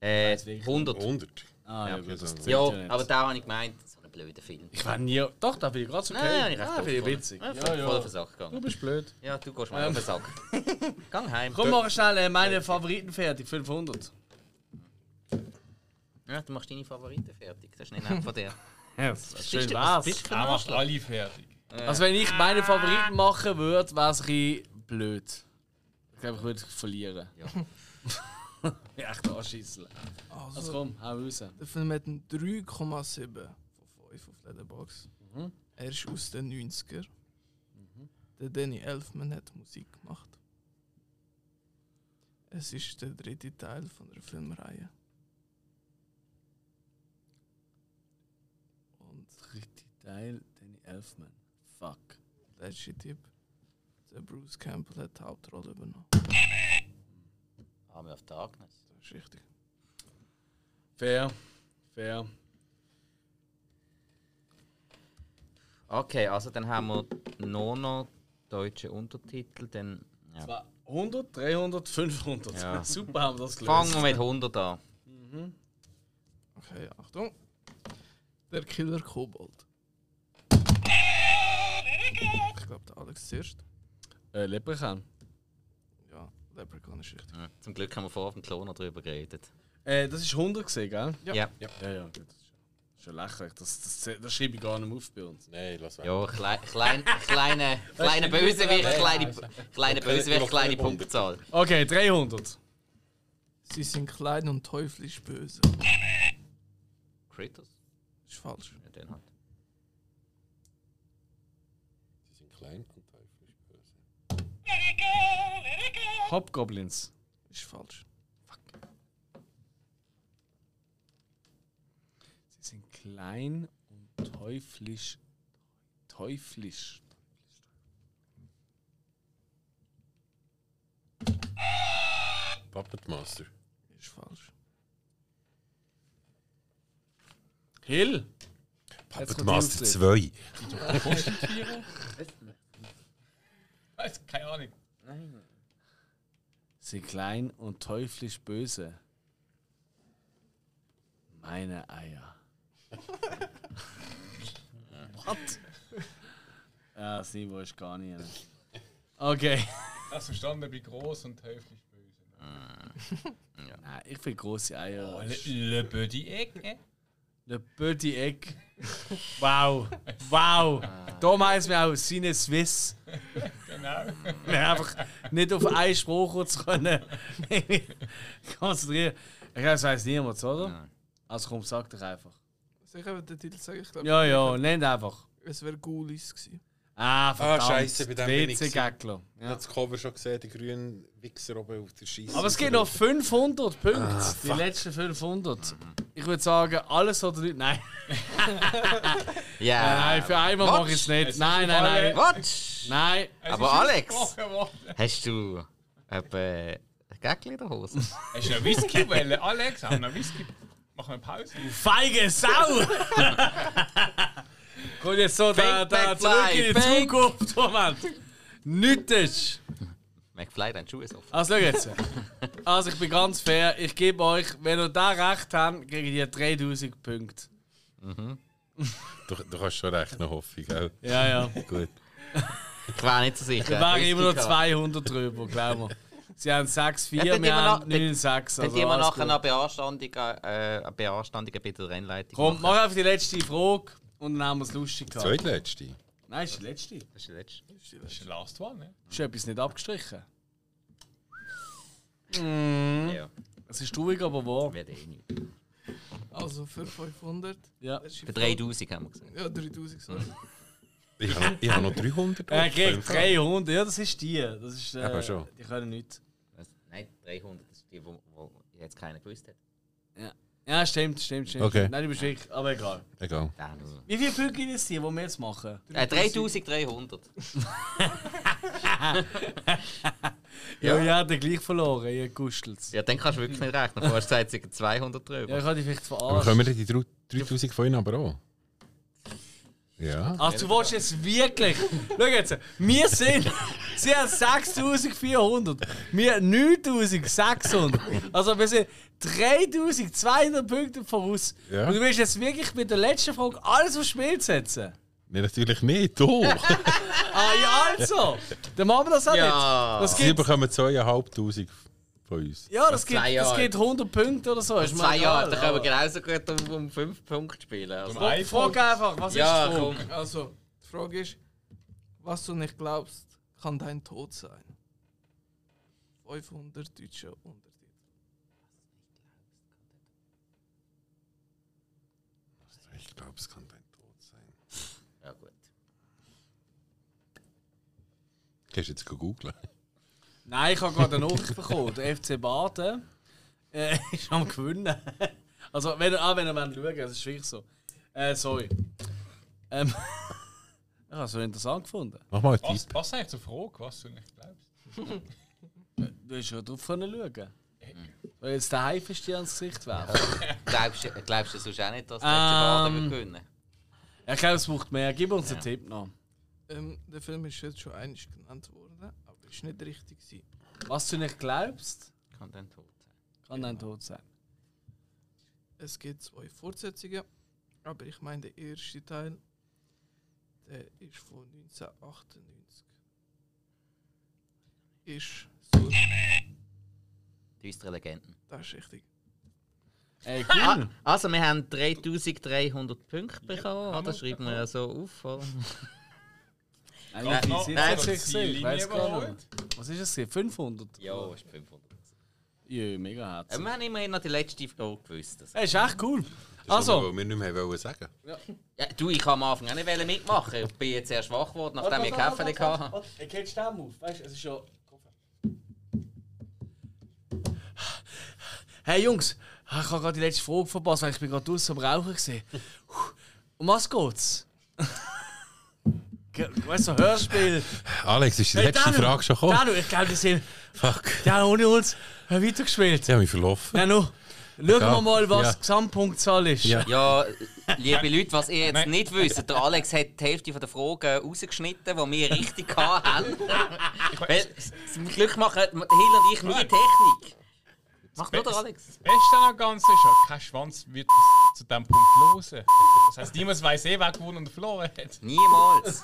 Äh, 100.
100.
Ah, ja,
ja,
gut, das zählt
ja,
ja nicht.
aber da habe ich gemeint, so ein blöder Film.
Ich war nie. Doch, da bin ich gerade so
Nein, nein, ich
Ah,
habe
finde ich witzig.
Ja, voll, voll auf den Sack gegangen.
Du bist blöd.
Ja, du gehst mal auf den Sack. Gang heim.
Komm, mach schnell äh, meine Favoriten fertig. 500.
Ja, du machst deine Favoriten fertig. Das ist nicht nett von dir.
Ja, das
Was
ist schön
bist du-
war's.
was bist du für ein
Er macht
Arschloch?
alle fertig.
Ja.
Also, wenn ich meine Favoriten machen würde, wäre es ein bisschen blöd. Ich glaube, ich würde verlieren. Ja. Echt anschießen. Also,
Also-
komm, hau raus.
Der Film hat einen 3,7 von 5 auf Letterboxd.
Mhm.
Er ist aus den 90er. Der Danny Elfman hat Musik gemacht. Es ist der dritte Teil von der Filmreihe. Und
Dritte Teil, Danny Elfman. Fuck.
letzter Tipp. Der Bruce Campbell hat die Hauptrolle übernommen.
Army of Darkness.
Das ist richtig.
Fair. Fair.
Okay, also dann haben wir Nono, deutsche Untertitel, dann... Ja.
Zwar 100, 300, 500.
Ja.
Super haben wir das gelöst.
Fangen wir mit 100 an.
Okay, Achtung. Der Killer Kobold. Ich glaube, der Alex zuerst.
Äh, Leprechaun.
Ja, Leprechaun ist richtig.
Ja. Zum Glück haben wir vorher auf dem Kloner drüber geredet.
Äh, das ist 100 gesehen, gell?
Ja.
Ja.
Ja, ja, ja gut. Das ist schon lächerlich. Das, das, das schreibe ich gar nicht mehr auf bei uns.
Nein, lass weg.
Ja, klein, klein, kleine, kleine Bösewicht, kleine, kleine Bösewicht, kleine Punktzahl.
Okay, 300.
Sie sind klein und teuflisch böse.
Critters?
Ist falsch.
Ja, den halt.
Sie sind klein und teuflisch böse.
Hobgoblins.
Ist falsch.
Sie sind klein und teuflisch. Teuflisch.
Puppet Master.
Ist falsch.
Hill! Jetzt
Puppet
kommt
Master
die
2.
Weiß, keine Ahnung.
Sie sind klein und teuflisch böse. Meine Eier. What? Ja, das Niveau ist gar nicht. Okay.
Das verstanden bei groß und teuflisch böse.
Nein, ich finde große Eier.
Oh, Le, le Petit Egg, eh?
Le Petit Egg. Wow. Wow. Da meinen wir auch seine Swiss.
Genau.
Wir einfach nicht auf einen Spruch uns können eh, konzentrieren. Ich glaube, das weiss niemand, oder? Also komm, sag doch einfach.
Soll ich eben den Titel sagen? Ich glaube,
Ja, ja, nennt einfach.
es wäre Ghoulies gewesen.
Ah, verdammt.
Scheisse, bei dem bin ich
WC Gackler.
Ich habe das Cover schon gesehen, die grünen Wichser oben auf der Scheiße.
Aber es gibt noch 500 Punkte. die
fuck.
letzten 500. Ich würde sagen, alles oder nichts. Nein,
Ja.
nein, für einmal mache ich es nicht. Nein, nein, nein.
Was?
Nein.
Aber Alex,
Gesprochen worden.
hast du etwa Gäckchen in der Hose?
Hast du eine Whisky-Welle? äh, Alex, haben wir eine Whisky? Machen wir Pause?
Feige Sau! Kommt jetzt so da,
Fängt
da
McFly,
zurück in die
fängt-
Zukunft, Moment. Nichts ist.
McFly, dein Schuh ist offen.
Also schau jetzt. Also ich bin ganz fair. Ich gebe euch, wenn ihr da recht habt, kriegt ihr 3000 Punkte.
Du, du hast schon recht, noch hoffe ich, gell?
Ja, ja.
Gut.
Ich war nicht so sicher.
Da wären
Whisky
immer noch
gehabt.
200 drüber, glaub mir. Sie haben 6-4,
Ja, dann
wir
tun wir
haben
noch- dann-
9-6. Also
Dann tun wir
alles
nachher
gut.
noch Beanstandungen, äh, eine Beanstandung bei der Rennleitung.
Komm, mach einfach die letzte Frage und dann haben wir es lustig gehabt.
Zweitletzte.
Nein, ist die letzte.
Das ist die letzte.
Das ist der Last One, ne?
Ist etwas nicht abgestrichen?
Ja.
Es ist traurig, aber wahr.
Wird eh nicht.
Also für 500.
Ja.
Für 3000 haben wir gesagt.
Ja, 3000, sorry.
Ich habe ich hab noch 300.
Er kriegt 300, ja, das ist die. Das ist, äh,
Eben schon.
Die können nichts.
Nein, 300 das ist die, wo, wo jetzt keiner gewusst hat.
Ja. ja, stimmt, stimmt, stimmt.
Okay.
Nein, du bist wirklich, aber egal.
Egal.
Wie viele Punkte sind es, die wir jetzt machen?
Äh, 3300.
ja, ja, hat er gleich verloren, ihr Gustels.
Ja, dann kannst du wirklich nicht rechnen. Vorher sagt sie 200 drüber.
Ja, ich habe dich vielleicht
Aber
verarscht.
können wir die 3- 3000 von Ihnen aber auch? Ja.
Also, du willst jetzt wirklich. Schau jetzt, wir sind. Sie haben 6400, wir 9600. Also, wir sind 3200 Punkte voraus.
Ja.
Und du willst jetzt wirklich mit der letzten Frage alles aufs Spiel setzen?
Nein, natürlich nicht. Du!
Ah, ja, also! Dann machen wir das auch
ja.
nicht. Das
Sie
gibt,
bekommen 2500 von uns.
ja, das
Nach
gibt,
zwei
das
Jahren.
gibt 100 Punkte oder so. ist mir
Zwei
egal,
Jahre, da können wir
aber-
genauso gut um, um 5 Punkte spielen. Also.
Frag- Frag einfach, was
Ja,
ist die Frage?
komm.
Also, die Frage ist, was du nicht glaubst, kann dein Tod sein. 500 deutsche Untertitel.
Ich glaube, es kann dein Tod sein.
Ja, gut.
Kannst du jetzt googeln?
Nein, ich habe gerade eine Nachricht bekommen. Der FC Baden äh, ist am Gewinnen. Also, wenn ihr, ah, wenn ihr wollt schauen wollt, das ist wirklich so. Äh, sorry. Ähm, ich habe es so interessant gefunden.
Mach mal einen
Was,
Tipp.
was ist eigentlich zur Frage, was du nicht glaubst?
Du hast ja drauf können schauen. Weil jetzt der Haif ist dir ans Gesicht werfen.
Glaubst, du- glaubst du sonst auch nicht, dass der
Ähm.
FC Baden wird gewinnen
Ich glaube, es braucht mehr. Gib uns einen Tipp noch.
Ähm, der Film ist jetzt schon einmal genannt worden, aber ist nicht richtig. Gewesen.
Was du nicht glaubst,
Kann dann tot sein.
kann dein Tod sein.
Es gibt zwei Fortsetzungen, aber ich meine, der erste Teil der ist von 1998. Ist so.
Düstere Legenden.
Das ist richtig.
Ey,
Ah,
cool.
also, wir haben 3300 Punkte bekommen, oder? Schreiben wir ja so auf. Oder?
Nein,
Ja,
wie viel
noch-
sind
nein,
es
doch,
jetzt
die
gewesen? Ich
Linie
weiß gar
überholt.
nicht. Was ist es? gewesen? 500?
Ja, ist 500.
Ja, mega
Äh,
herzlich.
wir haben immerhin noch die letzte Frage gewusst. Das-
Ähm, Ey, ist echt cool.
Also.
Also.
Weil wir nicht mehr wollen sagen.
Ja, du, ich kann am Anfang auch nicht wollen mitmachen. Ich bin jetzt sehr schwach geworden, nachdem ich
Warte, warte,
Käferli
warte,
hatte.
warte, warte. Er geht Stamm auf, weißt du, es ist ja. Hey Jungs, ich habe gerade die letzte Frage verpasst, weil ich bin gerade draußen am Rauchen gesehen. Um was geht's? Ge- Weißt du, Hörspiel.
Alex, ist die
Hey,
letzte
Danu,
Frage schon gekommen?
Danu, ich glaube, die sind
Fuck.
ja, ohne uns weitergespielt.
Sie haben mich verlaufen.
Ja, nur, schauen
Ja,
wir mal, was
ja.
die Gesamtpunktzahl ist.
Ja.
Ja, liebe Leute, was ihr jetzt nicht wisst, der Alex hat die Hälfte der Fragen rausgeschnitten, die wir richtig hatten. Weil, zum Glück machen Hill und ich nie Technik. Macht nur der Alex.
Das Beste an dem Ganzen ist ja, kein Schwanz wird bis zu diesem Punkt losen. Das heisst, niemand weiß eh, wer gewonnen und verloren hat.
Niemals.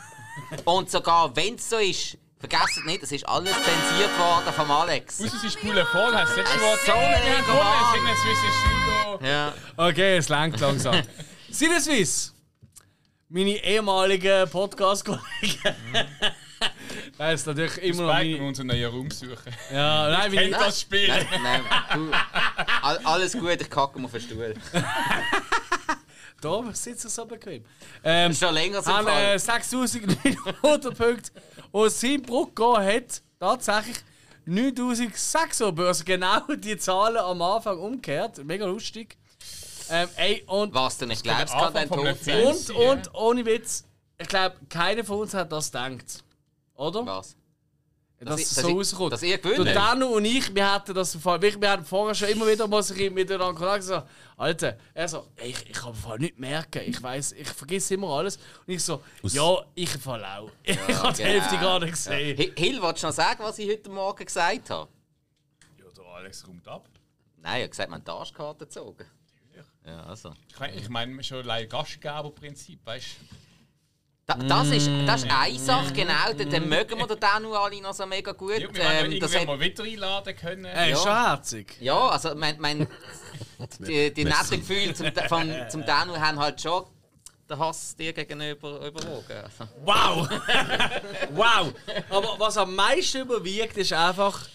Und sogar wenn es so ist, vergesst nicht, es ist alles zensiert worden vom Alex.
Außer sie spielen voll, heisst das letzte
Ein
Wort.
so ein
gewonnen,
Mann.
sind jetzt Swiss
Ja.
Okay, es langt langsam. Sinnes Swiss, meine ehemaligen Podcast-Kollegen. Nein, es ist natürlich immer noch
Spike, wir
meine.
uns um einen neuen Raum suchen.
Ja, nein,
Kennt
meine,
das Spiel?
Nein, nein, du. All- Alles gut, ich kacke mir auf den Stuhl.
da sitzt er so bequem. Ähm,
Schon länger so
haben
Fall.
äh, 6900 Punkte und sein Brucko hat tatsächlich 9600 Punkte. Also genau die Zahlen am Anfang umgekehrt. Mega lustig. Ähm, ey, und
Was du nicht glaubst, kann
Anfang
dein
vom
Tod
Film.
sein.
Und, und ohne Witz, ich glaube, keiner von uns hat das gedacht. Oder?
Was?
dass
ich-
es
dass
so
ich-
rauskommt.
dass ihr gewinnt.
Du, Danu und ich, wir hatten das im Fall. Wir, wir haben vorher schon immer wieder mal sich miteinander Kontakt gesagt. Alter, er so, «Ey, ich, ich kann im Fall nicht merken. Ich weiß, ich vergesse immer alles. Und ich so, ja, ich im Fall auch. ich habe die
genau.
Hälfte gar nicht gesehen.
Hi- Hill, willst du noch sagen, was ich heute Morgen gesagt habe?
Ja, der Alex kommt ab.
Nein, er hat gesagt, man hat die Arschkarte gezogen. Ja, also.
Ich meine, ich mein, schon allein Gastgeberprinzip, weißt du?
Da,
Mm.
das, ist, das ist eine Sache, genau. Dann, dann mögen wir den Danu alle noch so mega gut.
Wir werden ihn
Ähm, das
irgendwann
hat,
mal wieder einladen können.
Ey, ist schon
herzig.
ja, also mein, mein, die, die
Merci.
netten Gefühle zum, vom, zum Danu haben halt schon den Hass dir gegenüber überwogen. Also.
Wow! wow! Aber was am meisten überwiegt, ist einfach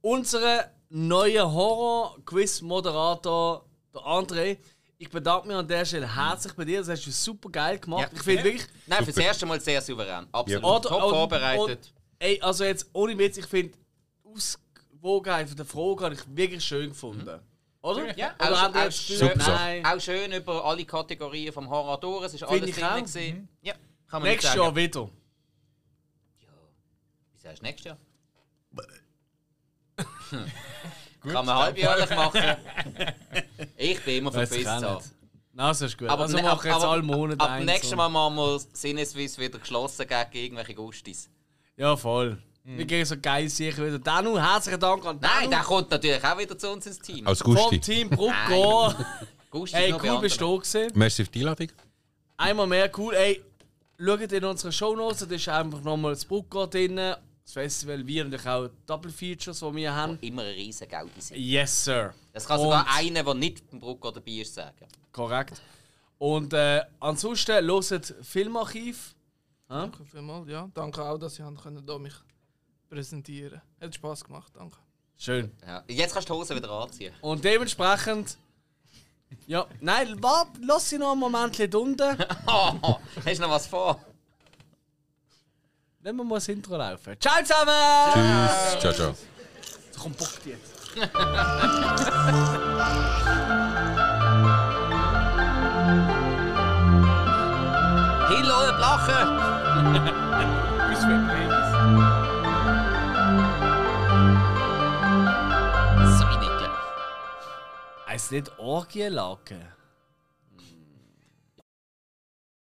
unser neuer Horror-Quiz-Moderator, der André. Ich bedanke mich an der Stelle herzlich bei dir. Das hast du super geil gemacht. Ich finde wirklich.
Nein, fürs erste Mal sehr souverän. Absolut.
Oder-
Top
und-
vorbereitet.
und- Ey, also jetzt ohne Witz, ich finde Ausgewogenheit von der Frage habe ich wirklich schön gefunden. Oder?
Mhm. Ja, Also,
Oder
auch,
habt ihr
auch,
jetzt das
schön,
Gefühl, nein?
auch schön über alle Kategorien vom Horror durch. Es ist
Finde
alles
ich
drin.
auch. Mhm.
gewesen. Ja, kann man
Nächstes
nicht
Jahr
sagen.
wieder.
Wieso hast du nächstes Jahr?
Gut,
kann man halbjährlich machen. ich bin immer für
Weiss ich auch
Pizza.
nicht. Nein, das ist gut.
Aber
also
ne-
machen jetzt
aber-
alle Monate
Ab
eins
nächstes
und-
Mal machen wir Sinneswiss wieder geschlossen gegen irgendwelche Gustis.
Ja, voll. Wir gehen so geil sicher wieder. Danu, herzlichen Dank an Danu.
Nein, der kommt natürlich auch wieder zu uns ins Team.
Also,
Als Gusti.
Vom Team Brucko.
Gusti
Ey,
noch bei
cool bist du da gewesen.
Merci für die Einladung.
Einmal mehr cool. Ey, schaut in unsere Shownotes, da ist einfach nochmal das Brucko drin. Das Festival, wir natürlich auch Double Features, die wir haben.
Immer ein riesen Gaudi sind.
Yes, sir.
Das kann sogar
Und-
einer, der nicht beim Brucker dabei ist, sagen.
Korrekt. Und äh, ansonsten hört Filmarchiv. Hä?
Danke vielmals, ja. Danke auch, dass ich hier mich präsentieren konnte. Hat Spass gemacht, danke.
Schön.
Ja. Jetzt kannst du die Hose wieder anziehen.
Und dementsprechend. Ja, nein, warte, lass sie noch einen Moment unten.
Hast du noch was vor?
Nehmen wir mal das Intro laufen. Ciao zusammen!
Tschüss. Ciao, ciao.
Komm, bock jetzt.
Hilo und Lachen! So, Niklas.
Heißt nicht Orgienlaken?